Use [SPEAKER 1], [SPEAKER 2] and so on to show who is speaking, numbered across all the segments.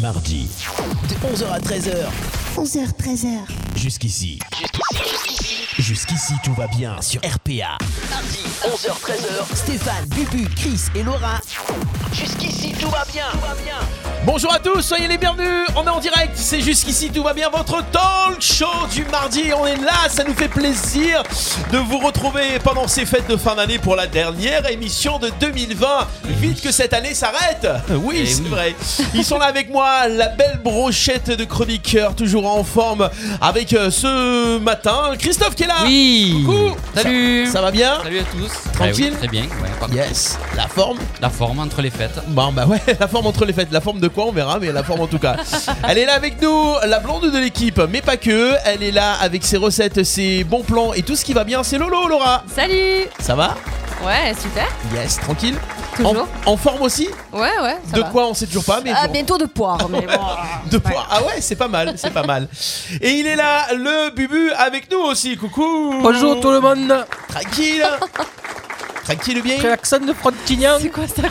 [SPEAKER 1] mardi. De 11h à 13h.
[SPEAKER 2] 11h, 13h.
[SPEAKER 1] Jusqu'ici. Jusqu'ici. Jusqu'ici, tout va bien sur RPA. Mardi, 11h, 13h. Stéphane, Bubu, Chris et Laura. Jusqu'ici, tout va bien. Tout va bien.
[SPEAKER 3] Bonjour à tous, soyez les bienvenus. On est en direct, c'est jusqu'ici, tout va bien. Votre talk show du mardi, on est là, ça nous fait plaisir de vous retrouver pendant ces fêtes de fin d'année pour la dernière émission de 2020. Vite que cette année s'arrête. Oui,
[SPEAKER 4] Eh
[SPEAKER 3] c'est vrai. Ils sont là avec moi, la belle brochette de chroniqueurs, toujours en forme, avec euh, ce matin Christophe qui est là.
[SPEAKER 4] Oui.
[SPEAKER 3] Coucou.
[SPEAKER 4] Salut.
[SPEAKER 3] Ça, ça va bien
[SPEAKER 4] Salut à tous.
[SPEAKER 3] Tranquille
[SPEAKER 4] Eh oui, Très bien. ouais, par-
[SPEAKER 3] Yes, la forme.
[SPEAKER 4] La forme entre les fêtes.
[SPEAKER 3] Bon bah ouais, la forme entre les fêtes, la forme de quoi on verra, mais la forme en tout cas. Elle est là avec nous, la blonde de l'équipe, mais pas que. Elle est là avec ses recettes, ses bons plans et tout ce qui va bien. C'est Lolo, Laura.
[SPEAKER 5] Salut
[SPEAKER 3] Ça va
[SPEAKER 5] Ouais, super,
[SPEAKER 3] Yes, tranquille.
[SPEAKER 5] toujours.
[SPEAKER 3] En, en forme aussi
[SPEAKER 5] Ouais, ouais, ça
[SPEAKER 3] De
[SPEAKER 5] va.
[SPEAKER 3] quoi on sait toujours pas, mais
[SPEAKER 5] Ah,
[SPEAKER 3] bon,
[SPEAKER 5] bientôt de poire, mais bon. euh,
[SPEAKER 3] de poids. Ah ouais, c'est pas mal, c'est pas mal. Et il est là, le Bubu, avec nous aussi. Coucou.
[SPEAKER 6] Bonjour tout le monde,
[SPEAKER 3] Tranquille. Tranquille bien.
[SPEAKER 6] c'est l'accent de Frontignan
[SPEAKER 5] C'est quoi ça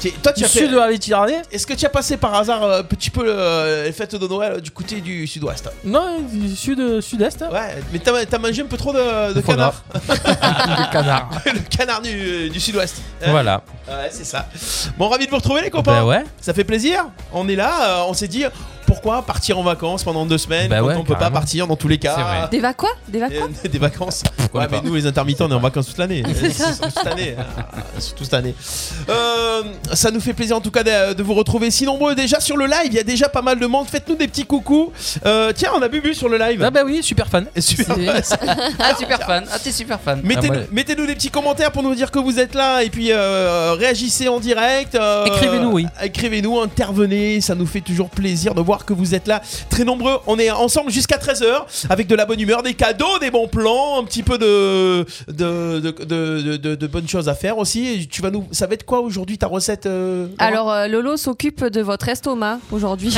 [SPEAKER 3] T'es- Toi, tu
[SPEAKER 6] du
[SPEAKER 3] as fait-
[SPEAKER 6] sud de la Méditerranée.
[SPEAKER 3] Est-ce que tu as passé par hasard un petit peu euh, les fêtes de Noël du côté du sud-ouest
[SPEAKER 6] Non, du sud, sud-est. hein.
[SPEAKER 3] Ouais, mais t'as t'as mangé un peu trop de, de canard.
[SPEAKER 6] Le canard.
[SPEAKER 3] le canard du, du sud-ouest. Euh,
[SPEAKER 4] Voilà.
[SPEAKER 3] Ouais, c'est ça. Bon, ravi de vous retrouver, les copains.
[SPEAKER 4] Bah ouais.
[SPEAKER 3] Ça fait plaisir. On est là, euh, on s'est dit pourquoi partir en vacances pendant deux semaines
[SPEAKER 4] Bah
[SPEAKER 3] quand
[SPEAKER 4] ouais,
[SPEAKER 3] on peut pas
[SPEAKER 4] carrément.
[SPEAKER 3] partir dans tous les cas.
[SPEAKER 4] C'est vrai.
[SPEAKER 5] Des va quoi Des va quoi
[SPEAKER 3] Euh, des vacances.
[SPEAKER 4] Pourquoi
[SPEAKER 3] ouais, mais
[SPEAKER 4] pas.
[SPEAKER 3] nous, les intermittents, on est en vacances toute l'année. Euh, surtout cette année. euh, surtout cette année. Euh, ça nous fait plaisir en tout cas de, de vous retrouver si nombreux déjà sur le live. Il y a déjà pas mal de monde. Faites-nous des petits coucous. Euh, tiens, on a Bubu sur le live.
[SPEAKER 6] Ah
[SPEAKER 4] ben
[SPEAKER 6] bah oui, super fan.
[SPEAKER 3] Super.
[SPEAKER 4] Ah super fan. Ah t'es super fan.
[SPEAKER 3] Mettez-nous
[SPEAKER 4] Ah, moi-
[SPEAKER 3] mettez-nous des petits commentaires pour nous dire que vous êtes là et puis euh, réagissez en direct. euh,
[SPEAKER 6] Écrivez-nous, oui.
[SPEAKER 3] Écrivez-nous, intervenez. Ça nous fait toujours plaisir de voir que vous êtes là très nombreux. On est ensemble jusqu'à 13h avec de la bonne humeur, des cadeaux, des bons plans, un petit peu de, de, de, de- de- de- de bonnes choses à faire aussi. Et tu vas nous, ça va être quoi aujourd'hui ta recette euh, Laura
[SPEAKER 5] Alors, euh, Lolo s'occupe de votre estomac aujourd'hui.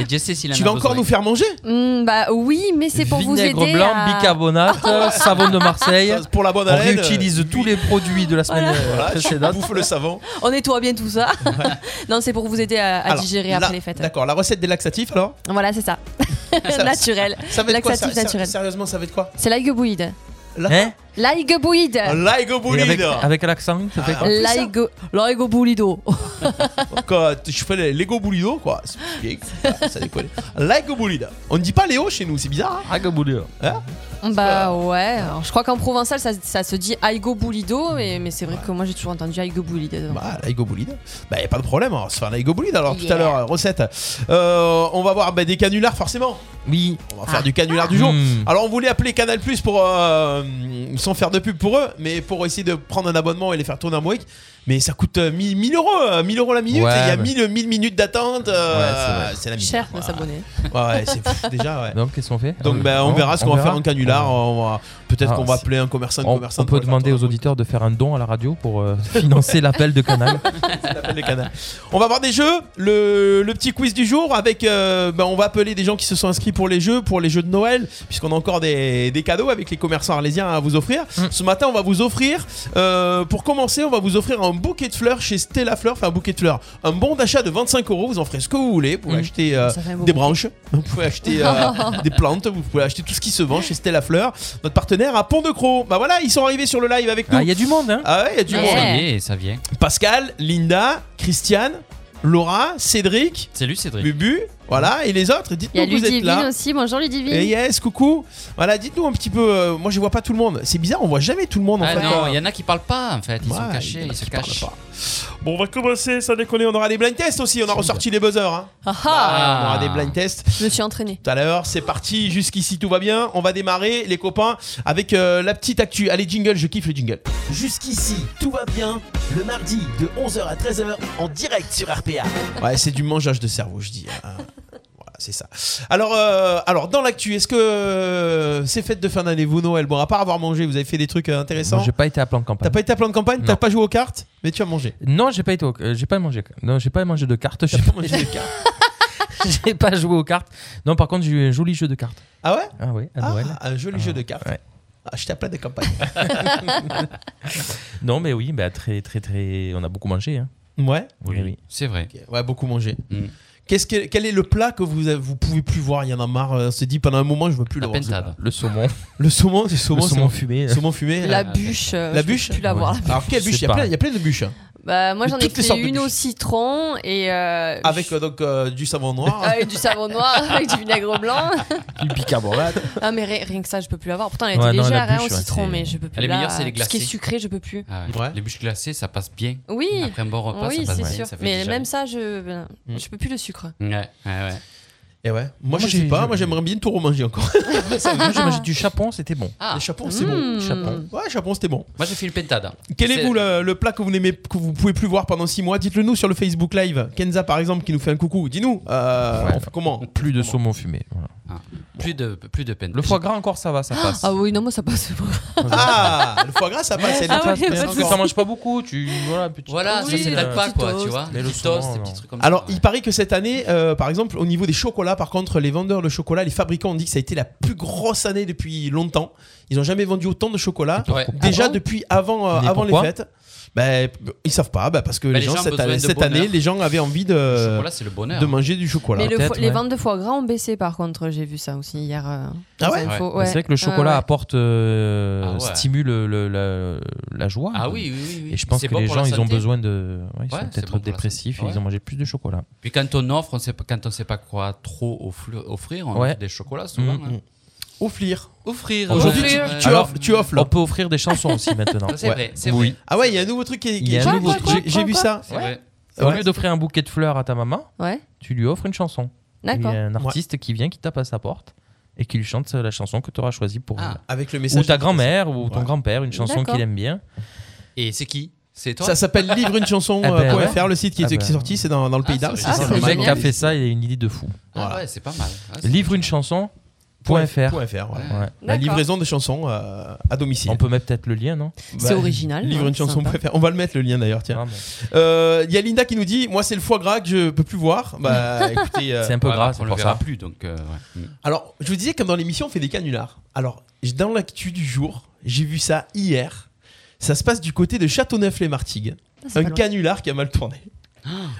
[SPEAKER 4] Et Dieu sait s'il en a
[SPEAKER 3] Tu vas encore
[SPEAKER 4] besoin.
[SPEAKER 3] nous faire manger
[SPEAKER 5] Hmm, bah oui, mais c'est pour vous aider.
[SPEAKER 6] Vinaigre blanc,
[SPEAKER 5] à-
[SPEAKER 6] bicarbonate, Ah, savon de Marseille.
[SPEAKER 3] Ça, Pour la bonne
[SPEAKER 6] On
[SPEAKER 3] haleine. euh,
[SPEAKER 6] réutilise tous les produits de la semaine euh,
[SPEAKER 3] Voilà, tu
[SPEAKER 6] précédente.
[SPEAKER 3] bouffes le savon.
[SPEAKER 5] On nettoie bien tout ça. non, c'est pour vous aider à, à
[SPEAKER 3] Alors,
[SPEAKER 5] digérer
[SPEAKER 3] la-
[SPEAKER 5] après les fêtes.
[SPEAKER 3] D'accord, la recette des laxatifs alors
[SPEAKER 5] Voilà, c'est ça. Naturel.
[SPEAKER 3] Ça va être quoi
[SPEAKER 5] Laxatif
[SPEAKER 3] ça-
[SPEAKER 5] naturel.
[SPEAKER 3] Sérieusement, ça va être quoi
[SPEAKER 5] C'est l'aigue-bouide.
[SPEAKER 6] Hein
[SPEAKER 5] L'aigue-bouide.
[SPEAKER 3] Like a
[SPEAKER 6] Et
[SPEAKER 3] bully,
[SPEAKER 6] avec,
[SPEAKER 3] là.
[SPEAKER 6] avec l'accent, ça fait quoi
[SPEAKER 4] Euh,
[SPEAKER 5] L'aigue- L'aigue-boulido.
[SPEAKER 3] Quand je fais les Lego Bullido, quoi. C'est bien, ça, ça déconne. Like a bully, là. On ne dit pas Léo chez nous, c'est bizarre. hein
[SPEAKER 6] Agaboulure.
[SPEAKER 5] Bah ouais, alors, je crois qu'en provençal ça, ça se dit aigo-boulido, mais, mais c'est vrai que moi j'ai toujours entendu aigo-boulido.
[SPEAKER 3] bah, Lego Bully. là. Bah, y a pas de problème. On va se faire Lego Bully, là, alors tout à
[SPEAKER 5] Yeah.
[SPEAKER 3] l'heure, euh, recette. Euh, on va voir bah, des canulars, forcément.
[SPEAKER 6] Oui.
[SPEAKER 3] On va faire du canular du jour.
[SPEAKER 6] Hmm.
[SPEAKER 3] Alors, on voulait appeler Canal Plus pour. euh, sans faire de pub pour eux, mais pour essayer de prendre un abonnement et les faire tourner en Moïc. Mais ça coûte euh, 1000 1000 euros, euh, 1000 euros la minute.
[SPEAKER 6] Ouais,
[SPEAKER 3] et Il y a
[SPEAKER 6] mais-
[SPEAKER 3] 1000 1000 minutes d'attente. euh,
[SPEAKER 6] Ouais,
[SPEAKER 3] c'est la misère.
[SPEAKER 5] Cher de s'abonner.
[SPEAKER 3] Ouais, ouais, c'est fou, déjà, ouais.
[SPEAKER 6] Donc qu'est-ce qu'on fait Euh,
[SPEAKER 3] Donc bah, on
[SPEAKER 6] Non,
[SPEAKER 3] verra ce qu'on va faire en canular.
[SPEAKER 6] On,
[SPEAKER 3] on va- Peut-être
[SPEAKER 6] Ah,
[SPEAKER 3] qu'on va
[SPEAKER 6] c'est-
[SPEAKER 3] appeler un commerçant. une
[SPEAKER 6] on-
[SPEAKER 3] commerçante
[SPEAKER 6] on peut
[SPEAKER 3] pour le faire
[SPEAKER 6] demander
[SPEAKER 3] tourner
[SPEAKER 6] aux auditeurs de faire un don à la radio pour euh, financer l'appel de canal.
[SPEAKER 3] en appel de canal. On va voir des jeux. Le, le petit quiz du jour avec. euh, bah, on va appeler des gens qui se sont inscrits pour les jeux, pour les jeux de Noël, puisqu'on a encore des, des cadeaux avec les commerçants arlésiens à vous offrir.
[SPEAKER 6] Mm.
[SPEAKER 3] Ce matin, on va vous offrir. euh, pour commencer, on va vous offrir un bouquet de fleurs chez Stella Fleur. Enfin, un bouquet de fleurs. Un bon d'achat de 25 euros. Vous en ferez ce que vous voulez. Vous pouvez
[SPEAKER 4] Mm.
[SPEAKER 3] acheter. euh,
[SPEAKER 5] Ça fait un beau
[SPEAKER 3] des branches, vous pouvez acheter euh, des plantes, vous pouvez acheter tout ce qui se vend chez Stella Fleur, notre partenaire à Pont de Croix. Bah voilà, ils sont arrivés sur le live avec nous.
[SPEAKER 6] Ah, il y a du monde, hein
[SPEAKER 3] Ah ouais, il y a du
[SPEAKER 5] Ouais.
[SPEAKER 3] monde.
[SPEAKER 4] Ça y est, ça vient.
[SPEAKER 3] Pascal, Linda, Christiane, Laura, Cédric,
[SPEAKER 4] Salut Cédric.
[SPEAKER 3] Bubu, voilà, et les autres,
[SPEAKER 5] Il y
[SPEAKER 3] dites-nous
[SPEAKER 5] a
[SPEAKER 3] que vous êtes
[SPEAKER 5] Ludivine
[SPEAKER 3] là.
[SPEAKER 5] aussi, bonjour Ludivine.
[SPEAKER 3] Et yes, coucou. Voilà, dites-nous un petit peu. euh, moi, je vois pas tout le monde. C'est bizarre, on voit jamais tout le monde en
[SPEAKER 4] Ah
[SPEAKER 3] fait.
[SPEAKER 4] non,
[SPEAKER 3] Euh,
[SPEAKER 4] il y en a qui parlent pas en fait. Ils sont
[SPEAKER 3] ouais,
[SPEAKER 4] cachés,
[SPEAKER 3] il y en a
[SPEAKER 4] ils se
[SPEAKER 3] qui parlent
[SPEAKER 4] cachent.
[SPEAKER 3] pas. Bon, on va commencer, ça déconner. On aura des blind tests aussi. On a ressorti les buzzers. hein.
[SPEAKER 5] Ah ah,
[SPEAKER 4] Ah.
[SPEAKER 3] On aura des blind tests.
[SPEAKER 5] je me suis entraînée.
[SPEAKER 3] tout à l'heure. C'est parti, jusqu'ici tout va bien. On va démarrer, les copains, avec euh, la petite actu. Allez, jingle, je kiffe les jingles.
[SPEAKER 1] Jusqu'ici, tout va bien. Le mardi de 11h à 13h en direct sur RPA.
[SPEAKER 3] Ouais, c'est du mangeage de cerveau, je dis. hein. Voilà, C'est ça. Alors, euh, alors dans l'actu, est-ce que euh, ces fêtes de fin d'année, vous, Noël, bon, à part avoir mangé, vous avez fait des trucs euh,
[SPEAKER 6] Moi,
[SPEAKER 3] intéressants
[SPEAKER 6] J'ai pas été à plan de
[SPEAKER 3] T'as
[SPEAKER 6] campagne.
[SPEAKER 3] pas été à plan de campagne,
[SPEAKER 6] Non.
[SPEAKER 3] t'as pas joué aux cartes, mais tu as mangé.
[SPEAKER 6] Non, j'ai pas été. au- euh, J'ai pas mangé. Non, j'ai pas mangé de cartes. J'ai
[SPEAKER 3] T'as pas mangé les cartes.
[SPEAKER 6] j'ai pas joué aux cartes. Non, par contre, j'ai eu un joli jeu de cartes.
[SPEAKER 3] Ah ouais
[SPEAKER 6] Ah oui, à
[SPEAKER 3] Ah,
[SPEAKER 6] Noël.
[SPEAKER 3] un joli jeu de cartes.
[SPEAKER 6] ouais.
[SPEAKER 3] Ah, j'étais à plein de campagne.
[SPEAKER 6] Non, mais oui, bah, très, très, très. On a beaucoup mangé. hein.
[SPEAKER 3] Ouais.
[SPEAKER 6] Oui, oui.
[SPEAKER 4] C'est vrai.
[SPEAKER 3] Ok, Ouais, beaucoup mangé.
[SPEAKER 4] Mm.
[SPEAKER 3] Qu'est-ce que, quel est le plat que vous avez- vous pouvez plus voir Il y en a marre. euh, On s'est dit pendant un moment, je veux plus le
[SPEAKER 4] La
[SPEAKER 3] voir.
[SPEAKER 4] pentade.
[SPEAKER 6] Le saumon.
[SPEAKER 3] Le saumon, c'est saumon,
[SPEAKER 6] le
[SPEAKER 3] c'est
[SPEAKER 6] saumon
[SPEAKER 3] bon.
[SPEAKER 6] fumé.
[SPEAKER 3] Saumon fumé.
[SPEAKER 5] La
[SPEAKER 4] la
[SPEAKER 5] bûche. euh,
[SPEAKER 3] La
[SPEAKER 5] je
[SPEAKER 3] bûche
[SPEAKER 5] peux plus la voir.
[SPEAKER 6] Ouais.
[SPEAKER 3] Alors quelle
[SPEAKER 6] Je
[SPEAKER 3] bûche Il y
[SPEAKER 6] sais
[SPEAKER 3] a
[SPEAKER 6] pas.
[SPEAKER 3] plein- il y a plein de bûches. hein.
[SPEAKER 5] Bah, moi, j'en ai
[SPEAKER 3] Toutes les sortes
[SPEAKER 5] fait
[SPEAKER 3] de
[SPEAKER 5] une
[SPEAKER 3] bûches.
[SPEAKER 5] au citron et. euh,
[SPEAKER 3] Avec euh, donc euh, du savon noir.
[SPEAKER 5] avec du savon noir, avec du vinaigre blanc.
[SPEAKER 6] Une bicarbonate.
[SPEAKER 5] Ah, mais ri- rien que ça, je peux plus l'avoir. Pourtant, elle était
[SPEAKER 6] Ouais, non, la
[SPEAKER 5] légère hein,
[SPEAKER 6] bûche,
[SPEAKER 5] au
[SPEAKER 6] ouais,
[SPEAKER 5] citron,
[SPEAKER 6] c'est-
[SPEAKER 5] mais je peux plus.
[SPEAKER 4] Elle est
[SPEAKER 5] la-
[SPEAKER 4] meilleure, c'est les
[SPEAKER 5] Tout ce qui est
[SPEAKER 4] glacés.
[SPEAKER 5] sucré, je peux plus.
[SPEAKER 4] Ah ouais.
[SPEAKER 3] Ouais.
[SPEAKER 4] Les bûches glacées, ça passe bien.
[SPEAKER 5] Oui,
[SPEAKER 4] Après un bon repas, ça
[SPEAKER 5] oui,
[SPEAKER 4] passe
[SPEAKER 5] c'est
[SPEAKER 4] bien.
[SPEAKER 5] sûr.
[SPEAKER 4] ça fait
[SPEAKER 5] Mais
[SPEAKER 4] digérer.
[SPEAKER 5] même ça, je, ben,
[SPEAKER 3] Mm.
[SPEAKER 5] je peux plus le sucre.
[SPEAKER 4] Ouais, ouais, ouais.
[SPEAKER 3] Et ouais. Moi, Ah,
[SPEAKER 6] Moi,
[SPEAKER 3] je sais
[SPEAKER 6] j'ai-
[SPEAKER 3] pas.
[SPEAKER 6] je-
[SPEAKER 3] Moi, j'aimerais bien tout remanger encore.
[SPEAKER 6] Moi, j'ai mangé du chapon, c'était bon.
[SPEAKER 4] Ah,
[SPEAKER 3] Les chapons, c'est bon.
[SPEAKER 5] Mm.
[SPEAKER 3] Mmh. Chapon. Ouais, chapon, c'était bon.
[SPEAKER 4] moi j'ai fait une pentade.
[SPEAKER 3] Quel est,
[SPEAKER 4] C'est-
[SPEAKER 3] vous le, le plat que vous n'aimez, que vous pouvez plus voir pendant 6 mois Dites-le nous sur le Facebook Live. Kenza, par exemple, qui nous fait un coucou. Dis-nous. euh,
[SPEAKER 6] Ouais.
[SPEAKER 3] on fait comment
[SPEAKER 6] Plus de saumon fumé. voilà.
[SPEAKER 4] Plus de, plus de pentade.
[SPEAKER 6] Le foie gras encore, ça va, ça passe.
[SPEAKER 5] Ah oui, non, moi, ça passe.
[SPEAKER 3] Ah, le foie gras, ça passe. elle est
[SPEAKER 5] Ah
[SPEAKER 3] pas-
[SPEAKER 5] ouais,
[SPEAKER 3] elle est
[SPEAKER 5] parce
[SPEAKER 6] Parce
[SPEAKER 3] encore.
[SPEAKER 6] que ça mange pas beaucoup, tu voilà. puis tu-
[SPEAKER 4] Voilà, ça
[SPEAKER 5] Oui,
[SPEAKER 4] c'est
[SPEAKER 5] le
[SPEAKER 4] pas
[SPEAKER 5] petit
[SPEAKER 4] quoi,
[SPEAKER 5] toast.
[SPEAKER 4] tu vois.
[SPEAKER 6] Mais
[SPEAKER 4] Mais
[SPEAKER 6] le
[SPEAKER 4] le toast,
[SPEAKER 6] saumon,
[SPEAKER 4] des petits
[SPEAKER 6] non.
[SPEAKER 4] trucs comme
[SPEAKER 3] Alors,
[SPEAKER 4] ça.
[SPEAKER 3] il paraît que cette année, euh, par exemple, au niveau des chocolats, par contre, les vendeurs de chocolat, les fabricants ont dit que ça a été la plus grosse année depuis longtemps. Ils n'ont jamais vendu autant de chocolat.
[SPEAKER 4] Ouais.
[SPEAKER 3] Déjà
[SPEAKER 5] bon
[SPEAKER 3] depuis avant, euh,
[SPEAKER 6] Mais
[SPEAKER 3] avant les
[SPEAKER 6] pourquoi
[SPEAKER 3] fêtes. Ben, ils savent pas, ben, parce que
[SPEAKER 4] Ben,
[SPEAKER 3] les,
[SPEAKER 4] les
[SPEAKER 3] gens,
[SPEAKER 4] gens ont
[SPEAKER 3] cette,
[SPEAKER 4] besoin
[SPEAKER 3] année,
[SPEAKER 4] de
[SPEAKER 3] cette
[SPEAKER 4] bonheur.
[SPEAKER 3] année, les gens avaient envie
[SPEAKER 4] Le
[SPEAKER 3] de,
[SPEAKER 4] chocolat, c'est le bonheur.
[SPEAKER 3] de manger du chocolat.
[SPEAKER 5] Mais le
[SPEAKER 6] peut-être,
[SPEAKER 5] fo- les
[SPEAKER 6] ouais.
[SPEAKER 5] ventes de foie gras ont baissé par contre, j'ai vu ça aussi hier. euh,
[SPEAKER 3] Ah
[SPEAKER 5] dans
[SPEAKER 3] ouais
[SPEAKER 5] Info,
[SPEAKER 6] Mais
[SPEAKER 5] ouais.
[SPEAKER 6] C'est vrai que le
[SPEAKER 5] Ah
[SPEAKER 6] chocolat
[SPEAKER 5] ouais.
[SPEAKER 6] apporte, euh,
[SPEAKER 4] Ah ouais.
[SPEAKER 6] stimule le- la, la joie.
[SPEAKER 4] Ah oui, oui, oui, oui.
[SPEAKER 6] Et je pense
[SPEAKER 4] C'est
[SPEAKER 6] que
[SPEAKER 4] bon
[SPEAKER 6] les
[SPEAKER 4] pour la
[SPEAKER 6] gens, ils ont
[SPEAKER 4] santé.
[SPEAKER 6] besoin de. ouais, ils
[SPEAKER 4] Ouais,
[SPEAKER 6] sont
[SPEAKER 4] c'est
[SPEAKER 6] peut-être
[SPEAKER 4] bon pour la
[SPEAKER 6] dépressifs et
[SPEAKER 4] santé.
[SPEAKER 6] ils ont mangé plus de chocolat.
[SPEAKER 4] Puis quand on offre, on sait pas, quand on sait pas quoi trop offre- offrir, on
[SPEAKER 6] Ouais.
[SPEAKER 4] offre des chocolats souvent.
[SPEAKER 6] Mm,
[SPEAKER 4] hein.
[SPEAKER 6] mm.
[SPEAKER 3] Offrir.
[SPEAKER 4] Offrir.
[SPEAKER 6] Aujourd'hui,
[SPEAKER 4] ouais.
[SPEAKER 5] tu-
[SPEAKER 4] Ouais.
[SPEAKER 3] Tu,
[SPEAKER 6] Alors-
[SPEAKER 3] offres, tu offres, là.
[SPEAKER 6] On peut offrir des chansons aussi maintenant.
[SPEAKER 4] Ça, C'est
[SPEAKER 3] Ouais.
[SPEAKER 4] vrai, c'est
[SPEAKER 6] Oui.
[SPEAKER 4] vrai.
[SPEAKER 3] Ah ouais, il y a un nouveau truc qui est.
[SPEAKER 6] Il y a
[SPEAKER 3] qui est
[SPEAKER 6] un
[SPEAKER 3] nouveau.
[SPEAKER 6] nouveau
[SPEAKER 3] J'ai-
[SPEAKER 5] truc.
[SPEAKER 3] J'ai vu
[SPEAKER 5] Quoi,
[SPEAKER 3] ça.
[SPEAKER 4] C'est vrai.
[SPEAKER 6] Au
[SPEAKER 3] Ouais.
[SPEAKER 6] lieu d'offrir un bouquet de fleurs à ta maman,
[SPEAKER 5] Ouais,
[SPEAKER 6] tu lui offres une chanson. Et Il y
[SPEAKER 5] d'accord.
[SPEAKER 6] a un artiste qui vient, qui tape à sa porte et qui lui chante la chanson que tu auras choisie pour
[SPEAKER 4] Ah,
[SPEAKER 3] Avec le
[SPEAKER 6] elle. Ou
[SPEAKER 3] message.
[SPEAKER 6] ta grand-mère, ou ton
[SPEAKER 3] Ouais.
[SPEAKER 6] grand-père, une chanson
[SPEAKER 5] D'accord.
[SPEAKER 6] qu'il aime bien.
[SPEAKER 4] Et c'est qui C'est toi
[SPEAKER 3] Ça s'appelle livre une chanson euh,
[SPEAKER 6] Ah ben ouais.
[SPEAKER 3] le site qui est,
[SPEAKER 6] Ah ben
[SPEAKER 3] qui est sorti, c'est dans, dans le
[SPEAKER 4] Ah,
[SPEAKER 3] pays
[SPEAKER 4] ça
[SPEAKER 3] d'Arles.
[SPEAKER 4] aurait
[SPEAKER 3] c'est
[SPEAKER 5] été
[SPEAKER 3] ça,
[SPEAKER 5] sympa.
[SPEAKER 6] Le
[SPEAKER 5] Génial.
[SPEAKER 6] mec qui a fait ça, il a une idée de fou.
[SPEAKER 4] Ah
[SPEAKER 3] Voilà.
[SPEAKER 4] ouais, c'est pas mal. Ah, c'est-
[SPEAKER 6] Livre une chanson.
[SPEAKER 3] Point
[SPEAKER 6] Point fr.
[SPEAKER 3] Point fr, voilà.
[SPEAKER 6] Ouais.
[SPEAKER 3] La
[SPEAKER 5] D'accord.
[SPEAKER 3] livraison de chansons euh, à domicile.
[SPEAKER 6] On peut mettre peut-être le lien, non Ah
[SPEAKER 5] C'est original,
[SPEAKER 3] Livre
[SPEAKER 5] ouais,
[SPEAKER 3] une chanson
[SPEAKER 5] sympa.
[SPEAKER 3] préférée. On va le mettre le lien d'ailleurs, tiens.
[SPEAKER 6] Non, mais
[SPEAKER 3] Euh, Il y a Linda qui nous dit Moi, c'est le foie gras que je peux plus voir. Bah écoutez. euh,
[SPEAKER 6] C'est un peu
[SPEAKER 4] Ouais,
[SPEAKER 6] gras,
[SPEAKER 4] bah, on
[SPEAKER 6] c'est
[SPEAKER 4] le
[SPEAKER 6] pour
[SPEAKER 4] verra
[SPEAKER 6] ça.
[SPEAKER 4] plus donc. euh, ouais. Mm.
[SPEAKER 3] Alors, je vous disais, comme dans l'émission, on fait des canulars. Alors, j- dans l'actu du jour, j'ai vu ça hier. Ça se passe du côté de Châteauneuf-les-Martigues.
[SPEAKER 5] Ah, c'est
[SPEAKER 3] Un
[SPEAKER 5] pas loin.
[SPEAKER 3] canular qui a mal tourné.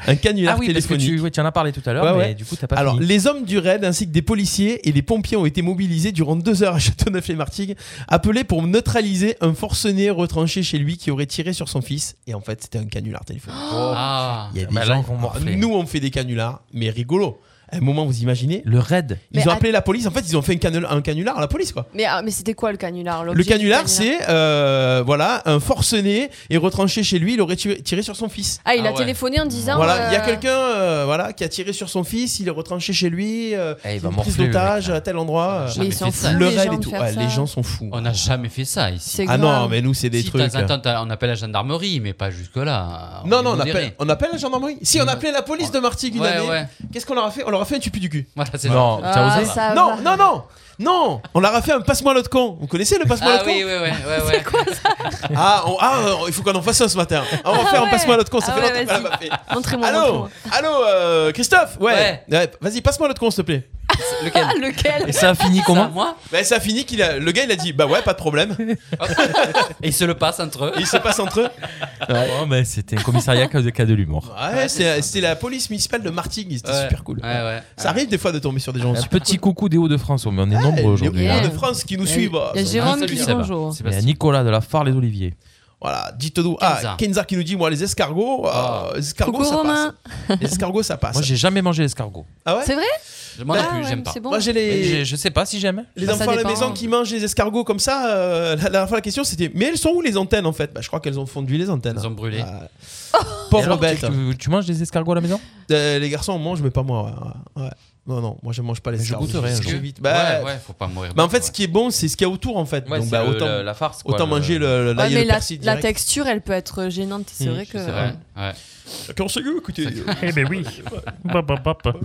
[SPEAKER 3] Un canular
[SPEAKER 6] Ah oui, parce que
[SPEAKER 3] téléphonique.
[SPEAKER 6] tu, ouais, tu en as parlé tout à l'heure,
[SPEAKER 3] Ouais,
[SPEAKER 6] mais
[SPEAKER 3] ouais.
[SPEAKER 6] du coup, t'as pas
[SPEAKER 3] Alors,
[SPEAKER 6] fini.
[SPEAKER 3] les hommes du raid ainsi que des policiers et des pompiers ont été mobilisés durant deux heures à Châteauneuf-les-Martigues, appelés pour neutraliser un forcené retranché chez lui qui aurait tiré sur son fils. Et en fait, c'était un canular téléphonique.
[SPEAKER 5] Oh.
[SPEAKER 4] Ah.
[SPEAKER 3] Il y a des
[SPEAKER 6] bah
[SPEAKER 3] gens
[SPEAKER 6] là, ils vont
[SPEAKER 3] Alors,
[SPEAKER 6] morfler.
[SPEAKER 3] Nous, on fait des canulars, mais rigolo. À un moment, vous imaginez
[SPEAKER 6] Le raid.
[SPEAKER 3] Ils
[SPEAKER 5] Mais
[SPEAKER 3] ont
[SPEAKER 5] att-
[SPEAKER 3] appelé la police. En fait, ils ont fait une canul- un canular à la police, quoi.
[SPEAKER 5] Mais, ah, mais c'était quoi le canular
[SPEAKER 3] Le
[SPEAKER 5] l'objet du
[SPEAKER 3] canular, c'est euh, voilà un forcené et retranché chez lui, il aurait tu- tiré sur son fils.
[SPEAKER 5] Ah, il
[SPEAKER 4] Ah
[SPEAKER 5] a
[SPEAKER 4] ouais.
[SPEAKER 5] téléphoné en disant.
[SPEAKER 3] voilà, il y a
[SPEAKER 5] euh,
[SPEAKER 3] quelqu'un euh, voilà qui a tiré sur son fils, il est retranché chez lui, euh,
[SPEAKER 6] Eh, il
[SPEAKER 3] une
[SPEAKER 6] va
[SPEAKER 3] prise
[SPEAKER 6] morfler, le mec,
[SPEAKER 3] d'otage
[SPEAKER 4] là.
[SPEAKER 3] à tel endroit. euh.
[SPEAKER 4] J'ai
[SPEAKER 5] Mais
[SPEAKER 4] jamais
[SPEAKER 5] ils s'en
[SPEAKER 4] fait ça.
[SPEAKER 5] foutent.
[SPEAKER 3] le
[SPEAKER 5] les
[SPEAKER 3] raid
[SPEAKER 5] gens
[SPEAKER 3] et
[SPEAKER 5] de
[SPEAKER 3] tout.
[SPEAKER 5] faire
[SPEAKER 3] Ouais,
[SPEAKER 5] ça.
[SPEAKER 3] les gens sont fous.
[SPEAKER 4] On n'a jamais fait ça ici.
[SPEAKER 5] C'est
[SPEAKER 3] Ah
[SPEAKER 5] grave.
[SPEAKER 3] non, mais nous, c'est des
[SPEAKER 4] si, de
[SPEAKER 3] trucs. euh.
[SPEAKER 4] temps en temps, t'as- on appelle la gendarmerie, mais pas jusque-là.
[SPEAKER 3] Non, non, on
[SPEAKER 4] est modéré.
[SPEAKER 3] appelle, on appelle la gendarmerie. Si, on
[SPEAKER 4] Ah, Ouais.
[SPEAKER 3] appelait la police de Martigues une
[SPEAKER 4] Ouais,
[SPEAKER 3] année.
[SPEAKER 4] ouais.
[SPEAKER 3] Qu'est-ce qu'on leur a fait On leur a fait un tupu du cul.
[SPEAKER 4] Voilà, c'est
[SPEAKER 6] Non,
[SPEAKER 4] ça.
[SPEAKER 6] t'as
[SPEAKER 5] Ah,
[SPEAKER 6] osé
[SPEAKER 5] ça
[SPEAKER 3] non,
[SPEAKER 5] va.
[SPEAKER 3] non, non Non On leur a fait un passe-moi l'autre con. Vous connaissez le passe-moi
[SPEAKER 4] Ah
[SPEAKER 3] l'autre
[SPEAKER 4] oui, oui,
[SPEAKER 3] con
[SPEAKER 4] oui, ouais, ouais.
[SPEAKER 3] Ah, on- ah, euh, il faut qu'on en fasse un ce matin. Ah, on va faire un
[SPEAKER 5] ouais.
[SPEAKER 3] passe-moi l'autre con, ça
[SPEAKER 5] Ah
[SPEAKER 3] fait
[SPEAKER 5] ouais,
[SPEAKER 3] longtemps qu'on
[SPEAKER 5] vas-y.
[SPEAKER 3] l'a pas fait.
[SPEAKER 5] Montrez-moi.
[SPEAKER 3] Allô
[SPEAKER 5] montrez-moi.
[SPEAKER 3] Allô, euh, Christophe Ouais,
[SPEAKER 4] Ouais.
[SPEAKER 3] Ouais, Vas-y, passe-moi l'autre con, s'il te plaît.
[SPEAKER 4] Lequel
[SPEAKER 5] Ah, lequel
[SPEAKER 6] Et ça a fini
[SPEAKER 4] Comment
[SPEAKER 6] comment
[SPEAKER 4] Moi
[SPEAKER 3] Ben, ça a fini qu'il a... Le gars, il a dit, bah ouais, pas de problème.
[SPEAKER 4] Et ils se le passent entre eux.
[SPEAKER 3] Et ils se passent entre eux.
[SPEAKER 6] Oh, mais C'était un commissariat qui a qui a de l'humour.
[SPEAKER 3] Ah Ouais, c'est c'est la police municipale de Martigues, c'était
[SPEAKER 4] Ouais.
[SPEAKER 3] super cool.
[SPEAKER 4] Ouais, ouais.
[SPEAKER 3] Ça arrive des fois de tomber sur des gens
[SPEAKER 6] Ah,
[SPEAKER 3] Ah,
[SPEAKER 6] Un
[SPEAKER 3] super
[SPEAKER 6] petit coucou des Hauts-de-France, mais on est nombreux aujourd'hui.
[SPEAKER 3] Les
[SPEAKER 6] hein.
[SPEAKER 3] Hauts de France qui nous
[SPEAKER 5] Il y a-
[SPEAKER 3] suivent.
[SPEAKER 5] il y a
[SPEAKER 3] Ça-
[SPEAKER 5] Jérôme
[SPEAKER 4] Ah, salut,
[SPEAKER 5] qui dit
[SPEAKER 4] ça va.
[SPEAKER 5] bonjour.
[SPEAKER 6] Il y a
[SPEAKER 4] Sébastien.
[SPEAKER 6] Nicolas de la Phare, les Oliviers.
[SPEAKER 3] Voilà, dites-nous. Ah,
[SPEAKER 4] Kenza.
[SPEAKER 3] Kenza qui nous dit, moi, les escargots, euh,
[SPEAKER 4] Ah.
[SPEAKER 3] les escargots,
[SPEAKER 5] Coucou
[SPEAKER 3] ça
[SPEAKER 5] Romain.
[SPEAKER 3] passe. Les escargots, ça passe.
[SPEAKER 6] Moi, j'ai jamais mangé l'escargot.
[SPEAKER 3] ah ouais
[SPEAKER 5] C'est vrai
[SPEAKER 4] Moi non
[SPEAKER 5] Ah
[SPEAKER 4] plus,
[SPEAKER 5] ouais,
[SPEAKER 4] j'aime
[SPEAKER 5] mais
[SPEAKER 4] pas.
[SPEAKER 5] C'est bon.
[SPEAKER 3] Moi, j'ai
[SPEAKER 6] Mais
[SPEAKER 3] les,
[SPEAKER 6] je- Je sais pas si jamais.
[SPEAKER 3] les
[SPEAKER 5] Bah, ça
[SPEAKER 3] enfants à la
[SPEAKER 5] dépend.
[SPEAKER 3] maison qui mangent les escargots comme ça. euh, la dernière fois, la question, c'était, mais elles sont où les antennes, en fait Bah, je crois qu'elles ont fondu les antennes.
[SPEAKER 4] Ils ont brûlé.
[SPEAKER 3] Ah.
[SPEAKER 5] Oh.
[SPEAKER 6] Et
[SPEAKER 3] Pauvres
[SPEAKER 6] alors,
[SPEAKER 3] bêtes.
[SPEAKER 6] tu- Tu, tu manges des escargots à la maison
[SPEAKER 3] Euh, les garçons en mangent, mais pas moi. ouais, ouais. Non, non, moi, je mange pas les
[SPEAKER 6] Mais je
[SPEAKER 3] escargots.
[SPEAKER 6] goûterai un
[SPEAKER 3] sais
[SPEAKER 6] jour.
[SPEAKER 3] que- vite. Bah,
[SPEAKER 4] ouais, ouais, faut pas mourir.
[SPEAKER 3] bah, en fait, ce
[SPEAKER 4] ouais.
[SPEAKER 3] qui est bon, c'est ce qu'il y a autour, en fait. Donc, bah, autant,
[SPEAKER 6] farce.
[SPEAKER 3] autant manger le, le, là,
[SPEAKER 5] Ouais,
[SPEAKER 3] il y a
[SPEAKER 5] mais
[SPEAKER 3] le
[SPEAKER 5] la,
[SPEAKER 3] persil
[SPEAKER 5] la
[SPEAKER 3] direct.
[SPEAKER 5] texture, elle peut être gênante. Mm. C'est
[SPEAKER 6] Mmh,
[SPEAKER 5] vrai que.
[SPEAKER 4] C'est vrai. Ouais.
[SPEAKER 3] Quand c'est goût, écoutez. euh,
[SPEAKER 2] Eh ben oui. Bop, bop, bop.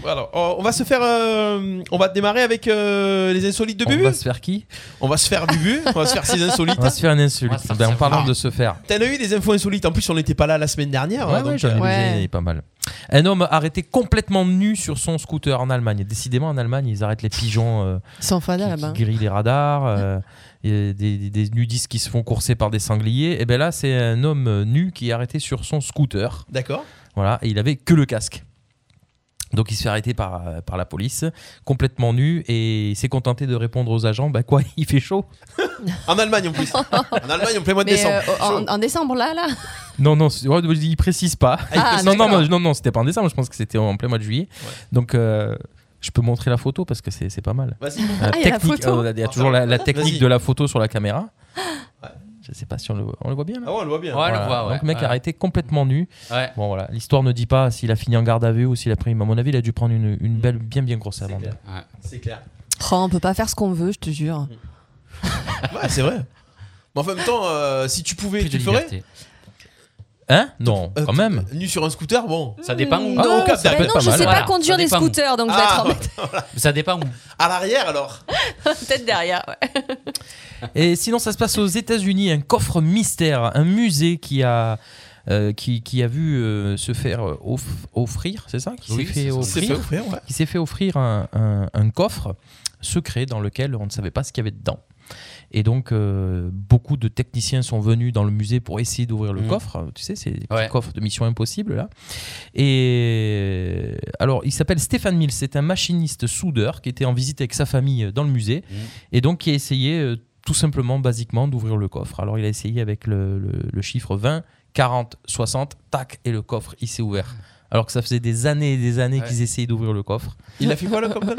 [SPEAKER 3] Voilà, on on va se faire. euh, on va démarrer avec euh, les insolites de
[SPEAKER 6] On
[SPEAKER 3] Bubu.
[SPEAKER 6] va se faire qui
[SPEAKER 3] On va se faire Bubu. on va se faire ses insolites.
[SPEAKER 6] On va se faire une insulte.
[SPEAKER 4] On va se faire
[SPEAKER 6] Ben, en
[SPEAKER 4] savoir.
[SPEAKER 6] parlant de se faire.
[SPEAKER 3] T'en as eu des infos insolites. En plus, on n'était pas là la semaine dernière.
[SPEAKER 6] Ouais,
[SPEAKER 3] donc,
[SPEAKER 6] ouais, j'en ai
[SPEAKER 3] euh,
[SPEAKER 6] mis
[SPEAKER 5] Ouais.
[SPEAKER 6] des- pas mal. Un homme arrêté complètement nu sur son scooter en Allemagne. Décidément, en Allemagne, ils arrêtent les pigeons euh,
[SPEAKER 5] Ils sont fada
[SPEAKER 6] qui
[SPEAKER 5] là-bas.
[SPEAKER 6] grillent les radars, euh, et des, des- des nudistes qui se font courser par des sangliers. Et bien là, c'est un homme euh, nu qui est arrêté sur son scooter.
[SPEAKER 3] D'accord.
[SPEAKER 6] Voilà, et il avait que le casque. Donc il se fait arrêter par, euh, par la police, complètement nu, et il s'est contenté de répondre aux agents, bah quoi, il fait chaud.
[SPEAKER 3] En Allemagne en plus. en Allemagne en plein mois de
[SPEAKER 5] Mais
[SPEAKER 3] décembre.
[SPEAKER 5] euh, en,
[SPEAKER 3] Chaud.
[SPEAKER 5] en décembre, là, là
[SPEAKER 6] Non, non, c'est- ouais, il précise pas.
[SPEAKER 5] Ah,
[SPEAKER 6] non, non,
[SPEAKER 5] d'accord.
[SPEAKER 6] moi, non, non, c'était pas en décembre, je pense que c'était en plein mois de juillet.
[SPEAKER 3] Ouais.
[SPEAKER 6] Donc euh, je peux montrer la photo parce que c'est c'est pas mal.
[SPEAKER 3] Vas-y.
[SPEAKER 5] Ah,
[SPEAKER 6] La
[SPEAKER 5] il y a la
[SPEAKER 6] technique-
[SPEAKER 5] photo.
[SPEAKER 6] euh, il y a toujours la, la technique
[SPEAKER 3] Vas-y.
[SPEAKER 6] de la photo sur la caméra.
[SPEAKER 3] Ouais.
[SPEAKER 6] Je sais pas si on le, on le voit bien là.
[SPEAKER 3] Ah ouais, on le voit bien.
[SPEAKER 4] Ouais, on le
[SPEAKER 6] Voilà.
[SPEAKER 4] voit, ouais.
[SPEAKER 6] Donc, mec
[SPEAKER 4] Ouais.
[SPEAKER 6] arrêté complètement nu.
[SPEAKER 4] Ouais.
[SPEAKER 6] Bon, voilà. L'histoire ne dit pas s'il a fini en garde à vue ou s'il a pris. Mais à mon avis, il a dû prendre une, une belle, bien, bien grosse
[SPEAKER 3] Mm. C'est
[SPEAKER 6] amende.
[SPEAKER 3] clair.
[SPEAKER 4] Ouais.
[SPEAKER 3] C'est clair.
[SPEAKER 5] Oh, on peut pas faire ce qu'on veut, je te jure.
[SPEAKER 3] Ouais, c'est vrai. Mais en même temps, euh, si tu pouvais,
[SPEAKER 4] Plus
[SPEAKER 3] tu
[SPEAKER 4] de
[SPEAKER 3] le ferais.
[SPEAKER 4] liberté.
[SPEAKER 6] Hein Non,
[SPEAKER 3] Euh,
[SPEAKER 6] quand même.
[SPEAKER 3] Nu sur un scooter, bon.
[SPEAKER 4] Ça dépend où.
[SPEAKER 5] Non,
[SPEAKER 3] Ah, au Cap
[SPEAKER 5] ben
[SPEAKER 6] d'Agde,
[SPEAKER 5] non,
[SPEAKER 6] pas
[SPEAKER 5] je
[SPEAKER 6] mal.
[SPEAKER 5] sais pas
[SPEAKER 4] Voilà,
[SPEAKER 5] conduire
[SPEAKER 4] ça
[SPEAKER 5] des
[SPEAKER 4] dépend.
[SPEAKER 5] scooters, donc je vais
[SPEAKER 3] Ah,
[SPEAKER 5] être en tête-
[SPEAKER 4] Ça dépend où.
[SPEAKER 3] à l'arrière alors.
[SPEAKER 5] peut-être derrière. ouais.
[SPEAKER 6] Et sinon, ça se passe aux États-Unis, un coffre mystère, un musée qui a. euh, qui, qui a vu euh, se faire euh, off- offrir, c'est ça Qui
[SPEAKER 4] Oui,
[SPEAKER 6] s'est
[SPEAKER 4] c'est
[SPEAKER 6] fait
[SPEAKER 4] ça.
[SPEAKER 3] C'est
[SPEAKER 6] offrir,
[SPEAKER 3] fait offrir, ouais.
[SPEAKER 6] qui s'est fait offrir un, un- un coffre secret dans lequel on ne savait pas ce qu'il y avait dedans. Et donc, euh, beaucoup de techniciens sont venus dans le musée pour essayer d'ouvrir le
[SPEAKER 4] Mhm.
[SPEAKER 6] coffre. Tu sais, c'est des petits
[SPEAKER 4] Ouais.
[SPEAKER 6] coffres de Mission Impossible, là. Et alors, il s'appelle Stéphane Mills. C'est un machiniste soudeur qui était en visite avec sa famille euh, dans le musée
[SPEAKER 4] Mhm.
[SPEAKER 6] et donc qui a essayé euh, tout simplement, basiquement, d'ouvrir le coffre. Alors, il a essayé avec le, le- le chiffre 20, 40, 60, tac, et le coffre, il s'est ouvert. Alors que ça faisait des années et des années
[SPEAKER 4] Ouais.
[SPEAKER 6] qu'ils essayaient d'ouvrir le coffre.
[SPEAKER 3] Il a fait quoi le copain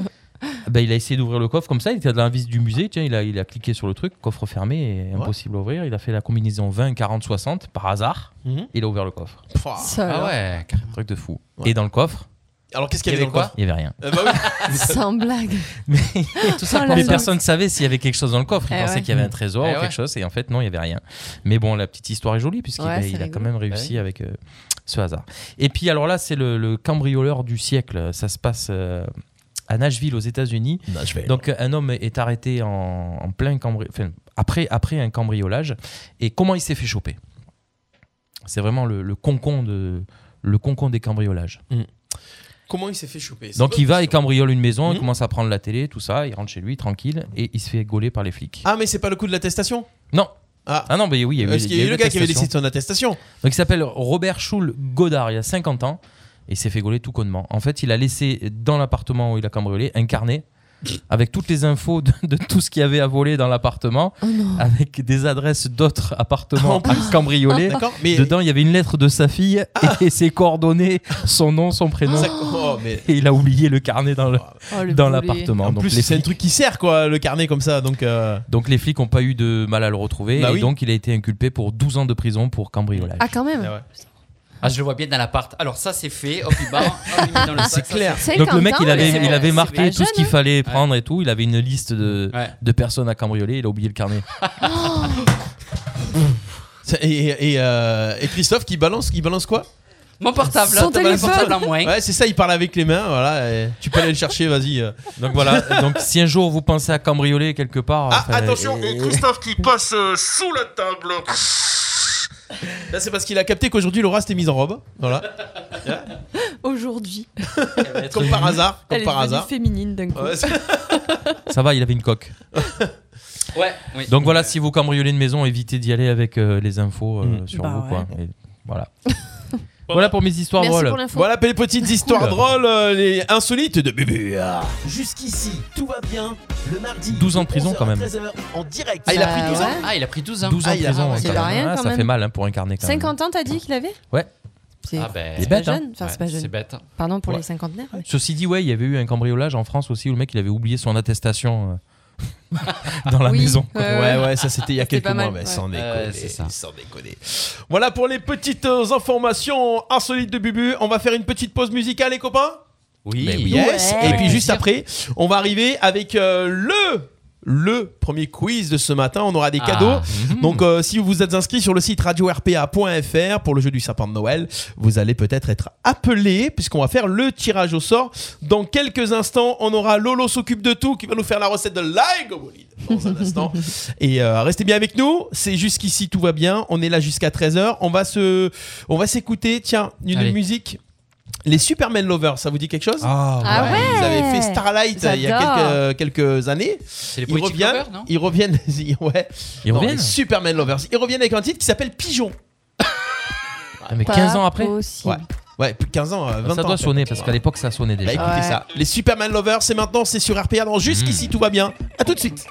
[SPEAKER 6] Ben, il a essayé d'ouvrir le coffre comme ça, il était dans la vis du musée, tiens, il, a, il a cliqué sur le truc, coffre fermé, et impossible à ouvrir. Il a fait la combinaison 20, 40, 60 par hasard,
[SPEAKER 3] Mhm.
[SPEAKER 6] il a ouvert le coffre.
[SPEAKER 3] Pouah.
[SPEAKER 5] Ça,
[SPEAKER 4] Ah
[SPEAKER 5] alors.
[SPEAKER 4] ouais, carrément.
[SPEAKER 6] Truc de fou.
[SPEAKER 3] Ouais.
[SPEAKER 6] Et dans le coffre,
[SPEAKER 3] Alors qu'est-ce qu'il
[SPEAKER 4] Il y
[SPEAKER 3] y avait
[SPEAKER 4] avait
[SPEAKER 3] dans le
[SPEAKER 4] quoi
[SPEAKER 3] coffre
[SPEAKER 6] il n'y avait rien.
[SPEAKER 3] Euh, bah oui.
[SPEAKER 5] Sans blague.
[SPEAKER 6] Mais, tout
[SPEAKER 5] Oh
[SPEAKER 6] ça pour-
[SPEAKER 5] là
[SPEAKER 6] mais
[SPEAKER 5] là.
[SPEAKER 6] personne ne savait s'il y avait quelque chose dans le coffre. Il
[SPEAKER 5] Eh
[SPEAKER 6] pensait
[SPEAKER 5] ouais.
[SPEAKER 6] qu'il y avait un trésor
[SPEAKER 4] Eh
[SPEAKER 6] ou
[SPEAKER 4] ouais.
[SPEAKER 6] quelque chose, et en fait, non, il n'y avait rien. Mais bon, la petite histoire est jolie, puisqu'il
[SPEAKER 5] Ouais,
[SPEAKER 6] a-
[SPEAKER 5] c'est
[SPEAKER 6] il a quand
[SPEAKER 5] rigolo.
[SPEAKER 6] même réussi
[SPEAKER 3] Bah
[SPEAKER 6] avec euh, ce hasard. Et puis, alors là, c'est le, le cambrioleur du siècle. Ça se passe euh, à Nashville, aux États-Unis.
[SPEAKER 3] je vais.
[SPEAKER 6] Donc un homme est arrêté en, en plein cambri- enfin, après, après un cambriolage. Et comment il s'est fait choper C'est vraiment le, le concon de le concon des cambriolages.
[SPEAKER 3] Comment il s'est fait choper C'est
[SPEAKER 6] Donc
[SPEAKER 3] pas-
[SPEAKER 6] il va, il cambriole une maison,
[SPEAKER 3] Mhm.
[SPEAKER 6] il commence à prendre la télé, tout ça, il rentre chez lui tranquille et il se fait gauler par les flics.
[SPEAKER 3] Ah mais c'est pas le coup de l'attestation
[SPEAKER 6] Non.
[SPEAKER 3] Ah.
[SPEAKER 6] Ah non, mais oui, il y a eu,
[SPEAKER 3] Parce qu'il y a eu le gars qui avait
[SPEAKER 6] l'attestation.
[SPEAKER 3] décidé son attestation.
[SPEAKER 6] Donc il s'appelle Robert Schul Godard, il a 50 ans, et il s'est fait gauler tout connement. En fait, il a laissé dans l'appartement où il a cambriolé un carnet avec toutes les infos de, de tout ce qu'il y avait à voler dans l'appartement, avec des adresses d'autres appartements à cambrioler.
[SPEAKER 3] Ah, D'accord Mais Ah.
[SPEAKER 6] Dedans, il y avait une lettre de sa fille et- et ses coordonnées, son nom, son prénom.
[SPEAKER 3] Ça- oh, mais
[SPEAKER 6] Et il a oublié le carnet dans le-
[SPEAKER 5] Oh, le
[SPEAKER 6] dans
[SPEAKER 5] boulet.
[SPEAKER 6] l'appartement.
[SPEAKER 3] en
[SPEAKER 6] donc,
[SPEAKER 3] plus
[SPEAKER 6] les
[SPEAKER 3] c'est un
[SPEAKER 6] flics-
[SPEAKER 3] truc qui sert quoi le carnet comme ça donc euh,
[SPEAKER 6] donc les flics n'ont pas eu de mal à le retrouver
[SPEAKER 3] Bah
[SPEAKER 6] et
[SPEAKER 3] oui.
[SPEAKER 6] donc il a été inculpé pour 12 ans de prison pour cambriolage.
[SPEAKER 5] Ah, quand même.
[SPEAKER 4] Ah, je le vois bien dans l'appart. Alors ça, c'est fait. Hop, il barre. Hop, il met dans le
[SPEAKER 3] c'est
[SPEAKER 4] sac. ça, Ah
[SPEAKER 3] clair.
[SPEAKER 6] Donc
[SPEAKER 5] 50
[SPEAKER 6] le mec,
[SPEAKER 5] ans,
[SPEAKER 6] il avait,
[SPEAKER 5] mais
[SPEAKER 6] il avait
[SPEAKER 5] c'est
[SPEAKER 6] marqué
[SPEAKER 5] bien
[SPEAKER 6] tout ce qu'il
[SPEAKER 5] jeune, hein.
[SPEAKER 6] fallait prendre et tout. Il avait une liste de,
[SPEAKER 4] Ouais.
[SPEAKER 6] de personnes à cambrioler. Il a oublié le carnet.
[SPEAKER 4] hein.
[SPEAKER 3] Ça- Et, et, euh, et Christophe qui balance qui balance quoi
[SPEAKER 4] Mon portable, là,
[SPEAKER 5] Son
[SPEAKER 4] t'as pas le
[SPEAKER 5] téléphone.
[SPEAKER 4] portable en moins.
[SPEAKER 3] Ouais c'est ça il parle avec les mains voilà et tu peux aller le chercher vas-y. euh.
[SPEAKER 6] Donc voilà. Donc si un jour vous pensez à cambrioler quelque part,
[SPEAKER 3] Ah
[SPEAKER 6] enfin, euh,
[SPEAKER 3] attention
[SPEAKER 6] et-
[SPEAKER 3] Christophe qui passe euh, sous la table. Là c'est parce qu'il a capté qu'aujourd'hui Laura s'était mise en robe voilà
[SPEAKER 5] hein. Aujourd'hui,
[SPEAKER 3] comme par hasard comme
[SPEAKER 5] elle est
[SPEAKER 3] par
[SPEAKER 5] devenue
[SPEAKER 3] hasard.
[SPEAKER 5] féminine d'un coup.
[SPEAKER 3] Ouais, c'est-
[SPEAKER 6] ça va, il avait une coque.
[SPEAKER 4] Ouais. oui.
[SPEAKER 6] Donc voilà, si vous cambriolez une maison, évitez d'y aller avec euh, les infos euh,
[SPEAKER 4] Mm.
[SPEAKER 6] sur
[SPEAKER 5] Bah
[SPEAKER 6] vous.
[SPEAKER 5] ouais.
[SPEAKER 6] Quoi. Et voilà. voilà pour mes histoires
[SPEAKER 5] Merci
[SPEAKER 6] drôles.
[SPEAKER 5] pour l'info.
[SPEAKER 3] Voilà pour les petites histoires
[SPEAKER 6] Cool.
[SPEAKER 3] drôles, euh, les insolites de bébé.
[SPEAKER 1] Jusqu'ici, tout va bien. Le mardi.
[SPEAKER 6] 12 ans de prison, quand même.
[SPEAKER 1] 11 heures, en direct.
[SPEAKER 3] Ah, il a pris
[SPEAKER 5] Bah
[SPEAKER 3] 12 ans
[SPEAKER 5] ouais.
[SPEAKER 4] Ah, il a pris 12 ans.
[SPEAKER 6] 12 ans
[SPEAKER 3] Ah,
[SPEAKER 6] de
[SPEAKER 3] il a-
[SPEAKER 6] prison,
[SPEAKER 5] c'est
[SPEAKER 6] ouais,
[SPEAKER 5] pas
[SPEAKER 6] quand
[SPEAKER 5] rien,
[SPEAKER 6] même. Ah,
[SPEAKER 5] quand
[SPEAKER 6] ça
[SPEAKER 5] même.
[SPEAKER 6] fait mal hein, pour incarner. Quand même.
[SPEAKER 5] 50 ans, t'as dit qu'il avait
[SPEAKER 6] Ouais.
[SPEAKER 5] C'est
[SPEAKER 4] Ah ben.
[SPEAKER 5] c'est
[SPEAKER 6] bête,
[SPEAKER 5] pas
[SPEAKER 6] hein.
[SPEAKER 5] jeune. Enfin, c'est pas
[SPEAKER 4] Ouais,
[SPEAKER 5] jeune.
[SPEAKER 4] bête.
[SPEAKER 5] Pardon pour
[SPEAKER 6] Ouais.
[SPEAKER 5] les cinquantenaires. mais-
[SPEAKER 6] Ceci dit, ouais, il y avait eu un cambriolage en France aussi où le mec il avait oublié son attestation euh, dans la
[SPEAKER 5] Oui,
[SPEAKER 6] maison. quoi.
[SPEAKER 5] ouais,
[SPEAKER 3] Ouais, ouais, ça c'était il y a
[SPEAKER 5] C'était
[SPEAKER 3] quelques
[SPEAKER 5] pas
[SPEAKER 3] mois,
[SPEAKER 5] mal,
[SPEAKER 3] mais
[SPEAKER 5] ouais.
[SPEAKER 3] sans déconner.
[SPEAKER 4] Ouais, c'est ça.
[SPEAKER 3] Sans déconner. Voilà pour les petites euh, informations insolites de Bubu. On va faire une petite pause musicale, les copains
[SPEAKER 4] Oui.
[SPEAKER 3] Mais yes.
[SPEAKER 5] Ouais.
[SPEAKER 3] Et puis
[SPEAKER 4] Avec
[SPEAKER 3] juste
[SPEAKER 4] plaisir.
[SPEAKER 3] après, on va arriver avec euh, le. Le premier quiz de ce matin, on aura des cadeaux. Donc, euh, si vous êtes inscrit sur le site radio-rpa.fr pour le jeu du sapin de Noël, vous allez peut-être être appelé puisqu'on va faire le tirage au sort. Dans quelques instants, on aura Lolo s'occupe de tout qui va nous faire la recette de l'aigle bolide dans un instant. Et euh, restez bien avec nous. C'est jusqu'ici, tout va bien. On est là jusqu'à 13h. On va se, on va s'écouter. Tiens, une
[SPEAKER 4] Allez.
[SPEAKER 3] musique Les Superman Lovers, ça vous dit quelque chose
[SPEAKER 6] Ah,
[SPEAKER 5] Ah ouais. ouais.
[SPEAKER 3] Ils avaient fait Starlight euh, il y a
[SPEAKER 5] J'adore.
[SPEAKER 3] quelques, quelques années.
[SPEAKER 4] les
[SPEAKER 3] ils
[SPEAKER 4] Poetic
[SPEAKER 3] reviennent,
[SPEAKER 4] Lovers, non
[SPEAKER 3] ils reviennent, ils- ouais.
[SPEAKER 6] Ils
[SPEAKER 3] Non,
[SPEAKER 6] reviennent
[SPEAKER 3] les Superman Lovers. Ils reviennent avec un titre qui s'appelle Pigeon.
[SPEAKER 6] Ah, Mais 15 ans après
[SPEAKER 3] Ouais, ouais, plus de 15 ans, euh, 20
[SPEAKER 6] Ça
[SPEAKER 3] ans.
[SPEAKER 6] doit
[SPEAKER 3] après.
[SPEAKER 6] sonner parce qu'à l'époque ça sonnait
[SPEAKER 3] Bah
[SPEAKER 6] déjà.
[SPEAKER 3] écoutez
[SPEAKER 5] Ouais.
[SPEAKER 3] ça. Les Superman Lovers, c'est maintenant, c'est sur RPA dans
[SPEAKER 6] Mm.
[SPEAKER 3] Jusqu'ici tout va bien. À tout de suite.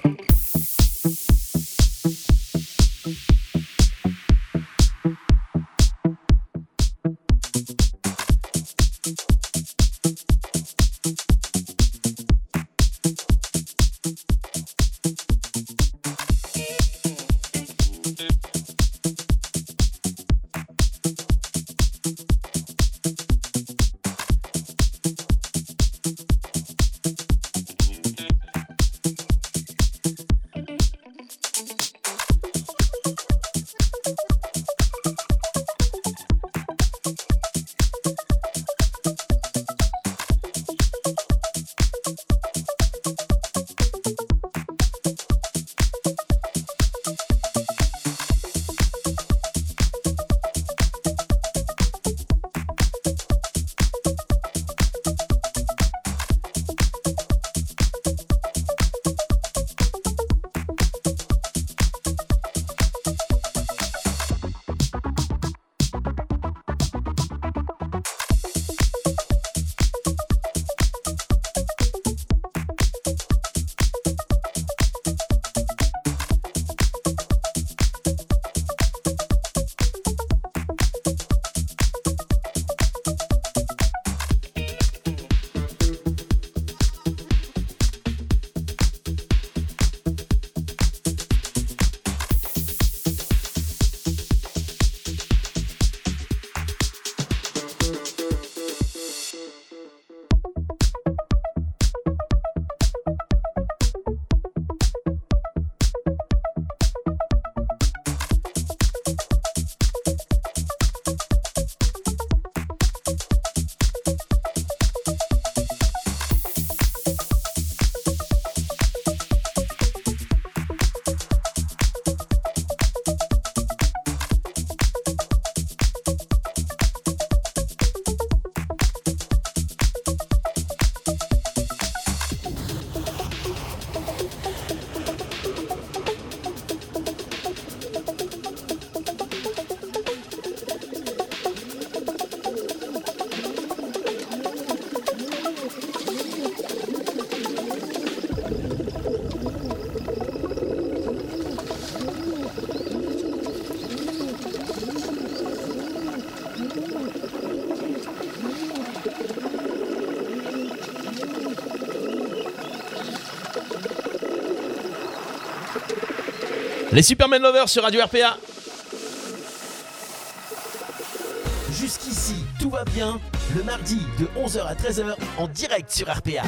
[SPEAKER 3] Les Superman Lovers sur Radio RPA.
[SPEAKER 1] Jusqu'ici, tout va bien. Le mardi de 11h à 13h en direct sur RPA.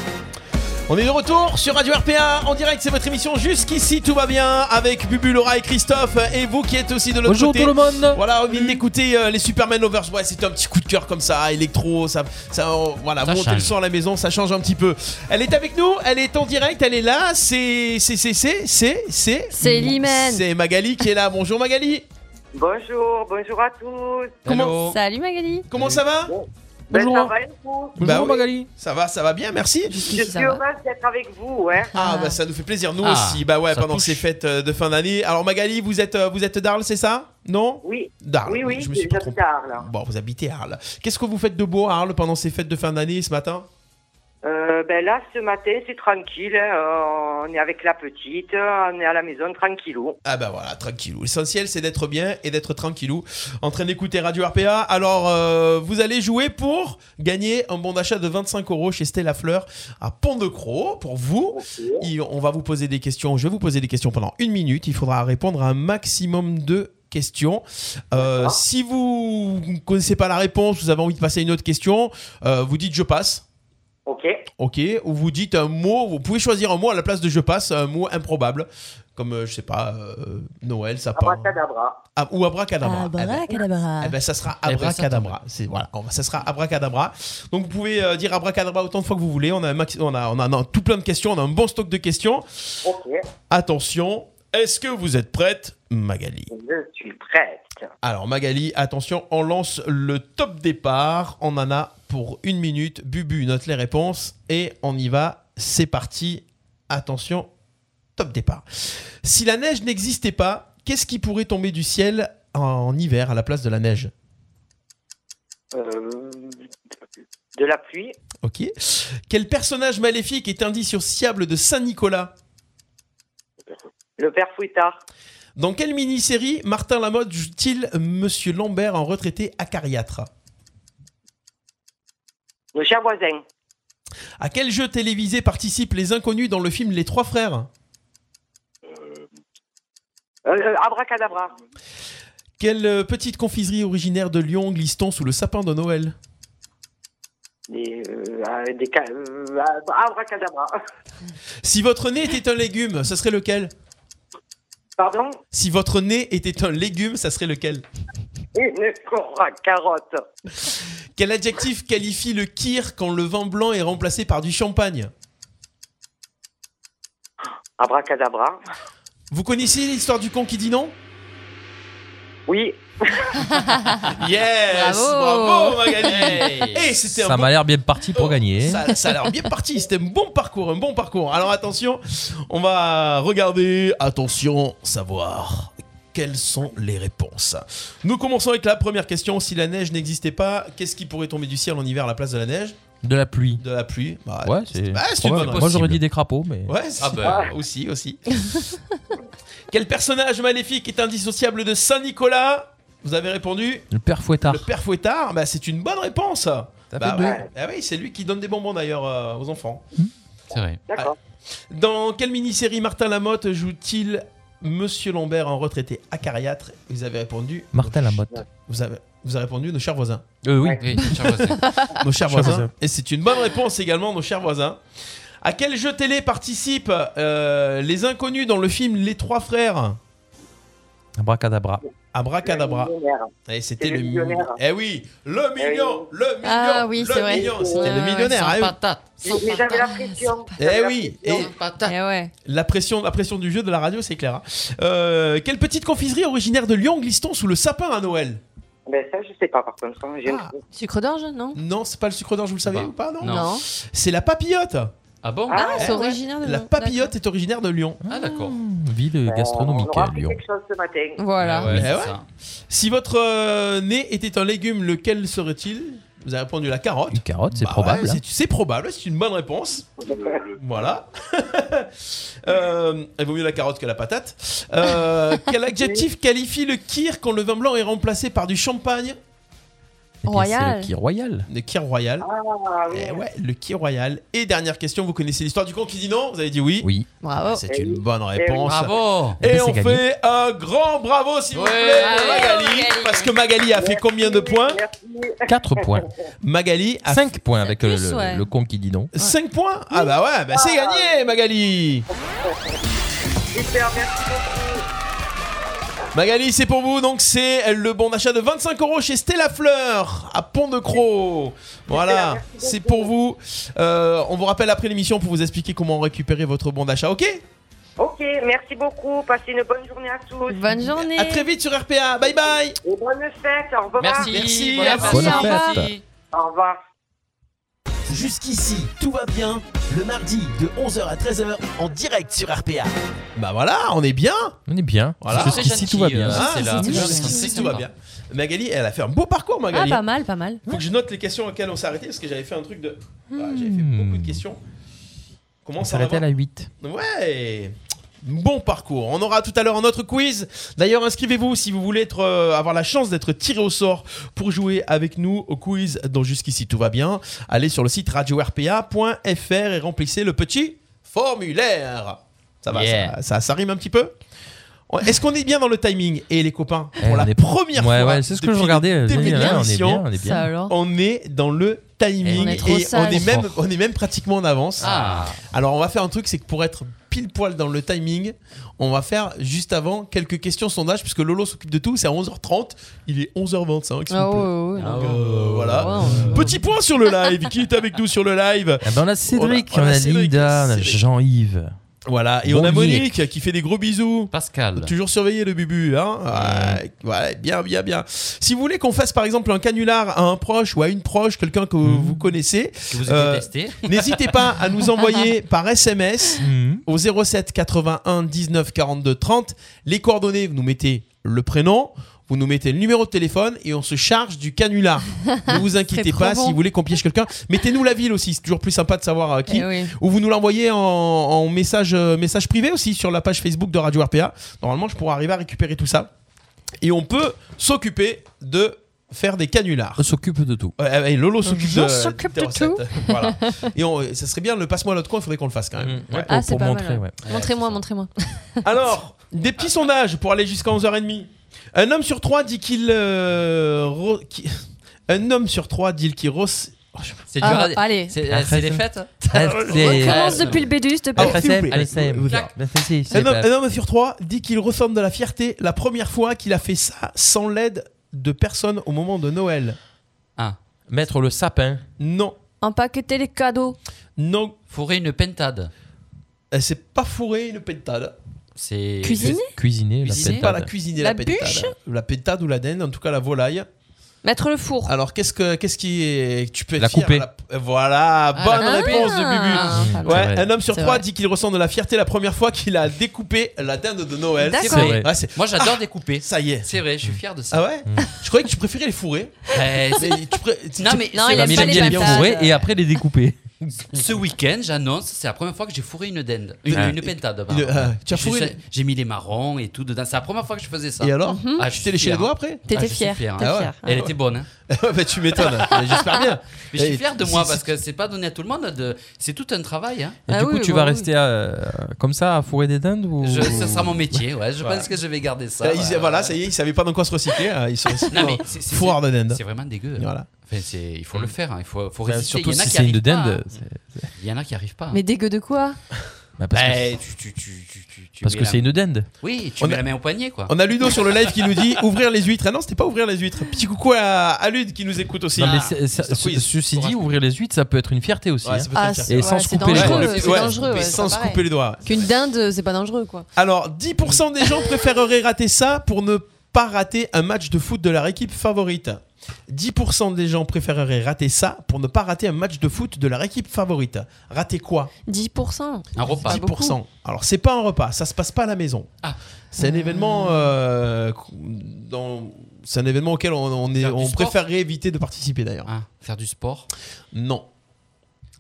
[SPEAKER 3] On est de retour sur Radio RPA en direct, c'est votre émission Jusqu'ici tout va bien avec Bubu, Laura et Christophe et vous qui êtes aussi de l'autre
[SPEAKER 6] Bonjour
[SPEAKER 3] côté.
[SPEAKER 6] tout le monde.
[SPEAKER 3] Voilà, on vient d'écouter euh, les Superman Lovers. Ouais, c'était un petit coup de cœur comme ça, électro, ça, ça euh, voilà,
[SPEAKER 4] Ça
[SPEAKER 3] monter
[SPEAKER 4] change.
[SPEAKER 3] le son à la maison, ça change un petit peu. Elle est avec nous, elle est en direct, elle est là. C'est c'est c'est c'est c'est c'est
[SPEAKER 5] C'est Limen.
[SPEAKER 3] C'est Magali qui est là. Bonjour Magali.
[SPEAKER 7] Bonjour, bonjour à tous.
[SPEAKER 4] Hello.
[SPEAKER 5] Salut Magali.
[SPEAKER 3] Comment ça va
[SPEAKER 7] Ben,
[SPEAKER 6] Bonjour.
[SPEAKER 7] ça va et vous
[SPEAKER 6] Bonjour
[SPEAKER 3] Bah oui.
[SPEAKER 6] Magali.
[SPEAKER 3] Ça va, ça va bien, merci.
[SPEAKER 7] Je suis heureuse d'être avec vous. hein. Ouais.
[SPEAKER 3] Ah
[SPEAKER 5] Ah.
[SPEAKER 3] bah ça nous fait plaisir nous
[SPEAKER 4] Ah,
[SPEAKER 3] aussi. Bah ouais,
[SPEAKER 4] ça
[SPEAKER 3] pendant
[SPEAKER 4] touche.
[SPEAKER 3] ces fêtes euh, de fin d'année. Alors Magali, vous êtes euh, vous êtes d'Arles, c'est ça Non
[SPEAKER 7] Oui,
[SPEAKER 3] D'Arles.
[SPEAKER 7] oui, oui,
[SPEAKER 3] je me suis pas
[SPEAKER 7] j'habite
[SPEAKER 3] trompé.
[SPEAKER 7] à Arles.
[SPEAKER 3] Bon, vous habitez à Arles. Qu'est-ce que vous faites de beau à Arles pendant ces fêtes de fin d'année ce matin
[SPEAKER 7] Euh, ben là, ce matin, c'est tranquille. hein, euh, on est avec la petite, euh, on est à la maison tranquillou.
[SPEAKER 3] Ah bah voilà, tranquillou. L'essentiel c'est d'être bien et d'être tranquillou. En train d'écouter Radio RPA. Alors euh, vous allez jouer pour gagner un bon d'achat de 25 euros chez Stella Fleur à Pont-de-Croix pour vous. Il- on va vous poser des questions. Je vais vous poser des questions pendant une minute. Il faudra répondre à un maximum de questions. Euh,
[SPEAKER 7] D'accord.
[SPEAKER 3] si vous ne connaissez pas la réponse, vous avez envie de passer à une autre question, euh, vous dites je passe.
[SPEAKER 7] Ok,
[SPEAKER 3] Ok, ou vous dites un mot, vous pouvez choisir un mot à la place de je passe, un mot improbable, comme euh, je sais pas, euh, Noël, sapin,
[SPEAKER 7] abracadabra.
[SPEAKER 3] Ah, ou abracadabra. Eh ben, eh
[SPEAKER 5] Abracadabra.
[SPEAKER 3] ben, ça sera
[SPEAKER 4] Eh ben, ça
[SPEAKER 3] abracadabra. C'est voilà, on va- ça sera abracadabra. Donc vous pouvez euh, dire abracadabra autant de fois que vous voulez. On a, un maxi- on a, on a- on a tout plein de questions, on a un bon stock de questions.
[SPEAKER 7] Ok,
[SPEAKER 3] Attention, est-ce que vous êtes prête, Magali
[SPEAKER 7] je suis prête.
[SPEAKER 3] Alors Magali, attention, on lance le top départ. On en a pour une minute. Bubu note les réponses et on y va. C'est parti. Attention, top départ. Si la neige n'existait pas, qu'est-ce qui pourrait tomber du ciel en hiver à la place de la neige
[SPEAKER 7] Euh, de la pluie,
[SPEAKER 3] Ok. Quel personnage maléfique est indissociable de Saint-Nicolas
[SPEAKER 7] le père Fouettard,
[SPEAKER 3] Dans quelle mini-série Martin Lamotte joue-t-il Monsieur Lambert en retraité acariâtre
[SPEAKER 7] le cher voisin,
[SPEAKER 3] À quel jeu télévisé participent les inconnus dans le film Les Trois Frères
[SPEAKER 7] euh, euh, abracadabra,
[SPEAKER 3] Quelle euh, petite confiserie originaire de Lyon glisse-t-on sous le sapin de Noël
[SPEAKER 7] des, euh, ah, des ca- euh, ah, abracadabra.
[SPEAKER 3] Si votre nez était un légume, ça serait lequel
[SPEAKER 7] Pardon
[SPEAKER 3] Si votre nez était un légume, ça serait lequel
[SPEAKER 7] Une cora- carotte,
[SPEAKER 3] Quel adjectif qualifie le kir quand le vin blanc est remplacé par du champagne
[SPEAKER 7] abracadabra.
[SPEAKER 3] Vous connaissez l'histoire du con qui dit non
[SPEAKER 7] Oui,
[SPEAKER 3] Yes
[SPEAKER 5] Bravo.
[SPEAKER 3] Bravo Magali
[SPEAKER 4] Hey.
[SPEAKER 3] Et c'était un
[SPEAKER 6] Ça
[SPEAKER 3] bon
[SPEAKER 6] m'a l'air bien parti pour gagner.
[SPEAKER 3] Oh, Ça, ça a l'air bien parti, c'était un bon parcours, un bon parcours. Alors attention, on va regarder, attention, savoir quelles sont les réponses. Nous commençons avec la première question, si la neige n'existait pas, qu'est-ce qui pourrait tomber du ciel en hiver à la place de la neige
[SPEAKER 6] De la pluie.
[SPEAKER 3] De la pluie Bah,
[SPEAKER 6] Ouais, c'est.
[SPEAKER 3] bah, c'est une
[SPEAKER 6] probable.
[SPEAKER 3] bonne
[SPEAKER 6] Moi
[SPEAKER 3] réponse.
[SPEAKER 6] j'aurais dit des crapauds, mais.
[SPEAKER 3] Ouais, c'est-
[SPEAKER 4] Ah bah.
[SPEAKER 3] aussi, aussi. Quel personnage maléfique est indissociable de Saint-Nicolas Vous avez répondu
[SPEAKER 6] Le père Fouettard.
[SPEAKER 3] le père Fouettard, bah, c'est une bonne réponse.
[SPEAKER 6] Ça fait
[SPEAKER 3] Bah
[SPEAKER 6] deux. Mmh.
[SPEAKER 3] ouais. Ah oui, c'est lui qui donne des bonbons d'ailleurs euh, aux enfants. Ah.
[SPEAKER 4] C'est vrai.
[SPEAKER 7] d'accord.
[SPEAKER 3] Dans quelle mini-série Martin Lamotte joue-t-il Monsieur Lambert en retraité acariâtre Vous avez répondu.
[SPEAKER 6] Martin Lamotte.
[SPEAKER 3] Vous avez, vous avez répondu nos chers voisins.
[SPEAKER 6] Euh, oui.
[SPEAKER 4] Oui, Charles Voisin.
[SPEAKER 3] Nos chers
[SPEAKER 2] Chers
[SPEAKER 3] voisins.
[SPEAKER 2] voisins.
[SPEAKER 3] Et c'est une bonne réponse également, nos chers voisins. À quel jeu télé participent euh, les inconnus dans le film Les Trois Frères
[SPEAKER 6] Abracadabra.
[SPEAKER 3] Abracadabra. Et c'était
[SPEAKER 7] C'est
[SPEAKER 3] le
[SPEAKER 7] le millionnaire.
[SPEAKER 3] Eh oui, le million, le million,
[SPEAKER 5] Ah oui,
[SPEAKER 3] le
[SPEAKER 5] c'est vrai.
[SPEAKER 3] million, c'était
[SPEAKER 5] Ouais,
[SPEAKER 3] le
[SPEAKER 5] ouais,
[SPEAKER 3] millionnaire.
[SPEAKER 4] Sans
[SPEAKER 3] ah oui.
[SPEAKER 4] patate.
[SPEAKER 7] Mais mais j'avais la pression.
[SPEAKER 3] Eh oui, et
[SPEAKER 4] Sans patate.
[SPEAKER 5] Eh ouais.
[SPEAKER 3] la pression, la pression du jeu de la radio, c'est clair. hein. Euh, quelle petite confiserie originaire de Lyon glisse-t-on sous le sapin à Noël
[SPEAKER 7] Ben ça, je sais pas par contre. hein, j'ai une-
[SPEAKER 3] Ah.
[SPEAKER 5] Sucre d'orge, non
[SPEAKER 3] Non, c'est pas le sucre d'orge, vous le savez
[SPEAKER 4] Bah,
[SPEAKER 3] ou pas Non.
[SPEAKER 4] Non.
[SPEAKER 3] C'est la papillote.
[SPEAKER 4] Ah bon
[SPEAKER 7] Ah,
[SPEAKER 5] Ah, c'est
[SPEAKER 3] ouais.
[SPEAKER 5] originaire de
[SPEAKER 3] La papillote est originaire de Lyon.
[SPEAKER 4] Ah d'accord.
[SPEAKER 6] Mmh, Ville gastronomique
[SPEAKER 7] On aura
[SPEAKER 6] à
[SPEAKER 7] appris
[SPEAKER 6] Lyon.
[SPEAKER 7] quelque chose ce matin.
[SPEAKER 5] Voilà.
[SPEAKER 4] Ah ouais,
[SPEAKER 3] Mais
[SPEAKER 4] c'est
[SPEAKER 3] ouais.
[SPEAKER 4] ça.
[SPEAKER 3] Si votre euh, nez était un légume, lequel serait-il Vous avez répondu la carotte.
[SPEAKER 6] Une carotte, c'est
[SPEAKER 3] Bah
[SPEAKER 6] probable. hein.
[SPEAKER 3] ouais, c'est- c'est probable, c'est une bonne réponse. Voilà. Euh, il vaut mieux la carotte que la patate. Euh, quel adjectif qualifie le kir quand le vin blanc est remplacé par du champagne
[SPEAKER 6] Eh bien,
[SPEAKER 5] Royal.
[SPEAKER 6] C'est le qui royal.
[SPEAKER 3] Le kir royal.
[SPEAKER 7] Ah oui.
[SPEAKER 3] Eh ouais, le kir royal. Et dernière question, vous connaissez l'histoire du con qui dit non Vous avez dit oui.
[SPEAKER 6] Ah, Oui.
[SPEAKER 5] Bravo.
[SPEAKER 3] Ah, C'est
[SPEAKER 7] Eh
[SPEAKER 3] une bonne réponse.
[SPEAKER 4] Bravo.
[SPEAKER 3] Et
[SPEAKER 6] Ben, c'est
[SPEAKER 3] on
[SPEAKER 6] gagné.
[SPEAKER 3] fait un grand bravo, s'il vous
[SPEAKER 4] Ouais.
[SPEAKER 3] plaît, à
[SPEAKER 5] Bravo,
[SPEAKER 3] Magali,
[SPEAKER 5] Magali.
[SPEAKER 3] Parce que Magali a fait combien de points
[SPEAKER 7] Merci.
[SPEAKER 6] 4 points.
[SPEAKER 3] Magali a
[SPEAKER 6] 5 points avec euh,
[SPEAKER 5] Plus,
[SPEAKER 6] le, le-
[SPEAKER 5] ouais.
[SPEAKER 6] le con qui dit non.
[SPEAKER 3] 5 points Ah bah ouais, bah c'est gagné, Magali
[SPEAKER 7] Super, merci beaucoup.
[SPEAKER 3] Magali, c'est pour vous. Donc, c'est le bon d'achat de 25 euros chez Stella Fleur à Pont-de-Croix. Voilà, c'est pour vous. Euh, on vous rappelle après l'émission pour vous expliquer comment récupérer votre bon d'achat. Ok
[SPEAKER 7] Ok, merci beaucoup. Passez une bonne journée à tous.
[SPEAKER 5] Bonne journée.
[SPEAKER 3] À très vite sur RPA. Bye bye.
[SPEAKER 7] Et bonne fête. Au revoir.
[SPEAKER 4] Merci.
[SPEAKER 3] Merci,
[SPEAKER 4] Bonne
[SPEAKER 3] à vous.
[SPEAKER 4] fête.
[SPEAKER 5] Bonne
[SPEAKER 6] fête.
[SPEAKER 4] Merci.
[SPEAKER 7] Au revoir.
[SPEAKER 1] Jusqu'ici, tout va bien. Le mardi de 11h à 13h en direct sur RPA.
[SPEAKER 3] Bah voilà, on est bien.
[SPEAKER 6] On est bien.
[SPEAKER 3] Voilà.
[SPEAKER 6] Jusqu'ici,
[SPEAKER 4] C'est
[SPEAKER 6] tout va
[SPEAKER 4] gentil,
[SPEAKER 6] bien.
[SPEAKER 4] euh.
[SPEAKER 3] Ah,
[SPEAKER 4] c'est là.
[SPEAKER 3] c'est
[SPEAKER 4] C'est
[SPEAKER 3] Jusqu'ici,
[SPEAKER 4] sympa.
[SPEAKER 3] tout va bien. Magali, elle a fait un beau parcours,
[SPEAKER 5] Ah,
[SPEAKER 3] Magali.
[SPEAKER 5] pas mal, pas mal.
[SPEAKER 3] Faut que je note les questions auxquelles on s'est arrêté parce que j'avais fait un truc de. Ah, j'avais fait
[SPEAKER 6] Hmm.
[SPEAKER 3] beaucoup de questions. Comment
[SPEAKER 6] On
[SPEAKER 3] ça
[SPEAKER 6] s'arrêtait à la 8.
[SPEAKER 3] Ouais Bon parcours. On aura tout à l'heure un autre quiz. D'ailleurs, inscrivez-vous si vous voulez être, euh, avoir la chance d'être tiré au sort pour jouer avec nous au quiz dont jusqu'ici tout va bien. Allez sur le site radio-rpa.fr et remplissez le petit formulaire. Ça va,
[SPEAKER 4] Yeah.
[SPEAKER 3] ça, ça, ça rime un petit peu Est-ce qu'on est bien dans le timing Et les copains, pour
[SPEAKER 6] Eh,
[SPEAKER 3] la
[SPEAKER 6] on est-
[SPEAKER 3] première
[SPEAKER 6] Ouais,
[SPEAKER 3] fois,
[SPEAKER 6] ouais, c'est ce que
[SPEAKER 3] depuis
[SPEAKER 6] je
[SPEAKER 3] le
[SPEAKER 6] regardais.
[SPEAKER 3] début
[SPEAKER 6] J'ai dit,
[SPEAKER 3] de
[SPEAKER 6] ouais, On est
[SPEAKER 3] l'émission,
[SPEAKER 6] bien, Eh, on est
[SPEAKER 5] Ça
[SPEAKER 6] bien.
[SPEAKER 5] alors.
[SPEAKER 3] on est dans le timing
[SPEAKER 5] On est trop
[SPEAKER 3] et on
[SPEAKER 5] sage.
[SPEAKER 3] est, même,
[SPEAKER 6] Trop
[SPEAKER 3] on est même pratiquement en avance.
[SPEAKER 4] Ah.
[SPEAKER 3] Alors on va faire un truc, c'est que pour être pile poil dans le timing, on va faire juste avant quelques questions sondage puisque Lolo s'occupe de tout, c'est à 11h30, il est 11h25. s'il
[SPEAKER 5] Ah
[SPEAKER 3] vous plaît.
[SPEAKER 5] ouais, ouais, ouais.
[SPEAKER 3] Donc, euh, voilà.
[SPEAKER 5] Ouais, on-
[SPEAKER 3] Petit point sur le live, qui est avec nous sur le live
[SPEAKER 6] Ah ben, on a Cédric, on a,
[SPEAKER 3] Oh Cédric,
[SPEAKER 6] Linda, on a
[SPEAKER 3] Cédric.
[SPEAKER 6] Jean-Yves.
[SPEAKER 3] Voilà, et on a Monique qui fait des gros bisous.
[SPEAKER 4] Pascal.
[SPEAKER 3] Toujours surveiller le bubu, hein Ouais, Voilà, bien, bien, bien. Si vous voulez qu'on fasse par exemple un canular à un proche ou à une proche, quelqu'un que vous connaissez,
[SPEAKER 4] Mhm. Que vous
[SPEAKER 3] euh,
[SPEAKER 4] détestez.
[SPEAKER 3] n'hésitez pas à nous envoyer par SMS
[SPEAKER 4] Mhm.
[SPEAKER 3] au 07 81 19 42 30 les coordonnées. Vous nous mettez le prénom, vous nous mettez le numéro de téléphone et on se charge du canular. ne vous inquiétez
[SPEAKER 5] trop
[SPEAKER 3] pas
[SPEAKER 5] bon.
[SPEAKER 3] si vous voulez qu'on piège quelqu'un. Mettez-nous la ville aussi, c'est toujours plus sympa de savoir euh, qui.
[SPEAKER 5] Eh oui.
[SPEAKER 3] Ou vous nous l'envoyez en, en message, euh, message privé aussi sur la page Facebook de Radio RPA. Normalement, je pourrai arriver à récupérer tout ça. Et on peut s'occuper de faire des canulars.
[SPEAKER 6] On s'occupe de tout.
[SPEAKER 3] Ouais, ouais, Lolo s'occupe
[SPEAKER 5] Je
[SPEAKER 3] de,
[SPEAKER 5] s'occupe
[SPEAKER 3] des
[SPEAKER 5] de tout.
[SPEAKER 3] recettes. Voilà. Et on- euh, ça serait bien le passe-moi l'autre coin, il faudrait qu'on le fasse quand même.
[SPEAKER 6] Mm, Ouais, pour,
[SPEAKER 5] Ah, c'est
[SPEAKER 6] pour
[SPEAKER 5] pas mal,
[SPEAKER 6] montrer,
[SPEAKER 5] ouais.
[SPEAKER 6] ouais.
[SPEAKER 5] Montrez-moi, montrez-moi.
[SPEAKER 3] Alors, des petits sondages pour aller jusqu'à 11h30. Un homme sur trois dit qu'il. euh, ro- qui- Un homme sur trois dit qu'il. rosse- Oh, je-
[SPEAKER 4] C'est dur
[SPEAKER 5] Ah,
[SPEAKER 4] à-
[SPEAKER 5] allez.
[SPEAKER 4] C'est euh,
[SPEAKER 6] Arrête.
[SPEAKER 4] c'est des fêtes
[SPEAKER 6] Allez,
[SPEAKER 4] Commence
[SPEAKER 8] Commence
[SPEAKER 4] euh, depuis
[SPEAKER 8] depuis le Bédus, de
[SPEAKER 3] Ah, s'il vous plaît.
[SPEAKER 6] allez, c'est-
[SPEAKER 3] Clac.
[SPEAKER 6] Merci, c'est-
[SPEAKER 3] Un homme, un homme sur trois dit qu'il ressent de la fierté la première fois qu'il a fait ça sans l'aide de personne au moment de Noël.
[SPEAKER 6] Ah. Mettre le sapin.
[SPEAKER 3] Non,
[SPEAKER 5] Empaqueter les cadeaux.
[SPEAKER 3] non,
[SPEAKER 4] Fourrer une pentade.
[SPEAKER 3] elle s'est pas fourrée une pentade.
[SPEAKER 4] C'est.
[SPEAKER 5] Cuisiner
[SPEAKER 6] Cuisiner,
[SPEAKER 4] Cuisiner.
[SPEAKER 6] la
[SPEAKER 3] Pas la
[SPEAKER 6] pentade.
[SPEAKER 3] cuisiner, la,
[SPEAKER 5] La
[SPEAKER 3] pentade.
[SPEAKER 5] bûche
[SPEAKER 3] La pentade ou la dinde, en tout cas la volaille.
[SPEAKER 5] Mettre le four.
[SPEAKER 3] Alors qu'est-ce que qu'est-ce qui est tu peux
[SPEAKER 6] La
[SPEAKER 3] être fier
[SPEAKER 6] couper.
[SPEAKER 3] à la- Eh, Voilà,
[SPEAKER 4] Ah,
[SPEAKER 3] bonne
[SPEAKER 5] la couper.
[SPEAKER 3] réponse de
[SPEAKER 5] Ah,
[SPEAKER 3] Bubu.
[SPEAKER 5] pas mal.
[SPEAKER 3] Ouais,
[SPEAKER 6] C'est vrai.
[SPEAKER 3] un homme sur
[SPEAKER 5] C'est
[SPEAKER 3] trois
[SPEAKER 5] vrai.
[SPEAKER 3] dit qu'il ressent de la fierté la première fois qu'il a découpé la dinde de Noël.
[SPEAKER 5] D'accord.
[SPEAKER 4] C'est vrai.
[SPEAKER 3] Ouais, c'est- Ah,
[SPEAKER 4] Moi, j'adore découper.
[SPEAKER 3] ça y est.
[SPEAKER 4] C'est vrai, je suis fier de ça. Mm.
[SPEAKER 3] Ah ouais Je croyais que tu préférais les fourrer.
[SPEAKER 4] Eh, c'est-
[SPEAKER 3] Mais tu pré- tu-
[SPEAKER 4] Non,
[SPEAKER 3] tu-
[SPEAKER 4] mais,
[SPEAKER 5] Non,
[SPEAKER 4] c'est-
[SPEAKER 5] il aime
[SPEAKER 6] Mais
[SPEAKER 5] pas
[SPEAKER 6] j'aime
[SPEAKER 5] les
[SPEAKER 6] bien les
[SPEAKER 5] patates.
[SPEAKER 6] fourrer et après les découper.
[SPEAKER 4] ce week-end, j'annonce, c'est la première fois que j'ai fourré une dinde. Une,
[SPEAKER 3] Ah.
[SPEAKER 4] une pentade.
[SPEAKER 3] Une-
[SPEAKER 4] pardon.
[SPEAKER 3] ah, tu as
[SPEAKER 4] Je
[SPEAKER 3] fourré
[SPEAKER 4] sais-
[SPEAKER 3] une-
[SPEAKER 4] J'ai mis les marrons et tout dedans. C'est la première fois que je faisais ça.
[SPEAKER 3] Et alors
[SPEAKER 4] Ah,
[SPEAKER 3] Tu
[SPEAKER 4] je
[SPEAKER 3] t'es
[SPEAKER 4] suis
[SPEAKER 3] léché les
[SPEAKER 4] fier.
[SPEAKER 3] doigts après
[SPEAKER 4] Ah,
[SPEAKER 5] T'étais
[SPEAKER 4] je suis
[SPEAKER 5] fier.
[SPEAKER 4] fier, hein.
[SPEAKER 5] T'es
[SPEAKER 3] Ah ouais.
[SPEAKER 5] fier.
[SPEAKER 4] Elle était bonne. hein.
[SPEAKER 3] bah, Tu m'étonnes. J'espère bien.
[SPEAKER 4] Mais je
[SPEAKER 3] Et
[SPEAKER 4] suis fier de moi
[SPEAKER 3] si-
[SPEAKER 4] parce que c'est pas donné à tout le monde. De... C'est tout un travail. Hein.
[SPEAKER 6] Et
[SPEAKER 5] Ah
[SPEAKER 6] du
[SPEAKER 5] oui,
[SPEAKER 6] coup, tu
[SPEAKER 5] bah oui.
[SPEAKER 6] vas rester euh, comme ça à fourrer des dindes ou...
[SPEAKER 4] Je- ça sera mon métier. Ouais, je
[SPEAKER 3] Voilà.
[SPEAKER 4] pense que je vais garder ça.
[SPEAKER 3] Euh, ils-
[SPEAKER 4] ouais.
[SPEAKER 3] Voilà, ça y est, ils savaient pas dans quoi se recycler. euh, Ils sont
[SPEAKER 4] Non, mais c'est- c'est-
[SPEAKER 3] fourrés de dinde.
[SPEAKER 4] C'est vraiment dégueu.
[SPEAKER 3] Voilà.
[SPEAKER 4] Enfin, c'est- il faut le faire. hein. Il faut, faut
[SPEAKER 6] Bah,
[SPEAKER 4] résister.
[SPEAKER 6] surtout
[SPEAKER 4] il y en a
[SPEAKER 6] si
[SPEAKER 4] qui
[SPEAKER 6] c'est une
[SPEAKER 4] arrivent pas,
[SPEAKER 6] dinde.
[SPEAKER 4] hein.
[SPEAKER 6] c'est-
[SPEAKER 4] Il y en a qui arrivent pas. hein.
[SPEAKER 5] Mais dégueu de quoi
[SPEAKER 6] Bah, parce que-
[SPEAKER 4] Bah, tu, tu, tu, tu, tu- tu
[SPEAKER 6] parce
[SPEAKER 4] mets
[SPEAKER 6] que
[SPEAKER 4] la-
[SPEAKER 6] c'est une dinde.
[SPEAKER 4] Oui, tu
[SPEAKER 3] On
[SPEAKER 4] mets
[SPEAKER 3] a-
[SPEAKER 4] la main au panier, quoi.
[SPEAKER 3] On a Ludo sur le live qui nous dit ouvrir les huîtres. Ah non, c'était pas ouvrir les huîtres. Petit coucou à, à Lud qui nous écoute aussi.
[SPEAKER 6] Non, mais
[SPEAKER 3] Ah.
[SPEAKER 6] c'est- euh, ça-
[SPEAKER 3] Mr.
[SPEAKER 6] ce-
[SPEAKER 3] Quiz.
[SPEAKER 6] ceci dit, ouvrir les huîtres, ça peut être une fierté aussi.
[SPEAKER 3] Ouais,
[SPEAKER 6] hein.
[SPEAKER 3] ça peut
[SPEAKER 5] Ah,
[SPEAKER 3] faire
[SPEAKER 5] c'est
[SPEAKER 6] Et sans
[SPEAKER 5] ouais,
[SPEAKER 6] se
[SPEAKER 5] c'est
[SPEAKER 6] couper les
[SPEAKER 5] dangereux,
[SPEAKER 6] doigts.
[SPEAKER 5] Euh, c'est
[SPEAKER 3] Ouais,
[SPEAKER 5] dangereux. ouais,
[SPEAKER 3] sans se
[SPEAKER 5] c'est pareil.
[SPEAKER 3] couper les doigts.
[SPEAKER 5] Qu'une dinde, euh, c'est pas dangereux quoi.
[SPEAKER 3] Alors, 10% des gens préféreraient rater ça pour ne pas rater un match de foot de leur équipe favorite. 10% des gens préféreraient rater ça pour ne pas rater un match de foot de leur équipe favorite. Rater quoi
[SPEAKER 5] 10%.
[SPEAKER 4] Un repas.
[SPEAKER 5] Pas
[SPEAKER 3] 10%. Alors, c'est pas un repas, ça se passe pas à la maison.
[SPEAKER 4] Ah.
[SPEAKER 3] C'est un événement euh, dans- C'est un événement auquel on, on, est,
[SPEAKER 4] Faire du
[SPEAKER 3] on
[SPEAKER 4] sport
[SPEAKER 3] préférerait éviter de participer d'ailleurs.
[SPEAKER 4] Ah, faire du sport.
[SPEAKER 3] Non.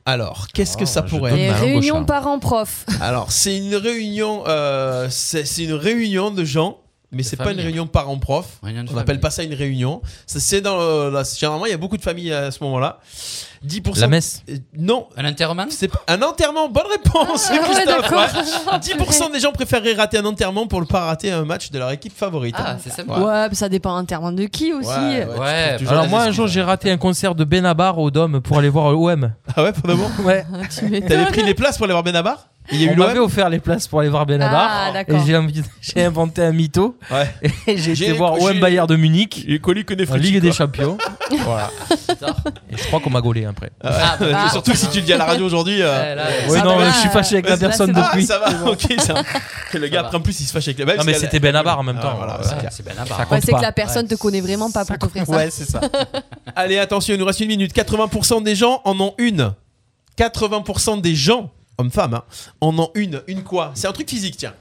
[SPEAKER 3] Alors, qu'est-ce que
[SPEAKER 6] Ah,
[SPEAKER 3] ça
[SPEAKER 6] je
[SPEAKER 3] pourrait Ah,
[SPEAKER 6] donne
[SPEAKER 3] être
[SPEAKER 5] Les
[SPEAKER 6] ma langue au
[SPEAKER 5] réunions
[SPEAKER 6] chat. hein.
[SPEAKER 5] parents-prof.
[SPEAKER 3] Alors, c'est une réunion, euh, c'est c'est une réunion de gens, mais c'est pas une
[SPEAKER 4] famille.
[SPEAKER 3] réunion parents-prof.
[SPEAKER 4] Réunion de
[SPEAKER 3] On n'appelle
[SPEAKER 4] famille.
[SPEAKER 3] pas ça une réunion. Ça, c'est dans le- la- généralement il y a beaucoup de familles à ce moment-là. 10%.
[SPEAKER 6] La messe.
[SPEAKER 3] Euh, Non.
[SPEAKER 4] Un enterrement Ah,
[SPEAKER 3] C'est pas- un enterrement, bonne réponse, Christophe.
[SPEAKER 5] d'accord.
[SPEAKER 3] ouais. 10% des gens préféreraient rater un enterrement pour ne pas rater un match de leur équipe favorite.
[SPEAKER 4] Ah, c'est sympa.
[SPEAKER 3] Ouais.
[SPEAKER 5] Ouais, mais ça dépend entièrement de qui aussi.
[SPEAKER 3] Ouais, ouais.
[SPEAKER 4] Ouais,
[SPEAKER 3] tu trouves toujours
[SPEAKER 6] Alors
[SPEAKER 3] des
[SPEAKER 6] moi un
[SPEAKER 3] excuses.
[SPEAKER 6] jour j'ai raté un concert de Benabar au Dôme pour aller voir l'OM.
[SPEAKER 3] Ah ouais, pour de bon
[SPEAKER 6] Ouais.
[SPEAKER 5] Tu m'étonnes.
[SPEAKER 3] T'avais pris les places pour aller voir Benabar Il y a eu
[SPEAKER 6] On m'avait
[SPEAKER 3] l'OM
[SPEAKER 6] offert les places pour aller voir Benabar.
[SPEAKER 5] Ah,
[SPEAKER 6] et
[SPEAKER 5] d'accord.
[SPEAKER 6] j'ai invi- j'ai inventé un mytho.
[SPEAKER 3] Ouais.
[SPEAKER 6] Et j'ai
[SPEAKER 3] J'ai
[SPEAKER 6] été voir
[SPEAKER 3] couché-
[SPEAKER 6] OM Bayern de Munich
[SPEAKER 3] Il est connu que des
[SPEAKER 6] en
[SPEAKER 3] fruits.
[SPEAKER 6] Ligue des Champions. voilà. Et je crois qu'on m'a gaulé après.
[SPEAKER 4] Ah, bah,
[SPEAKER 5] Ah.
[SPEAKER 3] Surtout si tu le dis à la radio aujourd'hui. euh,
[SPEAKER 4] ouais, là,
[SPEAKER 6] oui
[SPEAKER 5] Ah,
[SPEAKER 6] non
[SPEAKER 5] bah là,
[SPEAKER 6] je suis fâché avec
[SPEAKER 5] là,
[SPEAKER 6] la
[SPEAKER 5] c'est
[SPEAKER 6] personne
[SPEAKER 5] bon.
[SPEAKER 6] depuis.
[SPEAKER 3] Ah, ça va, ok, ça. Que le
[SPEAKER 4] Ça
[SPEAKER 3] gars,
[SPEAKER 4] va.
[SPEAKER 3] après, en plus, il se fâche avec bah, les mecs.
[SPEAKER 6] Non mais c'était Benabar en même temps.
[SPEAKER 3] Ah, voilà,
[SPEAKER 6] Ça-
[SPEAKER 4] ouais, c'est bien là-bas.
[SPEAKER 6] Ça
[SPEAKER 5] Ouais,
[SPEAKER 6] compte
[SPEAKER 5] c'est
[SPEAKER 6] pas.
[SPEAKER 5] que la personne te connaît vraiment pas pour t'offrir ça.
[SPEAKER 3] Ouais, c'est ça. Allez, attention, il nous reste une minute. 80% des gens en ont une. 80% des gens, hommes-femmes, hein, en ont une. Une quoi C'est un truc physique, tiens.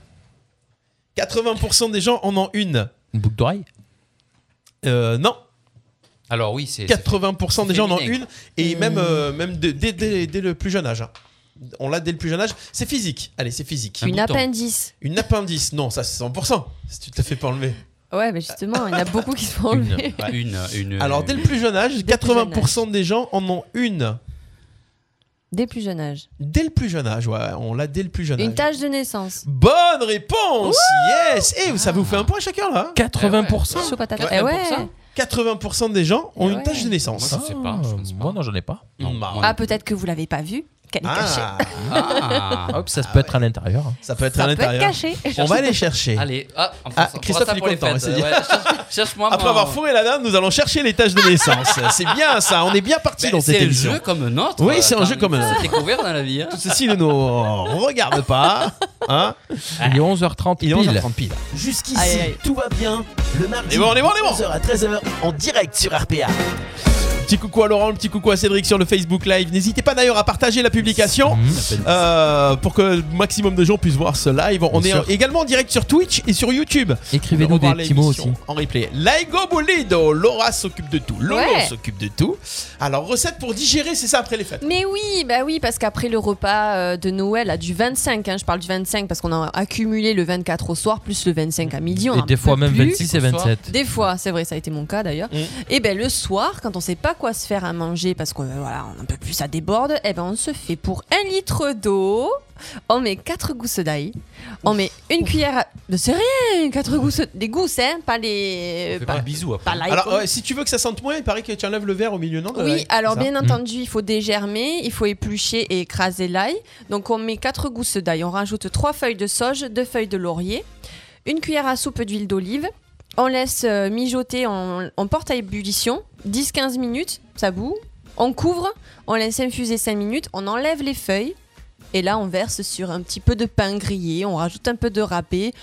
[SPEAKER 3] 80% des gens en ont une.
[SPEAKER 6] Une boucle d'oreille.
[SPEAKER 3] Euh, non,
[SPEAKER 4] Alors oui, c'est. c'est-
[SPEAKER 3] 80% des gens en ont
[SPEAKER 4] féminin.
[SPEAKER 3] une. Et même, euh, même de- dès, dès- dès le plus jeune âge. hein. On l'a dès le plus jeune âge. C'est physique. Allez, c'est physique.
[SPEAKER 5] Une
[SPEAKER 4] Un bouton.
[SPEAKER 5] appendice.
[SPEAKER 3] Une appendice, non, ça c'est 100%. Si tu te la fais pas enlever.
[SPEAKER 5] Ouais, mais justement, il y en a beaucoup qui se font
[SPEAKER 4] Une, Bah,
[SPEAKER 5] enlever.
[SPEAKER 4] une, une-
[SPEAKER 3] Alors, dès le plus jeune âge,
[SPEAKER 5] Dès le plus jeune
[SPEAKER 3] 80% des gens en ont une.
[SPEAKER 5] Dès plus jeune âge.
[SPEAKER 3] Dès le plus jeune âge, ouais, on l'a dès le plus jeune
[SPEAKER 5] Une
[SPEAKER 3] âge.
[SPEAKER 5] tâche de naissance.
[SPEAKER 3] Bonne réponse Yes Et ça vous fait un point chacun là hein
[SPEAKER 6] 80%.
[SPEAKER 5] Chaud patate.
[SPEAKER 4] Ouais,
[SPEAKER 5] Eh ouais.
[SPEAKER 4] 1%.
[SPEAKER 3] 80% des gens ont
[SPEAKER 5] Eh
[SPEAKER 3] une
[SPEAKER 5] ouais.
[SPEAKER 3] tâche de
[SPEAKER 4] Moi,
[SPEAKER 3] naissance. Ah,
[SPEAKER 4] je sais pas. je pense
[SPEAKER 6] Moi non j'en ai pas.
[SPEAKER 4] pas. Non,
[SPEAKER 3] Bah.
[SPEAKER 4] moi,
[SPEAKER 5] Ah, peut-être que Ah, vous l'avez pas vu. qu'elle est cachée.
[SPEAKER 3] Ah,
[SPEAKER 6] Hop, ça peut être à l'intérieur.
[SPEAKER 3] ça peut être à
[SPEAKER 5] Ça peut être
[SPEAKER 3] l'intérieur.
[SPEAKER 5] caché.
[SPEAKER 3] On va aller chercher.
[SPEAKER 4] Allez, ah, on fera
[SPEAKER 3] Ah,
[SPEAKER 4] ça- on fera
[SPEAKER 3] Christophe,
[SPEAKER 4] ça
[SPEAKER 3] il est
[SPEAKER 4] pour les
[SPEAKER 3] content,
[SPEAKER 4] fêtes.
[SPEAKER 3] il s'est dit.
[SPEAKER 4] Ouais, cherche- Cherche-moi
[SPEAKER 3] Après
[SPEAKER 4] mon-
[SPEAKER 3] avoir fourré la dame, nous allons chercher l'étage de naissance. C'est bien ça, on est bien parti
[SPEAKER 4] Ben,
[SPEAKER 3] dans cette
[SPEAKER 4] C'est un
[SPEAKER 3] émission.
[SPEAKER 4] jeu comme euh, un autre.
[SPEAKER 3] Oui, c'est un
[SPEAKER 4] Attends,
[SPEAKER 3] jeu comme un
[SPEAKER 4] il faut
[SPEAKER 3] autre.
[SPEAKER 4] se découvrir dans la vie. hein.
[SPEAKER 3] Tout ceci ne nous regarde pas. Hein
[SPEAKER 6] Il est 11h30
[SPEAKER 3] Il est
[SPEAKER 6] pile.
[SPEAKER 3] 11h30 pile.
[SPEAKER 1] Jusqu'ici,
[SPEAKER 5] Aïe, aïe.
[SPEAKER 1] tout va bien. Le mardi,
[SPEAKER 3] Et bon, on est bon, on est bon.
[SPEAKER 1] 11h à 13h, en direct sur RPA.
[SPEAKER 3] Petit coucou à Laurent, le petit coucou à Cédric sur le Facebook Live. N'hésitez pas d'ailleurs à partager la publication.
[SPEAKER 6] Mm.
[SPEAKER 3] euh, pour que le maximum de gens puissent voir ce live. On
[SPEAKER 6] Bien
[SPEAKER 3] est
[SPEAKER 6] sûr.
[SPEAKER 3] également en direct sur Twitch et sur YouTube.
[SPEAKER 6] Écrivez-nous
[SPEAKER 3] On va
[SPEAKER 6] des
[SPEAKER 3] voir
[SPEAKER 6] petits mots aussi.
[SPEAKER 3] l'émission En replay. Laigo Bolido, Laura s'occupe de tout. Lolo
[SPEAKER 5] Ouais.
[SPEAKER 3] s'occupe de tout. Alors, recette pour digérer, c'est ça après les fêtes.
[SPEAKER 5] Mais oui, bah oui, parce qu'après le repas euh, de Noël, là, du 25, hein, je parle du 25 parce qu'on a accumulé le 24 au soir, plus le 25 à midi. On
[SPEAKER 6] Et
[SPEAKER 5] en
[SPEAKER 6] des
[SPEAKER 5] peut
[SPEAKER 6] fois même
[SPEAKER 5] plus.
[SPEAKER 6] 26 et 27.
[SPEAKER 5] Des fois, c'est vrai, ça a été mon cas d'ailleurs. Et ben le soir, quand on sait pas quoi se faire à manger parce que euh, voilà, on un peu plus ça déborde, et ben on se fait pour un litre d'eau, on met quatre gousses d'ail, on met une cuillère, à... Mais c'est rien, quatre gousses, des gousses hein, pas les,
[SPEAKER 4] Fais
[SPEAKER 5] pas,
[SPEAKER 4] pas un bisou après.
[SPEAKER 5] pas l'ail.
[SPEAKER 3] Alors, euh, si tu veux que ça sente moins, il paraît que tu enlèves le verre au milieu, non de
[SPEAKER 5] Oui,
[SPEAKER 3] l'ail,
[SPEAKER 5] alors
[SPEAKER 3] c'est ça
[SPEAKER 6] Mm.
[SPEAKER 5] bien entendu, il faut dégermer, il faut éplucher et écraser l'ail. Donc on met 4 gousses d'ail, on rajoute 3 feuilles de sauge, 2 feuilles de laurier, une cuillère à soupe d'huile d'olive. On laisse euh, mijoter, on, on porte à ébullition, 10-15 minutes, ça bout. On couvre, on laisse infuser 5 minutes, on enlève les feuilles. Et là, on verse sur un petit peu de pain grillé, on rajoute un peu de râpé.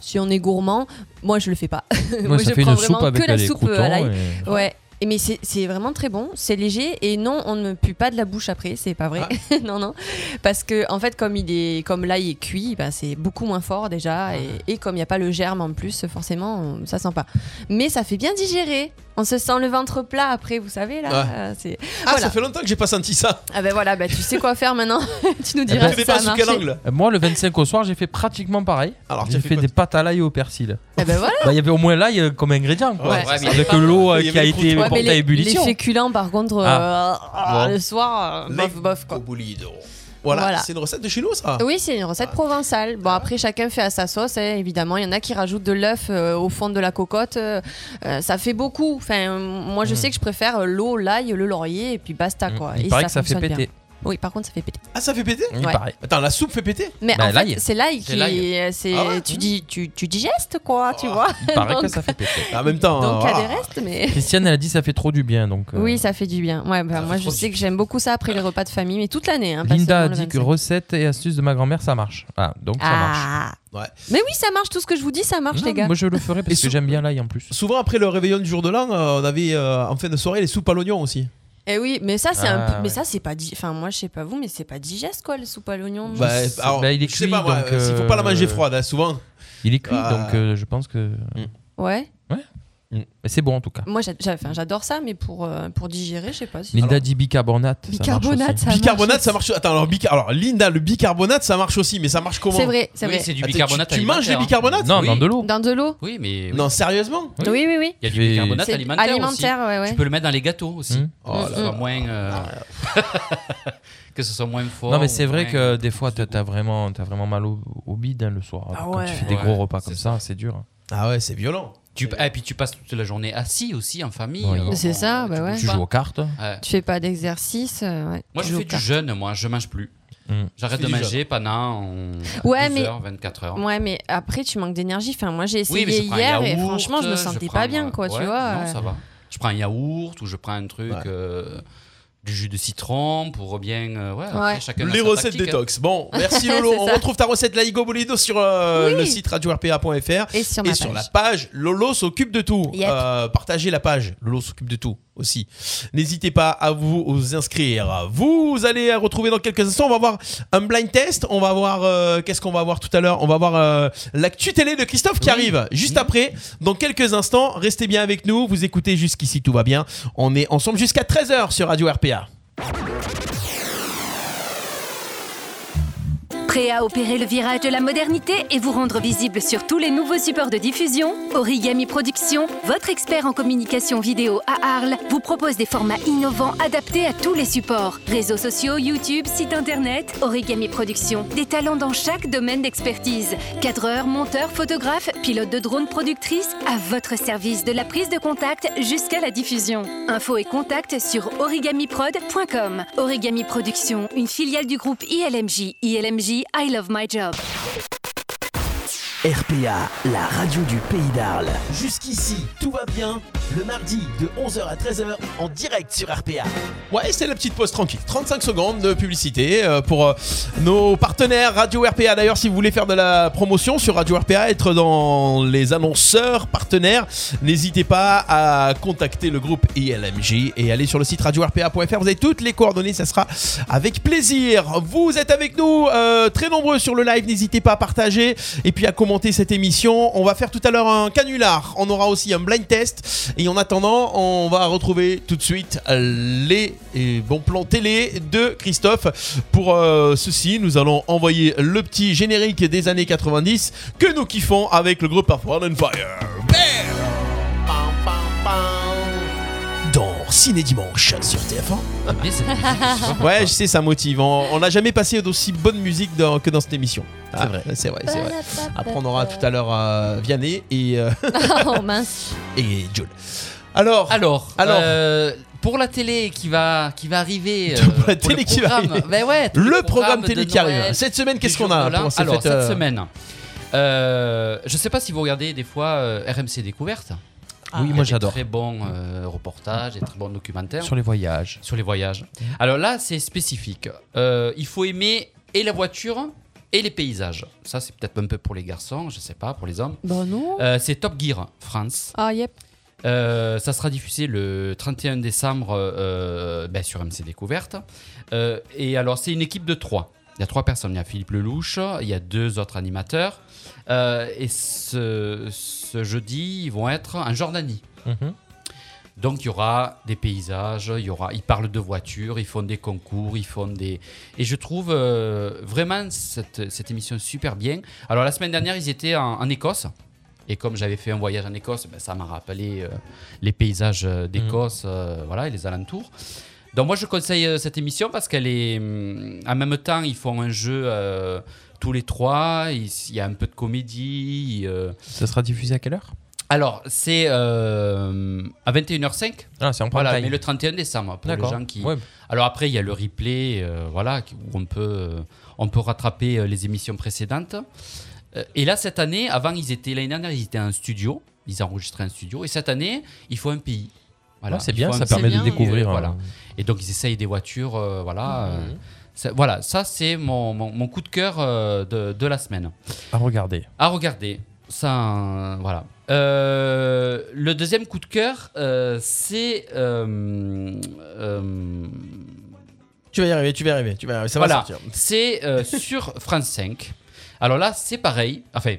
[SPEAKER 5] Si on est gourmand, moi je le fais pas.
[SPEAKER 6] Moi, ça
[SPEAKER 5] je
[SPEAKER 6] fait
[SPEAKER 5] prends
[SPEAKER 6] une
[SPEAKER 5] vraiment
[SPEAKER 6] soupe avec
[SPEAKER 5] que la
[SPEAKER 6] les
[SPEAKER 5] soupe euh, à l'ail.
[SPEAKER 6] croutons. et-
[SPEAKER 5] Ouais. Et mais c'est- c'est vraiment très bon, c'est léger et non, on ne pue pas de la bouche après, c'est pas vrai.
[SPEAKER 3] Ah.
[SPEAKER 5] non, non. Parce que, en fait, comme il est comme l'ail est cuit, bah, c'est beaucoup moins fort déjà. Et, et comme il n'y a pas le germe en plus, forcément, on- ça sent pas. Mais ça fait bien digérer. On se sent le ventre plat après, vous savez, là.
[SPEAKER 3] Ouais.
[SPEAKER 5] euh, c'est-
[SPEAKER 3] Ah,
[SPEAKER 5] voilà.
[SPEAKER 3] ça fait longtemps que j'ai pas senti ça. Eh ben,
[SPEAKER 5] Ah ben voilà, bah, tu sais quoi faire maintenant. tu nous
[SPEAKER 3] Tu
[SPEAKER 5] diras si
[SPEAKER 3] fais
[SPEAKER 5] ça
[SPEAKER 3] pas
[SPEAKER 5] a
[SPEAKER 3] sous quel
[SPEAKER 5] marché.
[SPEAKER 3] angle
[SPEAKER 6] Euh, Eh ben, Moi, le 25 au soir, j'ai fait pratiquement pareil.
[SPEAKER 3] Alors, tu as
[SPEAKER 6] J'ai
[SPEAKER 3] fait
[SPEAKER 6] fait
[SPEAKER 3] quoi
[SPEAKER 6] des pâtes à l'ail et au persil.
[SPEAKER 5] Ah ben voilà.
[SPEAKER 6] Bah, Il y avait au moins l'ail euh, comme ingrédient. Quoi.
[SPEAKER 5] Ouais.
[SPEAKER 4] Ouais, mais il est
[SPEAKER 6] Avec
[SPEAKER 4] pas-
[SPEAKER 6] l'eau euh,
[SPEAKER 3] Il y
[SPEAKER 6] qui a
[SPEAKER 3] avait les
[SPEAKER 6] été
[SPEAKER 3] croûtons.
[SPEAKER 5] Ouais, mais
[SPEAKER 6] portée à
[SPEAKER 5] les, les
[SPEAKER 6] ébullition.
[SPEAKER 5] féculents, par contre, euh,
[SPEAKER 3] Ah.
[SPEAKER 6] Bon.
[SPEAKER 5] le soir, euh,
[SPEAKER 3] Lait
[SPEAKER 5] bof, bof, quoi.
[SPEAKER 3] au bolido. Voilà,
[SPEAKER 5] Voilà.
[SPEAKER 3] c'est une recette de chez nous, ça.
[SPEAKER 5] Oui, c'est une recette provençale. Bon, après, chacun fait à sa sauce, hein, évidemment. Il y en a qui rajoutent de l'œuf euh, au fond de la cocotte. euh, euh, ça fait beaucoup. Enfin, euh, moi, je sais que je préfère euh, l'eau, l'ail, le laurier et puis basta, quoi.
[SPEAKER 6] Mm. Il
[SPEAKER 5] et
[SPEAKER 6] paraît que ça fait
[SPEAKER 5] fonctionne bien.
[SPEAKER 6] péter.
[SPEAKER 5] Oui, par contre, ça fait péter.
[SPEAKER 3] Ah, ça fait péter
[SPEAKER 6] Il
[SPEAKER 5] Ouais.
[SPEAKER 6] paraît.
[SPEAKER 3] Attends, la soupe fait péter
[SPEAKER 5] Mais
[SPEAKER 6] Bah,
[SPEAKER 5] en fait,
[SPEAKER 6] l'ail. Ah,
[SPEAKER 5] c'est l'ail
[SPEAKER 4] C'est
[SPEAKER 5] qui
[SPEAKER 4] l'ail.
[SPEAKER 5] est. c'est-
[SPEAKER 3] Ah ouais
[SPEAKER 5] tu, dis, tu, tu digestes, quoi, tu vois.
[SPEAKER 6] Il paraît que
[SPEAKER 5] Donc-
[SPEAKER 6] ça fait Ah. péter.
[SPEAKER 3] En même temps, hein,
[SPEAKER 5] Donc, il y a
[SPEAKER 3] voilà.
[SPEAKER 5] des restes, mais.
[SPEAKER 6] Christiane, elle a dit ça fait trop du bien. Donc, euh,
[SPEAKER 5] Oui, ça fait du bien. Ouais, bah,
[SPEAKER 4] Ça
[SPEAKER 5] moi,
[SPEAKER 4] fait
[SPEAKER 5] je
[SPEAKER 4] trop
[SPEAKER 5] sais
[SPEAKER 4] du
[SPEAKER 5] que j'aime beaucoup ça après les repas de famille, mais toute l'année. hein, pas
[SPEAKER 6] Linda a
[SPEAKER 5] seulement le
[SPEAKER 6] dit que
[SPEAKER 5] 25.
[SPEAKER 6] recettes et astuces de ma grand-mère, ça marche. Ah, donc ça marche.
[SPEAKER 5] Ah.
[SPEAKER 3] Ouais.
[SPEAKER 5] Mais oui, ça marche. Tout ce que je vous dis, ça marche,
[SPEAKER 6] Non,
[SPEAKER 5] les gars.
[SPEAKER 6] Moi, je le ferai parce
[SPEAKER 3] sous-
[SPEAKER 6] que j'aime bien l'ail en plus.
[SPEAKER 3] Souvent, après le réveillon du jour de l'an, euh, on avait euh, en fin de soirée les soupes à l'oignon aussi.
[SPEAKER 5] Eh oui, mais ça c'est un
[SPEAKER 6] Ah,
[SPEAKER 5] peu, mais
[SPEAKER 6] ouais.
[SPEAKER 5] ça c'est pas di- enfin moi je sais pas vous mais c'est pas digeste quoi le soupe à l'oignon. non
[SPEAKER 3] Bah,
[SPEAKER 6] sais-
[SPEAKER 3] alors,
[SPEAKER 6] bah, il est
[SPEAKER 3] je sais
[SPEAKER 6] cuit,
[SPEAKER 3] pas, moi,
[SPEAKER 6] donc,
[SPEAKER 3] euh, s'il faut pas la manger
[SPEAKER 6] euh,
[SPEAKER 3] froide, hein, souvent.
[SPEAKER 6] Il est cuit,
[SPEAKER 3] Ah.
[SPEAKER 6] donc euh, je pense que.
[SPEAKER 3] mm,
[SPEAKER 5] Ouais.
[SPEAKER 6] Mais c'est bon en tout cas.
[SPEAKER 5] Moi j'a- j'a- enfin, j'adore ça mais pour euh, pour digérer, je sais pas si
[SPEAKER 6] Linda dit bicarbonate. ça marche
[SPEAKER 5] bicarbonate
[SPEAKER 6] aussi.
[SPEAKER 5] ça marche.
[SPEAKER 3] bicarbonate, ça marche. Attends, alors, bica- alors, Linda, le bicarbonate, ça marche aussi, mais ça marche comment
[SPEAKER 5] C'est vrai, c'est
[SPEAKER 4] Oui,
[SPEAKER 5] vrai.
[SPEAKER 4] c'est du
[SPEAKER 3] Attends, tu-
[SPEAKER 4] bicarbonate
[SPEAKER 3] Tu, manges du
[SPEAKER 4] alimentaire, hein.
[SPEAKER 3] bicarbonate
[SPEAKER 6] Non,
[SPEAKER 4] Oui.
[SPEAKER 6] dans de l'eau.
[SPEAKER 5] Dans de l'eau
[SPEAKER 4] Oui, mais oui.
[SPEAKER 3] Non, sérieusement
[SPEAKER 5] Oui Oh. oui oui.
[SPEAKER 4] il y a du
[SPEAKER 6] Je vais-
[SPEAKER 4] bicarbonate
[SPEAKER 5] C'est
[SPEAKER 4] alimentaire. aussi.
[SPEAKER 5] ouais ouais.
[SPEAKER 4] Tu peux le mettre dans les gâteaux aussi.
[SPEAKER 6] Mmh.
[SPEAKER 3] Oh là Ah,
[SPEAKER 4] que, ce soit moins, euh, que ce soit moins fort.
[SPEAKER 6] Non, mais
[SPEAKER 4] ou
[SPEAKER 6] c'est vrai
[SPEAKER 4] moins-
[SPEAKER 6] que des fois, t'as as vraiment, t'as vraiment mal au, au bide hein, le soir.
[SPEAKER 5] Ah
[SPEAKER 6] Quand tu
[SPEAKER 5] ouais.
[SPEAKER 6] fais des
[SPEAKER 4] Ouais,
[SPEAKER 6] gros repas
[SPEAKER 4] c'est
[SPEAKER 6] comme ça, c'est dur.
[SPEAKER 3] Ah ouais, c'est violent.
[SPEAKER 4] Tu, ah, et puis tu passes toute la journée assis aussi en famille.
[SPEAKER 6] Oui.
[SPEAKER 4] Alors,
[SPEAKER 5] C'est
[SPEAKER 4] on-
[SPEAKER 5] ça,
[SPEAKER 4] tu
[SPEAKER 5] bah ouais.
[SPEAKER 4] bouges
[SPEAKER 6] Tu
[SPEAKER 4] pas.
[SPEAKER 6] joues aux cartes.
[SPEAKER 4] Ouais.
[SPEAKER 5] Tu fais pas d'exercice euh, ouais.
[SPEAKER 4] Moi,
[SPEAKER 5] Tu
[SPEAKER 4] je
[SPEAKER 5] joues
[SPEAKER 4] fais
[SPEAKER 5] aux
[SPEAKER 4] du
[SPEAKER 5] cartes.
[SPEAKER 4] jeûne, moi, je mange plus.
[SPEAKER 6] Mmh.
[SPEAKER 4] J'arrête
[SPEAKER 3] Tu
[SPEAKER 4] de
[SPEAKER 3] fais du
[SPEAKER 4] manger pendant euh,
[SPEAKER 5] Ouais,
[SPEAKER 4] 12
[SPEAKER 5] mais-
[SPEAKER 4] heures, 24 heures.
[SPEAKER 5] Ouais mais après tu manques d'énergie. Enfin moi j'ai
[SPEAKER 4] Oui,
[SPEAKER 5] essayé
[SPEAKER 4] mais je prends un
[SPEAKER 5] hier et
[SPEAKER 4] yaourt,
[SPEAKER 5] franchement je me sentais
[SPEAKER 4] prends,
[SPEAKER 5] pas bien quoi,
[SPEAKER 4] euh,
[SPEAKER 5] tu
[SPEAKER 4] ouais,
[SPEAKER 5] vois.
[SPEAKER 4] Non, ça va. Je prends un yaourt ou je prends un truc,
[SPEAKER 3] Ouais.
[SPEAKER 4] euh, du jus de citron pour bien. euh, ouais, après, chacun a
[SPEAKER 3] Les
[SPEAKER 4] sa
[SPEAKER 3] recettes
[SPEAKER 4] tactique, hein.
[SPEAKER 3] détox. Bon, merci Lolo.
[SPEAKER 5] C'est
[SPEAKER 3] On
[SPEAKER 5] ça.
[SPEAKER 3] retrouve ta recette Laigo Bolido sur euh,
[SPEAKER 5] Oui.
[SPEAKER 3] le site radio-rpa.fr.
[SPEAKER 5] Et sur ma
[SPEAKER 3] Et sur la
[SPEAKER 5] page.
[SPEAKER 3] page, Lolo s'occupe de tout.
[SPEAKER 5] Yep.
[SPEAKER 3] Euh, partagez la page, Lolo s'occupe de tout aussi. N'hésitez pas à vous vous inscrire. Vous allez euh, retrouver dans quelques instants, on va voir un blind test. On va voir, euh, qu'est-ce qu'on va voir tout à l'heure On va voir euh, l'actu télé de Christophe qui arrive juste après. Dans quelques instants, restez bien avec nous. Vous écoutez jusqu'ici, tout va bien. On est ensemble jusqu'à 13h sur Radio RPA.
[SPEAKER 8] Prêt à opérer le virage de la modernité et vous rendre visible sur tous les nouveaux supports de diffusion Origami Productions, votre expert en communication vidéo à Arles, vous propose des formats innovants adaptés à tous les supports. Réseaux sociaux, YouTube, site internet, Origami Productions, des talents dans chaque domaine d'expertise. Cadreur, monteur, photographe, pilote de drone, productrice, à votre service de la prise de contact jusqu'à la diffusion. Info et contact sur origamiprod.com. Origami Productions, une filiale du groupe ILMJ. ILMJ, I love my job.
[SPEAKER 1] RPA, la radio du pays d'Arles. Jusqu'ici, tout va bien. Le mardi de 11h à 13h en direct sur RPA.
[SPEAKER 3] Ouais, c'est la petite pause tranquille. 35 secondes de publicité euh, pour euh, nos partenaires Radio RPA. D'ailleurs, si vous voulez faire de la promotion sur Radio RPA, être dans les annonceurs partenaires, n'hésitez pas à contacter le groupe ILMJ et aller sur le site radio-rpa.fr. Vous avez toutes les coordonnées, ça sera avec plaisir. Vous êtes avec nous, euh, très nombreux sur le live. N'hésitez pas à partager et puis à commenter cette émission. On va faire tout à l'heure un canular. On aura aussi un blind test. Et en attendant, on va retrouver tout de suite les et bons plans télé de Christophe. Pour euh, ceci, nous allons envoyer le petit générique des années 90 que nous kiffons avec le groupe of One and Fire.
[SPEAKER 1] Dans Ciné Dimanche sur TF1.
[SPEAKER 3] Ouais, je sais, ça motive. On on n'a jamais passé d'aussi bonne musique dans- que dans cette émission. Ah, C'est vrai, c'est vrai. Après, on aura tout à l'heure euh, Vianney et, euh,
[SPEAKER 5] oh mince.
[SPEAKER 3] et Jules. Alors,
[SPEAKER 4] Alors,
[SPEAKER 3] Alors.
[SPEAKER 4] euh, pour la télé qui va, qui va arriver. euh,
[SPEAKER 3] Pour la
[SPEAKER 4] pour le
[SPEAKER 3] télé qui va
[SPEAKER 4] programme,
[SPEAKER 3] arriver.
[SPEAKER 4] ben ouais, tous les
[SPEAKER 3] le
[SPEAKER 4] programmes
[SPEAKER 3] programme
[SPEAKER 4] de
[SPEAKER 3] télé qui arrive.
[SPEAKER 4] Noël,
[SPEAKER 3] Cette semaine, qu'est-ce
[SPEAKER 4] du
[SPEAKER 3] qu'on a
[SPEAKER 4] jour de l'an.
[SPEAKER 3] pour ces
[SPEAKER 4] Alors,
[SPEAKER 3] fêtes,
[SPEAKER 4] cette
[SPEAKER 3] euh,
[SPEAKER 4] semaine. euh, je sais pas si vous regardez des fois euh, RMC Découverte.
[SPEAKER 3] Ah.
[SPEAKER 6] Oui,
[SPEAKER 4] Il y a
[SPEAKER 6] moi
[SPEAKER 4] des
[SPEAKER 6] j'adore.
[SPEAKER 4] Très bons euh, reportages, des très bons documentaires
[SPEAKER 6] Sur les voyages.
[SPEAKER 4] sur les voyages. Alors là, c'est spécifique. Euh, il faut aimer et la voiture et les paysages. Ça, c'est peut-être un peu pour les garçons, je sais pas, pour les hommes.
[SPEAKER 5] Bon non.
[SPEAKER 4] Euh, c'est Top Gear France.
[SPEAKER 5] Ah yep.
[SPEAKER 4] Euh, ça sera diffusé le 31 décembre euh, ben, sur MC Découverte. Euh, et alors, c'est une équipe de trois. Il y a trois personnes. Il y a Philippe Lelouch, il y a deux autres animateurs. Euh, et ce, ce jeudi, ils vont être en Jordanie.
[SPEAKER 6] Mhm.
[SPEAKER 4] Donc il y aura des paysages, il y aura, ils parlent de voitures, ils font des concours, ils font des... Et je trouve euh, vraiment cette, cette émission super bien. Alors la semaine dernière, ils étaient en, en Écosse. Et comme j'avais fait un voyage en Écosse, ben, ça m'a rappelé euh, les paysages euh, d'Écosse euh, voilà, et les alentours. Donc moi, je conseille euh, cette émission parce qu'elle est... hum, En même temps, ils font un jeu euh, tous les trois, il, il y a un peu de comédie. euh.
[SPEAKER 6] Ça sera diffusé à quelle heure
[SPEAKER 4] Alors, c'est euh, à 21h05
[SPEAKER 6] Ah, c'est en prime
[SPEAKER 4] voilà,
[SPEAKER 6] time.
[SPEAKER 4] mais le 31 décembre pour les
[SPEAKER 6] D'accord.
[SPEAKER 4] gens qui.
[SPEAKER 6] Ouais.
[SPEAKER 4] Alors après, il y a le replay, euh, voilà, qui- où on peut, euh, on peut rattraper euh, les émissions précédentes. Euh, et là, cette année, avant, ils étaient l'année dernière, ils étaient en studio, ils enregistraient un studio, et cette année, il faut un pays. Voilà,
[SPEAKER 6] Ouais, c'est
[SPEAKER 4] il
[SPEAKER 6] bien,
[SPEAKER 4] faut un
[SPEAKER 6] ça
[SPEAKER 4] pays,
[SPEAKER 6] permet de
[SPEAKER 5] bien,
[SPEAKER 6] découvrir.
[SPEAKER 4] euh, voilà.
[SPEAKER 6] hein.
[SPEAKER 4] Et donc, ils essayent des voitures, euh, voilà. euh, ça- voilà, ça c'est mon, mon- mon coup de cœur euh, de, de la semaine
[SPEAKER 6] À regarder.
[SPEAKER 4] à regarder. Ça, euh, voilà. Euh, le deuxième coup de cœur, euh, c'est. euh, euh,
[SPEAKER 3] Tu vas y arriver, tu vas y arriver, tu vas y arriver, ça va
[SPEAKER 4] voilà,
[SPEAKER 3] sortir.
[SPEAKER 4] c'est euh, sur France 5. Alors là, c'est pareil. Enfin,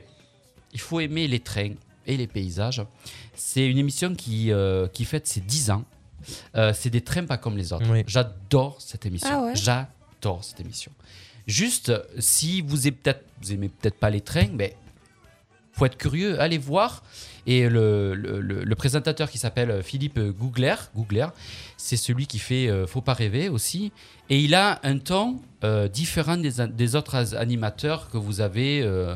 [SPEAKER 4] il faut aimer les trains et les paysages. C'est une émission qui, euh, qui fête ses 10 ans. Euh, c'est des trains pas comme les autres.
[SPEAKER 6] Oui.
[SPEAKER 4] J'adore cette émission.
[SPEAKER 5] Ah ouais
[SPEAKER 4] J'adore cette émission. Juste, si vous aimez peut-être, vous aimez peut-être pas les trains, mais faut être curieux, allez voir. Et le, le- le- le présentateur qui s'appelle euh, Philippe Googler, Googler c'est celui qui fait euh, Faut pas rêver aussi. Et il a un ton euh, différent des, an- des autres as- animateurs que vous avez euh,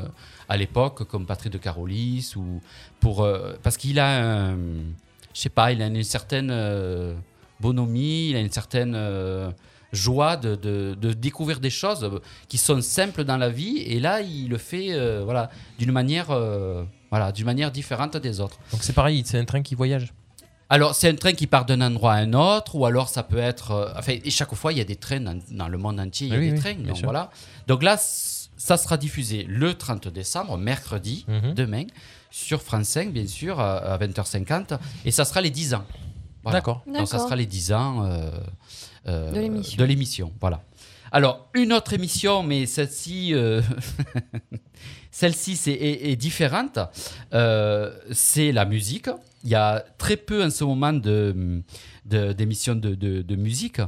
[SPEAKER 4] à l'époque, comme Patrick de Carolis. Ou pour, euh, parce qu'il a, un- je sais pas, il a une certaine euh, bonhomie, il a une certaine euh, joie de, de- de découvrir des choses euh, qui sont simples dans la vie. Et là, il le fait euh, voilà, d'une manière, euh, voilà, d'une manière différente des autres.
[SPEAKER 6] Donc c'est pareil, c'est un train qui voyage.
[SPEAKER 4] Alors, c'est un train qui part d'un endroit à un autre, ou alors ça peut être. euh, enfin, et chaque fois, il y a des trains dans, dans le monde entier, il y a
[SPEAKER 6] Oui,
[SPEAKER 4] des
[SPEAKER 6] oui,
[SPEAKER 4] trains.
[SPEAKER 6] bien
[SPEAKER 4] Donc,
[SPEAKER 6] sûr.
[SPEAKER 4] voilà. Donc là, c- ça sera diffusé le 30 décembre, mercredi,
[SPEAKER 6] Mhm.
[SPEAKER 4] demain, sur France 5, bien sûr, à, à 20h50, et ça sera les 10 ans. Voilà.
[SPEAKER 6] D'accord.
[SPEAKER 4] Donc, ça
[SPEAKER 5] D'accord.
[SPEAKER 4] sera les 10 ans euh, euh,
[SPEAKER 5] De l'émission.
[SPEAKER 4] de l'émission. Voilà. Alors, une autre émission, mais celle-ci, euh, celle-ci c'est, est, est différente. Euh, c'est la musique. Il il y a très peu en ce moment de, de- d'émissions de, de- de musique.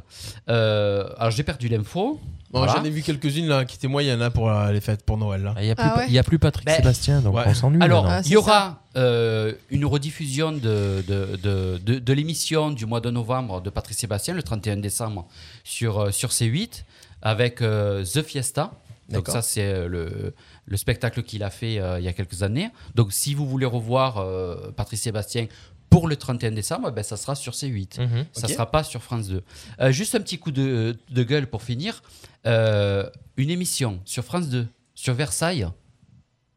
[SPEAKER 4] Euh, alors j'ai perdu l'info.
[SPEAKER 3] Bon,
[SPEAKER 4] Voilà.
[SPEAKER 3] J'en ai vu quelques-unes là qui étaient moyennes là, pour euh, les fêtes, pour Noël. Là. Bah,
[SPEAKER 6] Il n'y a, plus
[SPEAKER 5] Ah
[SPEAKER 6] pa-
[SPEAKER 5] ouais.
[SPEAKER 6] il y a plus Patrick
[SPEAKER 4] Ben,
[SPEAKER 6] Sébastien, donc
[SPEAKER 3] ouais.
[SPEAKER 6] on s'ennuie.
[SPEAKER 4] Alors,
[SPEAKER 6] maintenant.
[SPEAKER 5] Ah,
[SPEAKER 4] il
[SPEAKER 5] c'est
[SPEAKER 4] y aura euh, une rediffusion de, de, de, de, de l'émission du mois de novembre de Patrick Sébastien, le 31 décembre, sur, euh, sur C8, avec euh, The Fiesta. Donc
[SPEAKER 3] D'accord.
[SPEAKER 4] ça, c'est euh, le, le spectacle qu'il a fait euh, il y a quelques années. Donc si vous voulez revoir euh, Patrick Sébastien pour le 31 décembre, ben, ça sera sur C8.
[SPEAKER 6] Mhm.
[SPEAKER 4] Ça
[SPEAKER 3] Ok.
[SPEAKER 4] sera pas sur France 2. Euh, juste un petit coup de, de gueule pour finir. Euh, une émission sur France 2, sur Versailles,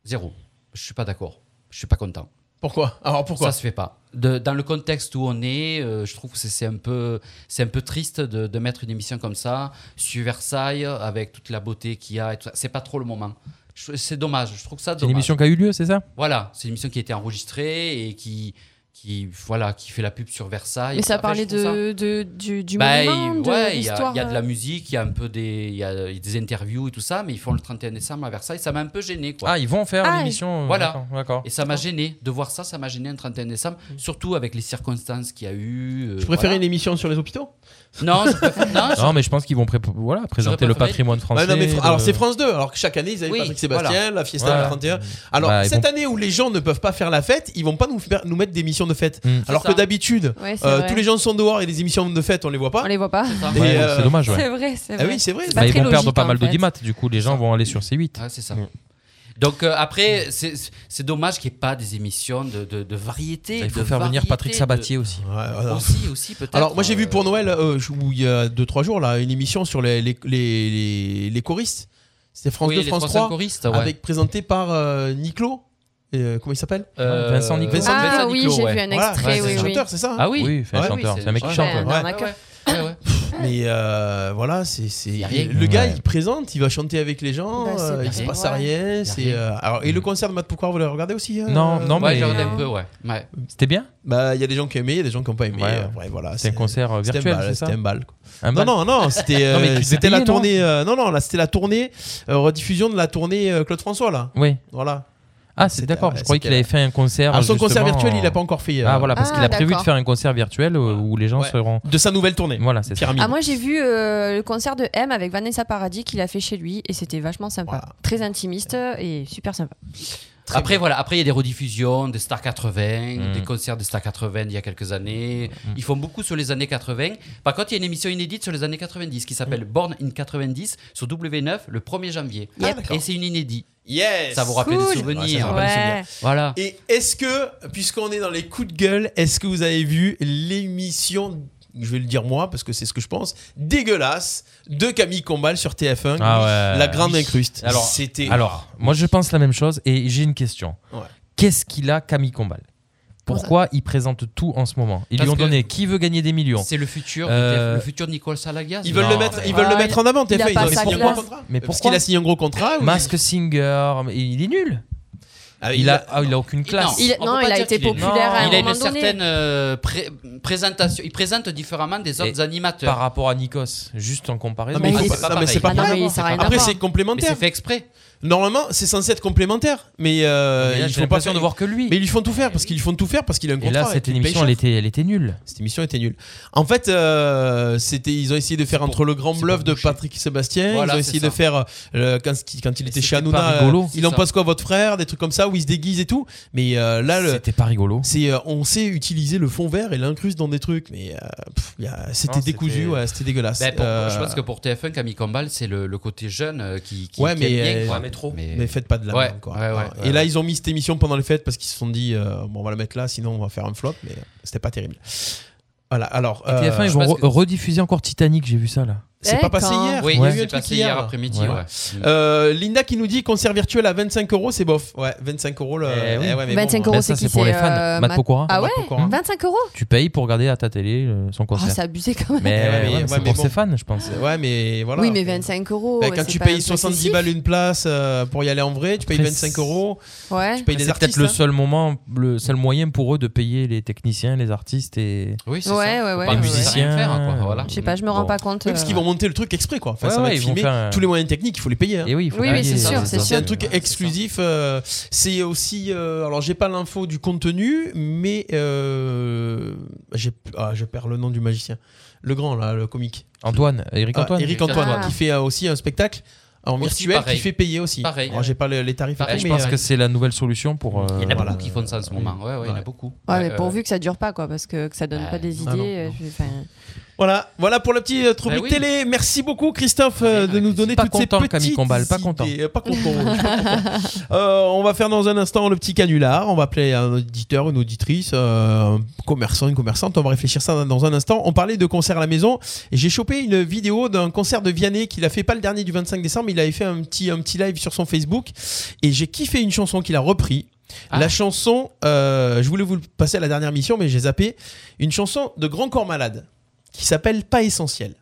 [SPEAKER 4] zéro. Je suis pas d'accord. Je suis pas content.
[SPEAKER 3] Pourquoi Alors pourquoi
[SPEAKER 4] ça se fait pas. De- dans le contexte où on est, euh, je trouve que c'est- c'est un peu, c'est un peu triste de, de mettre une émission comme ça sur Versailles avec toute la beauté qu'il y a. et tout ça. C'est pas trop le moment. Je- C'est dommage. Je trouve ça
[SPEAKER 6] C'est une
[SPEAKER 4] dommage.
[SPEAKER 6] émission qui a eu lieu, c'est ça
[SPEAKER 4] Voilà, c'est une émission qui a été enregistrée et qui, qui, voilà, qui fait la pub sur Versailles.
[SPEAKER 5] Mais ça
[SPEAKER 4] Après, je
[SPEAKER 5] parlait
[SPEAKER 4] trouve ça-
[SPEAKER 5] de, de- du, du
[SPEAKER 4] bah,
[SPEAKER 5] moment,
[SPEAKER 4] il-
[SPEAKER 5] de
[SPEAKER 4] ouais, il y, a
[SPEAKER 5] l'histoire.
[SPEAKER 4] il y a de la
[SPEAKER 5] euh.
[SPEAKER 4] musique, il y a un peu des, il y a des interviews et tout ça, mais ils font le 31 décembre à Versailles. Ça m'a un peu gêné, quoi.
[SPEAKER 6] Ah, ils vont faire
[SPEAKER 5] Ah,
[SPEAKER 6] l'émission. euh,
[SPEAKER 4] voilà.
[SPEAKER 6] d'accord, D'accord.
[SPEAKER 4] Et ça m'a gêné de voir ça, ça m'a gêné un 31 décembre,
[SPEAKER 5] Mm.
[SPEAKER 4] surtout avec les circonstances qu'il y a eu. euh,
[SPEAKER 3] Je préférais une
[SPEAKER 4] voilà.
[SPEAKER 3] émission sur les hôpitaux
[SPEAKER 4] Non, je préfère- non, je-
[SPEAKER 6] Non, mais je pense qu'ils vont pré- voilà, présenter
[SPEAKER 4] J'aurais
[SPEAKER 6] le
[SPEAKER 4] préféré-
[SPEAKER 6] patrimoine français.
[SPEAKER 3] Bah non, mais fr-
[SPEAKER 6] le-
[SPEAKER 3] Alors c'est France 2, alors que chaque année ils avaient
[SPEAKER 4] Oui,
[SPEAKER 3] Patrick Sébastien,
[SPEAKER 4] voilà.
[SPEAKER 3] la fiesta
[SPEAKER 6] Voilà.
[SPEAKER 3] du 31. Alors
[SPEAKER 6] Bah, ils
[SPEAKER 3] cette
[SPEAKER 6] vont-
[SPEAKER 3] année où les gens ne peuvent pas faire la fête, ils vont pas nous, faire- nous mettre des émissions de fête.
[SPEAKER 6] Mm.
[SPEAKER 3] Alors
[SPEAKER 4] C'est
[SPEAKER 3] que
[SPEAKER 4] ça.
[SPEAKER 3] d'habitude,
[SPEAKER 5] Ouais, c'est
[SPEAKER 3] euh,
[SPEAKER 5] vrai.
[SPEAKER 3] tous les gens sont dehors et les émissions de fête on les voit
[SPEAKER 5] On
[SPEAKER 3] pas.
[SPEAKER 5] les voit pas.
[SPEAKER 4] c'est ça.
[SPEAKER 3] Et,
[SPEAKER 6] Ouais, donc
[SPEAKER 3] euh,
[SPEAKER 6] c'est dommage, ouais.
[SPEAKER 5] C'est vrai, c'est vrai.
[SPEAKER 3] Ah oui, c'est vrai.
[SPEAKER 5] C'est
[SPEAKER 6] Bah,
[SPEAKER 5] pas
[SPEAKER 6] ils
[SPEAKER 5] très
[SPEAKER 6] vont perdre
[SPEAKER 5] logique, hein,
[SPEAKER 6] pas
[SPEAKER 5] en
[SPEAKER 6] mal de
[SPEAKER 5] fait.
[SPEAKER 6] d'imats, du coup les gens vont aller sur C8.
[SPEAKER 4] Ah, c'est ça.
[SPEAKER 3] Mm,
[SPEAKER 4] Donc euh, après, c'est c'est dommage qu'il n'y ait pas des émissions de, de, de variété.
[SPEAKER 6] Il faut
[SPEAKER 4] de
[SPEAKER 6] faire venir
[SPEAKER 4] variété,
[SPEAKER 6] Patrick
[SPEAKER 4] de-
[SPEAKER 6] Sabatier aussi.
[SPEAKER 3] Ouais, alors-
[SPEAKER 4] Aussi, aussi peut-être.
[SPEAKER 3] Alors moi j'ai vu
[SPEAKER 4] euh,
[SPEAKER 3] pour Noël, euh, je- où il y a 2-3 jours là, une émission sur les, les, les, les- les choristes. C'était France
[SPEAKER 4] oui,
[SPEAKER 3] 2,
[SPEAKER 4] les
[SPEAKER 3] France
[SPEAKER 4] 300
[SPEAKER 3] 3,
[SPEAKER 4] choristes, ouais.
[SPEAKER 3] avec présenté par euh, Niclo. Et, euh, comment il s'appelle
[SPEAKER 4] Euh,
[SPEAKER 6] Vincent Niclot.
[SPEAKER 4] Vincent-
[SPEAKER 5] Ah
[SPEAKER 4] Vincent
[SPEAKER 5] oui,
[SPEAKER 4] Niclot,
[SPEAKER 5] j'ai
[SPEAKER 4] ouais.
[SPEAKER 5] vu un
[SPEAKER 3] Voilà,
[SPEAKER 5] extrait,
[SPEAKER 3] c'est
[SPEAKER 5] oui,
[SPEAKER 3] un
[SPEAKER 5] oui.
[SPEAKER 3] chanteur, c'est ça hein
[SPEAKER 4] Ah oui.
[SPEAKER 6] Oui, c'est un
[SPEAKER 4] Ouais,
[SPEAKER 6] chanteur,
[SPEAKER 4] oui,
[SPEAKER 6] c'est un mec qui
[SPEAKER 4] ouais, Ah
[SPEAKER 6] chante.
[SPEAKER 5] ouais.
[SPEAKER 4] ouais,
[SPEAKER 5] Un arnaqueur.
[SPEAKER 4] ouais, ouais, ouais.
[SPEAKER 3] Mais euh, voilà, c'est c'est-
[SPEAKER 4] Y a rien.
[SPEAKER 3] le gars,
[SPEAKER 6] Ouais.
[SPEAKER 3] il présente, il va chanter avec les gens,
[SPEAKER 5] Bah, c'est
[SPEAKER 3] euh, il se
[SPEAKER 4] rien.
[SPEAKER 3] passe
[SPEAKER 5] Ouais.
[SPEAKER 3] rien. c'est,
[SPEAKER 4] rien.
[SPEAKER 3] euh, alors, et le concert de Matt Pokora, vous l'avez regardé aussi euh,
[SPEAKER 6] Non, non,
[SPEAKER 4] Ouais,
[SPEAKER 6] mais-
[SPEAKER 4] j'ai regardé un peu, ouais. ouais.
[SPEAKER 6] C'était bien
[SPEAKER 3] Bah, il y a des gens qui ont aimé, il y a des gens qui n'ont pas aimé.
[SPEAKER 6] Ouais.
[SPEAKER 3] euh, ouais, voilà,
[SPEAKER 6] C'est un concert euh,
[SPEAKER 3] c'était un
[SPEAKER 6] virtuel,
[SPEAKER 3] bal,
[SPEAKER 6] c'est ça
[SPEAKER 3] C'était un bal. quoi.
[SPEAKER 6] Un
[SPEAKER 3] Non,
[SPEAKER 6] bal
[SPEAKER 3] non, non, c'était
[SPEAKER 6] Non, mais tu
[SPEAKER 3] euh,
[SPEAKER 6] devais
[SPEAKER 3] c'était la
[SPEAKER 6] payer, non
[SPEAKER 3] tournée. euh, Non, non, là, c'était la tournée, euh, rediffusion de la tournée euh, Claude François, là.
[SPEAKER 6] Oui.
[SPEAKER 3] Voilà.
[SPEAKER 6] Ah, c'est
[SPEAKER 3] C'était-
[SPEAKER 6] d'accord,
[SPEAKER 3] ouais,
[SPEAKER 6] je croyais
[SPEAKER 3] c'était-
[SPEAKER 6] qu'il avait fait un concert.
[SPEAKER 3] Alors, son
[SPEAKER 6] justement,
[SPEAKER 3] concert virtuel,
[SPEAKER 6] en-
[SPEAKER 3] il l'a pas encore fait. euh,
[SPEAKER 6] Ah voilà, parce
[SPEAKER 5] Ah,
[SPEAKER 6] qu'il a prévu de
[SPEAKER 5] d'accord.
[SPEAKER 6] faire un concert virtuel euh, où les gens
[SPEAKER 3] Ouais.
[SPEAKER 6] seront.
[SPEAKER 3] De sa nouvelle tournée.
[SPEAKER 6] Voilà, c'est ça.
[SPEAKER 3] Pyramide.
[SPEAKER 5] Ah, moi j'ai vu euh, le concert de M avec Vanessa Paradis qu'il a fait chez lui et c'était vachement sympa.
[SPEAKER 3] Voilà.
[SPEAKER 5] Très intimiste et super sympa.
[SPEAKER 4] Après, voilà, après, il y a des rediffusions des Star 80,
[SPEAKER 6] Mm.
[SPEAKER 4] des concerts des Star 80 il y a quelques années.
[SPEAKER 5] Mm.
[SPEAKER 4] Ils font beaucoup sur les années 80. Par contre, il y a une émission inédite sur les années 90 qui s'appelle
[SPEAKER 5] Mm.
[SPEAKER 4] Born in 90 sur W9 le 1er janvier.
[SPEAKER 3] Ah, d'accord.
[SPEAKER 4] Et c'est une inédite.
[SPEAKER 3] Yes
[SPEAKER 4] Ça vous rappelle
[SPEAKER 5] Cool.
[SPEAKER 4] des souvenirs.
[SPEAKER 3] Ouais, ça vous
[SPEAKER 5] rappelle des souvenirs.
[SPEAKER 4] Voilà.
[SPEAKER 3] Et est-ce que, puisqu'on est dans les coups de gueule, est-ce que vous avez vu l'émission, je vais le dire moi parce que c'est ce que je pense, dégueulasse de Camille Combal sur TF1,
[SPEAKER 6] Ah ouais.
[SPEAKER 3] La Grande
[SPEAKER 6] Oui.
[SPEAKER 3] Incruste
[SPEAKER 6] Alors-
[SPEAKER 3] C'était.
[SPEAKER 6] Alors, moi je pense la même chose et j'ai une question.
[SPEAKER 3] Ouais.
[SPEAKER 6] Qu'est-ce qu'il a Camille Combal Pourquoi il présente tout en ce moment Ils lui
[SPEAKER 4] Parce
[SPEAKER 6] ont
[SPEAKER 4] que-
[SPEAKER 6] donné qui veut gagner des millions
[SPEAKER 4] C'est le futur,
[SPEAKER 6] Euh,
[SPEAKER 4] le futur de Nicolas Salagas.
[SPEAKER 3] ils veulent
[SPEAKER 6] Non,
[SPEAKER 3] le mettre,
[SPEAKER 6] mais-
[SPEAKER 3] ils veulent
[SPEAKER 5] Ah,
[SPEAKER 3] le mettre en avant,
[SPEAKER 5] il a
[SPEAKER 3] TF1. Ils ont
[SPEAKER 5] pas sa
[SPEAKER 3] signé un
[SPEAKER 5] place.
[SPEAKER 3] gros contrat.
[SPEAKER 6] Mais
[SPEAKER 3] Parce
[SPEAKER 6] pourquoi
[SPEAKER 3] qu'il a signé un gros contrat. ou-
[SPEAKER 6] Mask Singer, mais il est nul.
[SPEAKER 3] Ah,
[SPEAKER 6] Il a, ah, il a aucune classe.
[SPEAKER 5] Il-
[SPEAKER 4] On
[SPEAKER 5] non,
[SPEAKER 4] peut
[SPEAKER 5] il
[SPEAKER 4] pas
[SPEAKER 5] a
[SPEAKER 4] dire
[SPEAKER 5] été
[SPEAKER 4] qu'il est nul.
[SPEAKER 5] populaire à un
[SPEAKER 4] Il a
[SPEAKER 5] moment
[SPEAKER 4] une
[SPEAKER 5] donné.
[SPEAKER 4] certaine euh, pré- présentation. Il présente différemment des autres
[SPEAKER 6] Et
[SPEAKER 4] animateurs.
[SPEAKER 6] Par rapport à Nikos, juste en comparaison.
[SPEAKER 3] Non, mais,
[SPEAKER 5] Mais
[SPEAKER 3] il
[SPEAKER 5] il
[SPEAKER 3] faut
[SPEAKER 5] est-
[SPEAKER 3] pas- non, mais c'est
[SPEAKER 4] Ah
[SPEAKER 3] pas
[SPEAKER 5] non,
[SPEAKER 3] pareil.
[SPEAKER 5] mais ça a rien à
[SPEAKER 3] Après,
[SPEAKER 5] voir.
[SPEAKER 3] c'est
[SPEAKER 4] Mais
[SPEAKER 3] complémentaire.
[SPEAKER 4] c'est fait exprès.
[SPEAKER 3] Normalement, c'est censé être complémentaire. Mais, euh,
[SPEAKER 6] Mais
[SPEAKER 3] ils
[SPEAKER 6] là, j'ai
[SPEAKER 3] font pas
[SPEAKER 6] l'impression de voir que lui.
[SPEAKER 3] Mais ils lui font tout faire parce qu'ils lui font tout faire parce qu'il a un
[SPEAKER 6] Et
[SPEAKER 3] contrat.
[SPEAKER 6] là,
[SPEAKER 3] avec
[SPEAKER 6] cette
[SPEAKER 3] une
[SPEAKER 6] émission,
[SPEAKER 3] paye
[SPEAKER 6] elle
[SPEAKER 3] chère.
[SPEAKER 6] était, elle était nulle.
[SPEAKER 3] Cette émission était nulle. En fait, euh, c'était ils ont essayé de faire
[SPEAKER 4] C'est
[SPEAKER 3] entre le grand
[SPEAKER 4] c'est
[SPEAKER 3] bluff
[SPEAKER 4] pour
[SPEAKER 3] de
[SPEAKER 4] boucher.
[SPEAKER 3] Patrick Sébastien,
[SPEAKER 4] Voilà,
[SPEAKER 3] ils ont
[SPEAKER 4] c'est
[SPEAKER 3] essayé
[SPEAKER 4] ça.
[SPEAKER 3] de faire euh, le- quand, quand il
[SPEAKER 6] Mais
[SPEAKER 3] était
[SPEAKER 6] c'était
[SPEAKER 3] chez
[SPEAKER 6] pas
[SPEAKER 3] Hanouna, euh,
[SPEAKER 6] rigolo.
[SPEAKER 3] il en
[SPEAKER 4] C'est
[SPEAKER 3] passe quoi votre frère, des trucs comme ça où il se déguise et tout. Mais euh, là, le-
[SPEAKER 6] C'était pas rigolo.
[SPEAKER 3] c'est euh, on sait utiliser le fond vert et l'incruste dans des trucs, mais euh, pff, y a- c'était
[SPEAKER 6] Non,
[SPEAKER 3] décousu,
[SPEAKER 6] c'était-
[SPEAKER 3] ouais, c'était dégueulasse.
[SPEAKER 4] Ben, pour-
[SPEAKER 3] Euh,
[SPEAKER 4] Je pense que pour TF1, Camille Combal, c'est le, le côté jeune euh, qui, qui,
[SPEAKER 3] Ouais,
[SPEAKER 4] qui
[SPEAKER 3] mais,
[SPEAKER 4] aime bien,
[SPEAKER 3] euh,
[SPEAKER 4] quoi.
[SPEAKER 3] ouais, mais
[SPEAKER 4] trop.
[SPEAKER 3] Mais faites pas de la
[SPEAKER 4] Ouais,
[SPEAKER 3] merde, quoi.
[SPEAKER 4] ouais, ouais,
[SPEAKER 3] et
[SPEAKER 4] ouais,
[SPEAKER 3] là,
[SPEAKER 4] ouais.
[SPEAKER 3] ils ont mis cette émission pendant les fêtes parce qu'ils se sont dit, euh, bon, on va la mettre là, sinon on va faire un flop, mais c'était pas terrible. Voilà, alors.
[SPEAKER 6] Et TF1,
[SPEAKER 3] euh,
[SPEAKER 6] ils
[SPEAKER 4] je
[SPEAKER 6] vont
[SPEAKER 4] pense
[SPEAKER 6] re-
[SPEAKER 4] que-
[SPEAKER 6] rediffuser encore Titanic, j'ai vu ça là.
[SPEAKER 3] c'est pas
[SPEAKER 5] Eh,
[SPEAKER 3] passé
[SPEAKER 5] quand-
[SPEAKER 3] hier.
[SPEAKER 4] Oui,
[SPEAKER 3] il y a eu un
[SPEAKER 4] c'est
[SPEAKER 3] truc
[SPEAKER 4] passé hier après-midi.
[SPEAKER 6] Ouais.
[SPEAKER 4] ouais.
[SPEAKER 3] Euh, Linda qui nous dit concert virtuel à 25 euros, c'est bof. Ouais, 25 euros. Le...
[SPEAKER 6] Eh oui.
[SPEAKER 3] ouais, mais
[SPEAKER 5] 25
[SPEAKER 3] bon,
[SPEAKER 5] euros,
[SPEAKER 6] Ben,
[SPEAKER 5] c'est
[SPEAKER 6] ça,
[SPEAKER 5] qui
[SPEAKER 6] c'est pour les fans.
[SPEAKER 5] euh,
[SPEAKER 6] Matt
[SPEAKER 5] Matt-
[SPEAKER 6] Pokora.
[SPEAKER 5] Ah ouais
[SPEAKER 3] Matt Pokora.
[SPEAKER 5] 25 euros
[SPEAKER 6] Tu payes pour regarder à ta télé euh, son
[SPEAKER 5] Ah,
[SPEAKER 6] concert.
[SPEAKER 5] c'est abusé quand même.
[SPEAKER 6] Mais
[SPEAKER 3] Ouais, mais-
[SPEAKER 6] ouais,
[SPEAKER 3] ouais,
[SPEAKER 6] c'est
[SPEAKER 3] mais
[SPEAKER 6] pour
[SPEAKER 3] bon.
[SPEAKER 6] ses fans, je pense.
[SPEAKER 3] C'est- Ouais, mais voilà.
[SPEAKER 5] Oui, mais 25 euros.
[SPEAKER 3] Ben,
[SPEAKER 5] ouais,
[SPEAKER 3] quand
[SPEAKER 5] c'est
[SPEAKER 3] tu
[SPEAKER 5] pas
[SPEAKER 3] payes
[SPEAKER 5] un
[SPEAKER 3] 70
[SPEAKER 5] excessif.
[SPEAKER 3] balles une place euh, pour y aller en vrai, tu payes
[SPEAKER 6] Après,
[SPEAKER 3] 25
[SPEAKER 6] c'est-
[SPEAKER 3] euros, tu
[SPEAKER 5] Ouais.
[SPEAKER 3] payes
[SPEAKER 6] Mais
[SPEAKER 3] des artistes.
[SPEAKER 6] C'est
[SPEAKER 3] hein.
[SPEAKER 6] peut-être le seul moment, le seul moyen pour eux de payer les techniciens, les artistes et
[SPEAKER 4] Oui, c'est ça.
[SPEAKER 5] Ouais, ouais,
[SPEAKER 4] Faut
[SPEAKER 5] ouais,
[SPEAKER 4] pas
[SPEAKER 5] ouais,
[SPEAKER 4] les musiciens
[SPEAKER 6] ouais.
[SPEAKER 4] faire, quoi, voilà.
[SPEAKER 5] Je sais pas, je me
[SPEAKER 6] Bon.
[SPEAKER 5] rends pas compte.
[SPEAKER 3] Oui, parce
[SPEAKER 5] euh,
[SPEAKER 3] qu'ils vont monter le truc exprès, quoi. Enfin,
[SPEAKER 6] Ouais,
[SPEAKER 3] ça va
[SPEAKER 6] ouais,
[SPEAKER 3] être
[SPEAKER 6] ils vont
[SPEAKER 3] filmé.
[SPEAKER 6] faire un-
[SPEAKER 3] Tous les moyens techniques, il faut les payer. hein.
[SPEAKER 6] Et oui, il faut
[SPEAKER 5] Oui,
[SPEAKER 6] le
[SPEAKER 5] oui, c'est
[SPEAKER 6] payer,
[SPEAKER 5] sûr,
[SPEAKER 6] ça,
[SPEAKER 5] c'est
[SPEAKER 6] ça.
[SPEAKER 3] C'est
[SPEAKER 5] sûr.
[SPEAKER 3] un truc exclusif. euh, c'est aussi, euh, alors j'ai pas l'info du contenu, mais euh, j'ai, ah, je perds le nom du magicien, le grand là, le comique,
[SPEAKER 6] Antoine, Eric
[SPEAKER 3] Ah,
[SPEAKER 6] Antoine.
[SPEAKER 3] Eric Antoine,
[SPEAKER 5] Ah.
[SPEAKER 3] qui fait euh, aussi un spectacle en
[SPEAKER 4] Aussi,
[SPEAKER 3] virtuel,
[SPEAKER 4] pareil.
[SPEAKER 3] qui fait payer aussi.
[SPEAKER 4] Pareil.
[SPEAKER 3] Alors, j'ai pas le- les tarifs, et
[SPEAKER 4] Pareil,
[SPEAKER 3] tout,
[SPEAKER 6] je
[SPEAKER 3] mais,
[SPEAKER 6] pense
[SPEAKER 3] euh,
[SPEAKER 6] que c'est la nouvelle solution pour. euh,
[SPEAKER 4] hein. Il y en a
[SPEAKER 3] Voilà. Bah
[SPEAKER 4] beaucoup qui font ça en ce moment. Ouais, ouais, il y en a
[SPEAKER 3] Ouais.
[SPEAKER 4] beaucoup.
[SPEAKER 5] Ouais, mais
[SPEAKER 4] euh,
[SPEAKER 5] pourvu que ça dure pas, quoi, parce que, que ça donne
[SPEAKER 4] bah,
[SPEAKER 5] pas des
[SPEAKER 3] ah non,
[SPEAKER 5] idées. euh,
[SPEAKER 3] non.
[SPEAKER 5] je- enfin,
[SPEAKER 3] Voilà, voilà pour la petite euh, rubrique
[SPEAKER 4] Bah oui. Bah
[SPEAKER 3] télé. Merci beaucoup Christophe euh, de
[SPEAKER 4] Rien,
[SPEAKER 3] nous
[SPEAKER 4] Alexis.
[SPEAKER 3] donner
[SPEAKER 6] Pas
[SPEAKER 3] toutes
[SPEAKER 6] content,
[SPEAKER 3] ces petites
[SPEAKER 6] Camille Combal, pas
[SPEAKER 3] idées.
[SPEAKER 6] content.
[SPEAKER 3] Euh, Pas content. je suis pas content. Euh, on va faire dans un instant le petit canular. On va appeler un auditeur, une auditrice, euh, un commerçant, une commerçante. On va réfléchir ça dans- dans un instant. On parlait de concert à la maison. Et J'ai chopé une vidéo d'un concert de Vianney qu'il a fait pas le dernier du 25 décembre. Il avait fait un petit un petit live sur son Facebook et j'ai kiffé une chanson qu'il a repris.
[SPEAKER 4] Ah.
[SPEAKER 3] La chanson, euh, je voulais vous le passer à la dernière mission, mais j'ai zappé. Une chanson de Grand Corps Malade qui s'appelle Pas essentiel.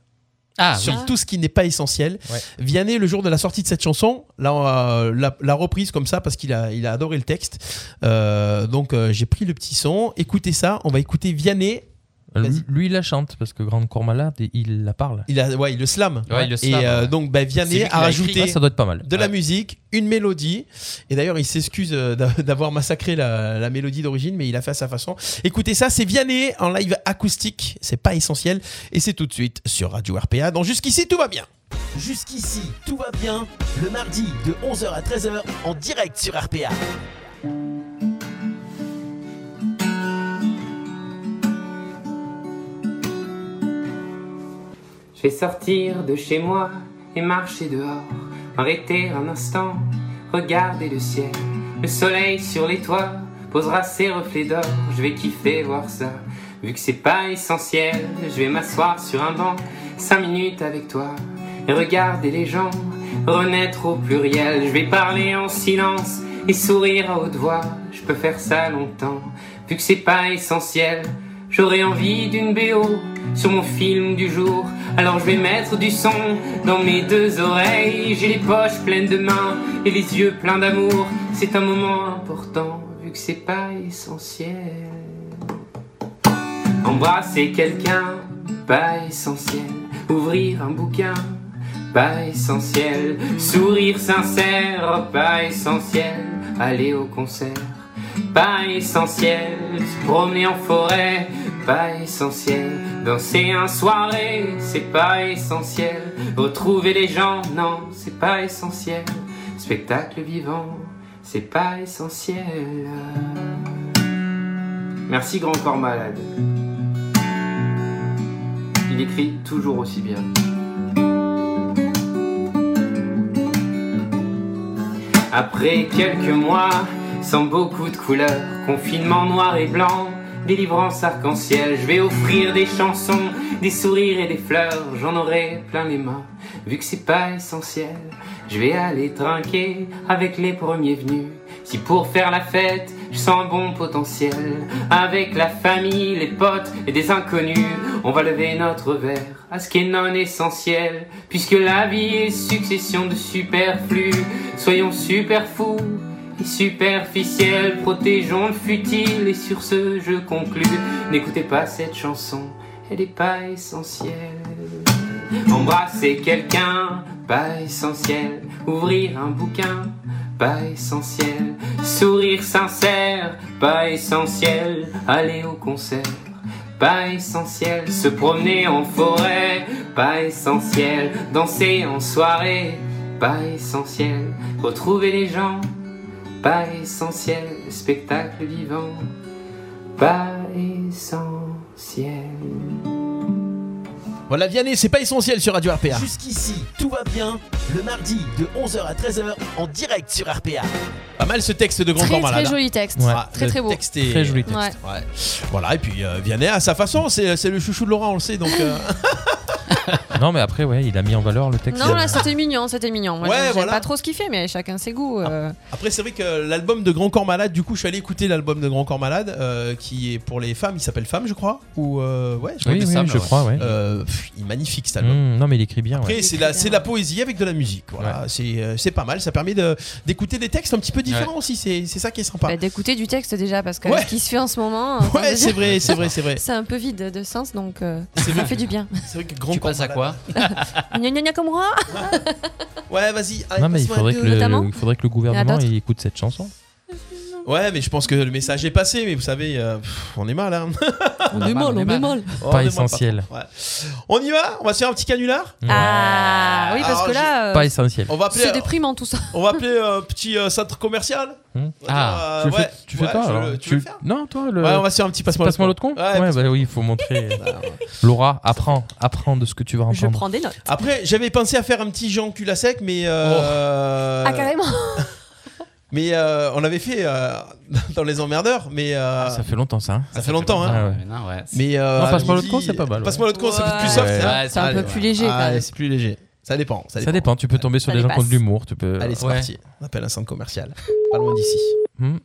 [SPEAKER 4] Ah,
[SPEAKER 3] sur
[SPEAKER 4] oui.
[SPEAKER 3] tout ce qui n'est pas essentiel.
[SPEAKER 6] Ouais.
[SPEAKER 3] Vianney, le jour de la sortie de cette chanson, là, on a- euh, la, la reprise comme ça parce qu'il a, il a adoré le texte. Euh, donc euh, j'ai pris le petit son. Écoutez ça, on va écouter Vianney. Vas-y.
[SPEAKER 6] Euh, Lui, il la chante parce que Grande Cour Malade, il la parle.
[SPEAKER 3] Il a, ouais, il le slam.
[SPEAKER 4] Ouais, il le slam,
[SPEAKER 3] Et euh,
[SPEAKER 4] ouais.
[SPEAKER 3] donc bah,
[SPEAKER 4] C'est lui
[SPEAKER 3] Vianney a
[SPEAKER 4] qui l'a écrit.
[SPEAKER 3] rajouté.
[SPEAKER 6] Ouais, Ah, ça doit être pas mal.
[SPEAKER 3] de la musique, une mélodie. Et d'ailleurs, il s'excuse euh, d'a- d'avoir massacré la, la mélodie d'origine, mais il a fait à sa façon. Écoutez ça, c'est Vianney en live acoustique. C'est pas essentiel. Et c'est tout de suite sur Radio RPA. Dans Jusqu'ici, tout va bien.
[SPEAKER 1] Jusqu'ici, tout va bien. Le mardi de 11h à 13h en direct sur RPA.
[SPEAKER 9] Je vais sortir de chez moi et marcher dehors, m'arrêter un instant, regarder le ciel. Le soleil sur les toits posera ses reflets d'or, je vais kiffer voir ça. Vu que c'est pas essentiel, je vais m'asseoir sur un banc, cinq minutes avec toi, et regarder les gens renaître au pluriel. Je vais parler en silence et sourire à haute voix, je peux faire ça longtemps. Vu que c'est pas essentiel, J'aurais envie d'une BO sur mon film du jour. Alors je vais mettre du son dans mes deux oreilles. J'ai les poches pleines de mains et les yeux pleins d'amour. C'est un moment important vu que c'est pas essentiel. Embrasser quelqu'un, pas essentiel. Ouvrir un bouquin, pas essentiel. Sourire sincère, pas essentiel. Aller au concert pas essentiel. Se promener en forêt, pas essentiel. Danser en soirée, c'est pas essentiel. Retrouver les gens, non, c'est pas essentiel. Spectacle vivant, c'est pas essentiel. Merci Grand Corps Malade. Il écrit toujours aussi bien. Après quelques mois, sans beaucoup de couleurs, confinement noir et blanc, délivrance arc-en-ciel, je vais offrir des chansons, des sourires et des fleurs, j'en aurai plein les mains, vu que c'est pas essentiel. Je vais aller trinquer avec les premiers venus, si pour faire la fête, je sens bon potentiel, avec la famille, les potes et des inconnus, on va lever notre verre à ce qui est non essentiel, puisque la vie est succession de superflus. Soyons super fous et superficiels, protégeons le futile. Et sur ce, je conclus n'écoutez pas cette chanson, elle n'est pas essentielle. Embrasser quelqu'un, pas essentiel. Ouvrir un bouquin, pas essentiel. Sourire sincère, pas essentiel. Aller au concert pas essentiel. Se promener en forêt, pas essentiel. Danser en soirée, pas essentiel. Retrouver les gens, pas essentiel. Spectacle vivant, pas essentiel.
[SPEAKER 3] Voilà, Vianney, c'est pas essentiel sur Radio RPA.
[SPEAKER 1] Jusqu'ici, tout va bien. Le mardi de 11h à 13h en direct sur RPA.
[SPEAKER 3] Pas mal ce texte de Grand
[SPEAKER 5] Très,
[SPEAKER 3] Corps Malade.
[SPEAKER 5] très joli texte.
[SPEAKER 6] Ouais.
[SPEAKER 3] Ah,
[SPEAKER 5] Très,
[SPEAKER 3] le
[SPEAKER 5] très beau.
[SPEAKER 3] texte est-
[SPEAKER 6] Très joli texte.
[SPEAKER 5] Ouais.
[SPEAKER 3] Ouais. Voilà, et puis euh, Vianney, à sa façon, c'est c'est le chouchou de Laurent, on le sait. Donc, euh,
[SPEAKER 6] Non, mais après, ouais, il a mis en valeur le texte.
[SPEAKER 5] Non, là, c'était mignon, c'était mignon. Moi,
[SPEAKER 3] Ouais,
[SPEAKER 5] j'aime
[SPEAKER 3] voilà. Ah.
[SPEAKER 5] pas trop ce qu'il fait, mais chacun ses goûts. euh.
[SPEAKER 3] Après, c'est vrai que l'album de Grand Corps Malade, du coup, je suis allé écouter l'album de Grand Corps Malade, euh, qui est pour les femmes, il s'appelle Femmes, je crois. Ou, euh, ouais, je crois.
[SPEAKER 6] oui, oui,
[SPEAKER 4] ça,
[SPEAKER 6] je
[SPEAKER 4] ouais.
[SPEAKER 6] crois, ouais.
[SPEAKER 3] Euh, pff, il est magnifique cet album.
[SPEAKER 6] Hum, non, mais il écrit bien. ouais.
[SPEAKER 3] Après, c'est la, c'est la poésie avec de la musique. Voilà. C'est euh, c'est pas mal. Ça permet de- d'écouter des textes un petit peu différents aussi. C'est c'est ça qui est sympa.
[SPEAKER 5] Bah, D'écouter du texte déjà, parce que
[SPEAKER 3] Ouais.
[SPEAKER 5] ce qui se fait en ce moment, euh,
[SPEAKER 3] ouais, c'est vrai, c'est vrai, c'est vrai.
[SPEAKER 5] c'est un peu vide de sens, donc euh,
[SPEAKER 3] C'est
[SPEAKER 5] ça
[SPEAKER 3] vrai,
[SPEAKER 5] fait du bien.
[SPEAKER 3] c'est vrai que Grand
[SPEAKER 4] Tu
[SPEAKER 3] Corps
[SPEAKER 4] passes à
[SPEAKER 3] Malade-
[SPEAKER 4] quoi ça.
[SPEAKER 5] Gna gna gna comme moi.
[SPEAKER 3] Ouais, vas-y. allez,
[SPEAKER 6] Non, mais il
[SPEAKER 3] passe-moi
[SPEAKER 6] faudrait
[SPEAKER 3] deux.
[SPEAKER 6] que le,
[SPEAKER 5] notamment.
[SPEAKER 6] il faudrait que le
[SPEAKER 5] Il y en
[SPEAKER 6] gouvernement
[SPEAKER 5] a d'autres.
[SPEAKER 6] il écoute cette chanson.
[SPEAKER 3] Ouais, mais je pense que le message est passé, mais vous savez, euh, pff, on est mal, hein.
[SPEAKER 5] On est mal, on est mal.
[SPEAKER 3] Oh, on
[SPEAKER 6] pas
[SPEAKER 3] est mal,
[SPEAKER 6] essentiel.
[SPEAKER 3] pas- ouais. On y va On va se faire un petit canular
[SPEAKER 5] Ah oui, parce
[SPEAKER 3] Alors,
[SPEAKER 5] que là,
[SPEAKER 6] Pas
[SPEAKER 5] euh,
[SPEAKER 6] essentiel.
[SPEAKER 3] On va appeler,
[SPEAKER 5] c'est déprimant tout ça.
[SPEAKER 3] on va appeler euh, petit euh, centre commercial.
[SPEAKER 6] Hmm.
[SPEAKER 3] Euh,
[SPEAKER 4] Ah,
[SPEAKER 6] tu le
[SPEAKER 3] ouais,
[SPEAKER 6] fais, tu fais
[SPEAKER 3] ouais,
[SPEAKER 6] pas
[SPEAKER 3] je le-
[SPEAKER 6] alors
[SPEAKER 3] Tu veux le faire
[SPEAKER 6] Non, toi, le.
[SPEAKER 3] Ouais, on va se faire un petit passe-moi
[SPEAKER 6] Passe-moi l'autre con
[SPEAKER 3] Ouais, Ah,
[SPEAKER 6] Ouais, bah oui, il faut montrer. Laura, apprends, apprends de ce que tu vas
[SPEAKER 5] Je
[SPEAKER 6] entendre.
[SPEAKER 5] prends des notes.
[SPEAKER 3] Après, j'avais pensé à faire un petit Jean cul à sec, mais euh,
[SPEAKER 5] Ah carrément.
[SPEAKER 3] mais euh, on l'avait fait euh, dans les emmerdeurs, mais euh,
[SPEAKER 6] Ça fait longtemps ça. hein.
[SPEAKER 3] ça, fait longtemps. hein.
[SPEAKER 6] longtemps.
[SPEAKER 4] Ouais, non, ouais.
[SPEAKER 3] Mais euh,
[SPEAKER 6] Non,
[SPEAKER 3] à
[SPEAKER 6] passe-moi l'autre
[SPEAKER 3] midi-
[SPEAKER 6] con, c'est pas mal, ouais.
[SPEAKER 3] Passe-moi l'autre con, c'est plus
[SPEAKER 5] Ouais.
[SPEAKER 3] soft. ça.
[SPEAKER 4] Ouais,
[SPEAKER 5] C'est un peu
[SPEAKER 4] allez,
[SPEAKER 5] plus
[SPEAKER 4] ouais.
[SPEAKER 5] léger. quand
[SPEAKER 3] Ah,
[SPEAKER 5] même.
[SPEAKER 3] c'est plus léger. Ça dépend. Ça dépend.
[SPEAKER 6] Ça dépend, tu peux tomber sur
[SPEAKER 5] Ça
[SPEAKER 6] des gens qui ont de
[SPEAKER 5] dépasse.
[SPEAKER 6] l'humour. Tu peux...
[SPEAKER 3] Allez, c'est
[SPEAKER 6] Ouais.
[SPEAKER 3] parti. On appelle un centre commercial. Pas loin d'ici.
[SPEAKER 6] Hmm.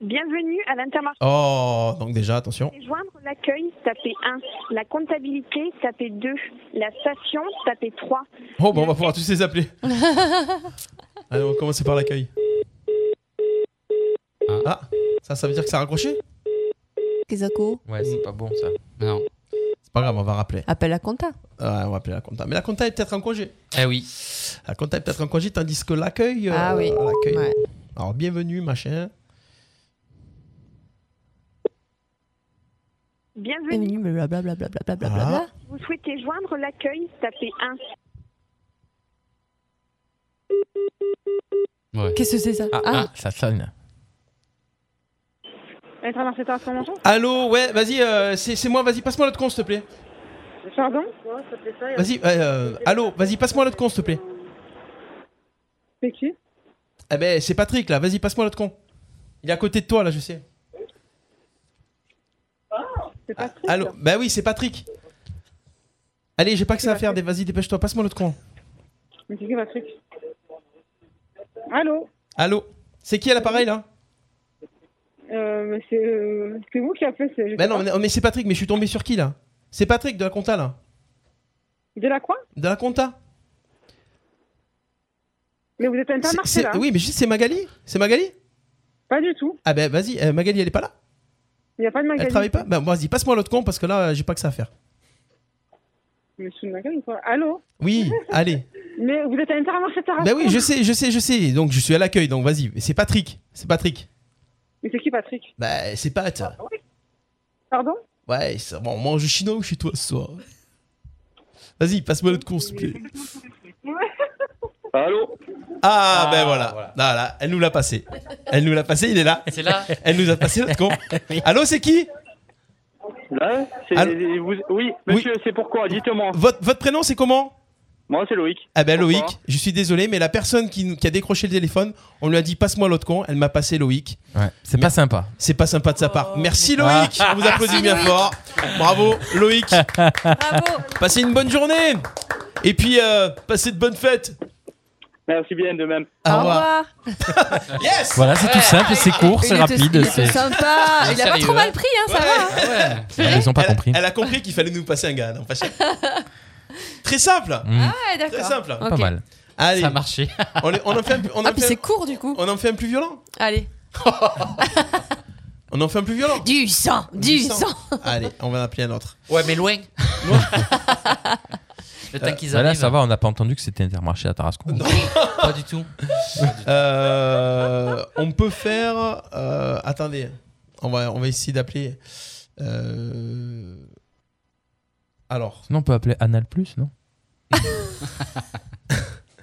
[SPEAKER 10] Bienvenue à l'intermarché.
[SPEAKER 3] Oh, donc déjà, attention.
[SPEAKER 10] Pour Joindre l'accueil, tapez 1. La comptabilité, tapez 2. La station, tapez 3.
[SPEAKER 3] Oh, bon, on va pouvoir tous les appeler.
[SPEAKER 5] Ah.
[SPEAKER 3] Allez, on va commencer par l'accueil.
[SPEAKER 4] Ah.
[SPEAKER 3] Ah, ça, ça veut dire que ça a raccroché
[SPEAKER 5] Kezako,
[SPEAKER 6] Ouais, c'est pas bon ça.
[SPEAKER 4] Non.
[SPEAKER 3] C'est pas grave, on va rappeler.
[SPEAKER 5] appelle la compta.
[SPEAKER 3] Ouais, on va appeler la compta. Mais la compta est peut-être en congé.
[SPEAKER 4] Eh oui.
[SPEAKER 3] La compta est peut-être en congé, tandis que l'accueil. euh,
[SPEAKER 5] Ah oui.
[SPEAKER 3] l'accueil.
[SPEAKER 5] Ouais.
[SPEAKER 3] Alors, bienvenue, machin.
[SPEAKER 10] Bienvenue.
[SPEAKER 5] Bienvenue, blablabla. blablabla, blablabla.
[SPEAKER 10] Vous souhaitez joindre l'accueil, tapez 1.
[SPEAKER 4] Ouais.
[SPEAKER 5] Qu'est-ce que c'est ça
[SPEAKER 6] Ah, ah, ça sonne.
[SPEAKER 10] L'intermarché transformation
[SPEAKER 3] Allô, ouais, vas-y, euh, c'est c'est moi, vas-y, passe-moi l'autre con, s'il te plaît.
[SPEAKER 10] Pardon
[SPEAKER 3] Vas-y, euh, allô, vas-y, passe-moi l'autre con, s'il te plaît.
[SPEAKER 10] C'est qui
[SPEAKER 3] Eh ben, c'est Patrick, là, vas-y, passe-moi l'autre con. Il est à côté de toi, là, je sais.
[SPEAKER 10] C'est
[SPEAKER 3] Ah, Allô Bah oui, c'est Patrick. Allez, j'ai pas que ça à faire, dé- vas-y, dépêche-toi, passe-moi l'autre con.
[SPEAKER 10] Mais c'est qui Patrick Allô
[SPEAKER 3] Allô C'est qui à l'appareil, là
[SPEAKER 10] euh, C'est vous qui appelez c'est...
[SPEAKER 3] Bah non, mais, mais c'est Patrick, mais je suis tombé sur qui, là C'est Patrick de la compta, là.
[SPEAKER 10] De la quoi
[SPEAKER 3] De la compta
[SPEAKER 10] Mais vous êtes
[SPEAKER 3] C'est- c'est- Oui, mais juste, c'est Magali C'est Magali
[SPEAKER 10] Pas du tout.
[SPEAKER 3] Ah ben, vas-y, euh, Magali, elle est pas là
[SPEAKER 10] Il n'y a pas de
[SPEAKER 3] Elle travaille pas Bah, vas-y, passe-moi l'autre con, parce que là, euh, j'ai pas que ça à faire.
[SPEAKER 10] Mais je suis une magasine ou quoi Allô
[SPEAKER 3] Oui, allez.
[SPEAKER 10] Mais vous êtes à l'intermarché
[SPEAKER 3] Bah oui, je sais, je sais, je sais. Donc, je suis à l'accueil, donc vas-y. C'est Patrick, c'est Patrick.
[SPEAKER 10] Mais c'est qui Patrick
[SPEAKER 3] Bah, c'est Pat.
[SPEAKER 10] Pardon
[SPEAKER 3] Ouais, ça va, on mange chinois ou chez toi ce soir Vas-y, passe-moi l'autre con, s'il te plaît.
[SPEAKER 11] Allô
[SPEAKER 3] Ah,
[SPEAKER 4] Ah,
[SPEAKER 3] ben voilà.
[SPEAKER 4] voilà.
[SPEAKER 3] Voilà, elle nous l'a passé. Elle nous l'a passé, il est là.
[SPEAKER 4] C'est là.
[SPEAKER 3] Elle nous a passé l'autre con. Allô, c'est qui
[SPEAKER 11] Là c'est-
[SPEAKER 3] Allô
[SPEAKER 11] vous- Oui, monsieur, c'est pourquoi Dites-moi.
[SPEAKER 3] votre, votre prénom, c'est comment
[SPEAKER 11] Moi, c'est Loïc.
[SPEAKER 3] Ah ben
[SPEAKER 11] Pourquoi
[SPEAKER 3] Loïc, je suis désolé, mais la personne qui, nous- qui a décroché le téléphone, on lui a dit passe-moi l'autre con, elle m'a passé Loïc.
[SPEAKER 6] Ouais, c'est pas sympa.
[SPEAKER 3] C'est pas sympa de sa part.
[SPEAKER 5] Oh,
[SPEAKER 3] Merci Loïc, on vous
[SPEAKER 5] Ah.
[SPEAKER 3] applaudit bien fort. Bravo Loïc,
[SPEAKER 5] Bravo.
[SPEAKER 3] passez une bonne journée. Et puis, euh, passez de bonnes fêtes.
[SPEAKER 11] Merci bien, de même.
[SPEAKER 5] Au revoir.
[SPEAKER 3] Yes
[SPEAKER 6] Voilà, c'est tout simple, c'est court,
[SPEAKER 5] Ah, Il
[SPEAKER 6] c'est
[SPEAKER 5] était-
[SPEAKER 6] rapide.
[SPEAKER 5] il était
[SPEAKER 6] c'est-
[SPEAKER 5] sympa.
[SPEAKER 4] Il est
[SPEAKER 5] Il a pas
[SPEAKER 4] sérieux,
[SPEAKER 5] trop mal
[SPEAKER 4] hein.
[SPEAKER 5] pris, hein, ça va.
[SPEAKER 4] Ouais.
[SPEAKER 6] Ah, Ils ont pas
[SPEAKER 3] elle, a-
[SPEAKER 6] compris.
[SPEAKER 3] elle a compris qu'il fallait nous passer un gars. non, pas cher. Très simple.
[SPEAKER 5] Ah Ouais, d'accord.
[SPEAKER 3] Très simple.
[SPEAKER 6] Mm. Pas
[SPEAKER 5] Ok.
[SPEAKER 6] mal.
[SPEAKER 3] Allez,
[SPEAKER 4] Ça a marché.
[SPEAKER 3] on, est- on en fait un, on en
[SPEAKER 5] Ah, puis
[SPEAKER 3] fait un-
[SPEAKER 5] c'est court du coup.
[SPEAKER 3] on en fait un plus violent.
[SPEAKER 5] Allez.
[SPEAKER 3] On en fait un plus violent.
[SPEAKER 5] Du sang, du sang.
[SPEAKER 3] Allez, on va en appeler un autre.
[SPEAKER 4] Ouais, mais loin. Le temps qu'ils
[SPEAKER 6] Bah là,
[SPEAKER 4] arrivent.
[SPEAKER 6] ça va, on n'a pas entendu que c'était intermarché à Tarascon.
[SPEAKER 4] Pas du tout.
[SPEAKER 3] Euh, on peut faire. euh, attendez, on va, on va essayer d'appeler. euh, alors,
[SPEAKER 6] Sinon, on peut appeler Anal Plus, non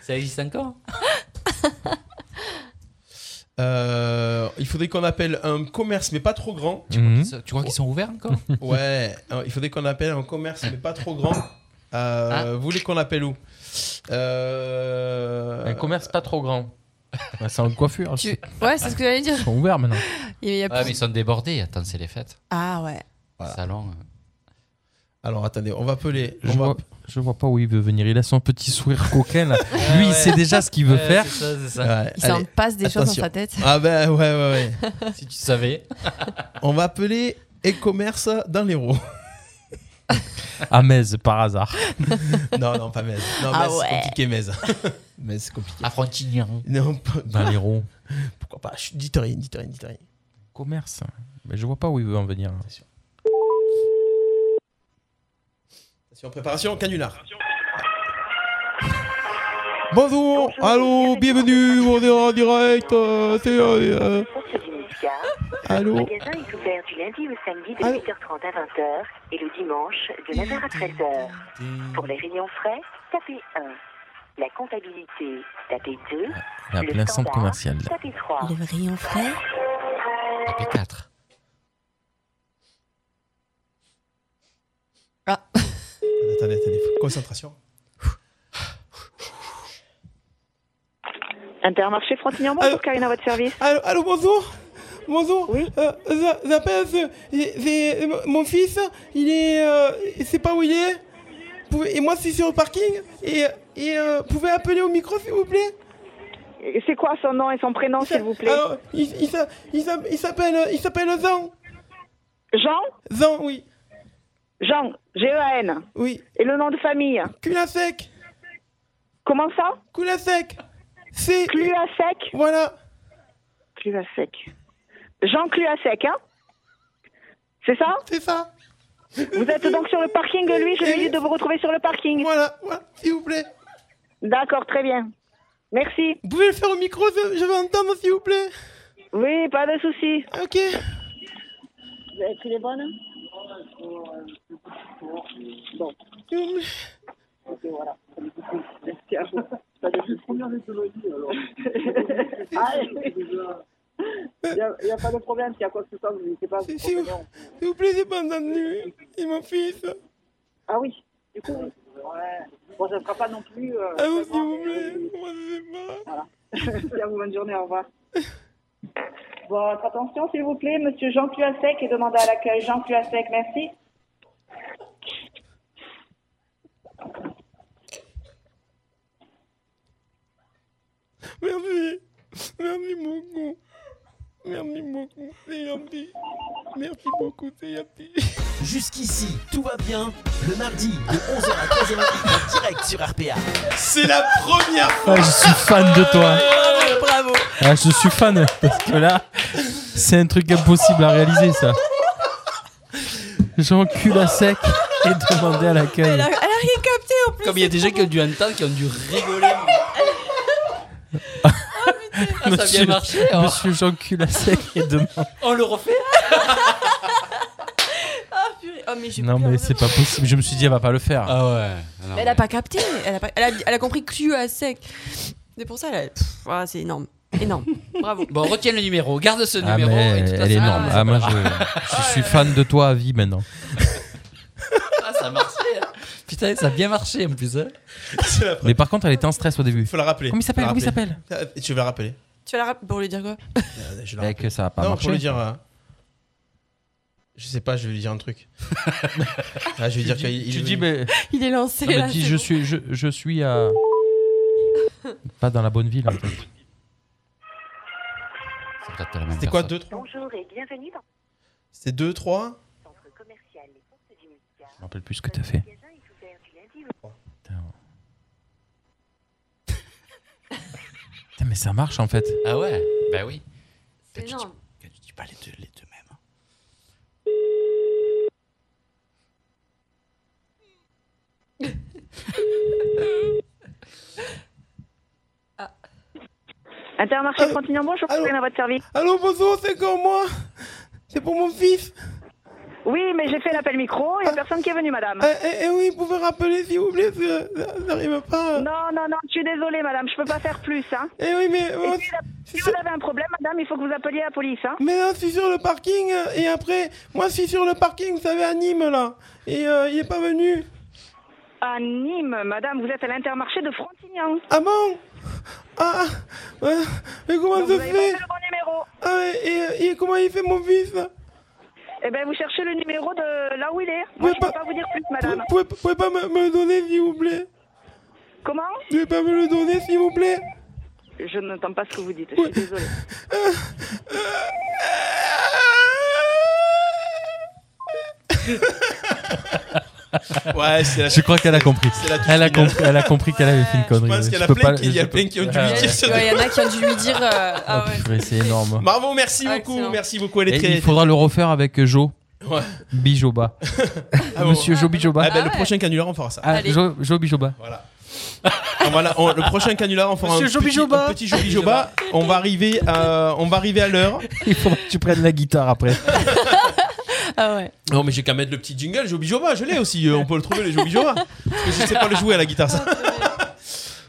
[SPEAKER 4] Ça existe encore
[SPEAKER 3] euh, il faudrait qu'on appelle un commerce, mais pas trop grand.
[SPEAKER 6] Mhm.
[SPEAKER 4] Ça- Tu crois qu'ils sont ouverts encore
[SPEAKER 3] Ouais, euh, il faudrait qu'on appelle un commerce, mais pas trop grand. Euh,
[SPEAKER 4] Ah.
[SPEAKER 3] Vous voulez qu'on appelle où Euh,
[SPEAKER 6] Un commerce pas trop grand. Bah, c'est en coiffure.
[SPEAKER 5] Tu- Ouais, c'est ce que j'allais dire.
[SPEAKER 6] Ils sont ouverts maintenant.
[SPEAKER 5] Il y a
[SPEAKER 4] Ouais,
[SPEAKER 5] plus-
[SPEAKER 4] mais ils sont débordés. Attends, c'est les fêtes.
[SPEAKER 5] Ah ouais.
[SPEAKER 3] Voilà.
[SPEAKER 4] Salon. euh.
[SPEAKER 3] Alors attendez, on va appeler.
[SPEAKER 6] Je
[SPEAKER 3] on va-
[SPEAKER 6] vois, je vois pas où il veut venir. Il a son petit sourire coquin. là.
[SPEAKER 3] Ah
[SPEAKER 4] Euh,
[SPEAKER 6] Lui,
[SPEAKER 4] ouais.
[SPEAKER 6] il sait déjà ce qu'il veut faire.
[SPEAKER 4] C'est ça, c'est ça.
[SPEAKER 3] Ouais,
[SPEAKER 5] Il s'en
[SPEAKER 3] allez.
[SPEAKER 5] passe des choses
[SPEAKER 3] attention.
[SPEAKER 5] dans sa tête.
[SPEAKER 3] Ah ben ouais ouais ouais.
[SPEAKER 4] Si tu savais.
[SPEAKER 3] On va appeler e-commerce dans l'Hérault.
[SPEAKER 6] À Metz, par hasard.
[SPEAKER 3] Non, non, pas Metz. Non,
[SPEAKER 5] Ah
[SPEAKER 3] Metz,
[SPEAKER 5] ouais.
[SPEAKER 3] c'est compliqué, Metz. Metz, c'est compliqué.
[SPEAKER 4] À Frontignan.
[SPEAKER 3] Non, pas-
[SPEAKER 6] Dans les ronds.
[SPEAKER 3] pourquoi pas Chut, Dites rien, dites rien, dites rien.
[SPEAKER 6] Commerce. Mais je vois pas où il veut en venir.
[SPEAKER 3] C'est en préparation canular. Bonjour, allô, bienvenue, on est en direct. euh, c'est, euh, euh,
[SPEAKER 12] Ah. Le
[SPEAKER 3] allô.
[SPEAKER 12] magasin est ouvert du lundi au samedi de 8h30 à 20h et le dimanche de 9h à 13h. Pour les rayons frais, tapez 1. La comptabilité, tapez 2.
[SPEAKER 6] Il y a
[SPEAKER 12] Le
[SPEAKER 6] plein centre
[SPEAKER 12] standard,
[SPEAKER 6] commercial, là.
[SPEAKER 12] Tapez 3.
[SPEAKER 5] Le rayon frais
[SPEAKER 4] Tapez 4.
[SPEAKER 5] Ah.
[SPEAKER 3] Attendez, attendez, faut- concentration.
[SPEAKER 13] Intermarché Frontignan, bonjour Karina, à votre service.
[SPEAKER 14] Allô, allô, bonjour Bonjour Euh, Oui J'appelle, c'est- c'est- c'est- mon fils, il est... euh, il sait pas où il est. Pouvez- Et moi, je suis sur le parking. Et, et euh, pouvez appeler au micro, s'il vous plaît
[SPEAKER 13] C'est quoi son nom et son prénom, s'il vous plaît
[SPEAKER 14] Alors, il, il s'a- il s'a- il s'appelle il s'appelle Jean.
[SPEAKER 13] Jean
[SPEAKER 14] Jean, oui.
[SPEAKER 13] Jean, G-E-A-N.
[SPEAKER 14] Oui.
[SPEAKER 13] Et le nom de famille
[SPEAKER 14] Culasec.
[SPEAKER 13] Comment ça
[SPEAKER 14] Culasec. C'est...
[SPEAKER 13] Cluasec
[SPEAKER 14] Voilà.
[SPEAKER 13] Cluasec. Jean Cluasec, hein C'est ça
[SPEAKER 14] C'est ça.
[SPEAKER 13] Vous êtes donc sur le parking, lui, je lui dis de vous retrouver sur le parking.
[SPEAKER 14] Voilà, voilà, s'il vous plaît.
[SPEAKER 13] D'accord, très bien. Merci.
[SPEAKER 14] Vous pouvez le faire au micro, je, je veux entendre, s'il vous plaît
[SPEAKER 13] Oui, pas de souci.
[SPEAKER 14] Ok.
[SPEAKER 13] Tu les bonnes hein
[SPEAKER 14] Bon.
[SPEAKER 13] Ok, voilà. Merci à vous. Il n'y a pas de problème, s'il y a quoi que ce soit, vous n'hésitez pas.
[SPEAKER 14] S'il vous, s'il vous plaît, j'ai pas entendu. C'est mon fils.
[SPEAKER 13] Ah oui, du coup, ouais. Bon, ça ne sera pas non plus. Euh,
[SPEAKER 14] Ah oui,
[SPEAKER 13] s'il vous plaît,
[SPEAKER 14] moi, je
[SPEAKER 13] Voilà. Merci à vous, bonne journée, au revoir. Bon, attention, s'il vous plaît, monsieur Jean Cluasec est demandé à l'accueil. Jean Cluasec, merci.
[SPEAKER 14] Merci. Merci beaucoup. Merci beaucoup. C'est gentil. Merci beaucoup, c'est gentil.
[SPEAKER 1] Jusqu'ici, tout va bien. Le mardi de 11h à 15h en direct sur RPA.
[SPEAKER 3] C'est la première
[SPEAKER 6] Ah, je suis fan de toi.
[SPEAKER 3] Bravo.
[SPEAKER 6] Ah, je suis fan parce que là, c'est un truc impossible à réaliser ça. J'encule à sec et demander à l'accueil.
[SPEAKER 5] Elle a rien capté en plus.
[SPEAKER 4] Comme il y a des gens qui ont dû entendre, qui ont dû rigoler. Ah, ça a bien marché. hein.
[SPEAKER 6] Monsieur j'encule à sec et demande.
[SPEAKER 4] On le refait
[SPEAKER 3] hein.
[SPEAKER 5] Ah purée. Oh, mais j'ai
[SPEAKER 6] Non mais c'est pas possible. Je me suis dit elle va pas le faire.
[SPEAKER 4] Ah ouais.
[SPEAKER 5] Mais elle a pas capté. Elle a, pas- elle a, elle a compris cul à sec. C'est pour ça, elle a- pff, ah, c'est énorme. Énorme. Bravo.
[SPEAKER 4] Bon, retiens le numéro, garde ce
[SPEAKER 6] Ah,
[SPEAKER 4] numéro.
[SPEAKER 6] mais
[SPEAKER 4] et de toute
[SPEAKER 6] elle est
[SPEAKER 4] façon,
[SPEAKER 6] énorme.
[SPEAKER 4] ah,
[SPEAKER 6] Ah, moi,
[SPEAKER 4] ça
[SPEAKER 6] je,
[SPEAKER 4] marche.
[SPEAKER 6] je suis fan de toi à vie maintenant.
[SPEAKER 4] Ah, ça a marché. hein. Putain, ça a bien marché en plus. hein.
[SPEAKER 6] Mais par contre, elle était en stress au début.
[SPEAKER 3] Faut la rappeler.
[SPEAKER 6] Comment il s'appelle
[SPEAKER 3] Faut la
[SPEAKER 6] Comment il
[SPEAKER 3] rappeler. Euh, Tu vas la rappeler.
[SPEAKER 5] Tu vas la rappeler pour lui dire quoi
[SPEAKER 3] Je
[SPEAKER 6] Eh, que ça va pas
[SPEAKER 3] non,
[SPEAKER 6] marcher.
[SPEAKER 3] pour lui dire. euh, je sais pas, je vais lui dire un truc. Ah, je vais
[SPEAKER 6] Tu
[SPEAKER 3] dire
[SPEAKER 6] dis-
[SPEAKER 3] qu'il.
[SPEAKER 6] tu
[SPEAKER 3] il-
[SPEAKER 6] dis, mais-
[SPEAKER 5] Il est lancé
[SPEAKER 6] Non, mais
[SPEAKER 5] là.
[SPEAKER 6] dis,
[SPEAKER 5] c'est
[SPEAKER 6] je
[SPEAKER 5] bon.
[SPEAKER 6] suis, je, je suis à. pas dans la bonne ville. en fait.
[SPEAKER 3] C'était quoi, 2, 3
[SPEAKER 12] Bonjour et bienvenue dans
[SPEAKER 3] C'était 2, 3
[SPEAKER 12] le centre commercial Les Portes du Midi.
[SPEAKER 6] Je me rappelle plus ce que t'as fait.
[SPEAKER 12] Le magasin est ouvert du lundi au
[SPEAKER 6] Putain, mais ça marche en fait.
[SPEAKER 4] Ah ouais Bah oui.
[SPEAKER 5] C'est énorme.
[SPEAKER 4] Tu dis pas les deux, les deux mêmes.
[SPEAKER 5] Ah.
[SPEAKER 13] Intermarché Frontignan, bonjour, Karine, à votre service.
[SPEAKER 14] Allô, bonjour, c'est encore moi. C'est pour mon fils. Ah.
[SPEAKER 13] Oui, mais j'ai fait l'appel micro, il n'y a personne qui est venu, madame.
[SPEAKER 14] Eh, eh, eh oui, vous pouvez rappeler, s'il vous plaît, parce que ça- ça n'arrive pas.
[SPEAKER 13] Non, non, non, je suis désolée, madame, je peux pas faire plus. Hein.
[SPEAKER 14] Eh oui, mais...
[SPEAKER 13] Et puis, là, si vous avez un problème, madame, il faut que vous appeliez la police. Hein.
[SPEAKER 14] Mais là, je suis sur le parking, euh, et après, moi, je suis sur le parking, vous savez, à Nîmes, là. Et euh, il est pas venu.
[SPEAKER 13] À Nîmes, madame, vous êtes à l'intermarché de Frontignan.
[SPEAKER 14] Ah bon Ah, ah, ouais. mais comment
[SPEAKER 13] Donc,
[SPEAKER 14] ça se
[SPEAKER 13] vous avez
[SPEAKER 14] fait
[SPEAKER 13] pas fait le bon numéro.
[SPEAKER 14] Ah, et, et- et comment il fait mon fils
[SPEAKER 13] Eh bien, vous cherchez le numéro de là où il est. Moi, je peux pas vous dire plus,
[SPEAKER 14] Vous
[SPEAKER 13] madame.
[SPEAKER 14] pouvez, vous pouvez pas me, me le donner, s'il vous plaît
[SPEAKER 13] Comment
[SPEAKER 14] Vous pouvez pas me le donner, s'il vous plaît
[SPEAKER 13] Je n'entends pas ce que vous dites, je suis désolée.
[SPEAKER 3] Ouais, c'est la
[SPEAKER 6] Je crois qu'elle a compris.
[SPEAKER 3] C'est la touche
[SPEAKER 6] Elle a
[SPEAKER 3] finale.
[SPEAKER 6] compris. Elle a compris qu'elle avait fait une connerie.
[SPEAKER 3] pense qu'il y en a
[SPEAKER 6] peux
[SPEAKER 3] plein
[SPEAKER 6] pas-
[SPEAKER 3] qui- il y a
[SPEAKER 6] je peux-
[SPEAKER 3] plein qui ont dû lui
[SPEAKER 6] Ah,
[SPEAKER 3] dire ça.
[SPEAKER 5] Ouais, Il y en a qui ont dû lui dire. euh, ah ouais.
[SPEAKER 6] purée, C'est énorme.
[SPEAKER 3] Bravo, merci beaucoup, merci beaucoup, elle est
[SPEAKER 6] Et
[SPEAKER 3] très.
[SPEAKER 6] il faudra le refaire avec euh, Joe.
[SPEAKER 3] Ouais.
[SPEAKER 6] Bijoba. Monsieur Jobijoba.
[SPEAKER 3] Ah, ben, le prochain canular, on fera ça.
[SPEAKER 6] Ah, Jo- Jobijoba.
[SPEAKER 3] Voilà. Ah, voilà, on- le prochain canular, on fera
[SPEAKER 6] Monsieur
[SPEAKER 3] un, petit,
[SPEAKER 6] Jobijoba.
[SPEAKER 3] un petit Jobijoba. on va arriver à, on va arriver à l'heure.
[SPEAKER 6] Il faudra que tu prennes la guitare après.
[SPEAKER 5] Ah ouais.
[SPEAKER 3] Non, mais j'ai qu'à mettre le petit jingle Jobijoba. Je l'ai aussi. euh, On peut le trouver, les Jobijoba. Parce que je sais pas le jouer à la guitare, ça.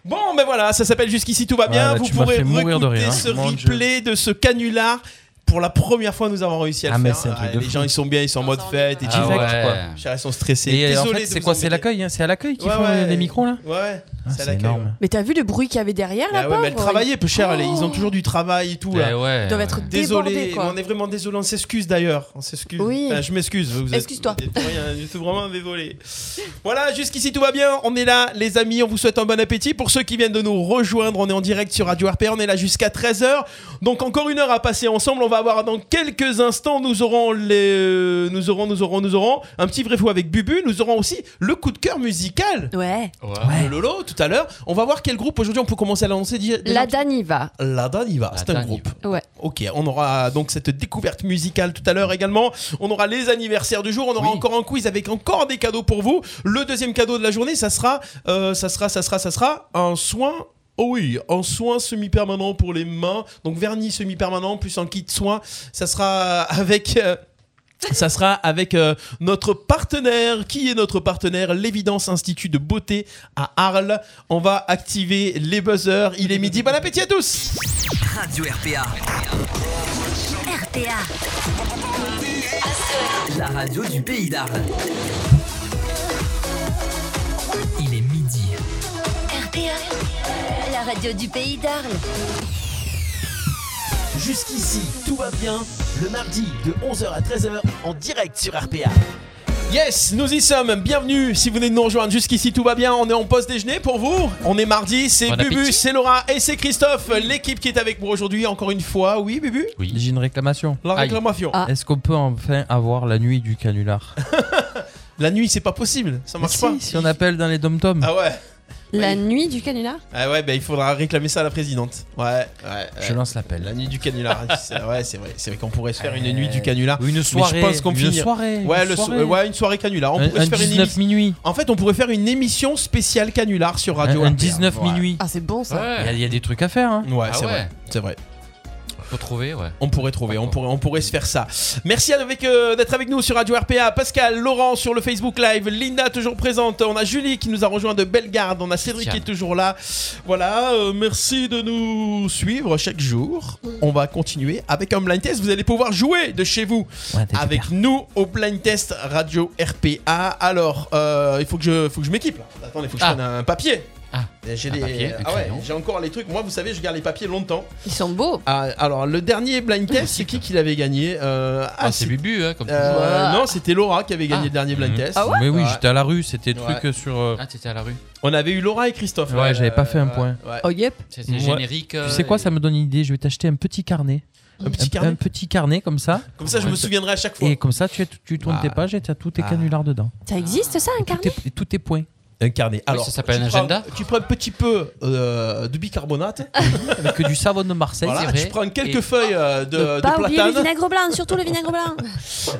[SPEAKER 3] Bon, ben voilà, ça s'appelle Jusqu'ici tout va bien.
[SPEAKER 6] Ouais, là,
[SPEAKER 3] Vous
[SPEAKER 6] Ah, tu m'as
[SPEAKER 3] pourrez
[SPEAKER 6] fait mourir de
[SPEAKER 3] réécouter
[SPEAKER 6] rire, hein.
[SPEAKER 3] ce
[SPEAKER 6] Mon Dieu.
[SPEAKER 3] replay de ce canular. Pour la première fois, nous avons réussi à le
[SPEAKER 6] Ah, mais c'est un
[SPEAKER 3] faire.
[SPEAKER 6] truc
[SPEAKER 3] Ah,
[SPEAKER 6] de
[SPEAKER 3] les
[SPEAKER 6] fou.
[SPEAKER 3] gens, ils sont bien, ils sont en mode fête et
[SPEAKER 6] Ah,
[SPEAKER 3] direct,
[SPEAKER 6] ouais.
[SPEAKER 3] quoi. Chers, Ils sont stressés.
[SPEAKER 6] Et euh, en
[SPEAKER 3] Désolé
[SPEAKER 6] fait,
[SPEAKER 3] de
[SPEAKER 6] c'est
[SPEAKER 3] vous
[SPEAKER 6] quoi C'est
[SPEAKER 3] embêter.
[SPEAKER 6] l'accueil hein C'est à l'accueil qu'ils
[SPEAKER 3] Ouais,
[SPEAKER 6] font
[SPEAKER 3] ouais.
[SPEAKER 6] les micros là
[SPEAKER 3] Ouais, ouais.
[SPEAKER 6] Ah,
[SPEAKER 3] C'est à
[SPEAKER 6] C'est
[SPEAKER 3] l'accueil, ouais.
[SPEAKER 6] énorme.
[SPEAKER 5] Mais t'as vu le bruit qu'il y avait derrière
[SPEAKER 3] Ah
[SPEAKER 5] là
[SPEAKER 3] ouais, mais elle travaillait, peu cher. elle- Ils ont toujours du travail et tout.
[SPEAKER 4] Eh
[SPEAKER 3] Là.
[SPEAKER 4] ouais, Ils doivent ouais.
[SPEAKER 5] Oh. être
[SPEAKER 3] désolé.
[SPEAKER 5] débordés, quoi.
[SPEAKER 3] mais On est vraiment désolé. On s'excuse d'ailleurs. On s'excuse.
[SPEAKER 5] Oui.
[SPEAKER 3] Enfin, je m'excuse. vous êtes-
[SPEAKER 5] Excuse-toi.
[SPEAKER 3] vous êtes pour rien, Je suis vraiment désolé. Voilà, jusqu'ici tout va bien. On est là, les amis. On vous souhaite un bon appétit. Pour ceux qui viennent de nous rejoindre, on est en direct sur Radio RP. On est là jusqu'à 13h. Donc encore une heure à passer ensemble. On va avoir dans quelques instants, nous aurons les, euh, nous aurons, nous aurons, nous aurons un petit vrai fou avec Bubu. Nous aurons aussi le coup de cœur musical.
[SPEAKER 5] Ouais.
[SPEAKER 3] Le Lolo tout à l'heure. On va voir quel groupe aujourd'hui. On peut commencer à l'annoncer. déjà- déjà
[SPEAKER 5] La Daniva.
[SPEAKER 3] la Daniva, c'est un groupe.
[SPEAKER 5] Ouais.
[SPEAKER 3] Ok, on aura donc cette découverte musicale tout à l'heure également. On aura les anniversaires du jour. On aura encore un quiz avec encore des cadeaux pour vous. Le deuxième cadeau de la journée, ça sera, euh, ça sera, ça sera, ça sera un soin. Oh oui, un soin semi-permanent pour les mains. Donc vernis semi-permanent plus un kit soin. Ça sera avec. euh, ça sera avec euh, notre partenaire. Qui est notre partenaire L'Évidence Institut de Beauté à Arles. On va activer les buzzers. Il est midi. Bon appétit à tous
[SPEAKER 1] Radio RPA.
[SPEAKER 12] RPA.
[SPEAKER 1] La radio du pays d'Arles. Il est midi.
[SPEAKER 8] RPA, la radio du pays d'Arles.
[SPEAKER 1] Jusqu'ici, tout va bien. Le mardi de 11h à 13h en direct sur RPA.
[SPEAKER 3] Yes, nous y sommes. Bienvenue. Si vous venez de nous rejoindre jusqu'ici, tout va bien. On est en pause déjeuner pour vous. On est mardi. C'est
[SPEAKER 6] Bon
[SPEAKER 3] Bubu,
[SPEAKER 6] appétit.
[SPEAKER 3] c'est Laura et c'est Christophe, l'équipe qui est avec vous aujourd'hui. Encore une fois, oui, Bubu.
[SPEAKER 6] Oui. J'ai une réclamation.
[SPEAKER 3] La réclamation. Ah.
[SPEAKER 6] Est-ce qu'on peut enfin avoir la nuit du canular
[SPEAKER 3] La nuit, c'est pas possible. Ça marche
[SPEAKER 6] si,
[SPEAKER 3] pas.
[SPEAKER 6] Si on appelle dans les dom-toms.
[SPEAKER 3] Ah ouais.
[SPEAKER 5] La nuit du canular
[SPEAKER 3] Ah ouais, bah, il faudra réclamer ça à la présidente. Ouais, ouais.
[SPEAKER 6] Je lance l'appel.
[SPEAKER 3] La nuit du canular. C'est- ouais, c'est vrai. C'est vrai qu'on pourrait se faire une nuit du canular.
[SPEAKER 6] Ou une
[SPEAKER 3] Mais
[SPEAKER 6] soirée,
[SPEAKER 3] je pense qu'on
[SPEAKER 6] une
[SPEAKER 3] finit-
[SPEAKER 6] soirée,
[SPEAKER 3] Ouais,
[SPEAKER 6] une
[SPEAKER 3] le so-
[SPEAKER 6] soirée.
[SPEAKER 3] ouais, une soirée canular. On
[SPEAKER 6] Un-
[SPEAKER 3] pourrait se
[SPEAKER 6] un
[SPEAKER 3] faire une
[SPEAKER 6] 19
[SPEAKER 3] émission- En fait, on pourrait faire une émission spéciale canular sur Radio.
[SPEAKER 6] Un- un
[SPEAKER 3] RPA.
[SPEAKER 6] 19
[SPEAKER 3] Ouais.
[SPEAKER 6] minuit.
[SPEAKER 5] Ah, c'est bon ça.
[SPEAKER 6] Il y a- il y, a des trucs à faire. hein.
[SPEAKER 3] Ouais,
[SPEAKER 6] Ah
[SPEAKER 3] c'est
[SPEAKER 6] ouais.
[SPEAKER 3] vrai. C'est vrai.
[SPEAKER 4] Faut trouver, ouais.
[SPEAKER 3] On pourrait trouver, on pourrait, on pourrait se faire ça. Merci à- avec, euh, d'être avec nous sur Radio RPA. Pascal, Laurent sur le Facebook Live, Linda toujours présente. On a Julie qui nous a rejoint de Bellegarde. On a Cédric qui est toujours là. Voilà, euh, merci de nous suivre chaque jour. On va continuer avec un blind test. Vous allez pouvoir jouer de chez vous avec nous au blind test Radio RPA. Alors, euh, il faut que je, faut que je m'équipe. là. Attendez, il faut que je prenne un papier. J'ai des-
[SPEAKER 4] papier, un
[SPEAKER 3] ah ouais,
[SPEAKER 4] crayon.
[SPEAKER 3] j'ai encore les trucs. Moi, vous savez, je garde les papiers longtemps.
[SPEAKER 5] Ils sont beaux.
[SPEAKER 3] Ah, alors, le dernier blind test, c'est qui qui l'avait gagné Euh, ah,
[SPEAKER 4] c'est Bubu, hein, comme
[SPEAKER 3] euh,
[SPEAKER 4] toujours.
[SPEAKER 3] Non, c'était Laura qui avait gagné
[SPEAKER 4] Ah.
[SPEAKER 3] le dernier blind
[SPEAKER 4] Mhm.
[SPEAKER 3] test.
[SPEAKER 4] Ah ouais
[SPEAKER 6] Mais oui,
[SPEAKER 3] Ouais.
[SPEAKER 6] j'étais à la rue, c'était des
[SPEAKER 3] Ouais.
[SPEAKER 6] trucs sur. euh,
[SPEAKER 4] Ah, t'étais à la rue.
[SPEAKER 3] On avait eu Laura et Christophe.
[SPEAKER 6] Ouais, j'avais pas fait un point.
[SPEAKER 3] Euh, ouais.
[SPEAKER 5] Oh yep.
[SPEAKER 4] C'était
[SPEAKER 6] Ouais.
[SPEAKER 4] générique. euh,
[SPEAKER 6] Tu sais
[SPEAKER 3] euh,
[SPEAKER 6] quoi, ça me donne une idée. Je vais t'acheter un petit carnet.
[SPEAKER 3] Un petit carnet
[SPEAKER 6] Un petit carnet comme ça.
[SPEAKER 3] Comme ça, je me souviendrai à chaque fois.
[SPEAKER 6] Et comme ça, tu, tu tournes
[SPEAKER 3] Ah.
[SPEAKER 6] tes pages et tu as tous tes
[SPEAKER 3] Ah.
[SPEAKER 6] canulars dedans.
[SPEAKER 5] Ça existe ça un carnet
[SPEAKER 6] Et tous tes points.
[SPEAKER 3] Un carnet. Alors,
[SPEAKER 4] ça s'appelle
[SPEAKER 3] tu
[SPEAKER 4] un
[SPEAKER 3] prends-
[SPEAKER 4] agenda.
[SPEAKER 3] Tu prends un petit peu euh, de bicarbonate.
[SPEAKER 6] Avec du savon de Marseille.
[SPEAKER 3] Voilà,
[SPEAKER 6] c'est
[SPEAKER 3] tu
[SPEAKER 6] vrai.
[SPEAKER 3] prends quelques
[SPEAKER 6] Et-
[SPEAKER 3] feuilles euh, de, de
[SPEAKER 5] Pas oublier le
[SPEAKER 3] platane.
[SPEAKER 5] vinaigre blanc, surtout le vinaigre blanc.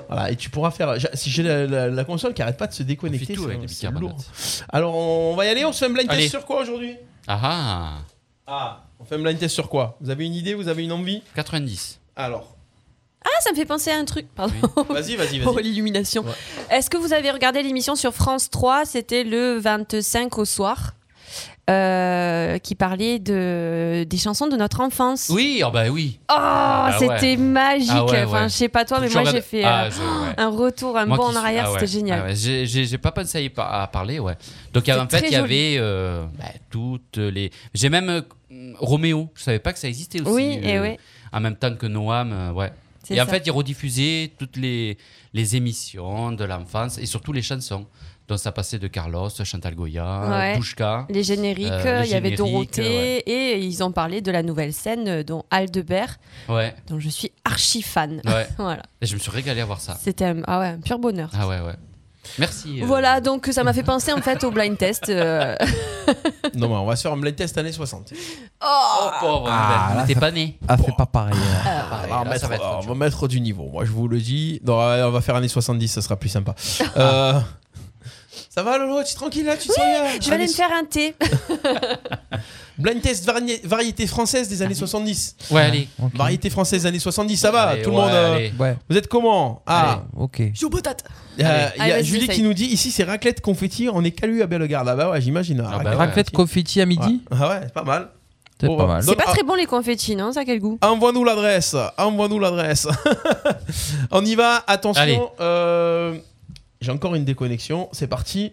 [SPEAKER 3] Voilà, et tu pourras faire. j'a- Si j'ai la, la- la console qui arrête pas de se déconnecter,
[SPEAKER 4] tout
[SPEAKER 3] c'est-
[SPEAKER 4] avec les
[SPEAKER 3] c'est
[SPEAKER 4] bicarbonates.
[SPEAKER 3] lourd. Alors, on va y aller. On se fait un blind
[SPEAKER 4] Allez.
[SPEAKER 3] test sur quoi aujourd'hui
[SPEAKER 4] Ah ah
[SPEAKER 3] Ah, on fait un blind test sur quoi Vous avez une idée Vous avez une envie
[SPEAKER 4] 90.
[SPEAKER 3] Alors,
[SPEAKER 5] Ah, ça me fait penser à un truc. Pardon.
[SPEAKER 3] vas-y, vas-y,
[SPEAKER 5] Oh,
[SPEAKER 3] vas-y.
[SPEAKER 5] l'illumination. Est-ce que vous avez regardé l'émission sur France 3 C'était le 25 au soir. euh, qui parlait de, des chansons de notre enfance.
[SPEAKER 4] Oui, ah bah oui.
[SPEAKER 5] Oh,
[SPEAKER 4] Ah ouais.
[SPEAKER 5] c'était magique.
[SPEAKER 4] Ah ouais,
[SPEAKER 5] Enfin,
[SPEAKER 4] ouais.
[SPEAKER 5] je sais pas toi, mais
[SPEAKER 4] Toujours
[SPEAKER 5] moi j'ai
[SPEAKER 4] regardé-
[SPEAKER 5] fait
[SPEAKER 4] Ah,
[SPEAKER 5] euh,
[SPEAKER 4] je- ouais.
[SPEAKER 5] un retour, un
[SPEAKER 4] Moi
[SPEAKER 5] bond
[SPEAKER 4] qui
[SPEAKER 5] en
[SPEAKER 4] suis-
[SPEAKER 5] arrière,
[SPEAKER 4] ah ouais,
[SPEAKER 5] c'était génial.
[SPEAKER 4] ah ouais, j'ai- J'ai j'ai pas pensé à, y par- à parler, ouais. Donc
[SPEAKER 5] C'était
[SPEAKER 4] en fait,
[SPEAKER 5] très
[SPEAKER 4] il y avait
[SPEAKER 5] joli.
[SPEAKER 4] euh, bah, toutes les. J'ai même euh, Roméo, je savais pas que ça existait aussi. euh,
[SPEAKER 5] Oui, eh oui.
[SPEAKER 4] En même temps que Noam, euh, ouais.
[SPEAKER 5] C'est
[SPEAKER 4] Et en
[SPEAKER 5] ça.
[SPEAKER 4] fait, ils rediffusaient toutes les, les émissions de l'enfance et surtout les chansons. Donc ça passait de Carlos, Chantal Goya,
[SPEAKER 5] Ouais.
[SPEAKER 4] Pushka.
[SPEAKER 5] Les génériques,
[SPEAKER 4] euh,
[SPEAKER 5] il
[SPEAKER 4] les
[SPEAKER 5] y avait
[SPEAKER 4] génériques,
[SPEAKER 5] Dorothée
[SPEAKER 4] ouais.
[SPEAKER 5] et ils ont parlé de la nouvelle scène euh, dont Aldebert,
[SPEAKER 4] Ouais.
[SPEAKER 5] dont je suis archi fan.
[SPEAKER 4] Ouais.
[SPEAKER 5] voilà.
[SPEAKER 4] Et je me suis régalé à voir ça.
[SPEAKER 5] C'était un, ah ouais, un pur bonheur.
[SPEAKER 4] Ah ouais, ouais. Merci. euh,
[SPEAKER 5] Voilà, donc ça m'a fait penser en fait au blind test. euh.
[SPEAKER 3] Non, mais on va se faire un blind test années 60.
[SPEAKER 5] Oh,
[SPEAKER 4] Ah, là, ça-
[SPEAKER 6] Ah, c'est pas pareil.
[SPEAKER 3] hein.
[SPEAKER 4] Ah,
[SPEAKER 3] on, va mettre, on va mettre du niveau, moi je vous le dis. Non, ouais, on va faire années 70, ça sera plus sympa. Euh, Ça va Lolo, tu es tranquille là Tu
[SPEAKER 5] Oui,
[SPEAKER 3] sens bien
[SPEAKER 5] je vais aller
[SPEAKER 3] Allez,
[SPEAKER 5] me faire un thé.
[SPEAKER 3] Blind test vari- variété française des années 70.
[SPEAKER 4] Ah Ouais, allez.
[SPEAKER 6] Ah,
[SPEAKER 3] Variété française des années 70, ça va,
[SPEAKER 4] Allez,
[SPEAKER 3] tout le
[SPEAKER 4] ouais,
[SPEAKER 3] monde. euh,
[SPEAKER 4] allez.
[SPEAKER 3] Vous êtes comment Ah,
[SPEAKER 6] ok.
[SPEAKER 5] Joue patate.
[SPEAKER 3] Il y a-
[SPEAKER 5] Allez.
[SPEAKER 3] il y
[SPEAKER 5] Allez,
[SPEAKER 3] a
[SPEAKER 5] vas-y,
[SPEAKER 3] Julie qui
[SPEAKER 5] essaye.
[SPEAKER 3] nous dit ici c'est raclette confetti, on est calu à Bellegarde. Ah bah ouais, j'imagine.
[SPEAKER 6] bah ouais. Raclette confetti à midi
[SPEAKER 3] Ouais. Ah ouais, c'est pas mal.
[SPEAKER 6] Peut-être
[SPEAKER 3] Bon,
[SPEAKER 6] pas
[SPEAKER 3] bah,
[SPEAKER 6] mal.
[SPEAKER 3] donne-
[SPEAKER 5] C'est pas très bon les confettis, non Ça a quel goût
[SPEAKER 3] ah, Envoie-nous l'adresse, envoie-nous l'adresse. on y va,
[SPEAKER 4] Allez.
[SPEAKER 3] attention. euh, J'ai encore une déconnexion, c'est parti.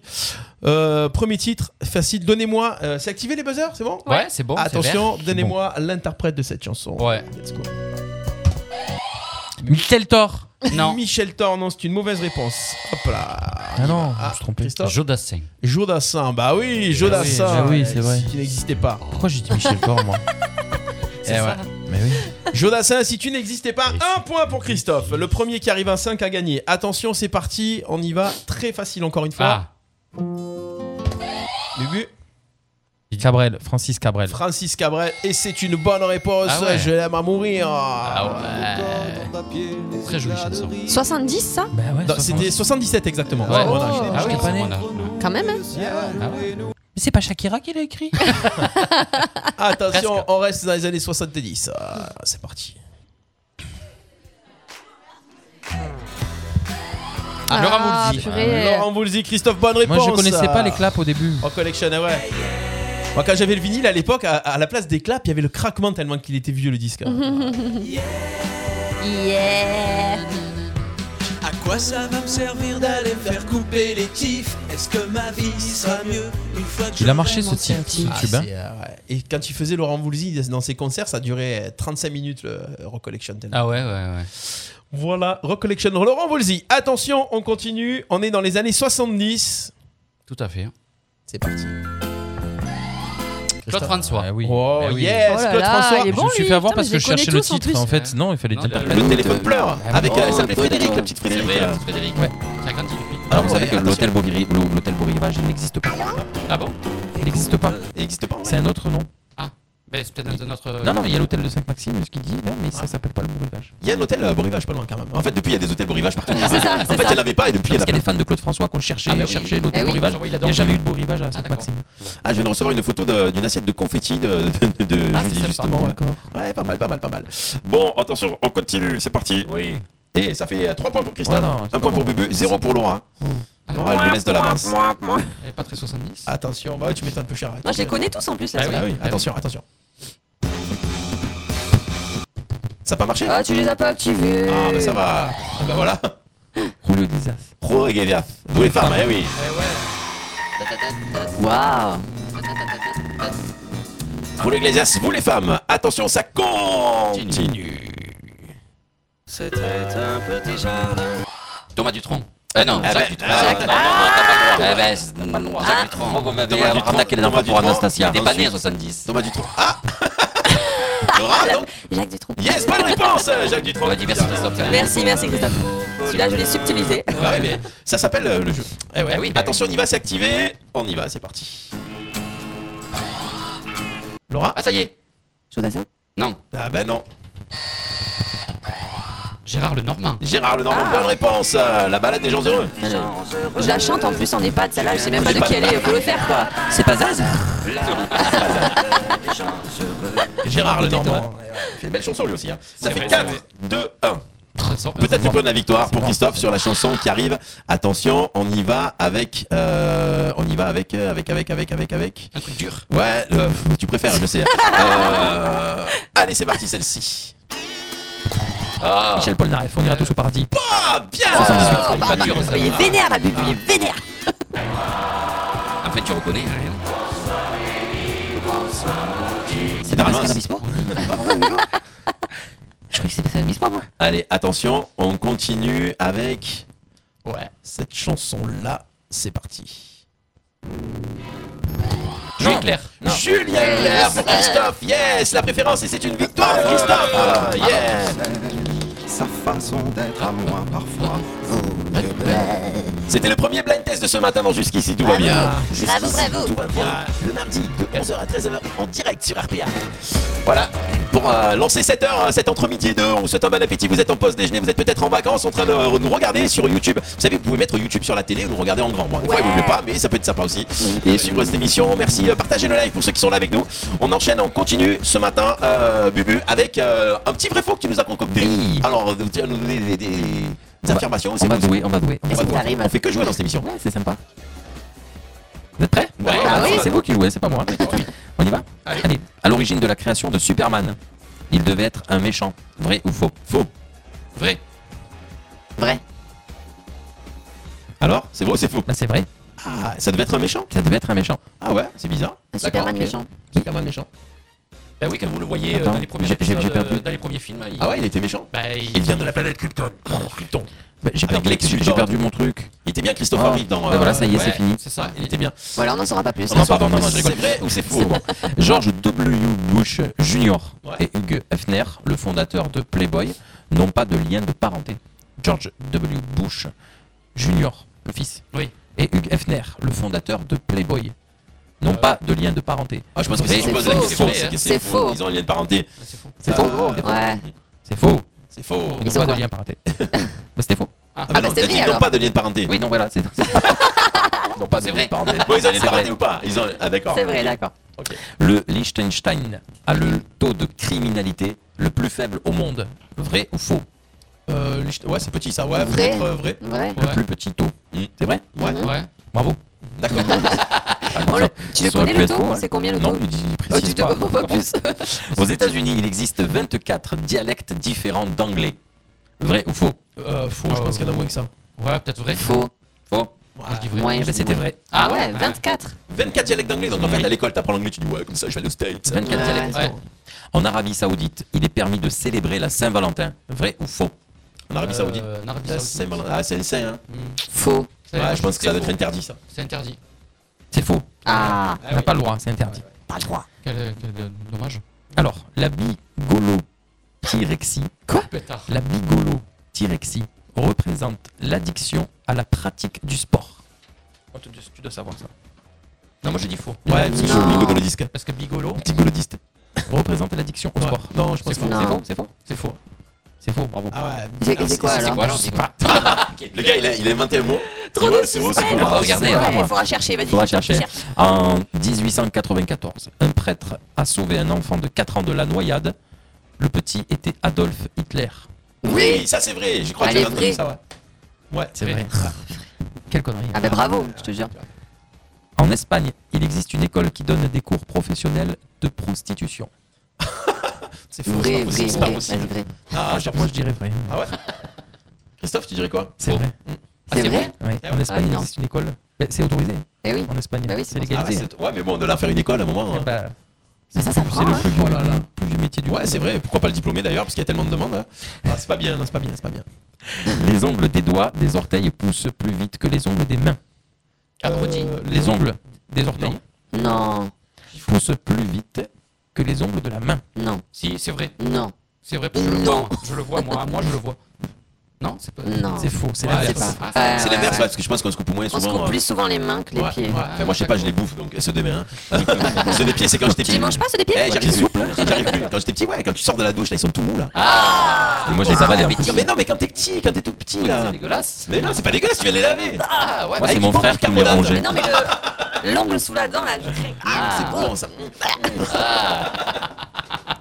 [SPEAKER 3] Euh, premier titre, facile, donnez-moi. euh, c'est activé les buzzers, c'est bon
[SPEAKER 4] Ouais, c'est bon, c'est
[SPEAKER 3] Attention,
[SPEAKER 4] vert.
[SPEAKER 3] donnez-moi l'interprète de cette chanson.
[SPEAKER 4] Ouais.
[SPEAKER 3] Let's go.
[SPEAKER 6] Michel Thor.
[SPEAKER 4] Non.
[SPEAKER 3] Michel Thor, non, c'est une mauvaise réponse. Hop là.
[SPEAKER 6] Ah non, je me suis trompé.
[SPEAKER 3] Christophe
[SPEAKER 4] Jodassin.
[SPEAKER 3] Jodassin, bah oui,
[SPEAKER 6] Ah
[SPEAKER 4] Eh
[SPEAKER 3] Jodassin.
[SPEAKER 6] oui, c'est vrai.
[SPEAKER 3] Qui n'existait pas.
[SPEAKER 6] Pourquoi j'ai dit Michel Thor, moi
[SPEAKER 3] Eh ouais.
[SPEAKER 6] Mais oui.
[SPEAKER 3] Jodassin, si tu n'existais pas, un point pour Christophe. Le premier qui arrive à 5 a gagné. Attention, c'est parti. On y va très facile encore une fois. Lubu,
[SPEAKER 6] Cabrel, Francis Cabrel.
[SPEAKER 3] Francis Cabret, et c'est une bonne réponse.
[SPEAKER 6] Ah ouais.
[SPEAKER 3] Je l'aime à mourir. Ah
[SPEAKER 4] Très jolie chanson.
[SPEAKER 5] 70 ça
[SPEAKER 3] Non, C'était 77 exactement.
[SPEAKER 4] Ouais.
[SPEAKER 3] C'est mon âge.
[SPEAKER 4] Oh. Ah ouais, c'est mon âge.
[SPEAKER 5] Quand même. hein.
[SPEAKER 3] Ah
[SPEAKER 6] Mais c'est pas Shakira qui l'a écrit
[SPEAKER 3] Attention, on reste dans les années 70. Ah, c'est parti.
[SPEAKER 4] Ah, Laurent Voulzy.
[SPEAKER 5] purée.
[SPEAKER 3] Ah, Laurent Voulzy, Christophe, bonne
[SPEAKER 6] Moi,
[SPEAKER 3] réponse.
[SPEAKER 6] je connaissais pas les
[SPEAKER 3] Ah.
[SPEAKER 6] claps au début.
[SPEAKER 3] En collection, ah ouais. Moi, quand j'avais le vinyle à l'époque, à, à la place des claps, il y avait le craquement tellement qu'il était vieux le disque. hein.
[SPEAKER 5] yeah.
[SPEAKER 15] À quoi ça va me servir d'aller me faire couper les tifs Est-ce que ma vie sera mieux une fois que
[SPEAKER 6] Il a marché, ce titre,
[SPEAKER 3] Ah,
[SPEAKER 6] YouTube, hein.
[SPEAKER 3] c'est, euh, ouais. Et quand il faisait Laurent Voulzy dans ses concerts, ça durait euh, 35 minutes le euh, Recollection. tellement.
[SPEAKER 4] Ah ouais, ouais, ouais.
[SPEAKER 3] Voilà, Recollection Laurent Voulzy. Attention, on continue. On est dans les années 70.
[SPEAKER 16] Ah,
[SPEAKER 4] Tout à fait.
[SPEAKER 3] C'est parti.
[SPEAKER 4] Claude François.
[SPEAKER 6] oui.
[SPEAKER 3] Oh,
[SPEAKER 6] Eh oui.
[SPEAKER 3] yes,
[SPEAKER 5] Oh là
[SPEAKER 3] Claude
[SPEAKER 5] là,
[SPEAKER 3] François.
[SPEAKER 5] il est bon,
[SPEAKER 6] je me suis
[SPEAKER 5] lui.
[SPEAKER 6] fait avoir
[SPEAKER 5] Putain,
[SPEAKER 6] parce
[SPEAKER 5] mais
[SPEAKER 6] que
[SPEAKER 5] je
[SPEAKER 6] je
[SPEAKER 5] les
[SPEAKER 6] cherchais
[SPEAKER 5] connais
[SPEAKER 6] le
[SPEAKER 5] tous, en
[SPEAKER 6] titre et en
[SPEAKER 5] plus.
[SPEAKER 6] fait, non, il fallait dire Ah,
[SPEAKER 3] Le, téléphone pleure.
[SPEAKER 4] Ah
[SPEAKER 3] Avec, euh, elle s'appelait Frédéric, la petite Frédéric. Ah,
[SPEAKER 4] Oh, C'est
[SPEAKER 6] hein,
[SPEAKER 4] vrai, hein, Frédéric. Ah, Ça grandit
[SPEAKER 16] Alors
[SPEAKER 4] depuis.
[SPEAKER 16] euh. Ah, vous savez que l'hôtel Beauviri- l'hôtel Beaurivage il n'existe pas.
[SPEAKER 4] Ah bon
[SPEAKER 16] Il n'existe pas. Il n'existe pas.
[SPEAKER 3] hein.
[SPEAKER 16] C'est un autre nom.
[SPEAKER 4] Ah, mais c'est peut-être notre.
[SPEAKER 16] Non, non, mais il y a l'hôtel de Sainte-Maxime, ce qu'il dit, non, mais ça s'appelle pas le Beaurivage.
[SPEAKER 3] Il y a un hôtel euh, Beaurivage pas loin quand même.
[SPEAKER 16] En fait, depuis, il y a des hôtels Beaurivage partout.
[SPEAKER 4] Ah, c'est ça,
[SPEAKER 16] en
[SPEAKER 4] c'est
[SPEAKER 16] fait,
[SPEAKER 4] ça.
[SPEAKER 16] il n'y en avait pas et depuis, il y en a
[SPEAKER 4] Parce qu'il
[SPEAKER 16] plein. fans de Claude François qu'on cherchait,
[SPEAKER 4] Ah, mais oui.
[SPEAKER 16] cherchait l'hôtel
[SPEAKER 4] Eh oui.
[SPEAKER 16] Beaurivage.
[SPEAKER 4] Oui, il
[SPEAKER 16] Il n'y
[SPEAKER 4] adore.
[SPEAKER 16] a jamais eu de Beaurivage à
[SPEAKER 4] d'accord.
[SPEAKER 16] Sainte-Maxime. Ah, je viens de recevoir une photo de- d'une assiette de confetti de, de, de
[SPEAKER 4] Ah,
[SPEAKER 16] Julie, justement. Ouais, pas mal, pas mal, pas mal. Bon, attention, on continue, c'est parti. Oui. Et ça fait 3 points pour Christophe,
[SPEAKER 6] Ouais, non,
[SPEAKER 16] 1 point pour Bubu, 0 pour Laura. Laura, elle nous laisse de l'avance.
[SPEAKER 4] Elle est pas très 70.
[SPEAKER 3] Attention, bah ouais, tu m'étonnes peu cher.
[SPEAKER 5] Moi, je les connais tous en plus, là,
[SPEAKER 3] Ah oui,
[SPEAKER 5] ça.
[SPEAKER 3] ah oui, attention, attention. Ça n'a pas marché
[SPEAKER 5] Ah, tu les as pas activés.
[SPEAKER 3] Ah, bah ça va. Ah, bah voilà.
[SPEAKER 16] Roulio Dizas.
[SPEAKER 3] Pro et Galia. Vous les femmes, eh oui.
[SPEAKER 16] Waouh Pour l'Iglesias, vous les femmes, attention, ça continue.
[SPEAKER 15] C'était un petit jardin.
[SPEAKER 4] Thomas Dutronc. Ah non, Jacques Dutronc.
[SPEAKER 16] Eh ben, c'est pas
[SPEAKER 4] Ah.
[SPEAKER 16] le droit. Jacques Dutronc. Vous m'avez arnaqué les enfants pour Anastasia.
[SPEAKER 4] Il est pas né en
[SPEAKER 16] Ensuite,
[SPEAKER 4] 70.
[SPEAKER 16] Thomas Dutronc. Ah Laura, donc
[SPEAKER 5] Jacques Dutronc.
[SPEAKER 16] Yes, bonne réponse, euh, Jacques Dutronc.
[SPEAKER 4] merci, Christophe.
[SPEAKER 5] Merci, merci Christophe. Celui-là, je l'ai subtilisé.
[SPEAKER 16] Ah ouais, mais ça s'appelle euh, le jeu. Eh ouais. Attention, on y va, c'est activé. On y va, c'est parti.
[SPEAKER 3] Laura
[SPEAKER 4] Ah, ça y est.
[SPEAKER 16] Jodassin
[SPEAKER 4] Non.
[SPEAKER 16] Ah ben non.
[SPEAKER 4] Gérard Le Normand.
[SPEAKER 16] Gérard Le Normand, bonne réponse. euh, La balade des gens heureux.
[SPEAKER 5] Je la chante en plus en EHPAD, celle-là, je sais même pas de qui elle est, faut le faire quoi.
[SPEAKER 16] C'est pas Zaz Gérard Le Normand. Il fait une belle chanson lui aussi. hein. Ça fait 4, 2, 1. Peut-être le point de la victoire pour Christophe sur la chanson qui arrive. Attention, on y va avec, euh, on y va avec, euh, avec, avec, avec, avec, avec. Un truc dur. Ouais, euh, pff, tu préfères, je sais. Euh, allez, c'est parti celle-ci.
[SPEAKER 6] Ah.
[SPEAKER 16] Michel Polnareff, on ira tous au paradis.
[SPEAKER 3] Bah
[SPEAKER 16] Ah, bien.
[SPEAKER 4] Oh, bah, bah, bah, il est vénère, la Bubu, il est
[SPEAKER 16] vénère.
[SPEAKER 4] En fait, tu reconnais. hein.
[SPEAKER 16] C'est pas mal. Je crois que c'est pas moi. Allez, attention, on continue avec ouais, cette chanson là, c'est parti.
[SPEAKER 4] Julien Clerc.
[SPEAKER 16] Julien Clerc pour Christophe. Yes, la préférence et c'est une victoire pour Christophe. Euh, Ah, yeah.
[SPEAKER 17] Sa façon d'être à moi parfois vous me plaît.
[SPEAKER 16] C'était le premier blind test de ce matin dans Jusqu'ici, tout va bien.
[SPEAKER 1] Bravo,
[SPEAKER 16] Jusqu'ici,
[SPEAKER 1] bravo.
[SPEAKER 16] Tout va bien. Le mardi de 11h à 13h en direct sur RPA. Voilà. Pour euh, lancer cette heure, euh, cet entre-midi et deux, on vous souhaite un bon appétit. Vous êtes en pause déjeuner, vous êtes peut-être en vacances en train de euh, nous regarder sur YouTube. Vous savez, vous pouvez mettre YouTube sur la télé et nous regarder en grand. Bon, des fois, il vaut mieux pas, mais ça peut être sympa aussi. Et suivre cette émission. Merci. euh, Partagez le live pour ceux qui sont là avec nous. On enchaîne, on continue ce matin, euh, Bubu, avec euh, un petit vrai faux que tu nous as concocté. Alors, tu vas nous donner des, des- des affirmations. On va douer, on va douer. On, va douer. on fait que jouer dans cette émission. c'est sympa.
[SPEAKER 17] Vous êtes prêts Ah oui, c'est vous qui jouez, c'est pas moi. On y va Allez. À l'origine de la création de Superman, il devait être un méchant. Vrai ou faux Faux.
[SPEAKER 16] Vrai. Vrai. Alors, c'est vrai ou c'est faux
[SPEAKER 17] Bah, C'est vrai.
[SPEAKER 16] Ah, ça devait être un méchant
[SPEAKER 17] Ça devait être un méchant.
[SPEAKER 16] Ah ouais, c'est bizarre.
[SPEAKER 17] Un
[SPEAKER 16] D'accord,
[SPEAKER 17] Superman
[SPEAKER 16] ok.
[SPEAKER 17] méchant.
[SPEAKER 16] Superman méchant. Bah oui, comme vous le voyez euh,
[SPEAKER 17] Attends,
[SPEAKER 16] dans les premiers
[SPEAKER 17] j'ai- j'ai-
[SPEAKER 16] épisodes,
[SPEAKER 17] j'ai perdu.
[SPEAKER 16] euh, dans les premiers films. hein,
[SPEAKER 17] Ah ouais, il était méchant
[SPEAKER 16] Bah, il... vient de la planète Krypton. Krypton.
[SPEAKER 17] Bah, j'ai
[SPEAKER 16] Avec
[SPEAKER 17] perdu-
[SPEAKER 16] Lex
[SPEAKER 17] j'ai
[SPEAKER 16] Luthor.
[SPEAKER 17] perdu mon truc.
[SPEAKER 16] Il était bien Christopher
[SPEAKER 17] Ah.
[SPEAKER 16] Reeve dans. euh,
[SPEAKER 17] Bah voilà, ça y est, c'est fini. Ah,
[SPEAKER 16] C'est ça, il était bien.
[SPEAKER 17] Voilà, on n'en saura pas plus.
[SPEAKER 16] On n'en saura pas plus. C'est vrai ou c'est faux bon.
[SPEAKER 17] George W. Bush Jr. et Hugh Hefner, le fondateur de Playboy, n'ont pas de lien de parenté. George W. Bush Jr., le fils,
[SPEAKER 16] Oui.
[SPEAKER 17] et Hugh Hefner, le fondateur de Playboy, n'ont pas de lien de parenté.
[SPEAKER 16] Ah, je pense que si
[SPEAKER 17] Vrai
[SPEAKER 16] on pose la
[SPEAKER 17] ou
[SPEAKER 16] question,
[SPEAKER 17] faux Ah,
[SPEAKER 16] c'est que c'est faux. Ils ont un lien de parenté.
[SPEAKER 17] C'est faux.
[SPEAKER 16] Ouais.
[SPEAKER 17] C'est faux.
[SPEAKER 16] C'est faux.
[SPEAKER 17] Ils n'ont pas de lien de parenté. Bah, c'était faux.
[SPEAKER 16] Ah, bah non, t'as dit, ils n'ont pas de lien de parenté.
[SPEAKER 17] Oui, non, voilà, c'est.
[SPEAKER 16] Ils n'ont pas de lien de parenté. Bon, ils ont un lien de
[SPEAKER 17] C'est
[SPEAKER 16] parenté
[SPEAKER 17] vrai.
[SPEAKER 16] ou pas Ils ont. Ah, d'accord.
[SPEAKER 17] Le Liechtenstein a le taux de criminalité le plus faible au monde. Vrai ou faux
[SPEAKER 16] Euh, Licht- ouais, c'est petit ça, ouais.
[SPEAKER 17] Vrai.
[SPEAKER 16] peut-être, euh, vrai.
[SPEAKER 17] Le plus petit taux. Hmm, C'est vrai
[SPEAKER 16] Ouais. Ouais.
[SPEAKER 17] Bravo. Ah,
[SPEAKER 16] D'accord.
[SPEAKER 17] tu le connais le taux C'est combien le taux hein. Oh, Non, il dit- il précise pas. Aux États-Unis, il existe 24 dialectes différents d'anglais. Vrai ou faux
[SPEAKER 16] Euh, faux, je pense qu'il y en a moins que ça.
[SPEAKER 4] Ouais, peut-être vrai.
[SPEAKER 17] Faux. Faux.
[SPEAKER 4] Moi, je dis vrai.
[SPEAKER 17] Moins, je
[SPEAKER 4] Eh ben,
[SPEAKER 17] dis
[SPEAKER 4] c'était
[SPEAKER 17] moins.
[SPEAKER 4] vrai.
[SPEAKER 17] Ah ouais,
[SPEAKER 16] 24 24 dialectes d'anglais, donc en fait à l'école t'apprends l'anglais, tu dis ouais, comme ça je vais aller aux States.
[SPEAKER 17] 24 dialectes. En Arabie Saoudite, il est permis de célébrer la Saint-Valentin. Vrai ou faux
[SPEAKER 16] En Arabie Saoudite.
[SPEAKER 4] Euh, en Arabie
[SPEAKER 16] Ah,
[SPEAKER 4] Saoudite. Hmm.
[SPEAKER 16] Saint-Valentin. Ah, c'est le Saint, hein.
[SPEAKER 17] Faux.
[SPEAKER 16] Ouais, je pense que ça
[SPEAKER 4] C'est
[SPEAKER 16] doit être
[SPEAKER 4] faux.
[SPEAKER 16] interdit ça.
[SPEAKER 4] C'est interdit.
[SPEAKER 17] C'est faux.
[SPEAKER 4] Ah.
[SPEAKER 17] T'as pas le droit, c'est interdit. Pas le droit.
[SPEAKER 4] Quel, quel, euh, dommage.
[SPEAKER 17] Alors, la bigolopyrexie. Quoi
[SPEAKER 4] Pétard.
[SPEAKER 17] La bigolopyrexie représente l'addiction à la pratique du sport.
[SPEAKER 4] Oh, tu, dois, savoir ça. Non, moi j'ai dit faux.
[SPEAKER 16] Ouais, parce que je suis bigolo disque.
[SPEAKER 4] Parce que bigolo.
[SPEAKER 16] Bigolodiste.
[SPEAKER 17] représente l'addiction au sport.
[SPEAKER 16] Non, je pense pas.
[SPEAKER 17] C'est faux, c'est faux.
[SPEAKER 4] C'est faux.
[SPEAKER 17] C'est faux, bravo.
[SPEAKER 16] Ah ouais.
[SPEAKER 17] C'est- c'est quoi, alors
[SPEAKER 16] Je sais pas. Le gars, il a, il a inventé un mot. Trop de c'est faux, c'est faux.
[SPEAKER 17] Ah, regardez,
[SPEAKER 16] C'est
[SPEAKER 17] là,
[SPEAKER 16] vrai.
[SPEAKER 17] moi.
[SPEAKER 16] Faudra chercher, vas-y.
[SPEAKER 17] Faudra chercher.
[SPEAKER 16] Cherche.
[SPEAKER 17] En 1894, un prêtre a sauvé un enfant de 4 ans de la noyade. Le petit était Adolf Hitler.
[SPEAKER 16] Oui, ça c'est vrai. Je crois que
[SPEAKER 17] Elle
[SPEAKER 16] j'ai
[SPEAKER 17] est
[SPEAKER 16] entendu
[SPEAKER 17] vraie.
[SPEAKER 16] ça, ouais. Ouais,
[SPEAKER 17] C'est vrai. Quelle connerie.
[SPEAKER 16] Ah ben bravo,
[SPEAKER 17] je te jure. En Espagne, il existe une école qui donne des cours professionnels de prostitution.
[SPEAKER 16] C'est faux, c'est pas possible. C'est pas possible. Ah, j'ai-
[SPEAKER 17] moi je dirais vrai.
[SPEAKER 16] Ah ouais Christophe, tu dirais quoi
[SPEAKER 17] C'est vrai.
[SPEAKER 16] Ah, c'est vrai
[SPEAKER 17] Ouais, En Espagne, il existe une école. Mais c'est autorisé. En Espagne, Eh c'est
[SPEAKER 16] Ah,
[SPEAKER 17] légalisé.
[SPEAKER 16] c'est- ouais, mais bon, on doit la faire une école à un moment. hein.
[SPEAKER 17] ça, ça prend. C'est
[SPEAKER 5] hein.
[SPEAKER 17] le plus vieux, plus vieux métier du
[SPEAKER 16] Oh Ouais, c'est vrai. Pourquoi pas le diplômé d'ailleurs Parce qu'il y a tellement de demandes. hein. Ah, c'est pas bien, non, c'est pas bien, c'est pas bien.
[SPEAKER 17] Les ongles des doigts, des orteils poussent plus vite que les ongles des mains. Euh, les ongles des orteils. Non. Poussent plus vite que les ongles de la main. Non.
[SPEAKER 4] Si, c'est vrai.
[SPEAKER 17] Non.
[SPEAKER 4] C'est vrai parce que je le vois. Je le vois, moi, moi je le vois. Non, c'est pas.
[SPEAKER 17] Non. C'est faux, c'est
[SPEAKER 16] Ouais,
[SPEAKER 17] l'inverse.
[SPEAKER 16] c'est
[SPEAKER 17] Ah,
[SPEAKER 16] pas-
[SPEAKER 17] ouais,
[SPEAKER 16] C'est l'inverse,
[SPEAKER 17] ouais.
[SPEAKER 16] ouais, parce que je pense qu'on se coupe moins
[SPEAKER 17] On
[SPEAKER 16] souvent.
[SPEAKER 17] se coupe
[SPEAKER 16] euh.
[SPEAKER 17] plus souvent les mains que les
[SPEAKER 16] Ouais,
[SPEAKER 17] pieds.
[SPEAKER 16] ouais.
[SPEAKER 17] Ouais,
[SPEAKER 16] Enfin, moi, je sais pas, je les bouffe, donc ceux des mains. hein. ceux des pieds, c'est quand j'étais
[SPEAKER 17] Tu
[SPEAKER 16] petit.
[SPEAKER 17] les manges pas, ceux des pieds
[SPEAKER 16] Eh, J'arrive
[SPEAKER 17] Ouais.
[SPEAKER 16] souple. hein, j'arrive plus. Quand j'étais petit, ouais, quand tu sors de la douche, là, ils sont tout mous, là.
[SPEAKER 17] Ah
[SPEAKER 16] Et moi, je les avalais en plus. Mais non, mais quand t'es petit, quand t'es tout petit, là.
[SPEAKER 17] C'est dégueulasse.
[SPEAKER 16] Mais non, c'est pas dégueulasse, tu viens les laver.
[SPEAKER 17] Ah,
[SPEAKER 16] ouais,
[SPEAKER 17] Moi, c'est
[SPEAKER 16] avec
[SPEAKER 17] mon
[SPEAKER 16] du
[SPEAKER 17] frère qui me les
[SPEAKER 16] bicarbonate. Mais
[SPEAKER 17] rongeait.
[SPEAKER 16] non, mais
[SPEAKER 17] l'ongle sous la dent, là.
[SPEAKER 16] Ah, c'est bon, ça.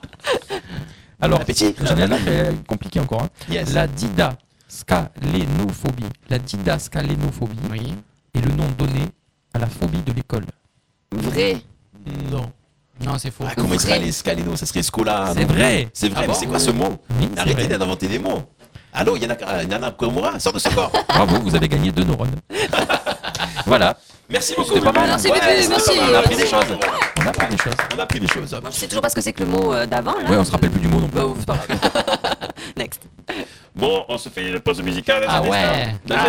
[SPEAKER 17] Alors,
[SPEAKER 16] Appétit.
[SPEAKER 17] j'en ai un autre, mais compliqué encore. hein.
[SPEAKER 16] Yes.
[SPEAKER 17] La didascalénophobie. La didascalénophobie est le nom donné à la phobie de l'école.
[SPEAKER 16] Vrai. Non.
[SPEAKER 4] Non, c'est faux.
[SPEAKER 16] Ah, comment il serait les scalinos Ça serait scola.
[SPEAKER 17] C'est vrai.
[SPEAKER 16] C'est vrai,
[SPEAKER 17] Ah
[SPEAKER 16] mais
[SPEAKER 17] bon
[SPEAKER 16] c'est quoi ce mot
[SPEAKER 17] Oui, c'est
[SPEAKER 16] Arrêtez
[SPEAKER 17] vrai.
[SPEAKER 16] d'inventer des mots. Allô, Yana, euh, Yana Komura, sors de ce corps.
[SPEAKER 17] Bravo, vous avez gagné deux neurones. voilà.
[SPEAKER 16] Merci beaucoup.
[SPEAKER 17] C'était pas mal.
[SPEAKER 16] Ouais, c'était pas mal. On a appris des choses.
[SPEAKER 17] On a appris des choses.
[SPEAKER 16] On a appris des choses.
[SPEAKER 5] euh,
[SPEAKER 17] Je sais toujours pas ce que c'est que le mot d'avant. Ouais, on se rappelle plus du mot non plus.
[SPEAKER 16] Next. Bon, on se fait une pause musicale. dans
[SPEAKER 17] Ah
[SPEAKER 16] un
[SPEAKER 17] ouais.
[SPEAKER 16] instant. Dans un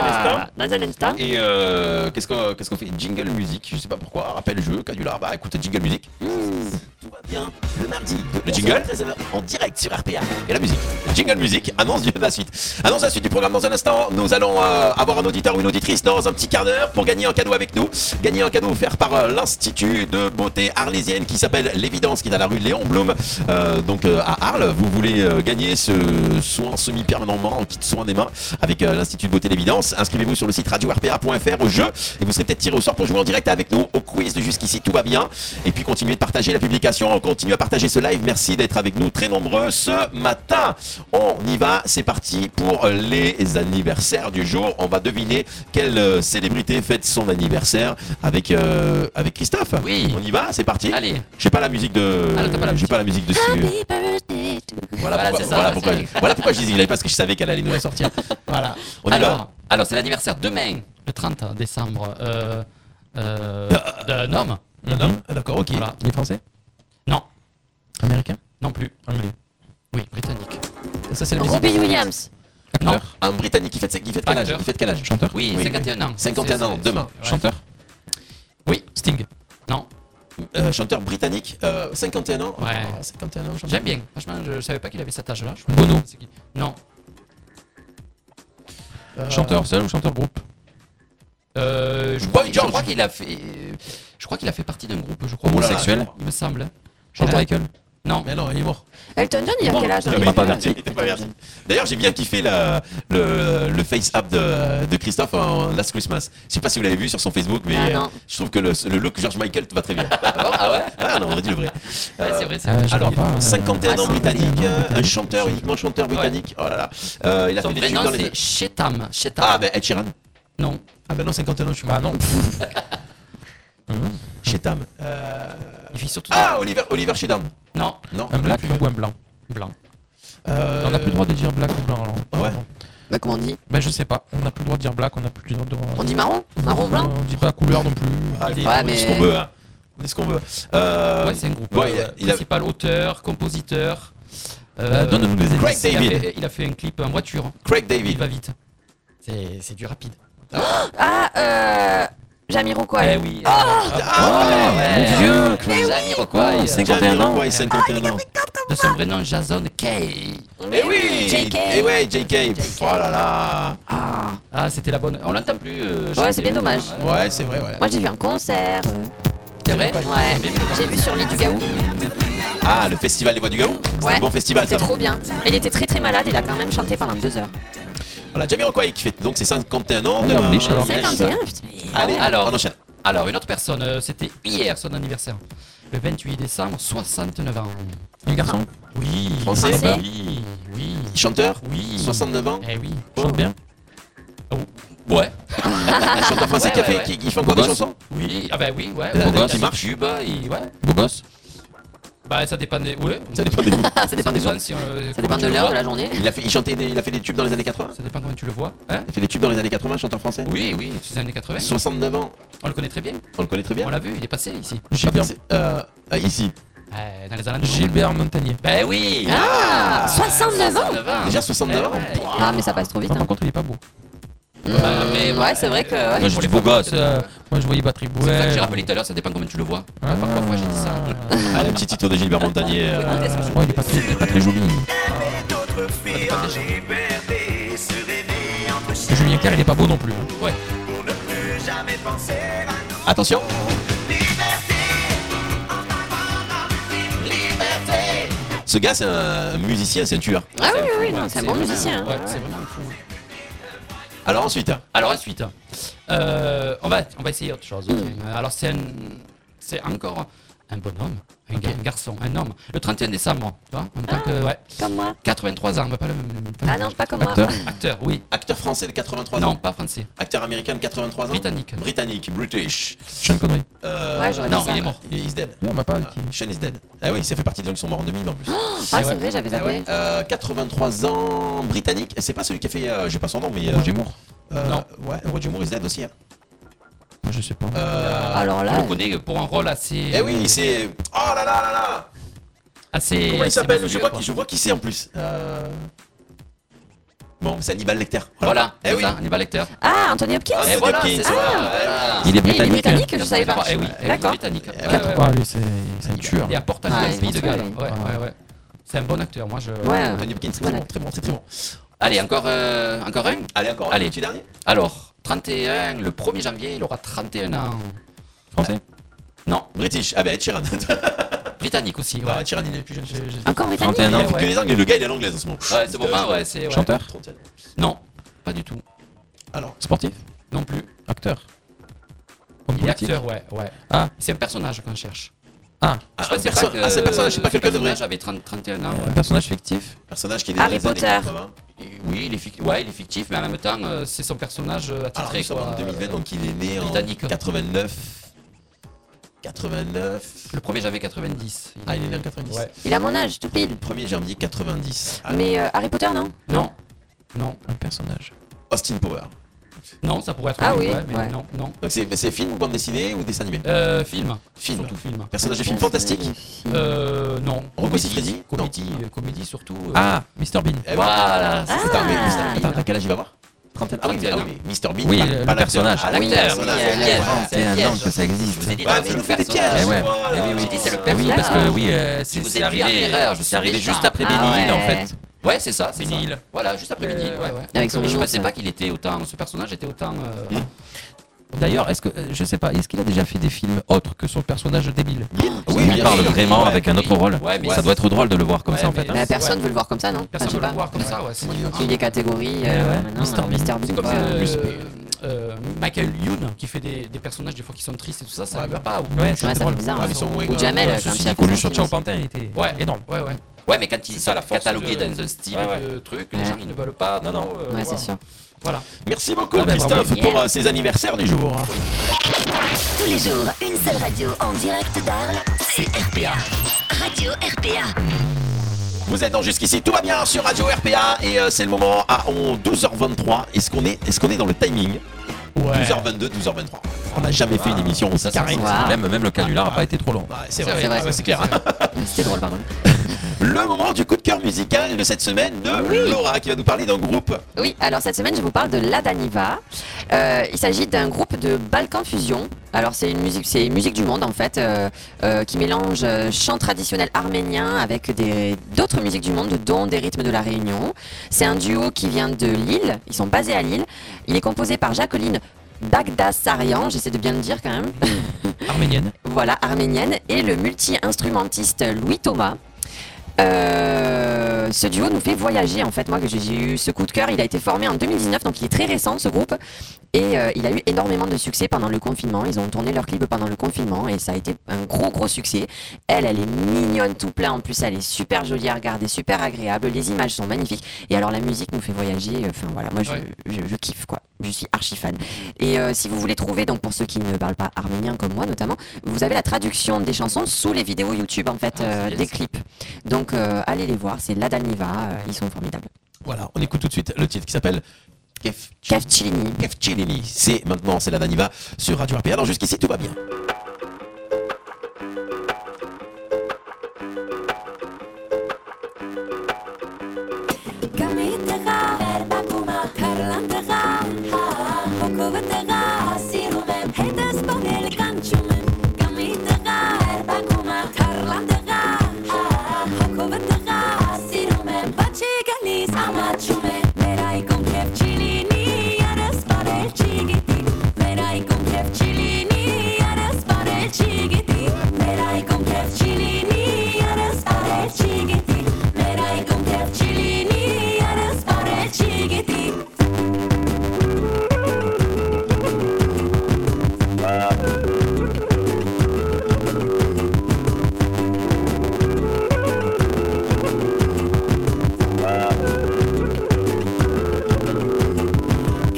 [SPEAKER 16] instant.
[SPEAKER 17] Ah. Dans un instant.
[SPEAKER 16] Et euh, qu'est-ce qu'on qu'est-ce qu'on fait Jingle musique. Je sais pas pourquoi. Rappel jeu. Canular. Bah écoute, jingle musique. Mmh. Tout va bien. Le mardi. Le jingle. En direct sur RPA. Et la musique. Jingle musique. Annonce de la suite. Annonce la suite du programme dans un instant. Nous allons euh, avoir un auditeur ou une auditrice dans un petit quart d'heure pour gagner un cadeau avec nous. Gagner un cadeau offert par euh, l'Institut de beauté arlésienne qui s'appelle L'Évidence, qui est à la rue Léon Blum. Euh, donc euh, à Arles, vous voulez euh, gagner ce soin semi-permanent en kit soin des mains avec euh, l'Institut de beauté l'Évidence. Inscrivez-vous sur le site radio-rpa.fr au jeu et vous serez peut-être tiré au sort pour jouer en direct avec nous au quiz de jusqu'ici tout va bien. Et puis continuez de partager la publication, continuez à partager ce live. Merci d'être avec nous très nombreux ce matin. On y va, c'est parti pour les anniversaires du jour. On va deviner quelle euh, célébrité fête son anniversaire avec euh, avec Christophe. Oui. On y va, c'est parti. Allez. J'ai pas la musique de. J'ai pas la musique de. Voilà,
[SPEAKER 17] Voilà,
[SPEAKER 16] pourquoi,
[SPEAKER 17] c'est ça,
[SPEAKER 16] voilà
[SPEAKER 17] c'est-
[SPEAKER 16] pourquoi- voilà pourquoi je disais qu'il allait parce que je savais qu'elle allait nous la sortir. Voilà. On y va.
[SPEAKER 4] alors, alors c'est l'anniversaire demain, le 30 décembre, euh, euh, d'un homme.
[SPEAKER 16] Ah,
[SPEAKER 4] Mhm.
[SPEAKER 16] D'un homme D'accord, ok.
[SPEAKER 17] Il est français
[SPEAKER 4] Non.
[SPEAKER 17] Américain
[SPEAKER 4] Non plus.
[SPEAKER 17] Anglais.
[SPEAKER 4] Oui, britannique.
[SPEAKER 16] Ça, c'est la
[SPEAKER 4] Robbie
[SPEAKER 16] musique.
[SPEAKER 4] Williams.
[SPEAKER 16] Non. Un Britannique qui fête, qui fête quel âge Il fête quel âge Chanteur Oui,
[SPEAKER 4] 51 ans.
[SPEAKER 16] 51 ans, demain. Chanteur Oui. Sting
[SPEAKER 4] Non.
[SPEAKER 16] Euh, chanteur britannique, euh, 51 ans.
[SPEAKER 4] Ouais.
[SPEAKER 16] Oh, 51 ans, chanteur.
[SPEAKER 4] J'aime bien. Franchement, je savais pas qu'il avait cet âge-là. Je-
[SPEAKER 17] Bono.
[SPEAKER 4] c'est qui Non.
[SPEAKER 16] Euh,
[SPEAKER 17] Chanteur seul ou chanteur groupe
[SPEAKER 4] Euh, je, crois, je crois qu'il a fait. euh, Je crois qu'il a fait partie d'un groupe. Je crois.
[SPEAKER 16] Oh
[SPEAKER 17] Homosexuel
[SPEAKER 4] Homosexuel, me semble.
[SPEAKER 17] George
[SPEAKER 4] Euh,
[SPEAKER 17] Michael
[SPEAKER 4] Non.
[SPEAKER 16] Mais non, il est mort.
[SPEAKER 5] Elton John, il a quel âge
[SPEAKER 16] Il était pas verti, il était pas verti. D'ailleurs, j'ai bien kiffé la- le, le face-up de, de Christophe en Last Christmas. Je sais pas si vous l'avez vu sur son Facebook, mais
[SPEAKER 17] Ah, non.
[SPEAKER 16] euh, je trouve que le, le look George Michael te va très bien.
[SPEAKER 17] Ah ouais
[SPEAKER 16] Ah non, on aurait dit le vrai.
[SPEAKER 4] c'est vrai,
[SPEAKER 17] c'est vrai.
[SPEAKER 16] Alors,
[SPEAKER 17] Je crois pas, euh,
[SPEAKER 16] 51 ans
[SPEAKER 17] ah,
[SPEAKER 16] britannique, euh, un chanteur, uniquement chanteur britannique. Oh là là. Euh, il a
[SPEAKER 4] Son
[SPEAKER 16] fait des
[SPEAKER 4] vrai
[SPEAKER 16] tubes
[SPEAKER 4] nom,
[SPEAKER 16] dans les...
[SPEAKER 4] c'est Shetam. Shetam.
[SPEAKER 16] Ah, ben Ed Sheeran.
[SPEAKER 4] Non.
[SPEAKER 16] Ah ben non, 51 ans, je suis pas. Ah non. Shetam. Euh...
[SPEAKER 4] Il vit surtout.
[SPEAKER 16] Ah, Oliver, Oliver Shetam.
[SPEAKER 4] Non.
[SPEAKER 16] Non.
[SPEAKER 17] Un black ou un blanc
[SPEAKER 4] Blanc.
[SPEAKER 16] Euh,
[SPEAKER 6] On n'a plus le droit de dire black ou blanc alors.
[SPEAKER 16] Ah ouais
[SPEAKER 6] Bah comment on dit Bah je sais pas, on n'a plus le droit de dire black, on n'a plus le droit de
[SPEAKER 16] On dit marron Marron, blanc
[SPEAKER 6] On dit pas couleur non plus.
[SPEAKER 16] Allez, on dit ce qu'on veut. Hein. On dit ce qu'on veut. Euh...
[SPEAKER 4] Ouais, c'est un groupe.
[SPEAKER 16] ouais,
[SPEAKER 4] euh,
[SPEAKER 16] il a- il a-
[SPEAKER 4] principal auteur, compositeur.
[SPEAKER 16] Euh, donne-nous des
[SPEAKER 4] Craig
[SPEAKER 16] indices.
[SPEAKER 4] David. Il a,
[SPEAKER 16] David.
[SPEAKER 4] fait, il a fait un clip en voiture.
[SPEAKER 16] Craig David.
[SPEAKER 4] Il va vite. C'est c'est du rapide.
[SPEAKER 5] Ah, euh. Ah. Jamiroquai.
[SPEAKER 4] Eh oui.
[SPEAKER 16] Ah
[SPEAKER 4] Eh
[SPEAKER 17] Mon Dieu
[SPEAKER 4] Craig
[SPEAKER 16] Ah,
[SPEAKER 4] Jamiroquai.
[SPEAKER 17] 51 ans.
[SPEAKER 16] Ouais, 51 ans.
[SPEAKER 4] De son vrai nom, Jason Kay.
[SPEAKER 16] Eh oui
[SPEAKER 4] JK.
[SPEAKER 16] Eh ouais, JK Oh là là
[SPEAKER 4] Ah, c'était la bonne. On l'entend plus. euh,
[SPEAKER 5] Ouais,
[SPEAKER 4] chanter.
[SPEAKER 5] c'est bien dommage.
[SPEAKER 16] Ouais, c'est vrai, ouais.
[SPEAKER 5] Moi, j'ai vu un concert.
[SPEAKER 4] C'est vrai
[SPEAKER 5] Ouais. J'ai vu sur l'île du Gaou.
[SPEAKER 16] Ah, le festival des voix du Gaou C'est
[SPEAKER 5] Ouais.
[SPEAKER 16] un bon festival, ça.
[SPEAKER 5] C'était trop bien. Il était très très malade, il a quand même chanté pendant deux heures.
[SPEAKER 16] Voilà, Jamiroquai qui fait donc ses 51 ans.
[SPEAKER 17] il a
[SPEAKER 16] demain.
[SPEAKER 17] riche, alors.
[SPEAKER 5] 51, putain.
[SPEAKER 16] Allez,
[SPEAKER 4] Alors,
[SPEAKER 16] on enchaîne.
[SPEAKER 4] alors, une autre personne, euh, c'était hier son anniversaire. Le 28 décembre, 69 ans.
[SPEAKER 17] Un garçon
[SPEAKER 16] Oui. Français
[SPEAKER 5] Français.
[SPEAKER 16] Oui.
[SPEAKER 4] Oui.
[SPEAKER 16] Chanteur
[SPEAKER 4] Oui.
[SPEAKER 16] 69 ans Oh.
[SPEAKER 4] Eh oui.
[SPEAKER 17] Chante bien
[SPEAKER 4] Ouais.
[SPEAKER 16] Chanteur français qui a fait- qui- qui fait encore des
[SPEAKER 17] Beau gosse.
[SPEAKER 16] chansons
[SPEAKER 4] Oui. Ah bah oui, ouais.
[SPEAKER 16] Beau gosse.
[SPEAKER 4] Il marche. Cuba, il... ouais.
[SPEAKER 17] Beau gosse
[SPEAKER 4] Bah ça dépend des. Ouais.
[SPEAKER 16] Ça dépend des goûts.
[SPEAKER 5] Ah, Ça dépend des jours.
[SPEAKER 4] si on le-
[SPEAKER 5] Ça
[SPEAKER 4] comment
[SPEAKER 5] dépend de
[SPEAKER 4] tu le
[SPEAKER 5] l'heure, de
[SPEAKER 4] vois.
[SPEAKER 5] la journée.
[SPEAKER 16] Il a fait, il chantait des, il a fait des tubes dans les années 80.
[SPEAKER 4] Ça dépend comment tu le vois. Hein
[SPEAKER 16] Il a fait des tubes dans les années 80, chanteur français.
[SPEAKER 4] Oui, oui, c'est les années 80.
[SPEAKER 16] 69 ans.
[SPEAKER 4] On le connaît très bien.
[SPEAKER 16] On le connaît très bien.
[SPEAKER 4] On l'a vu, il est passé ici.
[SPEAKER 16] J'ai bien. Euh, euh, ici.
[SPEAKER 4] Euh, dans les années
[SPEAKER 17] Gilbert Montagnier.
[SPEAKER 4] Bah oui
[SPEAKER 5] Ah 69 ans
[SPEAKER 4] 69 ans.
[SPEAKER 16] Déjà 69 ans.
[SPEAKER 4] Ouais.
[SPEAKER 5] Ah, mais ça passe trop vite.
[SPEAKER 17] Par
[SPEAKER 5] Hein.
[SPEAKER 17] contre, il est pas beau.
[SPEAKER 6] Euh,
[SPEAKER 4] Bah, mais ouais,
[SPEAKER 5] Ouais, c'est vrai que. ouais.
[SPEAKER 17] Moi, je dis beau gosse. euh, Moi, je voyais Patrick
[SPEAKER 4] c'est ça que
[SPEAKER 17] Bouet.
[SPEAKER 4] j'ai rappelé tout à l'heure, ça dépend comment tu le vois. La première fois j'ai dit ça.
[SPEAKER 16] Allez, un Ah. petit titre de Gilbert Montagnier. euh,
[SPEAKER 17] Ouais, il est pas très- il est pas très joli. Julien Clerc, il est pas beau non plus.
[SPEAKER 4] Ouais.
[SPEAKER 16] Attention. Ce gars, c'est un musicien, c'est un tueur.
[SPEAKER 5] Ah oui, oui, oui, non, c'est un bon musicien. hein.
[SPEAKER 4] Ouais, c'est vraiment fou.
[SPEAKER 16] Alors ensuite, hein.
[SPEAKER 4] Alors ensuite, euh, on, va, on va essayer autre chose. Euh, Alors c'est un- c'est encore un bonhomme, un, ga- un garçon, un homme. Le 31 décembre, tu vois, en tant que, ouais.
[SPEAKER 5] Comme moi.
[SPEAKER 4] 83 ans, mais pas le même. pas le
[SPEAKER 5] Ah
[SPEAKER 4] même
[SPEAKER 5] non,
[SPEAKER 4] âge.
[SPEAKER 5] pas comme moi.
[SPEAKER 17] Acteur.
[SPEAKER 4] Acteur, oui.
[SPEAKER 16] acteur français de 83
[SPEAKER 4] Non,
[SPEAKER 16] ans.
[SPEAKER 4] pas français.
[SPEAKER 16] Acteur américain de 83 ans.
[SPEAKER 4] Britannique.
[SPEAKER 16] Britannique, British.
[SPEAKER 17] Sean Connery.
[SPEAKER 16] Euh,
[SPEAKER 5] Ouais, j'aurais dit
[SPEAKER 4] non,
[SPEAKER 5] ça.
[SPEAKER 4] il est mort.
[SPEAKER 16] Il is dead.
[SPEAKER 17] Non, on m'a pas.
[SPEAKER 16] Ah, Sean is dead. Ah oui, ça fait partie des gens qui sont morts en 2000 en plus.
[SPEAKER 5] Ah, c'est vrai, j'avais
[SPEAKER 16] Ah ouais,
[SPEAKER 5] zappé.
[SPEAKER 16] euh, 83 ans, britannique. C'est pas celui qui a fait, euh, j'ai pas son nom, mais. euh,
[SPEAKER 17] Roger Moore.
[SPEAKER 16] euh,
[SPEAKER 4] Non.
[SPEAKER 16] Ouais, Roger Moore is dead aussi. hein.
[SPEAKER 17] Moi, je sais pas.
[SPEAKER 16] Euh,
[SPEAKER 5] Alors
[SPEAKER 4] On
[SPEAKER 5] là.
[SPEAKER 4] le connaît pour un rôle assez. euh,
[SPEAKER 16] eh oui, c'est. Oh là là là là
[SPEAKER 4] assez
[SPEAKER 16] Comment il
[SPEAKER 4] assez
[SPEAKER 16] s'appelle
[SPEAKER 4] monstrueux,
[SPEAKER 16] je, vois
[SPEAKER 4] quoi.
[SPEAKER 16] qui- je vois qui c'est en plus. Euh, Typiquement, c'est Hannibal Lecter.
[SPEAKER 4] Voilà,
[SPEAKER 16] Eh
[SPEAKER 4] c'est
[SPEAKER 16] oui.
[SPEAKER 4] ça, Hannibal Lecter.
[SPEAKER 17] Ah, Anthony Hopkins
[SPEAKER 4] Et voilà, c'est ça. Ah, voilà.
[SPEAKER 6] Il est britannique.
[SPEAKER 17] Il est
[SPEAKER 16] hein.
[SPEAKER 17] britannique, je savais pas.
[SPEAKER 4] Eh oui, eh oui,
[SPEAKER 17] D'accord.
[SPEAKER 4] britannique. Ouais, ouais, ouais.
[SPEAKER 6] Ah, lui, c'est c'est un tueur.
[SPEAKER 4] Et hein. à Porta
[SPEAKER 17] Ah,
[SPEAKER 4] Costa,
[SPEAKER 17] il
[SPEAKER 4] de
[SPEAKER 17] est
[SPEAKER 4] Galles.
[SPEAKER 17] bon.
[SPEAKER 4] Ouais, ouais, ouais. C'est un bon acteur, moi je.
[SPEAKER 17] Ouais. Anthony
[SPEAKER 16] Hopkins, très bon, très bon, très très bon.
[SPEAKER 4] Allez, encore, euh, encore un
[SPEAKER 16] Allez, encore un
[SPEAKER 4] Allez.
[SPEAKER 16] petit dernier.
[SPEAKER 4] Alors, 31, le 1er janvier, il aura 31 ans.
[SPEAKER 6] Français
[SPEAKER 16] Non, British. Ah ben, Ed Sheeran.
[SPEAKER 4] Britannique aussi. Ouais.
[SPEAKER 16] Bah, Ed Sheeran, il est plus jeune.
[SPEAKER 4] Encore britannique
[SPEAKER 16] 31 ans. Il fait
[SPEAKER 4] Ouais.
[SPEAKER 16] que hein, les Anglais. Le gars, il est l'anglaise en ce moment.
[SPEAKER 4] Ouais, c'est bon, bah, ouais, c'est. ouais.
[SPEAKER 6] Chanteur
[SPEAKER 4] Non, pas du tout.
[SPEAKER 16] Alors,
[SPEAKER 6] Sportif
[SPEAKER 4] Non plus.
[SPEAKER 6] Acteur
[SPEAKER 4] Il est acteur, ouais, ouais.
[SPEAKER 6] Ah.
[SPEAKER 4] C'est un personnage qu'on cherche.
[SPEAKER 6] Ah.
[SPEAKER 4] Je
[SPEAKER 16] Ah,
[SPEAKER 4] sais
[SPEAKER 16] un
[SPEAKER 4] pas,
[SPEAKER 16] perso-
[SPEAKER 4] que-
[SPEAKER 16] ah, c'est un personnage, c'est pas
[SPEAKER 4] ce
[SPEAKER 16] quelqu'un de vrai.
[SPEAKER 4] personnage avait 30 31 ans.
[SPEAKER 6] Un personnage fictif
[SPEAKER 16] Personnage qui est né
[SPEAKER 17] Harry
[SPEAKER 16] dans les années
[SPEAKER 17] Potter.
[SPEAKER 16] 80.
[SPEAKER 4] Oui, il est fictif, ouais, il est fictif, mais en même temps, euh, c'est son personnage euh,
[SPEAKER 16] Alors,
[SPEAKER 4] attitré.
[SPEAKER 16] nous sommes
[SPEAKER 4] quoi.
[SPEAKER 16] Ah, en 2020, donc il est né en
[SPEAKER 4] Britannique. hein.
[SPEAKER 16] 89. 89.
[SPEAKER 4] Le 1er janvier 90.
[SPEAKER 16] Ah, il est né en 90.
[SPEAKER 4] Ouais.
[SPEAKER 17] Il a mon âge, tout pile.
[SPEAKER 16] 1er janvier 90. Ah,
[SPEAKER 17] Mais euh, Harry Potter, non
[SPEAKER 4] Non. Non.
[SPEAKER 6] Un personnage.
[SPEAKER 16] Austin Power.
[SPEAKER 4] Non, ça pourrait être.
[SPEAKER 17] Ah
[SPEAKER 4] un,
[SPEAKER 17] oui,
[SPEAKER 4] ouais, mais
[SPEAKER 17] ouais.
[SPEAKER 4] non, non.
[SPEAKER 16] Donc c'est c'est film ou bande dessinée ou dessin animé
[SPEAKER 4] Euh, film.
[SPEAKER 16] Film.
[SPEAKER 4] Surtout film.
[SPEAKER 16] Personnage de film fantastique
[SPEAKER 4] Euh, non.
[SPEAKER 16] Rocco Siffredi
[SPEAKER 4] Comédie, euh, comédie surtout. euh,
[SPEAKER 6] Ah, Mr Bean.
[SPEAKER 16] Eh ben,
[SPEAKER 4] Voilà,
[SPEAKER 16] c'est- c'est un- mais- Mr. Bean. Attends, t'as quel âge il va avoir 31. Ah oui, mais- ah oui, mais Mr. Bean,
[SPEAKER 6] hein. Oui,
[SPEAKER 16] pas-
[SPEAKER 6] le- le
[SPEAKER 16] pas l'acteur.
[SPEAKER 6] personnage.
[SPEAKER 16] Ah, l'acteur,
[SPEAKER 6] Oui,
[SPEAKER 16] personnage.
[SPEAKER 4] oui, oui,
[SPEAKER 16] Ouais,
[SPEAKER 4] oui.
[SPEAKER 16] voilà.
[SPEAKER 4] C'est un
[SPEAKER 6] C'est un an
[SPEAKER 4] piège.
[SPEAKER 6] que ça existe.
[SPEAKER 4] vous ai
[SPEAKER 16] Ouais,
[SPEAKER 4] dit de
[SPEAKER 16] mais
[SPEAKER 4] faire
[SPEAKER 16] Bah, nous fait des
[SPEAKER 4] personnage.
[SPEAKER 16] pièges.
[SPEAKER 6] Eh ouais.
[SPEAKER 16] voilà.
[SPEAKER 6] Eh oui, oui.
[SPEAKER 4] J'ai dit, c'est le
[SPEAKER 6] Oui,
[SPEAKER 4] personnage.
[SPEAKER 6] parce que oui, euh,
[SPEAKER 4] Je
[SPEAKER 6] c'est
[SPEAKER 4] vous ai
[SPEAKER 6] c'est
[SPEAKER 4] dit
[SPEAKER 6] arrivé,
[SPEAKER 4] en erreur, je
[SPEAKER 6] c'est
[SPEAKER 4] suis
[SPEAKER 6] arrivé
[SPEAKER 4] déjà.
[SPEAKER 6] juste après Benny
[SPEAKER 4] Ah
[SPEAKER 6] Hill, en
[SPEAKER 4] ouais.
[SPEAKER 6] fait.
[SPEAKER 4] Ouais, c'est ça, c'est
[SPEAKER 6] Benny
[SPEAKER 4] Hill.
[SPEAKER 6] Hill.
[SPEAKER 4] Voilà, juste après Benny Hill. Ouais, ouais.
[SPEAKER 17] Avec son
[SPEAKER 4] Je
[SPEAKER 17] nom,
[SPEAKER 4] pensais
[SPEAKER 17] ça.
[SPEAKER 4] pas qu'il était autant. Ce personnage était autant. euh,
[SPEAKER 6] D'ailleurs, est-ce que euh, je sais pas, est-ce qu'il a déjà fait des films autres que son personnage débile
[SPEAKER 16] Oui,
[SPEAKER 6] Ah, Oui,
[SPEAKER 16] bien
[SPEAKER 6] il parle
[SPEAKER 16] sûr.
[SPEAKER 6] vraiment
[SPEAKER 4] Ouais,
[SPEAKER 6] avec un autre
[SPEAKER 4] oui.
[SPEAKER 6] rôle.
[SPEAKER 4] Ouais, mais
[SPEAKER 6] ça
[SPEAKER 4] c'est-
[SPEAKER 6] doit être drôle de le voir comme
[SPEAKER 4] Ouais,
[SPEAKER 6] ça en
[SPEAKER 4] mais
[SPEAKER 6] fait.
[SPEAKER 4] non,
[SPEAKER 17] Bah,
[SPEAKER 4] c'est-
[SPEAKER 17] personne
[SPEAKER 4] ouais.
[SPEAKER 17] veut le voir comme ça, non
[SPEAKER 4] Personne
[SPEAKER 17] Enfin,
[SPEAKER 4] veut
[SPEAKER 17] je sais
[SPEAKER 4] le voir comme ça, ouais. c'est-
[SPEAKER 17] pas. Il y a des catégories. euh, maintenant,
[SPEAKER 6] Mr. Bean.
[SPEAKER 17] Mr.
[SPEAKER 4] C'est
[SPEAKER 17] Bean,
[SPEAKER 4] comme
[SPEAKER 17] quoi.
[SPEAKER 4] euh, euh, Michael Youn qui fait des, des personnages des fois qui sont tristes et tout ça, ça lui va pas. Ou,
[SPEAKER 6] Ouais,
[SPEAKER 17] Ouais, ça fait bizarre.
[SPEAKER 16] Ah,
[SPEAKER 17] hein.
[SPEAKER 16] ils sont moins
[SPEAKER 17] Ou Jamel,
[SPEAKER 4] euh,
[SPEAKER 6] Ouais,
[SPEAKER 17] c'est un
[SPEAKER 6] ceci
[SPEAKER 17] pire
[SPEAKER 6] dit, Coluche
[SPEAKER 17] personnage.
[SPEAKER 6] sur Tchaopantin était
[SPEAKER 4] Ouais.
[SPEAKER 6] énorme.
[SPEAKER 4] Ouais, ouais. Ouais, mais quand ils sont
[SPEAKER 16] la force
[SPEAKER 4] catalogués
[SPEAKER 16] de-
[SPEAKER 4] dans un style
[SPEAKER 16] Ouais, ouais.
[SPEAKER 4] de truc, les
[SPEAKER 17] Ouais.
[SPEAKER 4] gens ils ne veulent pas. Non, non. euh,
[SPEAKER 17] Ouais,
[SPEAKER 4] voilà.
[SPEAKER 17] c'est sûr.
[SPEAKER 4] Voilà.
[SPEAKER 16] Merci beaucoup,
[SPEAKER 6] Ah, ben,
[SPEAKER 16] Christophe,
[SPEAKER 6] bravo.
[SPEAKER 16] pour euh, ces anniversaires du jour.
[SPEAKER 12] Tous les jours, une seule radio en direct d'Arles. C'est RPA. Radio RPA.
[SPEAKER 16] Vous êtes dans jusqu'ici, tout va bien sur Radio RPA et euh, c'est le moment à on- 12h23. Est-ce qu'on est, est, qu'on est dans le timing 12h22, 12h23. On n'a jamais fait une émission aussi carrée.
[SPEAKER 6] Même, même le canular n'a pas été trop long.
[SPEAKER 16] Ouais, Ah. c'est vrai,
[SPEAKER 17] C'est vrai.
[SPEAKER 16] Ah ouais, c'est clair.
[SPEAKER 17] C'était drôle, pardon.
[SPEAKER 16] Le moment du coup de cœur musical de cette semaine de Laura qui va nous parler d'un groupe.
[SPEAKER 17] Oui, alors cette semaine, je vous parle de La Daniva. Euh, il s'agit d'un groupe de Balkan Fusion. Alors, c'est une musique, c'est une musique du monde, en fait, euh, euh, qui mélange euh, chant traditionnel arménien avec des- d'autres musiques du monde, dont des rythmes de la Réunion. C'est un duo qui vient de Lille. Ils sont basés à Lille. Il est composé par Jacqueline Bagdasarian, j'essaie de bien le dire quand même.
[SPEAKER 6] Arménienne.
[SPEAKER 17] voilà, arménienne, et le multi-instrumentiste Louis Thomas. Euh, ce duo nous fait voyager en fait. Moi, que j'ai j'ai eu ce coup de cœur. Il a été formé en 2019, donc il est très récent ce groupe. Et euh, il a eu énormément de succès pendant le confinement. Ils ont tourné leur clip pendant le confinement et ça a été un gros gros succès. Elle, elle est mignonne tout plein. En plus, elle est super jolie à regarder, super agréable. Les images sont magnifiques. Et alors, la musique nous fait voyager. Enfin voilà, moi je,
[SPEAKER 4] Ouais.
[SPEAKER 17] je, je kiffe quoi. Je suis archi fan. Et euh, si vous voulez trouver, donc pour ceux qui ne parlent pas arménien comme moi notamment, vous avez la traduction des chansons sous les vidéos YouTube en fait,
[SPEAKER 4] Ah,
[SPEAKER 17] euh,
[SPEAKER 4] yes.
[SPEAKER 17] des clips. Donc euh, allez les voir, c'est La Daniva, euh, ils sont formidables.
[SPEAKER 16] Voilà, on écoute tout de suite le titre qui s'appelle Kef
[SPEAKER 17] Cafcini.
[SPEAKER 16] Cellini. C'est maintenant, c'est la Daniva sur Radio RPA. Alors jusqu'ici, tout va bien.
[SPEAKER 12] հա, հա, Merai con Cefcilini, aras pare cigiti.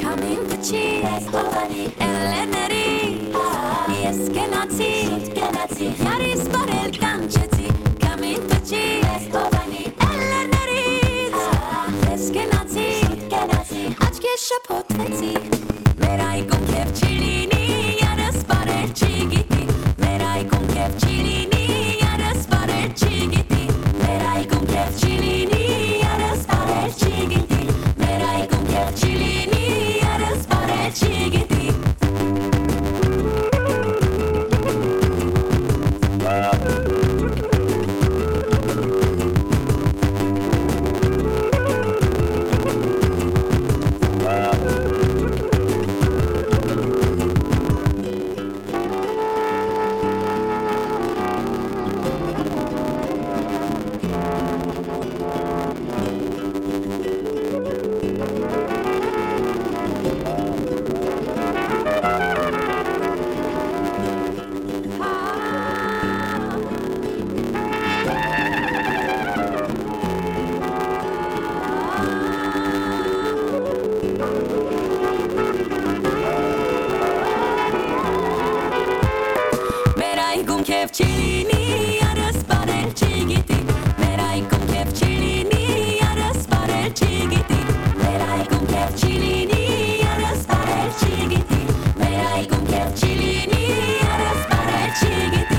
[SPEAKER 12] Coming to cheese, Havani, Elenery. E. Yes, Genati, Genati, Yaris Barel Gancheti. Coming to cheese, Havani, Elenery. E. Yes, Genati, Genati, Achke Shapoteti. Merai con Kevchilini, Yaris Barel Chigiti. Merai con Kevchilini, Yaris Barel Chigiti. Merai con Kevchilini, Yaris Barel Chigiti. Merai
[SPEAKER 18] kefçiliğini yarız parelçi gitti. Meraykon kefçiliğini yarız parelçi gitti. Meraykon kefçiliğini yarız parelçi gitti. Meraykon kefçiliğini yarız parelçi gitti.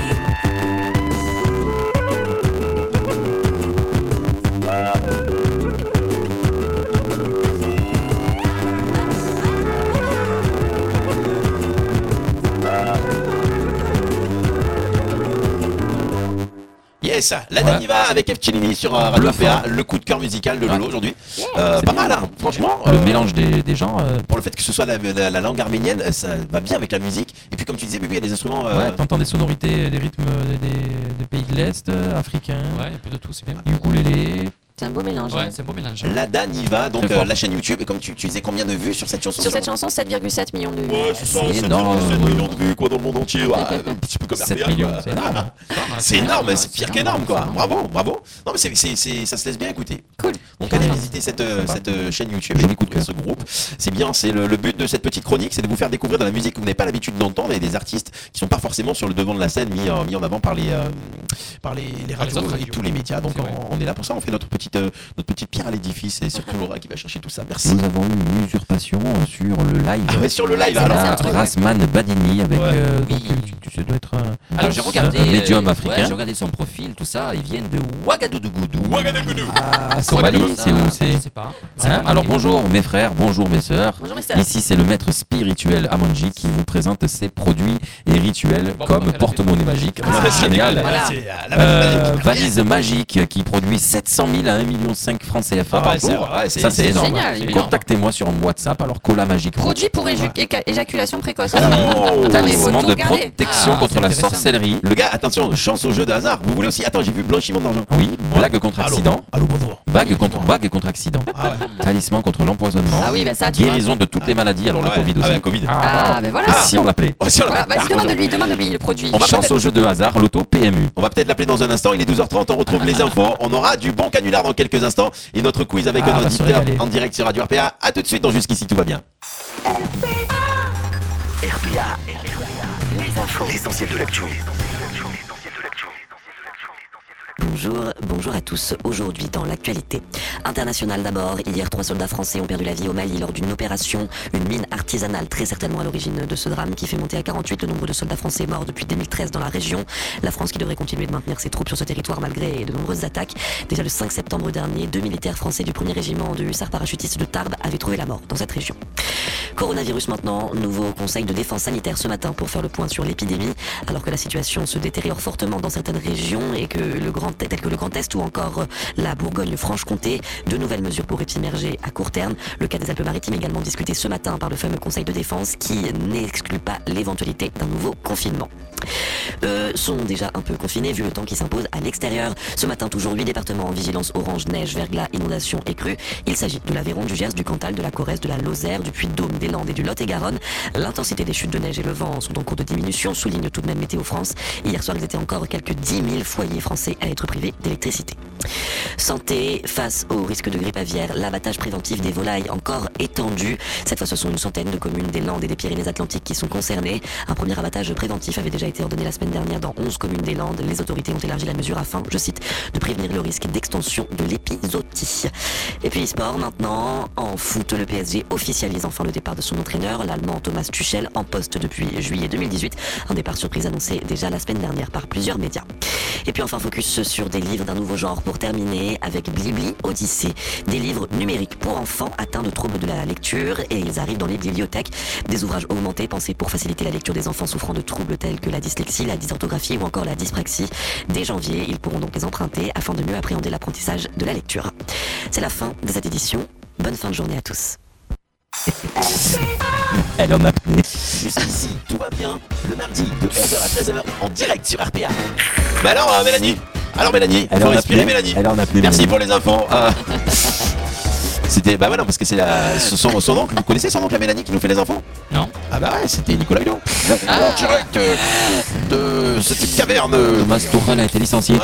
[SPEAKER 16] Yes, la dame y va avec Efchilini sur euh, Radio PA, le coup de cœur musical de Lolo aujourd'hui. Euh, pas mal, hein, franchement.
[SPEAKER 17] Le mélange des, des gens. euh,
[SPEAKER 16] Pour le fait que ce soit la, la- la langue arménienne, euh, ça va bien avec la musique. Et puis, comme tu disais, bébé, il y a des instruments. euh,
[SPEAKER 17] Ouais, t'entends des sonorités, des rythmes euh, des, des pays de l'Est, euh, africains. Ouais,
[SPEAKER 4] un peu de tout, c'est bien.
[SPEAKER 17] Ukulélé.
[SPEAKER 18] C'est un beau mélange.
[SPEAKER 4] Ouais, c'est un beau mélange.
[SPEAKER 16] La Dan y va, donc
[SPEAKER 17] Très
[SPEAKER 16] euh,
[SPEAKER 17] fort.
[SPEAKER 16] la chaîne YouTube. Et comme tu, tu disais, combien de vues sur cette chanson
[SPEAKER 18] Sur cette chanson, 7,7 millions de vues.
[SPEAKER 16] C'est énorme. millions de vues quoi, dans le monde entier. ouais, un petit peu comme
[SPEAKER 17] 7
[SPEAKER 16] RPA,
[SPEAKER 17] millions,
[SPEAKER 16] quoi. Ah,
[SPEAKER 17] c'est énorme.
[SPEAKER 16] C'est énorme, c'est pire qu'énorme quoi. Bravo, bravo. Non mais c'est, c'est, c'est- ça se laisse bien écouter. Cool. Donc allez visiter cette, euh, cette euh, chaîne YouTube et découvrir ce groupe. C'est bien, c'est le, le but de cette petite chronique, c'est de vous faire découvrir de la musique que vous n'avez pas l'habitude d'entendre et des artistes qui sont pas forcément sur le devant de la scène mis, en- mis en avant par les, euh, par les, les radios et tous les médias. Donc on, on est là pour ça, on fait notre petite, euh, notre petite pierre à l'édifice et surtout Laura qui va chercher tout ça. Merci.
[SPEAKER 17] Nous avons eu une usurpation sur le live.
[SPEAKER 16] Ah ouais, sur le live,
[SPEAKER 17] Là,
[SPEAKER 16] alors, c'est un truc, ouais.
[SPEAKER 17] Rasman Badini avec. euh, donc, tu, tu- tu dois être un,
[SPEAKER 19] Alors j'ai
[SPEAKER 17] un-
[SPEAKER 19] regardé,
[SPEAKER 17] un
[SPEAKER 19] euh,
[SPEAKER 17] médium
[SPEAKER 19] ouais,
[SPEAKER 17] africain.
[SPEAKER 19] j'ai regardé son profil, tout ça. Ils viennent de Ouagadougou.
[SPEAKER 16] Ouagadougou.
[SPEAKER 17] Ah, Somalie, c'est
[SPEAKER 16] euh,
[SPEAKER 17] où c'est
[SPEAKER 19] Je sais pas.
[SPEAKER 17] Hein Alors bonjour mes frères, bonjour mes sœurs.
[SPEAKER 19] Bonjour, mes sœurs.
[SPEAKER 17] Ici c'est le maître spirituel Amanji qui vous présente ses produits et rituels comme porte-monnaie magique.
[SPEAKER 16] Ah,
[SPEAKER 17] C'est
[SPEAKER 16] c'est
[SPEAKER 17] génial.
[SPEAKER 16] voilà, c'est, euh, la
[SPEAKER 17] Euh, valise magique qui produit 700 000 à 1 million francs CFA
[SPEAKER 16] Ah
[SPEAKER 17] par
[SPEAKER 16] ouais, c'est
[SPEAKER 17] jour.
[SPEAKER 16] vrai, c'est-
[SPEAKER 17] Ça c'est
[SPEAKER 16] c'est
[SPEAKER 17] énorme.
[SPEAKER 16] génial, énorme.
[SPEAKER 17] Contactez-moi sur mon WhatsApp alors Cola Magique.
[SPEAKER 18] Produit pour éju- éca- éjaculation précoce.
[SPEAKER 17] Établissement de
[SPEAKER 18] regardez.
[SPEAKER 17] protection contre la sorcellerie.
[SPEAKER 16] Le gars, attention, chance au jeu de hasard. Vous voulez aussi. Attends, j'ai vu blanchiment d'argent.
[SPEAKER 17] Oui, blague contre accident. Bague contre bague contre accident.
[SPEAKER 16] Ah
[SPEAKER 17] Talisman contre l'empoisonnement.
[SPEAKER 18] Ah oui, bah ça, tu
[SPEAKER 17] Guérison de toutes les maladies. Alors le Covid aussi.
[SPEAKER 16] bah,
[SPEAKER 18] Ah, ben voilà. Bah,
[SPEAKER 17] Et si on l'appelait
[SPEAKER 16] Oh,
[SPEAKER 18] Voilà, Vas-y, demande-lui, demande-lui le produit.
[SPEAKER 16] On va
[SPEAKER 17] Chance
[SPEAKER 16] peut-être-
[SPEAKER 17] au jeu de hasard, l'auto PMU.
[SPEAKER 16] On va peut-être l'appeler dans un instant, il est 12h30, on retrouve les infos, on aura du bon canular dans quelques instants et notre quiz avec
[SPEAKER 17] Ah,
[SPEAKER 16] un
[SPEAKER 17] on va se
[SPEAKER 16] auditeur
[SPEAKER 17] régaler.
[SPEAKER 16] en direct sur Radio RPA. À tout de suite dans Jusqu'ici tout va bien.
[SPEAKER 1] RPA, les infos, l'essentiel de l'actu.
[SPEAKER 19] Bonjour, bonjour à tous. Aujourd'hui dans l'actualité. International d'abord, hier trois soldats français ont perdu la vie au Mali lors d'une opération, une mine artisanale très certainement à l'origine de ce drame qui fait monter à 48 le nombre de soldats français morts depuis 2013 dans la région. La France qui devrait continuer de maintenir ses troupes sur ce territoire malgré de nombreuses attaques. Déjà le 5 septembre dernier, deux militaires français du 1er régiment de hussards parachutistes de Tarbes avaient trouvé la mort dans cette région. Coronavirus maintenant, nouveau conseil de défense sanitaire ce matin pour faire le point sur l'épidémie, alors que la situation se détériore fortement dans certaines régions et que le grand, telles que le Grand Est ou encore euh, la Bourgogne-Franche-Comté, de nouvelles mesures pourraient émerger à court terme. Le cas des Alpes-Maritimes également discuté ce matin par le fameux conseil de défense qui n'exclut pas l'éventualité d'un nouveau confinement. Eux sont déjà un peu confinés vu le temps qui s'impose à l'extérieur. Ce matin, toujours 8 départements en vigilance orange, neige, verglas, inondation et crue. Il s'agit de l'Aveyron, du Gers, du Cantal, de la Corrèze, de la Lozère, du Puy-de-Dôme, des Landes et du Lot-et-Garonne. L'intensité des chutes de neige et le vent sont en cours de diminution, souligne tout de même Météo France. Hier soir, ils étaient encore quelques 10 000 foyers français à être privés d'électricité. Santé, face au risque de grippe aviaire, l'abattage préventif des volailles encore étendu. Cette fois, ce sont une centaine de communes des Landes et des Pyrénées-Atlantiques qui sont concernées. Un premier abattage préventif avait déjà été ordonné la semaine dernière dans 11 communes des Landes. Les autorités ont élargi la mesure afin, je cite, de prévenir le risque d'extension de l'épizootie. Et puis sport maintenant, en foot, le PSG officialise enfin le départ de son entraîneur, l'allemand Thomas Tuchel, en poste depuis juillet 2018. Un départ surprise annoncé déjà la semaine dernière par plusieurs médias. Et puis enfin, focus sur des livres d'un nouveau genre pour terminer avec Blibli Odyssée. Des livres numériques pour enfants atteints de troubles de la lecture et ils arrivent dans les bibliothèques. Des ouvrages augmentés pensés pour faciliter la lecture des enfants souffrant de troubles tels que la dyslexie, la dysorthographie ou encore la dyspraxie. Dès janvier, ils pourront donc les emprunter afin de mieux appréhender l'apprentissage de la lecture. C'est la fin de cette édition. Bonne fin de journée à tous.
[SPEAKER 17] Elle en a pris.
[SPEAKER 16] Jusqu'ici tout va bien, le mardi de 11h à 13h en direct sur RPA. Bah alors euh, Mélanie Alors Mélanie,
[SPEAKER 17] Elle
[SPEAKER 16] faut
[SPEAKER 17] en a
[SPEAKER 16] respirer
[SPEAKER 17] plus.
[SPEAKER 16] Mélanie.
[SPEAKER 17] Elle en a plus,
[SPEAKER 16] Merci
[SPEAKER 17] Mélanie.
[SPEAKER 16] pour les infos. euh, C'était bah voilà parce que c'est la son- son, son oncle, vous connaissez son oncle la Mélanie qui nous fait les infos
[SPEAKER 4] Non.
[SPEAKER 16] Ah bah ouais, c'était Nicolas Hulot.
[SPEAKER 17] Ah.
[SPEAKER 16] En direct euh, de cette caverne
[SPEAKER 17] Thomas Tourelle a été licencié.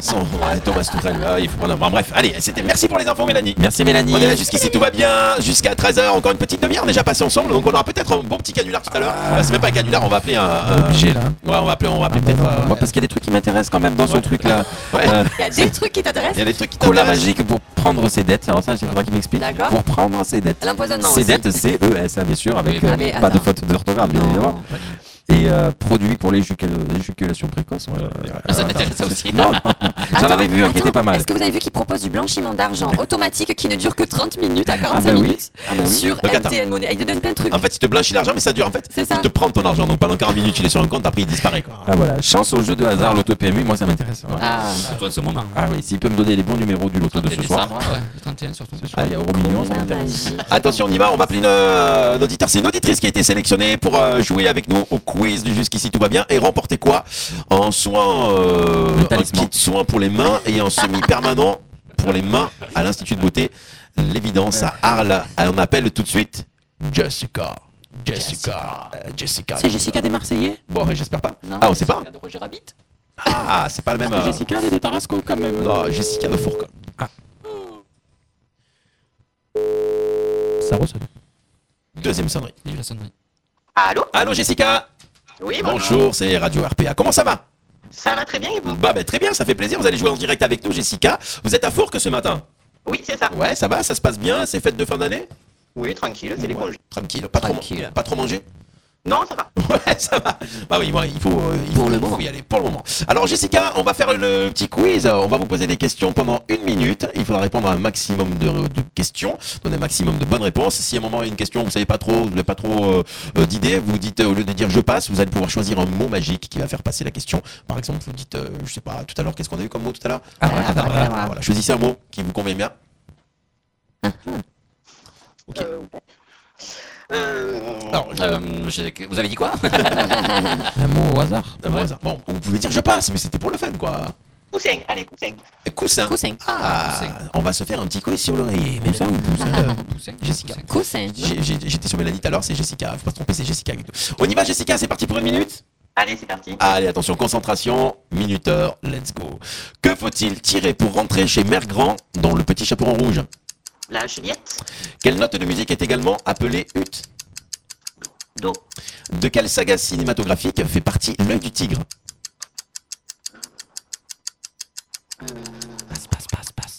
[SPEAKER 16] Sans ouais, Thomas Tourelle, ah, il faut prendre un- bon, bref, allez, c'était merci pour les infos, Mélanie. Merci, Mélanie. On est là jusqu'ici, tout va bien. Jusqu'à 13h, encore une petite demi-heure déjà passée ensemble. Donc, on aura peut-être un bon petit canular tout à l'heure. Ah, c'est même pas un canular, on va appeler un. un-
[SPEAKER 17] Obligé là. Ah,
[SPEAKER 16] Ouais, on va appeler, on va appeler peut-être. euh,
[SPEAKER 17] Moi, parce qu'il y a des trucs qui m'intéressent quand même dans ce truc là. Euh,
[SPEAKER 18] Il y a des trucs qui
[SPEAKER 16] Il y a
[SPEAKER 18] t'intéressent
[SPEAKER 16] des trucs qui
[SPEAKER 17] Cola
[SPEAKER 16] t'intéressent.
[SPEAKER 17] magique pour prendre ses dettes. Alors ça, c'est toi qui m'explique.
[SPEAKER 18] D'accord.
[SPEAKER 17] Pour prendre ses dettes.
[SPEAKER 18] L'empoisonnement
[SPEAKER 17] Ses
[SPEAKER 18] aussi.
[SPEAKER 17] dettes, c'est E S, bien sûr, avec
[SPEAKER 18] Oui,
[SPEAKER 17] euh,
[SPEAKER 18] mais
[SPEAKER 17] pas de
[SPEAKER 18] attends.
[SPEAKER 17] faute d'orthographe, bien évidemment. Et euh, produit pour l'éjaculation précoce. ouais.
[SPEAKER 18] Ah, ça t'intéresse aussi.
[SPEAKER 17] Non, non. j'en avais vu un qui était pas mal.
[SPEAKER 18] Est-ce que vous avez vu qu'ils proposent du blanchiment d'argent automatique qui ne dure que 30 minutes à 45
[SPEAKER 16] bah oui.
[SPEAKER 18] minutes
[SPEAKER 16] Ah bah oui.
[SPEAKER 18] sur
[SPEAKER 16] Donc, attends.
[SPEAKER 18] MTN Money. Ah, Ils te donnent plein de trucs.
[SPEAKER 16] En fait, il te blanchit l'argent, mais ça dure en fait.
[SPEAKER 18] C'est ça.
[SPEAKER 16] Il te prend ton argent, donc pendant 40 minutes, il est sur un compte, après il disparaît quoi.
[SPEAKER 17] Ah voilà, chance au jeu de hasard, l'auto-PMU, moi ça m'intéresse. ouais.
[SPEAKER 18] Ah.
[SPEAKER 4] Surtout en ce moment.
[SPEAKER 17] Ah oui, s'il peut me donner les bons numéros du loto de ce soir.
[SPEAKER 4] décembre, ouais, le 31 surtout.
[SPEAKER 17] Ah, il y a Euro Million, ça m'intéresse.
[SPEAKER 16] Attention, on y va, on va appeler une, euh, un auditeur. C'est une auditrice qui a été sélectionnée pour euh, jouer avec nous au quiz du Jusqu'ici tout va bien et remporter quoi En soin, euh, un kit soin pour les mains et en semi-permanent pour les mains à l'Institut de beauté. L'évidence à Arles. Alors, On appelle tout de suite Jessica. Jessica. Euh, Jessica.
[SPEAKER 17] C'est Jessica des Marseillais
[SPEAKER 16] Bon, ouais, j'espère pas. ah, on sait pas.
[SPEAKER 17] de Roger Rabbit
[SPEAKER 16] Ah, c'est pas le même. euh,
[SPEAKER 17] Jessica, elle est de Tarascon quand même.
[SPEAKER 16] Non, Jessica de Fourcon. Ah.
[SPEAKER 17] Ça ressonne.
[SPEAKER 16] Deuxième sonnerie.
[SPEAKER 4] Il y a eu la sonnerie.
[SPEAKER 16] Allô Allô, Jessica
[SPEAKER 20] Oui,
[SPEAKER 16] Bonjour, c'est Radio RPA. Comment ça va
[SPEAKER 20] Ça va très bien et vous
[SPEAKER 16] Bah, bah, très bien, ça fait plaisir. Vous allez jouer en direct avec nous, Jessica. Vous êtes à Fourques ce matin
[SPEAKER 20] Oui, c'est ça.
[SPEAKER 16] Ouais, ça va, ça se passe bien, c'est fête de fin d'année
[SPEAKER 20] Oui, tranquille, c'est les congés.
[SPEAKER 16] Tranquille, pas trop, pas trop manger
[SPEAKER 20] Non, ça va.
[SPEAKER 16] Ouais, ça va. Bah oui, ouais, il faut, euh, il faut, il faut y aller pour le moment. Alors Jessica, on va faire le petit quiz. On va vous poser des questions pendant une minute. Il faudra répondre à un maximum de, de questions, donner un maximum de bonnes réponses. Si à un moment il y a une question, vous savez pas trop, vous n'avez pas trop euh, euh, d'idées, vous dites euh, au lieu de dire je passe, vous allez pouvoir choisir un mot magique qui va faire passer la question. Par exemple, vous dites, euh, je sais pas, tout à l'heure, qu'est-ce qu'on a eu comme mot tout à l'heure
[SPEAKER 4] Ah,
[SPEAKER 16] Abracadabra. Voilà, choisissez un mot qui vous convient bien.
[SPEAKER 4] Ah. Alors, euh, je- vous avez dit quoi
[SPEAKER 17] Un mot au hasard.
[SPEAKER 16] Ah, bon, ça- Bon, vous pouvez dire je passe, mais c'était pour le fun, quoi.
[SPEAKER 20] Coussin, allez, coussin.
[SPEAKER 16] Coussin.
[SPEAKER 20] Coussin.
[SPEAKER 16] Ah, on va se faire un petit quiz sur l'oreiller. Mais ça, Jessica.
[SPEAKER 18] Coussin.
[SPEAKER 16] J'ai- j'ai- J'étais sur Mélanie tout à l'heure, c'est Jessica. Faut pas se tromper, c'est Jessica. avec nous. Oh, On y va, Jessica, c'est parti pour une minute
[SPEAKER 20] Allez, c'est parti.
[SPEAKER 16] Allez, attention, concentration, minuteur, let's go. Que faut-il tirer pour rentrer chez Mère Grand dans le petit chaperon rouge
[SPEAKER 20] La Juliette,
[SPEAKER 16] Quelle note de musique est également appelée hutte
[SPEAKER 20] Do.
[SPEAKER 16] De quelle saga cinématographique fait partie L'œil du tigre
[SPEAKER 20] Euh,
[SPEAKER 16] Passe, passe, passe, passe.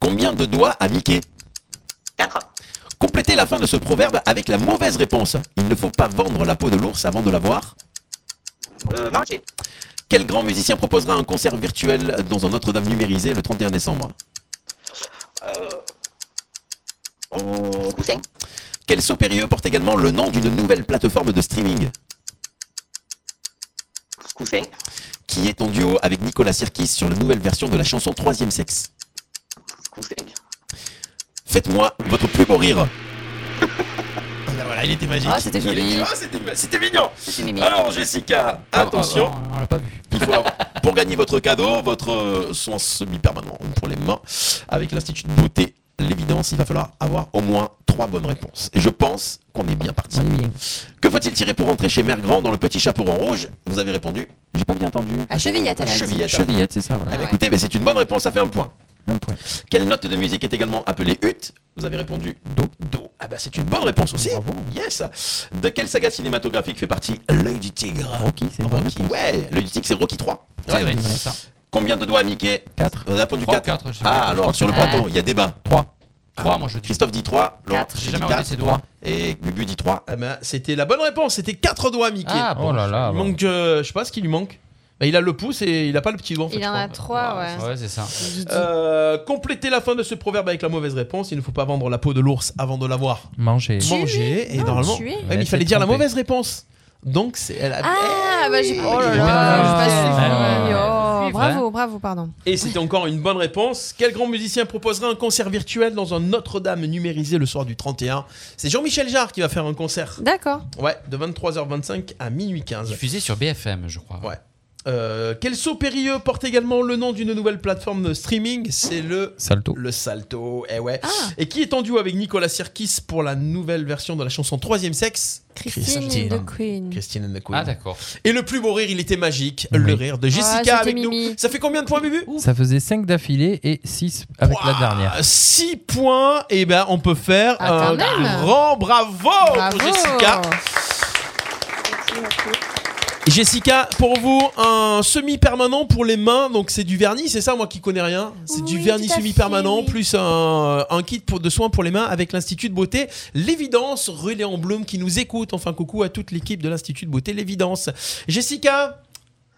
[SPEAKER 16] Combien de doigts a Mickey
[SPEAKER 20] 4.
[SPEAKER 16] Complétez la fin de ce proverbe avec la mauvaise réponse. Il ne faut pas vendre la peau de l'ours avant de la voir.
[SPEAKER 20] euh, manger.
[SPEAKER 16] Quel grand musicien proposera un concert virtuel dans un Notre-Dame numérisé le 31 décembre
[SPEAKER 20] Euh, coussin.
[SPEAKER 16] Quel saut périlleux porte également le nom d'une nouvelle plateforme de streaming
[SPEAKER 20] Coussin.
[SPEAKER 16] Qui est en duo avec Nicolas Sirkis sur la nouvelle version de la chanson Troisième Sexe
[SPEAKER 20] Coussin.
[SPEAKER 16] Faites-moi votre plus beau rire. Ah, voilà, il était magique.
[SPEAKER 20] Ah, c'était joli.
[SPEAKER 16] Il était- ah, c'était- c'était mignon. Alors, Jessica, attention. Il faut avoir- pour gagner votre cadeau, votre euh, soin semi-permanent pour les mains, avec l'Institut de beauté, l'évidence, il va falloir avoir au moins trois bonnes réponses. Et je pense qu'on est bien parti. Que faut-il tirer pour rentrer chez Mère Grand dans le petit chaperon rouge Vous avez répondu J'ai pas bien entendu.
[SPEAKER 18] À chevillette, elle a dit.
[SPEAKER 16] Chevillette.
[SPEAKER 17] Chevillette, c'est ça, voilà.
[SPEAKER 16] Eh ben, écoutez, mais c'est une bonne réponse, ça fait un point. Quelle note de musique est également appelée ut Vous avez répondu do. Do. Ah bah c'est une bonne réponse aussi. Yes. De quelle saga cinématographique fait partie L'œil du tigre Rocky, c'est Rocky. Ah bah, Ouais, l'œil du tigre c'est Rocky 3.
[SPEAKER 4] C'est vrai, c'est ça.
[SPEAKER 16] Combien de doigts a Mickey 4. Vous avez répondu
[SPEAKER 4] Trois,
[SPEAKER 16] 4.
[SPEAKER 4] quatre, je sais pas.
[SPEAKER 16] ah alors sur le
[SPEAKER 4] Ouais.
[SPEAKER 16] plateau, il y a débat. 3. 3 moi je dis. Christophe dit 3, Laurent
[SPEAKER 4] J'ai jamais regardé ces doigts.
[SPEAKER 16] et Gugu dit 3.
[SPEAKER 3] Ah ben, c'était la bonne réponse, c'était 4 doigts, Mickey.
[SPEAKER 4] Ah, bon. Oh là là,
[SPEAKER 3] il
[SPEAKER 4] bon.
[SPEAKER 3] manque, euh, je sais pas ce qui lui manque. Bah, il a le pouce et il a pas le petit doigt. En fait,
[SPEAKER 5] Il
[SPEAKER 3] je
[SPEAKER 5] en
[SPEAKER 3] crois.
[SPEAKER 5] a trois, ouais.
[SPEAKER 4] Ouais, c'est ça.
[SPEAKER 3] Euh, complétez la fin de ce proverbe avec la mauvaise réponse. Il ne faut pas vendre la peau de l'ours avant de l'avoir.
[SPEAKER 6] Manger.
[SPEAKER 3] Manger et normalement.
[SPEAKER 5] tuer.
[SPEAKER 3] Ouais, mais
[SPEAKER 6] Elle
[SPEAKER 3] il fallait
[SPEAKER 6] s'est
[SPEAKER 3] dire la
[SPEAKER 6] trompée.
[SPEAKER 3] mauvaise réponse. Donc c'est. elle a-
[SPEAKER 5] Ah, bah j'ai Oh là
[SPEAKER 3] j'ai
[SPEAKER 5] là,
[SPEAKER 3] pas
[SPEAKER 5] j'ai
[SPEAKER 3] suivi.
[SPEAKER 5] pas suivi.
[SPEAKER 3] Ouais.
[SPEAKER 5] Oh,
[SPEAKER 3] Suivre,
[SPEAKER 5] Bravo, bravo, pardon.
[SPEAKER 3] Et c'était encore une bonne réponse. Quel grand musicien proposera un concert virtuel dans un Notre-Dame numérisé le soir du 31 C'est Jean-Michel Jarre qui va faire un concert.
[SPEAKER 5] D'accord.
[SPEAKER 3] Ouais, de 23h25 à minuit 15.
[SPEAKER 4] Diffusé sur BFM, je crois.
[SPEAKER 3] Ouais. Euh, Kelso Périlleux porte également le nom d'une nouvelle plateforme de streaming, c'est le
[SPEAKER 6] Salto.
[SPEAKER 3] Le Salto, eh ouais.
[SPEAKER 5] Ah.
[SPEAKER 3] Et qui est en duo avec Nicolas Sirkis pour la nouvelle version de la chanson Troisième Sexe.
[SPEAKER 5] Christine, and the Queen.
[SPEAKER 3] Christine and the Queen.
[SPEAKER 4] Ah, d'accord.
[SPEAKER 3] Et le plus beau rire, il était magique, le rire de Jessica
[SPEAKER 5] Ah, c'était
[SPEAKER 3] avec
[SPEAKER 5] Mimi.
[SPEAKER 3] nous. Ça fait combien de points, Bubu
[SPEAKER 6] Ça faisait 5 d'affilée et 6 avec la dernière.
[SPEAKER 3] 6 points, et ben on peut faire
[SPEAKER 6] Ah,
[SPEAKER 3] un
[SPEAKER 6] quand même.
[SPEAKER 3] grand bravo,
[SPEAKER 6] Bravo.
[SPEAKER 3] pour Jessica. Jessica, pour vous, un semi-permanent pour les mains, donc c'est du vernis, c'est ça moi qui connais rien C'est du vernis semi-permanent, plus un, un kit pour, de soins pour les mains avec l'Institut de Beauté L'Évidence, rue Léon Blum qui nous écoute, enfin coucou à toute l'équipe de l'Institut de Beauté L'Évidence. Jessica,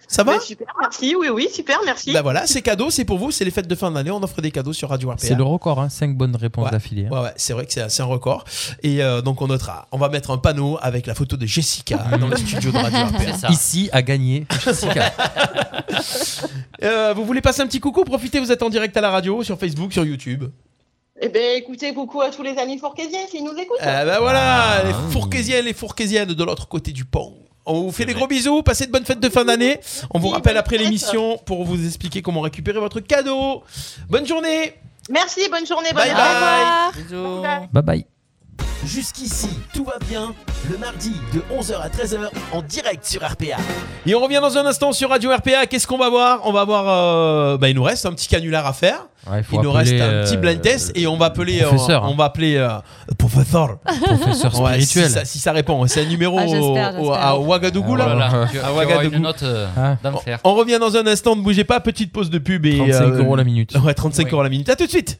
[SPEAKER 3] ça va
[SPEAKER 20] Bah, Super, merci, oui, oui, super, merci.
[SPEAKER 3] Bah voilà, c'est cadeau, c'est pour vous, c'est les fêtes de fin d'année, on offre des cadeaux sur Radio RPA.
[SPEAKER 6] C'est le record, 5 bonnes réponses d'affilée. hein.
[SPEAKER 3] Ouais, ouais, c'est vrai que c'est c'est un record. Et euh, donc on notera, on va mettre un panneau avec la photo de Jessica dans le studio de Radio RPA.
[SPEAKER 6] C'est ça. Ici à gagner. Jessica.
[SPEAKER 3] Euh, vous voulez passer un petit coucou Profitez, vous êtes en direct à la radio, sur Facebook, sur YouTube.
[SPEAKER 20] Eh ben, écoutez, coucou à tous les amis fourcaisiens qui nous écoutent.
[SPEAKER 3] Ah bah voilà, les fourcaisiennes, les fourcaisiennes de l'autre côté du pont. On vous fait des gros bisous, passez de bonnes fêtes de fin d'année. On vous rappelle après l'émission pour vous expliquer comment récupérer votre cadeau. Bonne journée
[SPEAKER 20] Merci, bonne journée, bonne
[SPEAKER 3] Bye
[SPEAKER 20] année.
[SPEAKER 3] bye
[SPEAKER 20] Au revoir.
[SPEAKER 6] Bye bye.
[SPEAKER 1] Jusqu'ici, tout va bien. Le mardi de 11h à 13h en direct sur RPA.
[SPEAKER 3] Et on revient dans un instant sur Radio RPA. Qu'est-ce qu'on va voir On va voir. euh, bah, il nous reste un petit canular à faire.
[SPEAKER 6] Ouais, il faut
[SPEAKER 3] il nous
[SPEAKER 6] appeler,
[SPEAKER 3] reste un
[SPEAKER 6] euh,
[SPEAKER 3] petit blind test et on va appeler.
[SPEAKER 6] le professeur,
[SPEAKER 3] euh,
[SPEAKER 6] hein.
[SPEAKER 3] on va appeler. euh, professeur.
[SPEAKER 6] Professeur
[SPEAKER 3] Ouais, si
[SPEAKER 6] spirituel.
[SPEAKER 3] ça- si, ça répond, c'est un numéro
[SPEAKER 4] Ah, j'espère,
[SPEAKER 3] au-
[SPEAKER 4] j'espère.
[SPEAKER 3] au- à Ouagadougou
[SPEAKER 4] Oh là
[SPEAKER 3] là.
[SPEAKER 4] là, tu-
[SPEAKER 3] À
[SPEAKER 4] tu auras
[SPEAKER 3] Ouagadougou.
[SPEAKER 4] une note, euh,
[SPEAKER 3] Ah.
[SPEAKER 4] d'enfer.
[SPEAKER 3] On, on revient dans un instant. Ne bougez pas. Petite pause de pub et
[SPEAKER 6] 35 euros la
[SPEAKER 3] minute. Ouais, 35 euros la minute. À tout de suite.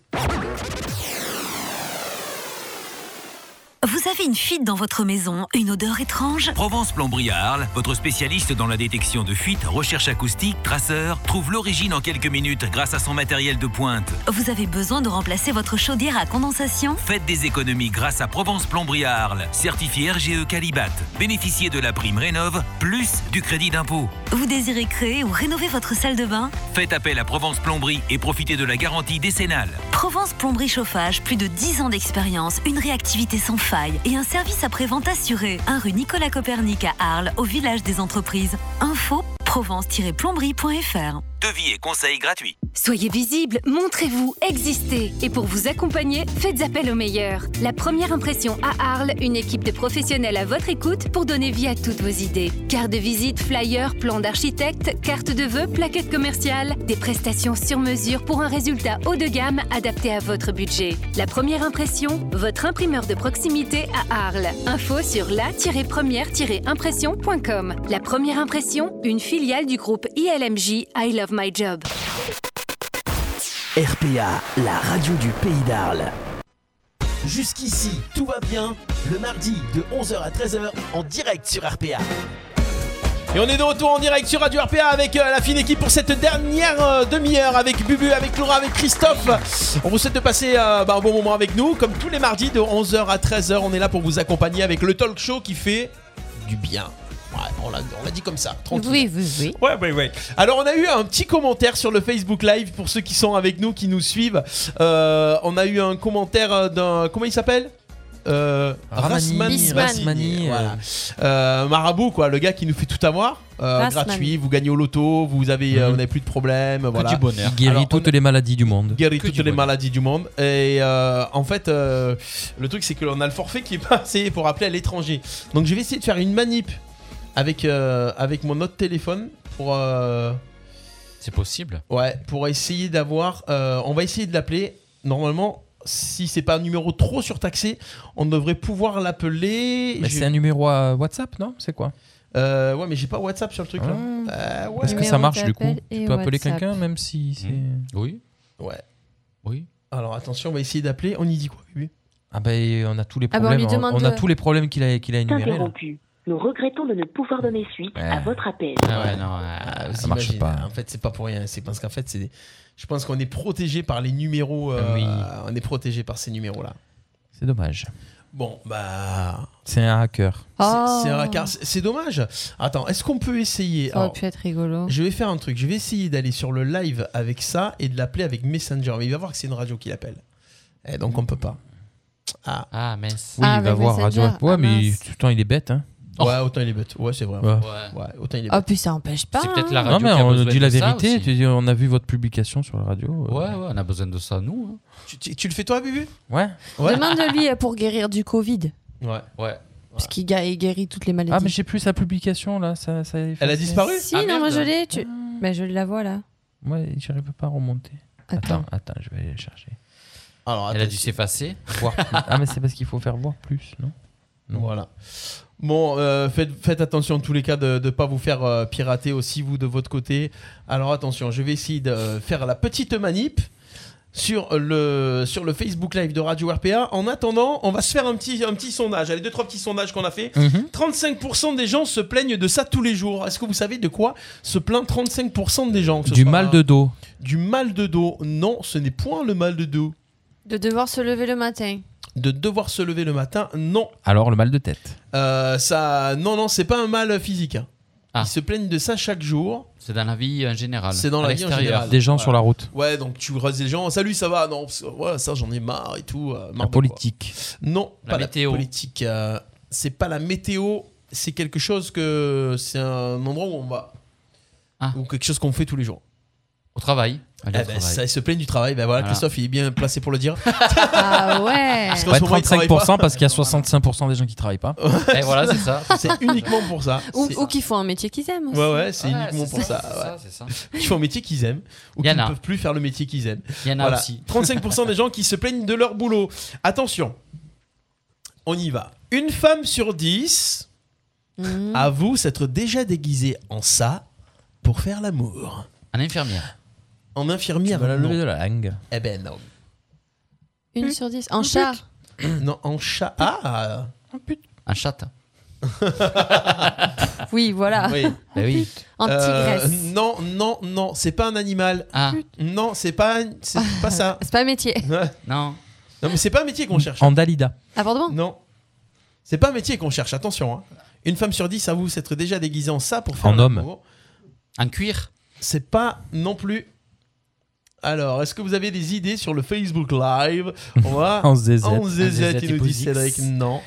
[SPEAKER 21] Vous avez une fuite dans votre maison, une odeur étrange
[SPEAKER 22] Provence Plomberie à Arles, votre spécialiste dans la détection de fuites, recherche acoustique, traceur, trouve l'origine en quelques minutes grâce à son matériel de pointe.
[SPEAKER 21] Vous avez besoin de remplacer votre chaudière à condensation
[SPEAKER 22] Faites des économies grâce à Provence Plomberie à Arles, certifié RGE Calibat. Bénéficiez de la prime Rénov, plus du crédit d'impôt.
[SPEAKER 21] Vous désirez créer ou rénover votre salle de bain
[SPEAKER 22] Faites appel à Provence Plomberie et profitez de la garantie décennale.
[SPEAKER 21] Provence Plomberie Chauffage, plus de 10 ans d'expérience, une réactivité sans faille et un service après-vente assuré. 1 rue Nicolas Copernic à Arles, au village des entreprises. Info provence-plomberie.fr
[SPEAKER 22] Devis et conseils gratuits.
[SPEAKER 8] Soyez visible, montrez-vous, existez. Et pour vous accompagner, faites appel au meilleur. La première impression à Arles, une équipe de professionnels à votre écoute pour donner vie à toutes vos idées. Cartes de visite, flyers, plans d'architecte, cartes de vœux, plaquettes commerciales, des prestations sur mesure pour un résultat haut de gamme adapté à votre budget. La première impression, votre imprimeur de proximité à Arles. Info sur la-première-impression.com. La première impression, une filiale du groupe ILMJ I Love My Job.
[SPEAKER 1] RPA, la radio du pays d'Arles. Jusqu'ici, tout va bien. Le mardi de 11h à 13h en direct sur RPA.
[SPEAKER 3] Et on est de retour en direct sur Radio RPA avec euh, la fine équipe pour cette dernière euh, demi-heure avec Bubu, avec Laura, avec Christophe. On vous souhaite de passer euh, bah, un bon moment avec nous. Comme tous les mardis de 11h à 13h, on est là pour vous accompagner avec le talk show qui fait du bien. Ouais, on l'a on l'a dit comme ça, tranquille.
[SPEAKER 5] Oui, oui, oui.
[SPEAKER 3] Ouais, ouais, ouais. Alors, on a eu un petit commentaire sur le Facebook Live pour ceux qui sont avec nous, qui nous suivent. Euh, on a eu un commentaire euh, d'un. Comment il s'appelle euh,
[SPEAKER 6] Ramani,
[SPEAKER 3] Rasmani,
[SPEAKER 6] Bisman.
[SPEAKER 3] Rasmani, voilà. Euh, Marabout quoi, le gars qui nous fait tout avoir, euh,
[SPEAKER 6] Rasmani.
[SPEAKER 3] gratuit, vous gagnez au loto, vous avez, euh,
[SPEAKER 6] Mhm.
[SPEAKER 3] vous n'avez plus de problème, voilà.
[SPEAKER 6] du bonheur. Il guérit toutes les maladies du monde.
[SPEAKER 3] guérit toutes les maladies du monde. Et euh, en fait, euh, le truc, c'est qu'on a le forfait qui est pas assez pour appeler à l'étranger. Donc, je vais essayer de faire une manip avec, euh, avec mon autre téléphone pour. euh,
[SPEAKER 4] C'est possible.
[SPEAKER 3] Ouais, pour essayer d'avoir. euh, on va essayer de l'appeler. Normalement, si c'est pas un numéro trop surtaxé, on devrait pouvoir l'appeler.
[SPEAKER 6] Mais
[SPEAKER 3] Je-
[SPEAKER 6] c'est un numéro à WhatsApp, non C'est quoi Ah.
[SPEAKER 3] Euh, ouais, mais j'ai pas WhatsApp sur le truc là. Euh, ouais.
[SPEAKER 6] Est-ce que ça marche du coup Tu peux appeler quelqu'un même
[SPEAKER 16] Hmm.
[SPEAKER 6] si c'est.
[SPEAKER 4] Oui.
[SPEAKER 3] Ouais.
[SPEAKER 4] Oui.
[SPEAKER 3] Alors attention, on va essayer d'appeler. On y dit quoi, bébé
[SPEAKER 6] Ah bah et on a tous les
[SPEAKER 3] Ah bah, on
[SPEAKER 6] problèmes.
[SPEAKER 3] lui
[SPEAKER 6] on,
[SPEAKER 3] demande
[SPEAKER 6] on a
[SPEAKER 3] de-
[SPEAKER 6] tous les problèmes qu'il a qu'il a énumérés. là.
[SPEAKER 12] Interrompu. Nous regrettons de ne pouvoir donner suite à votre appel.
[SPEAKER 2] Ah
[SPEAKER 3] Ah non,
[SPEAKER 6] ça marche pas.
[SPEAKER 3] En fait, c'est pas pour rien. C'est parce qu'en fait, c'est. Je pense qu'on est protégé par les numéros. euh, On est protégé par ces numéros-là.
[SPEAKER 6] C'est dommage.
[SPEAKER 3] Bon, bah.
[SPEAKER 6] C'est un hacker.
[SPEAKER 3] c'est-
[SPEAKER 5] Oh.
[SPEAKER 3] C'est un racard. C'est- c'est dommage. Attends, est-ce qu'on peut essayer
[SPEAKER 5] Ça aurait
[SPEAKER 3] alors,
[SPEAKER 5] pu être rigolo.
[SPEAKER 3] Je vais faire un truc. Je vais essayer d'aller sur le live avec ça et de l'appeler avec Messenger. Mais il va voir que c'est une radio qui l'appelle. Et donc on peut pas. Ah.
[SPEAKER 4] Ah, mince.
[SPEAKER 6] Oui, il va voir Radio. Ouais, mais tout le temps il est bête. Hein.
[SPEAKER 3] Ouais, autant il est bête. Ouais, c'est vrai.
[SPEAKER 6] Ouais.
[SPEAKER 3] Ouais, autant il est
[SPEAKER 5] Ah,
[SPEAKER 3] bête.
[SPEAKER 5] puis ça empêche pas. hein.
[SPEAKER 6] Non, mais
[SPEAKER 4] qui a
[SPEAKER 6] on
[SPEAKER 4] besoin
[SPEAKER 6] dit
[SPEAKER 4] de
[SPEAKER 6] la
[SPEAKER 4] ça
[SPEAKER 6] vérité.
[SPEAKER 4] aussi.
[SPEAKER 6] Tu dis, on a vu votre publication sur la radio.
[SPEAKER 3] euh.
[SPEAKER 4] Ouais, ouais, on a besoin de ça, nous. hein.
[SPEAKER 3] Tu, tu- tu le fais toi, Bubu
[SPEAKER 6] Ouais. Ah,
[SPEAKER 5] Demande-lui euh, pour guérir du Covid.
[SPEAKER 3] Ouais.
[SPEAKER 4] Ouais.
[SPEAKER 5] Parce qu'il ga- il guérit toutes les maladies.
[SPEAKER 6] Ah, mais j'ai plus sa publication là. Ça, ça
[SPEAKER 3] Elle a disparu Ah,
[SPEAKER 5] Si, non, moi je l'ai. Tu... Bah, je la vois là.
[SPEAKER 6] Ouais, j'arrive pas à remonter. Attends, attends, je vais aller la chercher.
[SPEAKER 3] Alors,
[SPEAKER 4] Elle a dû s'effacer.
[SPEAKER 6] Voir plus. ah, mais c'est parce qu'il faut faire voir plus, non
[SPEAKER 3] Voilà. Bon, euh, faites, faites attention en tous les cas de ne pas vous faire euh, pirater aussi, vous de votre côté. Alors attention, je vais essayer de euh, faire la petite manip sur le, sur le Facebook Live de Radio RPA. En attendant, on va se faire un petit, un petit sondage. Allez, deux, trois petits sondages qu'on a fait.
[SPEAKER 6] Mhm.
[SPEAKER 3] 35% des gens se plaignent de ça tous les jours. Est-ce que vous savez de quoi se plaint 35% des gens que ce
[SPEAKER 6] Du
[SPEAKER 3] soit-
[SPEAKER 6] mal de dos.
[SPEAKER 3] Du mal de dos. Non, ce n'est point le mal de dos.
[SPEAKER 5] De devoir se lever le matin.
[SPEAKER 3] De devoir se lever le matin, non.
[SPEAKER 6] Alors, le mal de tête.
[SPEAKER 3] Euh, ça, non, non, c'est pas un mal physique. hein. Ils se plaignent de ça chaque jour.
[SPEAKER 4] Ah. C'est dans la vie en général.
[SPEAKER 3] C'est dans
[SPEAKER 4] À
[SPEAKER 3] la vie en
[SPEAKER 4] l'extérieur.
[SPEAKER 3] général.
[SPEAKER 6] Des gens sur la route.
[SPEAKER 3] Ouais, donc tu croises des gens. Salut, ça va Non, parce que, voilà, ça j'en ai marre et tout. euh, marre
[SPEAKER 6] La
[SPEAKER 3] de quoi.
[SPEAKER 6] politique.
[SPEAKER 3] Non,
[SPEAKER 6] La
[SPEAKER 3] pas
[SPEAKER 6] météo.
[SPEAKER 3] la politique. euh, c'est pas la météo. C'est quelque chose que c'est un endroit où on va ou quelque chose qu'on fait tous les jours.
[SPEAKER 4] Ah. Au travail. Aller
[SPEAKER 3] Eh
[SPEAKER 4] au
[SPEAKER 3] ben,
[SPEAKER 4] travail.
[SPEAKER 3] ça, ils se plaignent du travail. Ben voilà,
[SPEAKER 4] Voilà.
[SPEAKER 3] Christophe, il est bien placé pour le dire.
[SPEAKER 5] Ah ouais.
[SPEAKER 3] Parce qu'en
[SPEAKER 6] Ouais,
[SPEAKER 3] ce moment, il travaille
[SPEAKER 6] 35%
[SPEAKER 3] pas.
[SPEAKER 6] parce qu'il y a 65% des gens qui travaillent pas.
[SPEAKER 4] Et voilà, c'est ça.
[SPEAKER 3] C'est uniquement pour ça.
[SPEAKER 5] Ou,
[SPEAKER 3] C'est-
[SPEAKER 5] ou qu'ils font un métier qu'ils aiment. aussi.
[SPEAKER 3] Ouais, ouais, c'est uniquement pour ça. ouais. Qui font un métier qu'ils aiment ou qui
[SPEAKER 4] Y en
[SPEAKER 3] ne
[SPEAKER 4] a.
[SPEAKER 3] peuvent plus faire le métier qu'ils aiment.
[SPEAKER 4] Y en a aussi.
[SPEAKER 3] 35% des gens qui se plaignent de leur boulot. Attention, on y va. Une femme sur 10 avoue s'être déjà déguisée en ça pour faire l'amour.
[SPEAKER 4] Un infirmière.
[SPEAKER 3] En infirmière,
[SPEAKER 4] Tu vas la
[SPEAKER 3] non.
[SPEAKER 4] lever de
[SPEAKER 6] la langue.
[SPEAKER 3] Eh ben non.
[SPEAKER 5] Une sur dix. En
[SPEAKER 3] Oh,
[SPEAKER 5] char.
[SPEAKER 3] non, en chat. Ah
[SPEAKER 4] Un chat.
[SPEAKER 5] Oui, voilà.
[SPEAKER 3] Oui.
[SPEAKER 4] Bah oui.
[SPEAKER 5] En
[SPEAKER 3] Euh,
[SPEAKER 5] tigresse.
[SPEAKER 3] non, non, non, c'est pas un animal.
[SPEAKER 4] Ah.
[SPEAKER 3] Non, c'est pas, c'est pas ça.
[SPEAKER 5] C'est pas un métier.
[SPEAKER 4] Non.
[SPEAKER 3] Non, mais c'est pas un métier qu'on cherche.
[SPEAKER 6] En Dalida.
[SPEAKER 5] Abordement
[SPEAKER 3] Non. C'est pas un métier qu'on cherche, attention. hein. Une femme sur dix avoue s'être déjà déguisée en ça pour faire
[SPEAKER 6] En homme.
[SPEAKER 3] l'amour.
[SPEAKER 4] En cuir
[SPEAKER 3] C'est pas non plus. Alors, est-ce que vous avez des idées sur le Facebook Live On va.
[SPEAKER 6] En zézette.
[SPEAKER 3] En zézette,
[SPEAKER 4] En
[SPEAKER 3] il nous dit
[SPEAKER 4] zézette,
[SPEAKER 3] Cédric.
[SPEAKER 4] Ipposix.
[SPEAKER 3] Non.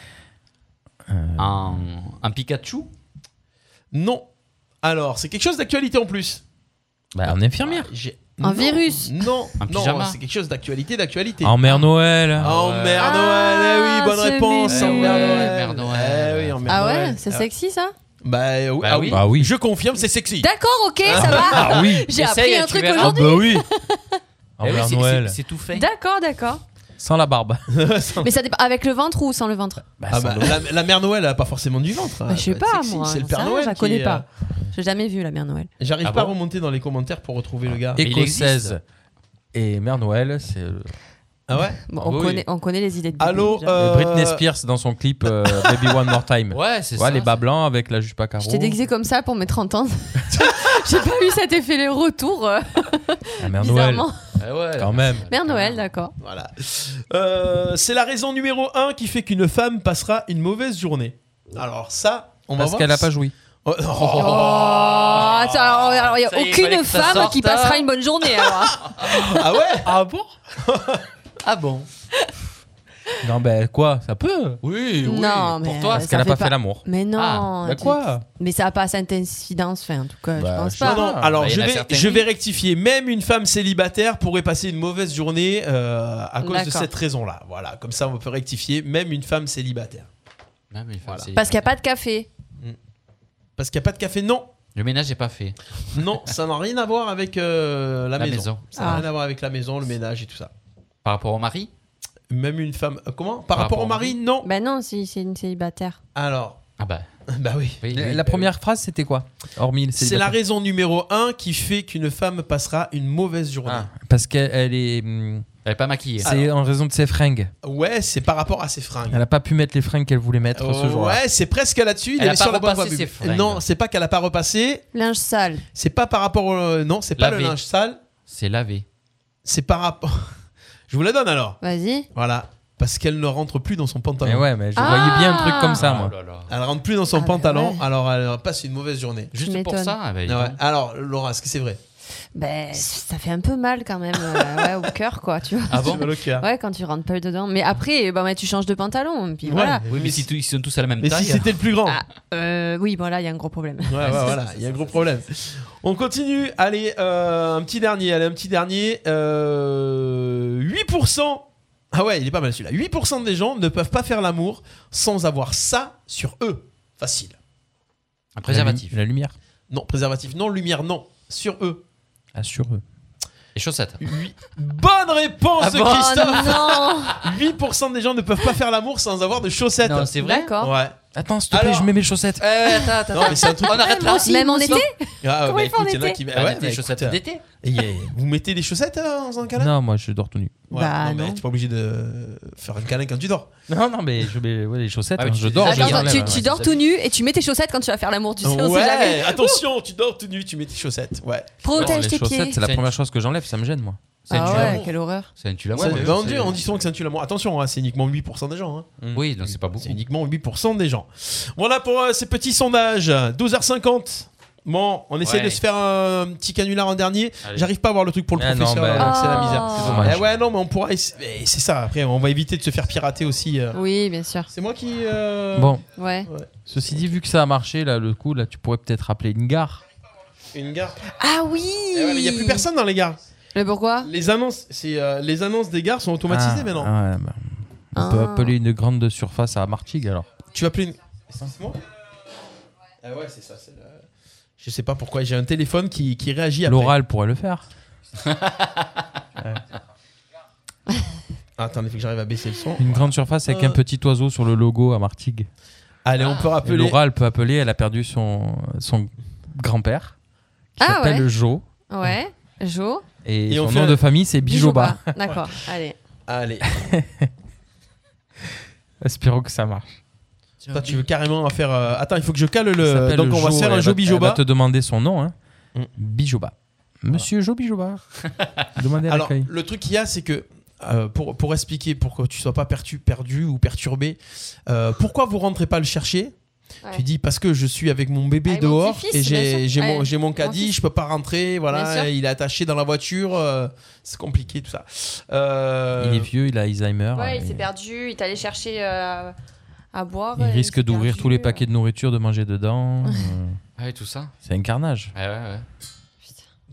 [SPEAKER 3] Euh.
[SPEAKER 4] Un, un Pikachu
[SPEAKER 3] Non. Alors, c'est quelque chose d'actualité en plus. Ah,
[SPEAKER 6] Bah, en infirmière.
[SPEAKER 3] J'ai-
[SPEAKER 5] Un
[SPEAKER 3] Non,
[SPEAKER 5] virus.
[SPEAKER 3] Non,
[SPEAKER 6] Un
[SPEAKER 3] non,
[SPEAKER 6] pyjama.
[SPEAKER 3] c'est quelque chose d'actualité, d'actualité.
[SPEAKER 6] En mère Noël.
[SPEAKER 3] En mère
[SPEAKER 5] Ah,
[SPEAKER 3] Noël, eh oui, bonne réponse. En mère Noël. Eh oui, en mère
[SPEAKER 5] Ah ouais,
[SPEAKER 3] Noël.
[SPEAKER 5] c'est sexy ça
[SPEAKER 3] Bah, euh, oui, ah oui.
[SPEAKER 6] Bah oui.
[SPEAKER 3] Je confirme, c'est sexy.
[SPEAKER 5] D'accord, ok, ça va.
[SPEAKER 3] Ah oui.
[SPEAKER 5] J'ai
[SPEAKER 3] Essaye,
[SPEAKER 5] appris un
[SPEAKER 3] tu
[SPEAKER 5] truc
[SPEAKER 3] verras.
[SPEAKER 5] aujourd'hui. Ah
[SPEAKER 3] Ah bah oui.
[SPEAKER 6] En
[SPEAKER 3] Eh oui,
[SPEAKER 6] mère
[SPEAKER 3] c'est-
[SPEAKER 6] Noël.
[SPEAKER 3] c'est- c'est
[SPEAKER 4] tout fait.
[SPEAKER 5] D'accord, d'accord.
[SPEAKER 6] Sans la barbe.
[SPEAKER 5] Mais ça dépend avec le ventre ou sans le ventre
[SPEAKER 3] Ah bah, la, la mère Noël, elle a pas forcément du ventre. hein.
[SPEAKER 5] Bah, Je sais pas moi.
[SPEAKER 3] Ah, C'est le
[SPEAKER 5] j'en
[SPEAKER 3] Père
[SPEAKER 5] sais rien,
[SPEAKER 3] Noël.
[SPEAKER 5] Je la
[SPEAKER 3] qui
[SPEAKER 5] connais
[SPEAKER 3] est,
[SPEAKER 5] pas.
[SPEAKER 3] euh,
[SPEAKER 5] J'ai jamais vu la mère Noël.
[SPEAKER 3] J'arrive
[SPEAKER 6] Ah
[SPEAKER 3] pas
[SPEAKER 6] bon Ah,
[SPEAKER 3] à remonter dans les commentaires pour retrouver le gars.
[SPEAKER 6] Écossaise. Et mère Noël, c'est.
[SPEAKER 3] Ah ouais
[SPEAKER 5] Bon, on, connaît, on connaît les idées de
[SPEAKER 3] Allô,
[SPEAKER 5] Bibi, déjà.
[SPEAKER 3] euh,
[SPEAKER 6] Britney Spears dans son clip euh, Baby One More Time.
[SPEAKER 4] Ouais, c'est
[SPEAKER 6] Ouais,
[SPEAKER 4] ça,
[SPEAKER 6] les bas blancs avec la jupe à carreaux.
[SPEAKER 5] Je t'ai déguisé comme ça pour mes 30 ans. J'ai pas eu cet effet les retours. euh.
[SPEAKER 6] Ah, mère
[SPEAKER 5] Bizarrement.
[SPEAKER 6] Quand même.
[SPEAKER 5] Mère Noël, d'accord.
[SPEAKER 3] Voilà. Euh, c'est la raison numéro 1 qui fait qu'une femme passera une mauvaise journée. Alors ça, on va
[SPEAKER 6] Parce
[SPEAKER 3] voir.
[SPEAKER 6] qu'elle a
[SPEAKER 3] si-
[SPEAKER 6] pas joui.
[SPEAKER 3] Oh,
[SPEAKER 5] Oh, attends, alors, alors, il y a
[SPEAKER 4] Ça y est, il fallait
[SPEAKER 5] aucune
[SPEAKER 4] que ça
[SPEAKER 5] femme
[SPEAKER 4] sorte,
[SPEAKER 5] qui
[SPEAKER 4] hein.
[SPEAKER 5] passera une bonne journée. alors.
[SPEAKER 3] Ah ouais
[SPEAKER 4] Ah bon Ah bon
[SPEAKER 6] Non, ben quoi, ça peut.
[SPEAKER 4] Oui,
[SPEAKER 5] Non, mais euh,
[SPEAKER 6] Parce
[SPEAKER 5] ça
[SPEAKER 6] qu'elle a pas fait
[SPEAKER 5] pas-
[SPEAKER 6] l'amour.
[SPEAKER 5] Mais non.
[SPEAKER 6] Ah, bah
[SPEAKER 5] tu-
[SPEAKER 6] quoi
[SPEAKER 5] Mais ça a pas cette incidence, enfin, en tout cas,
[SPEAKER 6] Bah,
[SPEAKER 5] je pense
[SPEAKER 6] je-
[SPEAKER 5] pas.
[SPEAKER 3] Non, non, alors
[SPEAKER 6] Bah, il y
[SPEAKER 3] je,
[SPEAKER 6] en a
[SPEAKER 3] vais,
[SPEAKER 6] certaines
[SPEAKER 3] je vais rectifier. Même une femme célibataire pourrait passer une mauvaise journée euh, à cause de
[SPEAKER 5] D'accord.
[SPEAKER 3] cette raison-là. Voilà, comme ça on peut rectifier. Même une femme célibataire.
[SPEAKER 4] Même les femmes, c'est-
[SPEAKER 5] Parce qu'il n'y a pas de café.
[SPEAKER 3] Parce qu'il n'y a pas de café, non.
[SPEAKER 4] Le ménage n'est pas fait.
[SPEAKER 3] Non, ça n'a rien à voir avec euh, la,
[SPEAKER 4] La
[SPEAKER 3] maison.
[SPEAKER 4] maison.
[SPEAKER 3] Ça n'a
[SPEAKER 4] Ah.
[SPEAKER 3] rien à voir avec la maison, le ménage et tout ça.
[SPEAKER 4] Par rapport au mari
[SPEAKER 3] Même une femme. euh, Comment Par, rapport, au mari, non.
[SPEAKER 5] Ben non, si c'est une célibataire.
[SPEAKER 3] Alors.
[SPEAKER 4] Ah bah.
[SPEAKER 3] Bah oui.
[SPEAKER 6] La, la première phrase, c'était quoi Hormis le
[SPEAKER 3] C'est
[SPEAKER 6] célibataire.
[SPEAKER 3] la raison numéro 1 qui fait qu'une femme passera une mauvaise journée.
[SPEAKER 6] Parce qu'elle elle est.
[SPEAKER 4] Ah,
[SPEAKER 6] hum,
[SPEAKER 3] Ah,
[SPEAKER 4] Elle est pas maquillée.
[SPEAKER 6] C'est en raison de ses fringues.
[SPEAKER 3] Ouais, c'est par rapport à ses fringues.
[SPEAKER 6] Elle a pas pu mettre les fringues qu'elle voulait mettre ce jour-là.
[SPEAKER 3] ouais, c'est presque là-dessus. il
[SPEAKER 4] Elle
[SPEAKER 3] est
[SPEAKER 4] a pas
[SPEAKER 3] sur la bonne
[SPEAKER 4] repassé
[SPEAKER 3] voie,
[SPEAKER 4] ses
[SPEAKER 3] Bubu.
[SPEAKER 4] fringues.
[SPEAKER 3] Non, c'est pas qu'elle a pas repassé.
[SPEAKER 5] Linge sale.
[SPEAKER 3] C'est pas par rapport au. euh, Non, c'est pas le
[SPEAKER 4] Lavé.
[SPEAKER 3] linge sale.
[SPEAKER 4] C'est lavé.
[SPEAKER 3] C'est par rapport. Je vous la donne alors.
[SPEAKER 5] Vas-y.
[SPEAKER 3] Voilà. Parce qu'elle ne rentre plus dans son pantalon.
[SPEAKER 6] Mais ouais, mais je voyais bien un truc comme ça,
[SPEAKER 4] Ah
[SPEAKER 6] moi.
[SPEAKER 4] là là.
[SPEAKER 3] Elle rentre plus dans son pantalon, alors elle passe une mauvaise journée.
[SPEAKER 4] Juste pour
[SPEAKER 5] Ah, m'étonnes.
[SPEAKER 4] ça, ah bah, dis
[SPEAKER 3] Ah ouais.
[SPEAKER 4] donc.
[SPEAKER 3] Alors, Laura, est-ce que c'est vrai
[SPEAKER 5] Ben, ça fait un peu mal quand même euh, ouais, au cœur, quoi. Tu vois.
[SPEAKER 4] Ah bon Tu vois le cœur.
[SPEAKER 5] Ouais, quand tu rentres pas dedans. Mais après, ben, ouais, tu changes de pantalon. Puis voilà.
[SPEAKER 4] Oui, mais si tous- ils sont tous à la même
[SPEAKER 3] Mais
[SPEAKER 4] taille. hein.
[SPEAKER 3] si c'était le plus grand
[SPEAKER 5] Euh, oui, voilà, il y a un gros problème.
[SPEAKER 3] Ouais, ouais, voilà, il y a un gros problème. On continue. Allez, euh, un petit dernier. Allez, un petit dernier. Euh, 8%. Ah ouais, il est pas mal celui-là. 8% des gens ne peuvent pas faire l'amour sans avoir ça sur eux. Facile.
[SPEAKER 4] Un préservatif.
[SPEAKER 3] La lumière. Non, préservatif. Non, lumière, non. Sur eux.
[SPEAKER 6] Ah, sur eux.
[SPEAKER 4] Les chaussettes.
[SPEAKER 3] Bonne réponse,
[SPEAKER 4] Ah bon Ah
[SPEAKER 3] Christophe 8% des gens ne peuvent pas faire l'amour sans avoir de chaussettes. Non,
[SPEAKER 4] c'est vrai D'accord. Euh,
[SPEAKER 3] Ouais.
[SPEAKER 6] Attends, s'il te plaît, je mets mes chaussettes.
[SPEAKER 4] attends, attends,
[SPEAKER 3] Non, mais c'est un truc-
[SPEAKER 4] On arrête là.
[SPEAKER 5] Même en été
[SPEAKER 3] Ah,
[SPEAKER 4] Comment
[SPEAKER 3] bah,
[SPEAKER 4] ils font en
[SPEAKER 3] écoute, il y en a
[SPEAKER 4] été
[SPEAKER 3] qui-
[SPEAKER 4] Bah,
[SPEAKER 3] Ah ouais,
[SPEAKER 4] des
[SPEAKER 3] bah,
[SPEAKER 4] chaussettes
[SPEAKER 3] écoute,
[SPEAKER 4] d'été.
[SPEAKER 3] et y a- Vous mettez des chaussettes euh, dans un câlin
[SPEAKER 6] Non, moi, je dors tout nu.
[SPEAKER 3] Ouais, non, mais t'es pas obligé de faire un câlin quand tu dors.
[SPEAKER 6] Non, non, mais je mets ouais, les chaussettes.
[SPEAKER 3] Ah, mais
[SPEAKER 6] hein,
[SPEAKER 3] tu
[SPEAKER 6] je
[SPEAKER 3] les
[SPEAKER 6] dors.
[SPEAKER 3] as-
[SPEAKER 6] je les
[SPEAKER 3] Attends,
[SPEAKER 6] enlève,
[SPEAKER 3] tu-
[SPEAKER 6] ouais.
[SPEAKER 5] Tu dors tout nu et tu mets tes chaussettes quand tu vas faire l'amour,
[SPEAKER 3] Oh.
[SPEAKER 5] tu sais, on sait jamais.
[SPEAKER 3] ouais, attention, tu dors tout nu, tu mets tes chaussettes. Ouais.
[SPEAKER 5] Protège
[SPEAKER 6] Non,
[SPEAKER 5] tes
[SPEAKER 6] les
[SPEAKER 5] pieds.
[SPEAKER 6] chaussettes, c'est la
[SPEAKER 5] C'est-
[SPEAKER 6] première chose que j'enlève, ça me gêne, moi.
[SPEAKER 5] Ah ouais, quelle horreur.
[SPEAKER 4] C'est un tue l'amour.
[SPEAKER 3] Ça- non, Dieu, on dit souvent que c'est un tue l'amour. Attention, hein, c'est uniquement 8% des gens. hein.
[SPEAKER 6] Mm.
[SPEAKER 4] Oui, non, c'est pas beaucoup.
[SPEAKER 3] C'est uniquement 8% des gens. Voilà pour euh, ces petits sondages. 12h50. Bon, on essaie
[SPEAKER 6] Ouais.
[SPEAKER 3] de se faire un petit canular en dernier.
[SPEAKER 6] Allez.
[SPEAKER 3] J'arrive pas à voir le truc pour le
[SPEAKER 6] Ah non,
[SPEAKER 3] professeur.
[SPEAKER 6] bah,
[SPEAKER 3] donc c'est la
[SPEAKER 6] Ah.
[SPEAKER 3] misère.
[SPEAKER 6] C'est dommage.
[SPEAKER 3] Eh ouais, non, mais on pourra. essa- mais C'est ça. Après, on va éviter de se faire pirater aussi. euh.
[SPEAKER 5] Oui, bien sûr.
[SPEAKER 3] C'est moi qui. euh,
[SPEAKER 6] Bon.
[SPEAKER 5] Ouais.
[SPEAKER 6] Ceci dit, vu que ça a marché, là, le coup, là, tu pourrais peut-être appeler une gare.
[SPEAKER 3] Une gare.
[SPEAKER 5] Ah oui
[SPEAKER 3] Eh ouais, mais il n'y a plus personne dans les gares.
[SPEAKER 5] Mais pourquoi
[SPEAKER 3] Les annonces, c'est euh, les annonces des gares sont automatisées
[SPEAKER 6] Ah,
[SPEAKER 3] maintenant.
[SPEAKER 6] ouais, bah, on peut
[SPEAKER 5] Ah.
[SPEAKER 6] appeler une grande surface à Martigues, alors.
[SPEAKER 3] Tu vas appeler une. C'est moi Ah ouais, c'est ça. c'est le- Je sais pas pourquoi, j'ai un téléphone qui, qui réagit après.
[SPEAKER 6] Laura, elle pourrait le faire.
[SPEAKER 3] Ah, Attendez, il faut que j'arrive à baisser le son.
[SPEAKER 6] Une grande surface avec un petit oiseau sur le logo à Martigues.
[SPEAKER 3] Euh. Allez, on peut
[SPEAKER 6] Et
[SPEAKER 3] rappeler.
[SPEAKER 6] Laura, elle peut appeler, elle a perdu son, son grand-père, qui
[SPEAKER 5] Ah
[SPEAKER 6] s'appelle
[SPEAKER 5] ouais.
[SPEAKER 6] Jo.
[SPEAKER 5] Ouais, Jo.
[SPEAKER 6] Et,
[SPEAKER 3] Et on
[SPEAKER 6] son
[SPEAKER 3] fait
[SPEAKER 6] nom
[SPEAKER 3] un-
[SPEAKER 6] de famille, c'est Bijoba.
[SPEAKER 5] Bijoba. D'accord, allez.
[SPEAKER 3] Allez.
[SPEAKER 6] Espérons que ça marche.
[SPEAKER 3] Toi, tu veux carrément faire. euh, Attends, il faut que je cale
[SPEAKER 6] Elle
[SPEAKER 3] le.
[SPEAKER 6] s'appelle
[SPEAKER 3] Euh, Donc, on va
[SPEAKER 6] Jo,
[SPEAKER 3] faire
[SPEAKER 6] elle
[SPEAKER 3] un
[SPEAKER 6] va-
[SPEAKER 3] jeu
[SPEAKER 6] Elle va
[SPEAKER 3] bijoba. Mm.
[SPEAKER 6] te demander son nom. Hein. Bijoba. Monsieur Jo Bijoba. Demandez à
[SPEAKER 3] Alors,
[SPEAKER 6] l'accueil.
[SPEAKER 3] le truc qu'il y a, c'est que. euh, pour, pour expliquer, pour que tu sois pas perdu, perdu ou perturbé, euh, pourquoi vous rentrez pas le chercher
[SPEAKER 5] Ouais. Ah,
[SPEAKER 3] Tu dis parce que je suis avec mon bébé dehors
[SPEAKER 5] petit-fils,
[SPEAKER 3] et
[SPEAKER 5] bien
[SPEAKER 3] j'ai
[SPEAKER 5] sûr.
[SPEAKER 3] j'ai
[SPEAKER 5] Ouais,
[SPEAKER 3] mon, j'ai mon
[SPEAKER 5] mon
[SPEAKER 3] caddie,
[SPEAKER 5] fils.
[SPEAKER 3] je peux pas rentrer,
[SPEAKER 5] Bien
[SPEAKER 3] voilà,
[SPEAKER 5] sûr.
[SPEAKER 3] il est attaché dans la voiture, euh, c'est compliqué tout ça. Euh,
[SPEAKER 6] Il est vieux, il a Alzheimer.
[SPEAKER 5] Ouais, il
[SPEAKER 6] et-
[SPEAKER 5] s'est perdu, il est allé chercher euh, à boire.
[SPEAKER 6] Il
[SPEAKER 5] euh,
[SPEAKER 6] risque
[SPEAKER 5] s'est
[SPEAKER 6] d'ouvrir
[SPEAKER 5] perdu.
[SPEAKER 6] tous les paquets de nourriture, de manger dedans. euh,
[SPEAKER 4] Ah ouais, tout ça. Ah
[SPEAKER 6] C'est un carnage.
[SPEAKER 4] Ouais, ouais, ouais.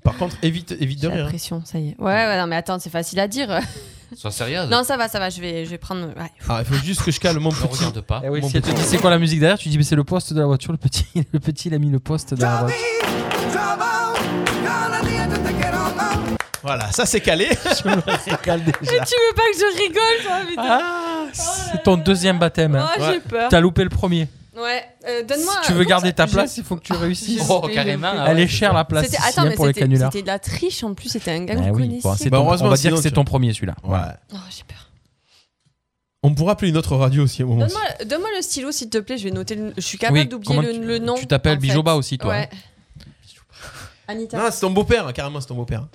[SPEAKER 3] Par contre, évite, évite de
[SPEAKER 5] J'ai la
[SPEAKER 3] rire.
[SPEAKER 5] pression, ça y est. Ouais, ouais, non, mais attends, c'est facile à dire.
[SPEAKER 4] Sois sérieuse.
[SPEAKER 5] non, ça va, ça va, je vais, je vais prendre. ouais.
[SPEAKER 3] Ah, il faut juste que je cale mon petit.
[SPEAKER 4] regarde pas.
[SPEAKER 3] Eh oui,
[SPEAKER 6] Si elle te dit c'est quoi la musique derrière, tu dis mais c'est le poste de la voiture, le petit, le petit il a mis le poste dans la voiture.
[SPEAKER 3] Voilà, ça c'est calé.
[SPEAKER 5] Ah, Mais tu veux pas que je rigole, toi, putain
[SPEAKER 6] Ah. C'est ton deuxième baptême. hein.
[SPEAKER 5] Oh, j'ai Ouais. peur.
[SPEAKER 6] T'as loupé le premier.
[SPEAKER 5] Ouais, euh, donne-moi.
[SPEAKER 6] Si tu veux
[SPEAKER 5] comment
[SPEAKER 6] garder
[SPEAKER 5] ça-
[SPEAKER 6] ta
[SPEAKER 5] je-
[SPEAKER 6] place, il faut que tu réussisses.
[SPEAKER 5] Oh, Je sais, carrément, je sais. ah
[SPEAKER 6] Elle
[SPEAKER 5] ouais,
[SPEAKER 6] est chère la place
[SPEAKER 5] C'était-
[SPEAKER 6] ici,
[SPEAKER 5] Attends,
[SPEAKER 6] hein,
[SPEAKER 5] mais
[SPEAKER 6] pour les
[SPEAKER 5] c'était
[SPEAKER 6] canulars.
[SPEAKER 5] c'était de la triche en plus, c'était un gars que
[SPEAKER 6] Ah
[SPEAKER 5] vous
[SPEAKER 6] oui, bon,
[SPEAKER 5] connaissiez.
[SPEAKER 6] c'est ton- on
[SPEAKER 3] heureusement,
[SPEAKER 6] va dire que
[SPEAKER 3] sinon,
[SPEAKER 6] c'est
[SPEAKER 3] tu-
[SPEAKER 6] ton premier celui-là.
[SPEAKER 3] Ouais.
[SPEAKER 5] Oh, j'ai peur.
[SPEAKER 3] On pourra appeler une autre radio aussi au moment.
[SPEAKER 5] Donne-moi donne-moi le stylo, s'il te plaît, je vais noter. le- Je suis capable
[SPEAKER 6] Oui,
[SPEAKER 5] d'oublier
[SPEAKER 6] comment
[SPEAKER 5] le,
[SPEAKER 6] tu-
[SPEAKER 5] le nom.
[SPEAKER 6] tu t'appelles
[SPEAKER 5] en fait.
[SPEAKER 6] Bijoba aussi, toi, hein.
[SPEAKER 5] Ouais. Anita.
[SPEAKER 3] Non, c'est ton beau-père, carrément, c'est ton beau-père.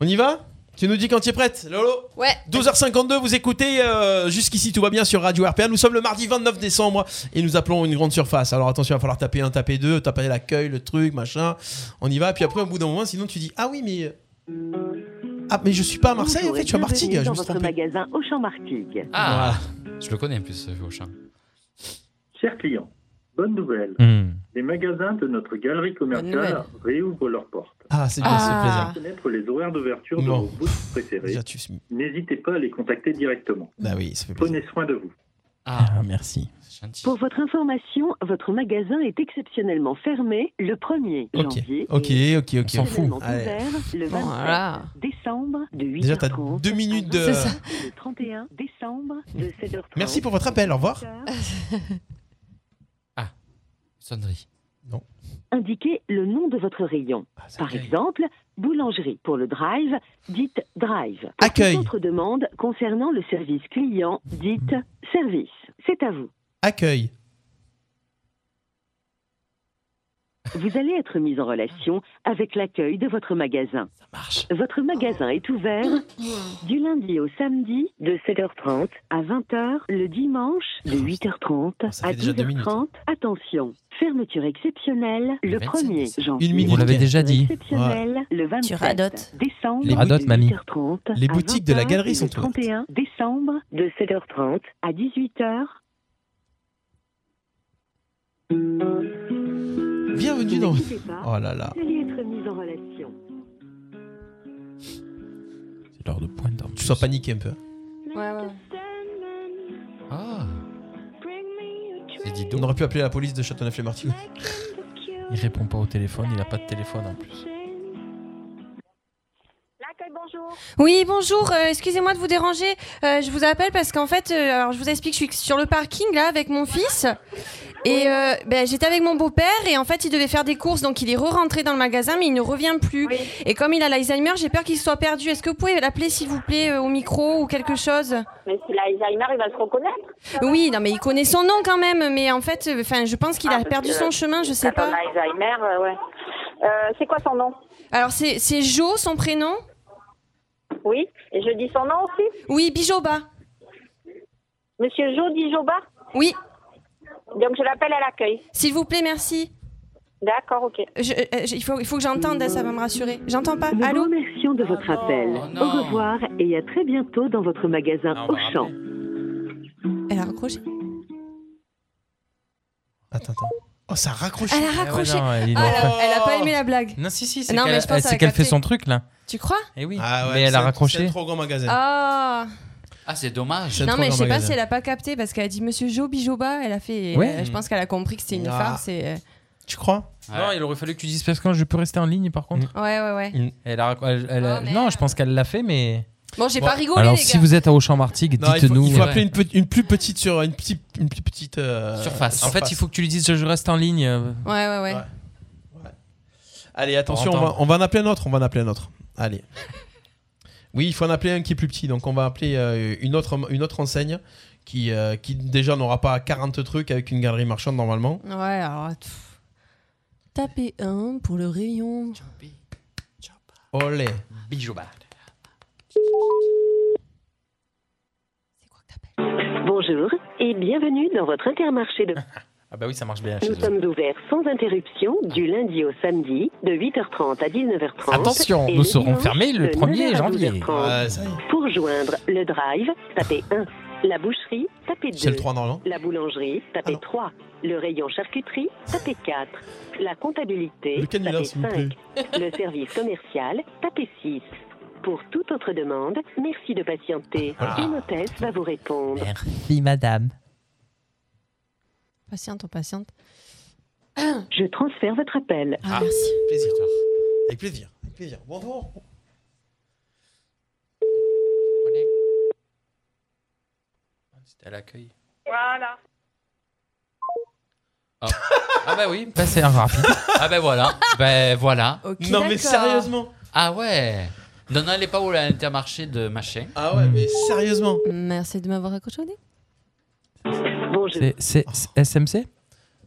[SPEAKER 3] On y va Tu nous dis quand tu es prête, Lolo
[SPEAKER 5] Ouais.
[SPEAKER 3] 12h52, vous écoutez euh, jusqu'ici, tout va bien sur Radio RPA. Nous sommes le mardi 29 décembre et nous appelons une grande surface. Alors attention, il va falloir taper un, taper deux, taper l'accueil, le truc, machin. On y va, puis après, au bout d'un moment, sinon tu dis Ah oui, mais. euh, Ah, mais je suis pas à Marseille, en
[SPEAKER 2] Bonjour
[SPEAKER 3] fait,
[SPEAKER 2] et
[SPEAKER 3] je suis à
[SPEAKER 2] bienvenue
[SPEAKER 3] Martigues, je
[SPEAKER 2] dans
[SPEAKER 3] me suis
[SPEAKER 2] votre
[SPEAKER 3] trompé.
[SPEAKER 2] magasin Auchan Martigues.
[SPEAKER 4] Ah Je le connais en plus, euh, Auchan.
[SPEAKER 7] Chers clients, bonne nouvelle.
[SPEAKER 6] Hmm.
[SPEAKER 7] Les magasins de notre galerie commerciale réouvrent leurs portes.
[SPEAKER 3] Ah, c'est bien,
[SPEAKER 7] Pour
[SPEAKER 3] Ah.
[SPEAKER 7] connaître les horaires d'ouverture de
[SPEAKER 3] Non.
[SPEAKER 7] vos boutiques préférées, n'hésitez pas à les contacter directement.
[SPEAKER 3] Bah oui, ça fait
[SPEAKER 7] Prenez soin de vous.
[SPEAKER 6] Ah, merci.
[SPEAKER 2] Pour votre information, votre magasin est exceptionnellement fermé le 1er
[SPEAKER 3] Ok,
[SPEAKER 2] janvier.
[SPEAKER 3] ok,
[SPEAKER 2] et
[SPEAKER 3] ok, ok. On s'en fout.
[SPEAKER 2] exceptionnellement
[SPEAKER 3] Allez.
[SPEAKER 2] ouvert le 27
[SPEAKER 5] Voilà.
[SPEAKER 2] décembre de 8h30
[SPEAKER 3] Déjà, t'as deux minutes de.
[SPEAKER 2] C'est ça. le 31 décembre de 7h30.
[SPEAKER 3] Merci pour votre appel, au revoir.
[SPEAKER 4] Sonnerie.
[SPEAKER 2] Indiquez le nom de votre rayon.
[SPEAKER 6] Ah,
[SPEAKER 2] Par exemple, boulangerie pour le drive, dites drive. Pour
[SPEAKER 3] Accueil.
[SPEAKER 2] toute autre demande concernant le service client, dites service. C'est à vous.
[SPEAKER 3] Accueil.
[SPEAKER 2] vous allez être mis en relation avec l'accueil de votre magasin. Votre magasin est ouvert du lundi au samedi de 7h30 à 20h, le dimanche de 8h30
[SPEAKER 6] Oh,
[SPEAKER 2] à
[SPEAKER 3] déjà deux minutes.
[SPEAKER 2] 12h30. Attention, fermeture exceptionnelle le 1er janvier.
[SPEAKER 6] Une minute. Vous l'avez déjà dit.
[SPEAKER 2] Exceptionnelle le 27 décembre.
[SPEAKER 6] Les radotes,
[SPEAKER 2] de
[SPEAKER 6] mamie.
[SPEAKER 2] 8h30
[SPEAKER 6] Les
[SPEAKER 2] à
[SPEAKER 6] boutiques de la
[SPEAKER 2] 20h,
[SPEAKER 6] galerie
[SPEAKER 2] et
[SPEAKER 6] sont
[SPEAKER 2] le 31 décembre de 7h30 à 18h.
[SPEAKER 3] Bienvenue dans.
[SPEAKER 2] N'hésitez pas,
[SPEAKER 3] Oh là là.
[SPEAKER 2] Vous allez être mis en relation.
[SPEAKER 6] C'est l'heure de pointe.
[SPEAKER 3] Tu sois paniqué un peu.
[SPEAKER 5] Ouais, ouais.
[SPEAKER 3] Ah. On aurait pu appeler la police de Châteauneuf-les-Martinots.
[SPEAKER 6] Il répond pas au téléphone, il a pas de téléphone en plus.
[SPEAKER 5] Oui, bonjour, euh, excusez-moi de vous déranger. Euh, je vous appelle parce qu'en fait, euh, alors, je vous explique, je suis sur le parking là avec mon fils. Et euh, ben, j'étais avec mon beau-père et en fait il devait faire des courses donc il est re-rentré dans le magasin mais il ne revient plus. Et comme il a l'Alzheimer, j'ai peur qu'il soit perdu. Est-ce que vous pouvez l'appeler s'il vous plaît euh, au micro ou quelque chose
[SPEAKER 20] Mais si l'Alzheimer, il va se reconnaître.
[SPEAKER 5] Oui, non mais il connaît son nom quand même mais en fait euh, enfin je pense qu'il a
[SPEAKER 20] Ah, parce
[SPEAKER 5] perdu
[SPEAKER 20] que
[SPEAKER 5] son chemin, je sais
[SPEAKER 20] quand
[SPEAKER 5] pas.
[SPEAKER 20] on a Alzheimer, euh, ouais. Euh, c'est quoi son nom
[SPEAKER 5] Alors c'est c'est Jo son prénom
[SPEAKER 20] Oui, et je dis son nom aussi
[SPEAKER 5] Oui, Bijoba.
[SPEAKER 20] Monsieur Jo dit Joba
[SPEAKER 5] Oui.
[SPEAKER 20] Donc je l'appelle à l'accueil.
[SPEAKER 5] S'il vous plaît, merci. euh,
[SPEAKER 20] D'accord, ok.
[SPEAKER 5] il, faut, il faut que j'entende, ça va me rassurer. J'entends pas.
[SPEAKER 2] Nous
[SPEAKER 5] Allô
[SPEAKER 2] vous remercions de votre appel. Au revoir et à très bientôt dans votre magasin Auchan.
[SPEAKER 5] Elle a raccroché.
[SPEAKER 3] Attends, attends. Oh, ça a raccroché.
[SPEAKER 5] Elle a raccroché.
[SPEAKER 6] non, elle- il
[SPEAKER 5] Ah,
[SPEAKER 6] l'a
[SPEAKER 5] elle,
[SPEAKER 6] fait.
[SPEAKER 5] a- elle a pas aimé la blague.
[SPEAKER 6] Oh. Non, si, si, c'est
[SPEAKER 5] Non, mais
[SPEAKER 6] qu'elle eh,
[SPEAKER 5] je pense
[SPEAKER 6] c'est
[SPEAKER 5] qu'elle
[SPEAKER 6] qu'elle
[SPEAKER 5] a
[SPEAKER 6] fait
[SPEAKER 5] capté.
[SPEAKER 6] son truc là.
[SPEAKER 5] Tu crois
[SPEAKER 6] Eh oui.
[SPEAKER 3] Ah ouais,
[SPEAKER 6] mais elle
[SPEAKER 3] c'est
[SPEAKER 6] a
[SPEAKER 3] un-
[SPEAKER 6] raccroché.
[SPEAKER 3] c'est un trop grand magasin.
[SPEAKER 5] Ah
[SPEAKER 4] Ah, c'est dommage.
[SPEAKER 5] Non, mais je sais pas si elle a pas capté parce qu'elle a dit Monsieur Jo Bijoba. Elle a fait.
[SPEAKER 6] Ouais.
[SPEAKER 5] euh, je pense qu'elle a compris que c'était une
[SPEAKER 6] Ah.
[SPEAKER 5] farce. Et... euh,
[SPEAKER 3] Tu crois
[SPEAKER 6] Non, il aurait fallu que tu dises parce que je peux rester en ligne par contre.
[SPEAKER 3] Ah,
[SPEAKER 5] Ouais, ouais, ouais. Oh,
[SPEAKER 6] Elle a- elle- elle a- non, je pense qu'elle l'a fait, mais.
[SPEAKER 5] Bon, j'ai pas rigolé,
[SPEAKER 6] Alors,
[SPEAKER 5] les
[SPEAKER 6] si
[SPEAKER 5] gars.
[SPEAKER 6] vous êtes à Auchan-Martigues,
[SPEAKER 3] Non, il faut,
[SPEAKER 6] dites-nous. euh,
[SPEAKER 3] il faut appeler une, pe- une plus petite sur une petite une plus petite euh,
[SPEAKER 6] surface. En fait, il faut que tu lui dises je reste en ligne. euh,
[SPEAKER 5] Ouais, ouais, ouais.
[SPEAKER 3] Allez, attention, on va,
[SPEAKER 6] entendre.
[SPEAKER 3] on va en appeler un autre. On va en appeler un autre. Allez. Oui, il faut en appeler un qui est plus petit. Donc, on va appeler euh, une, autre, une autre enseigne qui, euh, qui déjà n'aura pas 40 trucs avec une galerie marchande normalement.
[SPEAKER 5] Ouais, alors. pff. Tapez 1 pour le rayon.
[SPEAKER 3] Olé.
[SPEAKER 4] Bijoba.
[SPEAKER 2] Bonjour et bienvenue dans votre intermarché de.
[SPEAKER 6] Ah, bah oui, ça marche bien. chez
[SPEAKER 2] Nous
[SPEAKER 6] eux.
[SPEAKER 2] sommes ouverts sans interruption du lundi au samedi de 8h30 à 19h30.
[SPEAKER 6] Attention,
[SPEAKER 2] et
[SPEAKER 6] nous serons
[SPEAKER 2] dimanche
[SPEAKER 6] fermés le
[SPEAKER 2] de
[SPEAKER 6] 1er
[SPEAKER 2] 9h à
[SPEAKER 6] janvier.
[SPEAKER 2] 12h30.
[SPEAKER 6] Ouais, ça y
[SPEAKER 2] Pour joindre le drive, tapez 1. La boucherie, tapez 2.
[SPEAKER 3] C'est le Ah 3 normalement.
[SPEAKER 2] La boulangerie, tapez 3. Le rayon charcuterie, tapez 4. La comptabilité,
[SPEAKER 3] Le canular,
[SPEAKER 2] tapez
[SPEAKER 3] s'il vous plaît.
[SPEAKER 2] 5. Le service commercial, tapez 6. Pour toute autre demande, merci de patienter.
[SPEAKER 6] Ah.
[SPEAKER 2] Une hôtesse va vous répondre.
[SPEAKER 6] Oui, madame.
[SPEAKER 5] Patiente, on patiente.
[SPEAKER 2] Je transfère votre appel.
[SPEAKER 5] Ah, merci.
[SPEAKER 3] Plaisir. Avec plaisir. Avec plaisir. Bonjour.
[SPEAKER 6] C'était à l'accueil.
[SPEAKER 13] Voilà.
[SPEAKER 4] Ah. Ah bah oui.
[SPEAKER 6] Bah, c'est un rapide.
[SPEAKER 4] Ah ben voilà. ben voilà.
[SPEAKER 5] Ok,
[SPEAKER 3] Non, mais d'accord. sérieusement.
[SPEAKER 4] Ah ouais. Non, non, elle est pas où l'intermarché de machin.
[SPEAKER 3] Ah ouais, mais sérieusement.
[SPEAKER 5] Merci de m'avoir raccroché.
[SPEAKER 2] Bonjour.
[SPEAKER 6] C'est- C'est
[SPEAKER 3] Oh.
[SPEAKER 6] c'est SMC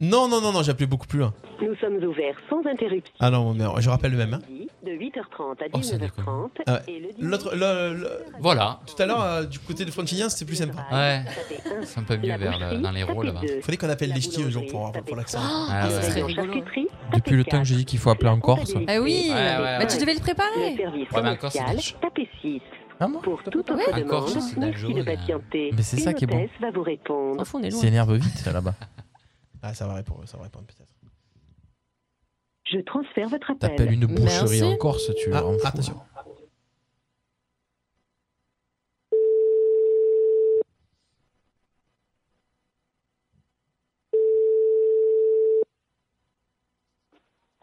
[SPEAKER 3] Non, non, non, non, j'appelais beaucoup plus loin.
[SPEAKER 2] Nous sommes ouverts sans interruption
[SPEAKER 3] Ah non, mais je rappelle le même. hein.
[SPEAKER 2] de 8h30 à
[SPEAKER 3] Oh, ça
[SPEAKER 2] 19h30
[SPEAKER 3] Ah ouais.
[SPEAKER 2] et le dimanche
[SPEAKER 3] L'autre, le- le-
[SPEAKER 4] Voilà.
[SPEAKER 3] Tout à l'heure, euh, du côté de Frontignan, c'était plus sympa.
[SPEAKER 4] Ouais.
[SPEAKER 2] tapez 1.
[SPEAKER 4] C'est un peu mieux vers le- dans les roues là-bas.
[SPEAKER 3] Faudrait qu'on appelle les ch'tis un jour pour, pour l'accent.
[SPEAKER 4] Ah ouais.
[SPEAKER 2] Le rayon charcuterie,
[SPEAKER 6] Depuis le temps que j'ai dit qu'il faut appeler en Corse.
[SPEAKER 5] Ah oui
[SPEAKER 4] Ouais, ouais, ouais.
[SPEAKER 5] Bah, Tu devais le préparer
[SPEAKER 2] le service
[SPEAKER 4] Ouais, mais encore, c'est
[SPEAKER 2] commercial, tapez 6.
[SPEAKER 6] Ah,
[SPEAKER 2] Pour toute autre
[SPEAKER 5] Ouais.
[SPEAKER 4] Encore,
[SPEAKER 2] demande,
[SPEAKER 4] c'est
[SPEAKER 2] merci de
[SPEAKER 4] d'Algérie, là.
[SPEAKER 2] patienter.
[SPEAKER 6] Mais c'est
[SPEAKER 2] Une
[SPEAKER 6] ça qui est bon.
[SPEAKER 2] hôtesse va vous répondre.
[SPEAKER 5] Enfin, on est
[SPEAKER 6] Il
[SPEAKER 5] loin.
[SPEAKER 6] s'énerve vite là-bas.
[SPEAKER 3] Ah, ça va répondre, ça va répondre peut-être.
[SPEAKER 2] Je transfère votre appel.
[SPEAKER 6] T'appelles une boucherie en Corse, tu
[SPEAKER 3] Ah,
[SPEAKER 6] rends fou.
[SPEAKER 3] attention. Oh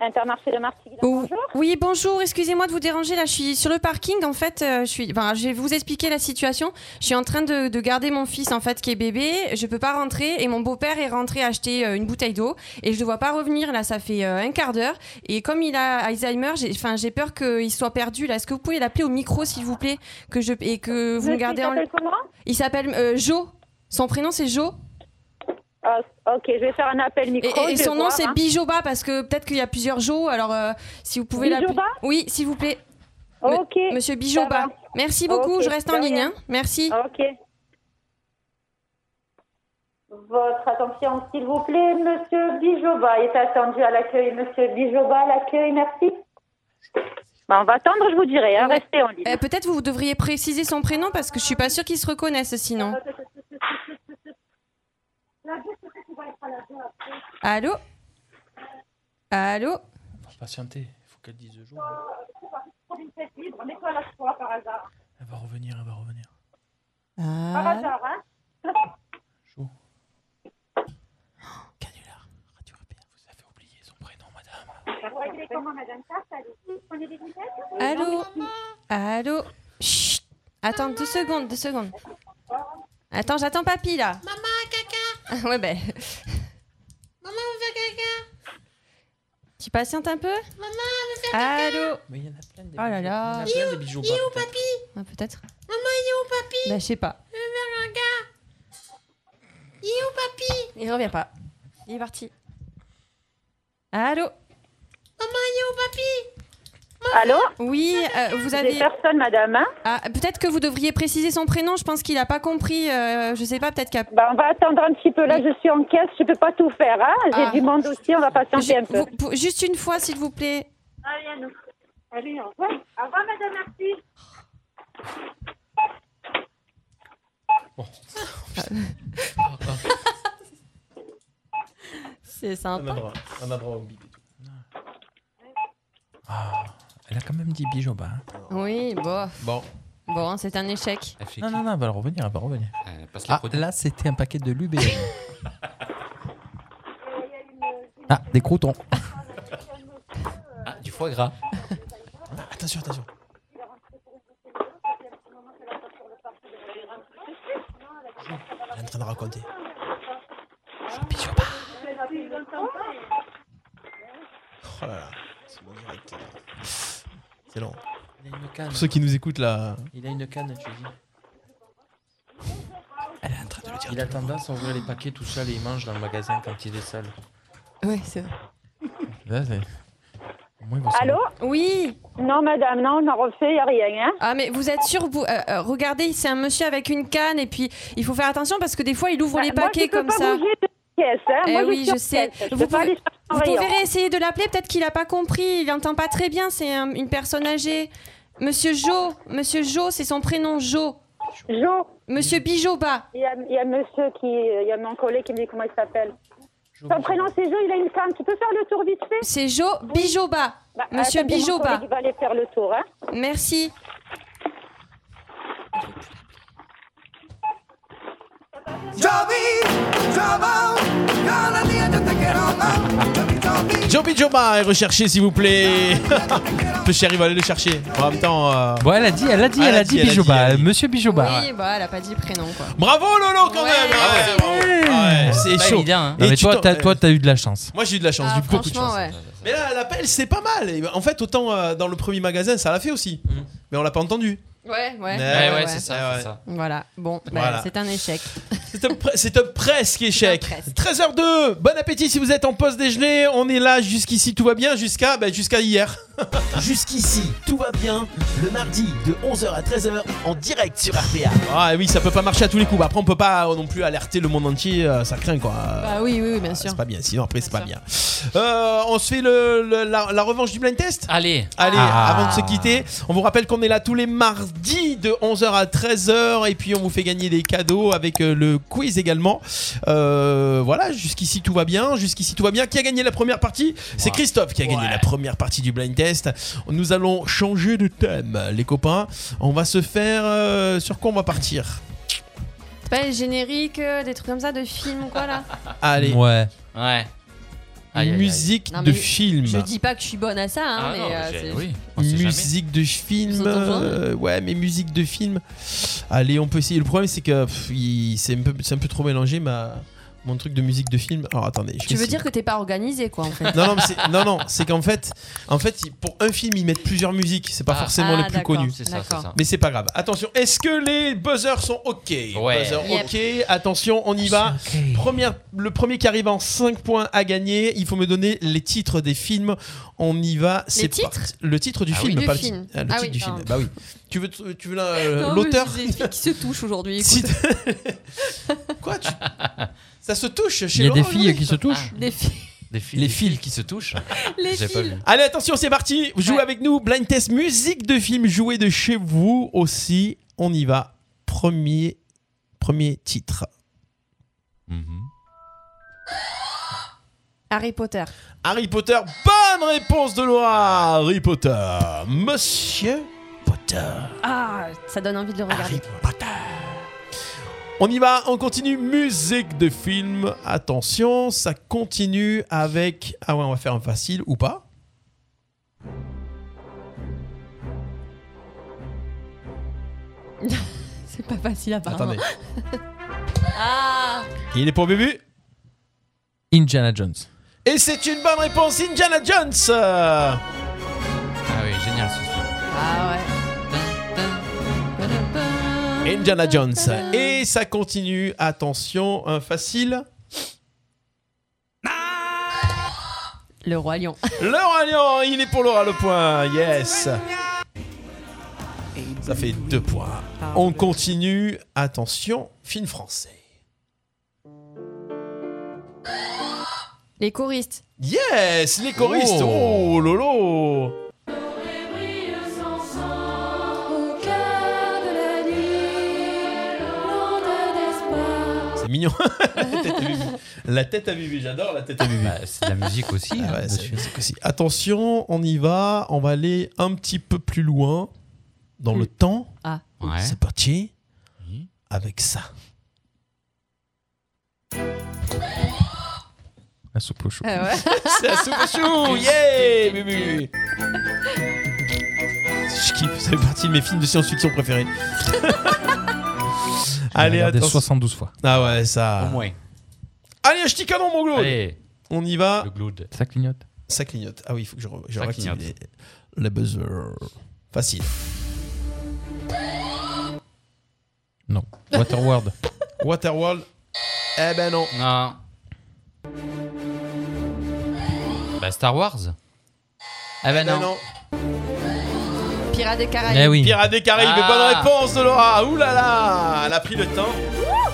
[SPEAKER 20] Intermarché de Martigues.
[SPEAKER 5] Oh, Oui, bonjour, excusez-moi de vous déranger. Là, je suis sur le parking. En fait, euh, je, suis, enfin, je vais vous expliquer la situation. Je suis en train de, de garder mon fils, en fait, qui est bébé. Je peux pas rentrer et mon beau-père est rentré acheter euh, une bouteille d'eau et je le vois pas revenir. Là, ça fait euh, un quart d'heure. Et comme il a Alzheimer, j'ai enfin, j'ai peur qu'il soit perdu. Là, est-ce que vous pouvez l'appeler au micro, s'il vous plaît que je, Et que vous me
[SPEAKER 20] Monsieur,
[SPEAKER 5] gardez
[SPEAKER 20] il
[SPEAKER 5] en
[SPEAKER 20] s'appelle comment
[SPEAKER 5] Il s'appelle euh, Jo. Son prénom, c'est Jo.
[SPEAKER 9] Oh, ok, je vais faire un appel
[SPEAKER 5] Et,
[SPEAKER 9] micro.
[SPEAKER 5] et- et
[SPEAKER 9] je vais
[SPEAKER 5] son nom
[SPEAKER 9] voir,
[SPEAKER 5] c'est
[SPEAKER 9] hein.
[SPEAKER 5] Bijoba parce que peut-être qu'il y a plusieurs Jo. Alors euh, si vous pouvez l'appeler.
[SPEAKER 9] Bijoba
[SPEAKER 5] Oui, s'il vous plaît. Me-
[SPEAKER 9] Ok.
[SPEAKER 5] Monsieur Bijoba. Merci beaucoup, je reste en ligne. hein. Merci.
[SPEAKER 9] Ok. Votre attention, s'il vous plaît, Monsieur Bijoba est attendu à l'accueil. Monsieur Bijoba, à l'accueil, merci. Bah, on va attendre, je vous dirai. hein, Restez en ligne.
[SPEAKER 5] Euh, peut-être vous devriez préciser son prénom parce que je suis pas sûre qu'ils se reconnaissent sinon. Allô Allô
[SPEAKER 14] Patientez, il faut qu'elle dise jour.
[SPEAKER 20] par hasard.
[SPEAKER 14] Elle va revenir, elle va revenir.
[SPEAKER 20] Par
[SPEAKER 14] Ah.
[SPEAKER 20] hasard, hein
[SPEAKER 5] Allô Allô Chut Attends deux secondes, deux secondes. Attends, j'attends papy là.
[SPEAKER 20] Maman,
[SPEAKER 5] caca Ouais, ben.
[SPEAKER 20] Maman, on fait caca
[SPEAKER 5] Tu patientes un peu
[SPEAKER 20] Maman, on fait caca
[SPEAKER 5] Allô
[SPEAKER 20] Mais il y en a plein des
[SPEAKER 5] Oh là là
[SPEAKER 20] Il est où, il est où papy
[SPEAKER 5] Ah, Peut-être
[SPEAKER 20] Maman, il est où papy
[SPEAKER 5] Bah, je sais pas.
[SPEAKER 20] Je veux un gars. Il est où papy
[SPEAKER 5] Il revient pas. Il est parti. Allô
[SPEAKER 20] Maman, il est où papy
[SPEAKER 5] Allô Oui, euh, vous avez.
[SPEAKER 9] personne, madame. hein
[SPEAKER 5] Ah, peut-être que vous devriez préciser son prénom. Je pense qu'il n'a pas compris. euh, je sais pas, peut-être qu'à.
[SPEAKER 9] Bah, on va attendre un petit peu. Là, je suis en caisse, je peux pas tout faire. Hein J'ai
[SPEAKER 5] Ah.
[SPEAKER 9] du monde aussi, on va patienter un peu.
[SPEAKER 5] Vous- pour- juste une fois, s'il vous plaît.
[SPEAKER 20] Allez, Anne. Allez, au revoir. Au revoir, madame, merci.
[SPEAKER 5] C'est
[SPEAKER 3] On a
[SPEAKER 5] sympa.
[SPEAKER 3] droit, on a droit au bip et tout.
[SPEAKER 6] Elle a quand même dit Bijoba. hein.
[SPEAKER 5] Oui, bof.
[SPEAKER 6] Bon.
[SPEAKER 5] Bon, c'est un échec.
[SPEAKER 6] Non, non, non, elle va le revenir, elle va revenir.
[SPEAKER 4] passe les
[SPEAKER 6] Ah,
[SPEAKER 4] produits.
[SPEAKER 6] là, c'était un paquet de l'UBM. ah, des croutons.
[SPEAKER 4] Ah, du foie gras.
[SPEAKER 3] Attention, attention. Elle est en train de raconter. Oh là là, c'est bon direct. C'est long.
[SPEAKER 6] Il a une canne.
[SPEAKER 3] Pour ceux qui nous écoutent là.
[SPEAKER 6] Il a une canne, tu dis. Il a tendance à ouvrir les paquets tout seul et il mange dans le magasin quand il est seul.
[SPEAKER 5] Oui, c'est vrai.
[SPEAKER 6] Là, c'est.
[SPEAKER 9] Allô
[SPEAKER 5] Oui
[SPEAKER 9] Non, madame, non, on en refait, y a rien. Hein
[SPEAKER 5] Ah, mais vous êtes sûr vous, euh, euh, Regardez, c'est un monsieur avec une canne et puis il faut faire attention parce que des fois, il ouvre
[SPEAKER 9] Bah,
[SPEAKER 5] les
[SPEAKER 9] moi, je
[SPEAKER 5] paquets
[SPEAKER 9] peux
[SPEAKER 5] comme
[SPEAKER 9] pas
[SPEAKER 5] ça.
[SPEAKER 9] bouger de pièce, hein.
[SPEAKER 5] Eh
[SPEAKER 9] Moi, je
[SPEAKER 5] oui,
[SPEAKER 9] suis en
[SPEAKER 5] je sais.
[SPEAKER 9] pièce, je
[SPEAKER 5] Vous
[SPEAKER 9] peux pas
[SPEAKER 5] pouvez,
[SPEAKER 9] aller hein. chercher un
[SPEAKER 5] vous pouvez
[SPEAKER 9] rayon.
[SPEAKER 5] réessayer de l'appeler, peut-être qu'il n'a pas compris, il n'entend pas très bien, c'est un- une personne âgée. Monsieur Jo, Monsieur Jo, c'est son prénom Jo.
[SPEAKER 9] Jo.
[SPEAKER 5] Monsieur Bijoba.
[SPEAKER 9] Il y, a, il y a monsieur qui. Il y a mon collègue qui me dit comment il s'appelle. Son prénom, c'est Jo, il a une canne. Tu peux faire le tour vite fait Bah,
[SPEAKER 5] C'est Jo Bijoba. Monsieur Bijoba.
[SPEAKER 9] Il va aller faire le tour. Hein.
[SPEAKER 5] Merci.
[SPEAKER 3] Joby Joba est recherché s'il vous plaît. Peu chéri, va aller le chercher. En même temps. euh,
[SPEAKER 6] Bon, elle a dit, elle a dit,
[SPEAKER 3] Ah,
[SPEAKER 6] elle a dit Bijoba. Monsieur Bijoba.
[SPEAKER 5] Oui, bah, elle a pas dit le prénom, quoi.
[SPEAKER 3] Bravo Lolo quand même. Ah ouais, bravo. Ah ouais, c'est chaud.
[SPEAKER 6] Non,
[SPEAKER 3] Et
[SPEAKER 6] mais
[SPEAKER 3] tu
[SPEAKER 6] toi,
[SPEAKER 3] t'en-
[SPEAKER 6] t'as, toi, t'as eu de la chance.
[SPEAKER 3] Moi j'ai eu de la chance, j'ai eu beaucoup de
[SPEAKER 5] franchement,
[SPEAKER 3] chance.
[SPEAKER 5] ouais.
[SPEAKER 3] Mais là l'appel c'est pas mal. Et En fait autant euh, dans le premier magasin ça l'a fait aussi. Mais on l'a pas entendu.
[SPEAKER 5] Ouais, ouais.
[SPEAKER 3] Mm. Eh Ouais, Ah ouais, c'est ça, c'est ça.
[SPEAKER 5] Voilà, bon, bah,
[SPEAKER 3] Voilà.
[SPEAKER 5] c'est un échec.
[SPEAKER 3] C'est un, pre- c'est un presque échec. 13h02, bon appétit si vous êtes en pause déjeuner. On est là jusqu'ici, tout va bien, jusqu'à ben, jusqu'à hier.
[SPEAKER 1] Jusqu'ici, tout va bien. Le mardi de 11h à 13h en direct sur RPA.
[SPEAKER 3] Ah oui, ça peut pas marcher à tous les coups. Après, on peut pas euh, non plus alerter le monde entier, euh, ça craint quoi.
[SPEAKER 5] Bah oui, oui, oui, bien sûr.
[SPEAKER 3] Ah, C'est pas bien, sinon après c'est pas bien. Euh, on se fait le- le- la, la revanche du blind test
[SPEAKER 4] Allez.
[SPEAKER 3] Allez,
[SPEAKER 4] Ah.
[SPEAKER 3] avant de se quitter, on vous rappelle qu'on est là tous les mardis de 11h à 13h et puis on vous fait gagner des cadeaux avec euh, le quiz également. Euh, voilà, jusqu'ici tout va bien, jusqu'ici tout va bien. Qui a gagné la première partie C'est Christophe qui a gagné la première partie du blind test. Nous allons changer de thème, les copains. On va se faire... euh, sur quoi on va partir
[SPEAKER 5] C'est pas les génériques, euh, des trucs comme ça, de films ou quoi, là
[SPEAKER 3] Allez.
[SPEAKER 6] Ouais.
[SPEAKER 4] Ouais.
[SPEAKER 5] aïe, aïe.
[SPEAKER 3] musique
[SPEAKER 5] Non,
[SPEAKER 3] de
[SPEAKER 5] mais
[SPEAKER 3] film.
[SPEAKER 5] Je dis pas que je suis bonne à ça, hein,
[SPEAKER 4] Ah
[SPEAKER 5] mais.
[SPEAKER 4] non,
[SPEAKER 5] euh,
[SPEAKER 4] j'ai-
[SPEAKER 5] c'est-
[SPEAKER 4] oui.
[SPEAKER 3] musique de film. euh, ouais, mais musique de film. Allez, on peut essayer. Le problème, c'est que pff, il- c'est un, peu- c'est un peu trop mélangé, mais euh, mon truc de musique de film. Alors attendez. je
[SPEAKER 5] Tu veux
[SPEAKER 3] essayer.
[SPEAKER 5] dire que t'es pas organisé, quoi, en fait.
[SPEAKER 3] non non, mais c'est- non non, c'est qu'en fait, en fait, ils- pour un film ils mettent plusieurs musiques, c'est pas
[SPEAKER 5] Ah.
[SPEAKER 3] forcément
[SPEAKER 5] Ah,
[SPEAKER 3] les plus
[SPEAKER 5] d'accord,
[SPEAKER 3] connues.
[SPEAKER 5] c'est ça, c'est ça.
[SPEAKER 3] Mais c'est pas grave. Attention, est-ce que les buzzers sont ok Buzzers
[SPEAKER 1] Yep.
[SPEAKER 3] ok. Attention, on y va. Première, le premier qui arrive en 5 points à gagner. Il faut me donner les titres des films. On y va.
[SPEAKER 1] Les
[SPEAKER 3] c'est
[SPEAKER 1] titres
[SPEAKER 3] parti. Le titre du
[SPEAKER 1] Ah
[SPEAKER 3] film,
[SPEAKER 1] oui.
[SPEAKER 3] pas
[SPEAKER 1] Du
[SPEAKER 3] le ti-
[SPEAKER 1] film.
[SPEAKER 3] ah, le
[SPEAKER 1] Ah
[SPEAKER 3] titre
[SPEAKER 1] oui,
[SPEAKER 3] du film.
[SPEAKER 1] pardon.
[SPEAKER 3] Bah oui. Tu veux, tu veux la- euh,
[SPEAKER 5] Non, mais
[SPEAKER 3] l'auteur
[SPEAKER 5] c'est des filles qui se touchent aujourd'hui.
[SPEAKER 3] Si
[SPEAKER 5] écoute.
[SPEAKER 3] Ça se touche chez
[SPEAKER 6] Il y a des
[SPEAKER 3] Laurent
[SPEAKER 6] filles
[SPEAKER 3] Louis.
[SPEAKER 6] qui se touchent.
[SPEAKER 5] Des filles.
[SPEAKER 3] les fils qui se touchent.
[SPEAKER 5] Les J'ai pas fils. vu.
[SPEAKER 3] Allez, attention, c'est parti. Jouez avec nous. Blind test musique de film joué de chez vous aussi. On y va. Premier, premier titre.
[SPEAKER 5] Harry Potter.
[SPEAKER 3] Harry Potter. Bonne réponse de Laura. Harry Potter. Monsieur Potter.
[SPEAKER 5] Ah, ça donne envie de le regarder.
[SPEAKER 3] On y va, on continue. Musique de film. Attention, ça continue avec. Ah ouais, on va faire un facile ou pas
[SPEAKER 5] c'est pas facile à part.
[SPEAKER 3] Attendez.
[SPEAKER 5] ah
[SPEAKER 3] Il est pour bébé
[SPEAKER 6] Indiana Jones.
[SPEAKER 3] Et c'est une bonne réponse, Indiana Jones Ah
[SPEAKER 4] oui, génial ce film.
[SPEAKER 5] Ah ouais.
[SPEAKER 3] Indiana Jones. Et ça continue, attention, un facile.
[SPEAKER 5] Le Roi Lion.
[SPEAKER 3] Le Roi Lion, il est pour Laura le point, yes Ça fait deux points. On continue, attention, film français.
[SPEAKER 5] Les choristes.
[SPEAKER 3] Yes, les choristes,
[SPEAKER 5] Oh.
[SPEAKER 3] oh, lolo C'est mignon. la tête à Bibi. La tête à Bibi, j'adore la tête à Bibi.
[SPEAKER 6] Bah,
[SPEAKER 3] c'est la musique aussi.
[SPEAKER 6] hein,
[SPEAKER 3] Attention, on y va. On va aller un petit peu plus loin dans le temps.
[SPEAKER 5] Ah.
[SPEAKER 4] Ouais.
[SPEAKER 3] C'est parti. Avec ça.
[SPEAKER 6] La soupe au chou.
[SPEAKER 5] Ah ouais.
[SPEAKER 3] C'est la soupe au chou, yeah, Bubu. Je kiffe, ça fait partie de mes films de science-fiction préférés. Allez,
[SPEAKER 6] regardé
[SPEAKER 3] attention.
[SPEAKER 6] 72 fois.
[SPEAKER 3] Ah ouais, ça.
[SPEAKER 6] Au moins.
[SPEAKER 3] Allez, un petit canon, mon glaude.
[SPEAKER 6] Allez.
[SPEAKER 3] On y va. Le
[SPEAKER 4] glaude.
[SPEAKER 6] Ça clignote.
[SPEAKER 3] Ça clignote. Ah oui, il faut que je, re- je
[SPEAKER 6] Ça
[SPEAKER 3] réactive les,
[SPEAKER 6] clignote.
[SPEAKER 3] les buzzers. Facile.
[SPEAKER 6] Non. Waterworld.
[SPEAKER 3] Waterworld. Eh ben non.
[SPEAKER 4] Non. Bah Star Wars. Ah bah
[SPEAKER 3] Eh ben
[SPEAKER 4] non.
[SPEAKER 5] Pirates des
[SPEAKER 6] Eh
[SPEAKER 3] Eh
[SPEAKER 5] Caraïbes.
[SPEAKER 3] Ah, Pirates des Caraïbes,
[SPEAKER 4] Ah.
[SPEAKER 3] bonne réponse de Laura. Ouh là là, elle a pris le temps.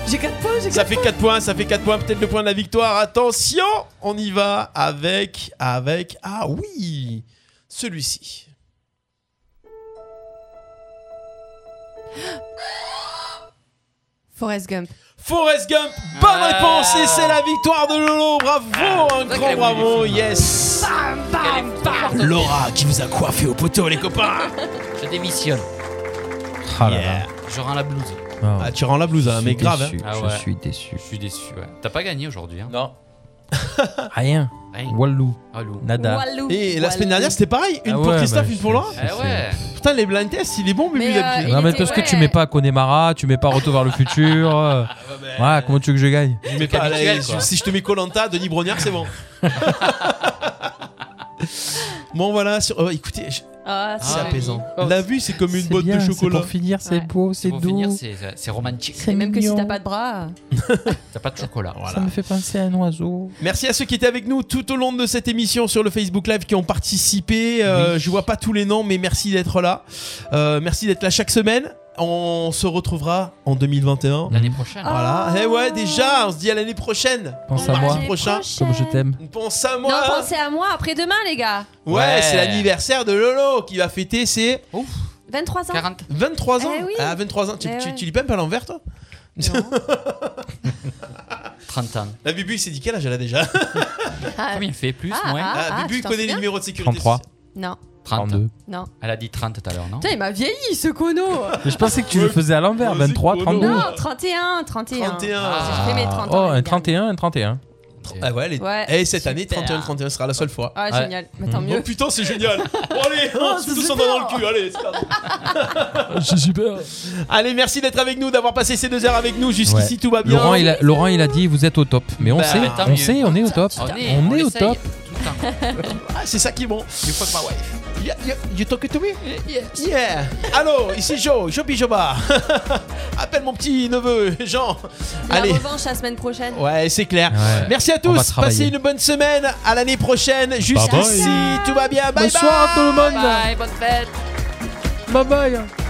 [SPEAKER 5] J'ai 4 points, j'ai 4
[SPEAKER 3] Ça fait 4 points, ça fait 4 points, peut-être le point de la victoire. Attention, on y va avec avec ah oui, celui-ci.
[SPEAKER 5] Forrest Gump.
[SPEAKER 3] Forrest Gump, bonne
[SPEAKER 5] Ah.
[SPEAKER 3] réponse et c'est la victoire de Lolo. Bravo, un grand
[SPEAKER 5] vrai qu'elle a voulu
[SPEAKER 3] bravo,
[SPEAKER 5] le film, hein.
[SPEAKER 3] yes. Laura qui vous a coiffé au poteau les copains.
[SPEAKER 4] Je démissionne.
[SPEAKER 3] Ah
[SPEAKER 4] Je rends la blouse.
[SPEAKER 6] Ah.
[SPEAKER 3] tu rends la blouse, hein, mais grave. hein.
[SPEAKER 4] Ah ouais. Je suis déçu. ouais. T'as pas gagné aujourd'hui. hein. Non.
[SPEAKER 3] Ah.
[SPEAKER 6] Rien.
[SPEAKER 4] Rien.
[SPEAKER 6] Wallou.
[SPEAKER 4] Wallou.
[SPEAKER 6] Nada.
[SPEAKER 3] Et la semaine dernière, c'était pareil, une
[SPEAKER 6] Ah
[SPEAKER 3] pour
[SPEAKER 6] ouais,
[SPEAKER 3] Christophe,
[SPEAKER 6] bah,
[SPEAKER 3] une pour Laura.
[SPEAKER 4] c'est- Ah ouais.
[SPEAKER 3] Putain, les blind tests, il est bon, Bubu
[SPEAKER 5] Eh Mais, euh,
[SPEAKER 3] d'habitude.
[SPEAKER 6] Non mais parce que tu mets pas Connemara, tu mets pas Retour vers le futur. euh, Voilà, comment tu veux que je gagne
[SPEAKER 3] Ah, bah, Je mets pas à la-
[SPEAKER 6] habituel, quoi.
[SPEAKER 3] si je te mets Colanta, Denis Brognard, c'est bon. bon voilà, sur- oh, écoutez, je-
[SPEAKER 5] Ah,
[SPEAKER 3] c'est
[SPEAKER 5] joli.
[SPEAKER 3] apaisant. La vue, c'est comme une boîte
[SPEAKER 6] bien,
[SPEAKER 3] de
[SPEAKER 6] c'est
[SPEAKER 3] chocolat.
[SPEAKER 6] pour finir, c'est beau, c'est
[SPEAKER 4] Pour
[SPEAKER 6] doux.
[SPEAKER 4] finir, c'est c'est romantique.
[SPEAKER 5] Et même que si t'as pas de bras.
[SPEAKER 4] T'as pas de chocolat.
[SPEAKER 6] Ça me fait penser à un oiseau.
[SPEAKER 3] Merci à ceux qui étaient avec nous tout au long de cette émission sur le Facebook Live qui ont participé. Euh, Je vois pas tous les noms, mais merci d'être là. Euh, merci d'être là chaque semaine. On se retrouvera en 2021.
[SPEAKER 4] L'année prochaine.
[SPEAKER 5] Ah.
[SPEAKER 3] Voilà. Eh ouais, déjà, on se dit à l'année prochaine.
[SPEAKER 6] Pense
[SPEAKER 3] En
[SPEAKER 6] à moi,
[SPEAKER 3] mardi prochain.
[SPEAKER 6] comme je t'aime.
[SPEAKER 3] Pense à moi.
[SPEAKER 5] Non, pensez à moi après-demain, les gars.
[SPEAKER 3] Ouais, c'est l'anniversaire de Lolo qui va fêter ses
[SPEAKER 5] 23 ans.
[SPEAKER 3] 23 ans.
[SPEAKER 5] Eh oui.
[SPEAKER 3] Ah, 23 ans. Tu,
[SPEAKER 5] Eh
[SPEAKER 3] tu,
[SPEAKER 5] ouais.
[SPEAKER 3] tu lis même pas l'envers, toi
[SPEAKER 4] 30 ans.
[SPEAKER 3] La Bubu, il s'est dit quel âge elle a déjà
[SPEAKER 4] Combien il fait Plus,
[SPEAKER 5] Ah,
[SPEAKER 4] moins
[SPEAKER 5] ah, ah,
[SPEAKER 3] Bubu,
[SPEAKER 5] tu
[SPEAKER 3] il
[SPEAKER 5] t'en
[SPEAKER 3] connaît les
[SPEAKER 5] souviens
[SPEAKER 3] numéros de sécurité.
[SPEAKER 6] 33.
[SPEAKER 5] Non.
[SPEAKER 4] 32.
[SPEAKER 5] Non.
[SPEAKER 4] Elle a dit 30 tout à l'heure, non
[SPEAKER 5] Putain, il m'a vieilli ce cono.
[SPEAKER 6] Mais je pensais que tu le faisais à l'envers,
[SPEAKER 4] Oh,
[SPEAKER 6] 23, 32.
[SPEAKER 5] Non, 31, 31.
[SPEAKER 3] 31.
[SPEAKER 5] J'ai fait mes 30
[SPEAKER 6] Oh, un 31, un 31.
[SPEAKER 3] Ah ouais, les-
[SPEAKER 5] Ouais,
[SPEAKER 3] Eh, cette année,
[SPEAKER 5] super.
[SPEAKER 3] 31-31 sera la seule
[SPEAKER 4] Oh.
[SPEAKER 3] fois.
[SPEAKER 5] Ah, génial. Bah,
[SPEAKER 6] Mm.
[SPEAKER 5] tant mieux. Oh,
[SPEAKER 3] Oh putain, c'est génial. Bon, allez, on se fout tous en dans le cul. Allez, c'est parti.
[SPEAKER 6] C'est super.
[SPEAKER 3] Allez, merci d'être avec nous, d'avoir passé ces deux heures avec nous. Jusqu'ici, tout va bien.
[SPEAKER 6] Laurent il, a, Laurent, il a dit vous êtes au top. Mais on
[SPEAKER 3] Bah,
[SPEAKER 6] sait,
[SPEAKER 3] tant
[SPEAKER 6] on
[SPEAKER 3] mieux.
[SPEAKER 6] sait, on est au top.
[SPEAKER 3] Putain,
[SPEAKER 6] On
[SPEAKER 3] on
[SPEAKER 6] est au
[SPEAKER 3] l'essaye.
[SPEAKER 6] top.
[SPEAKER 3] Ah, c'est ça qui est bon. You fuck my wife. Yeah, yeah, you talking to me?
[SPEAKER 1] Yeah.
[SPEAKER 3] Yeah. Allô, ici Joe, Joe Bijoba. Appelle mon petit neveu, Euh, Jean.
[SPEAKER 5] La
[SPEAKER 3] Allez.
[SPEAKER 5] revanche la semaine prochaine.
[SPEAKER 3] Ouais, c'est clair.
[SPEAKER 1] Ouais.
[SPEAKER 3] Merci à
[SPEAKER 1] On va
[SPEAKER 3] tous.
[SPEAKER 1] travailler.
[SPEAKER 3] Passez une bonne semaine. À l'année prochaine. Jusqu'ici,
[SPEAKER 1] bye.
[SPEAKER 3] tout va bien. Bye
[SPEAKER 1] Bonsoir
[SPEAKER 3] bye.
[SPEAKER 1] tout le monde.
[SPEAKER 5] Bye, bonne fête.
[SPEAKER 6] hein.
[SPEAKER 3] Bye bye.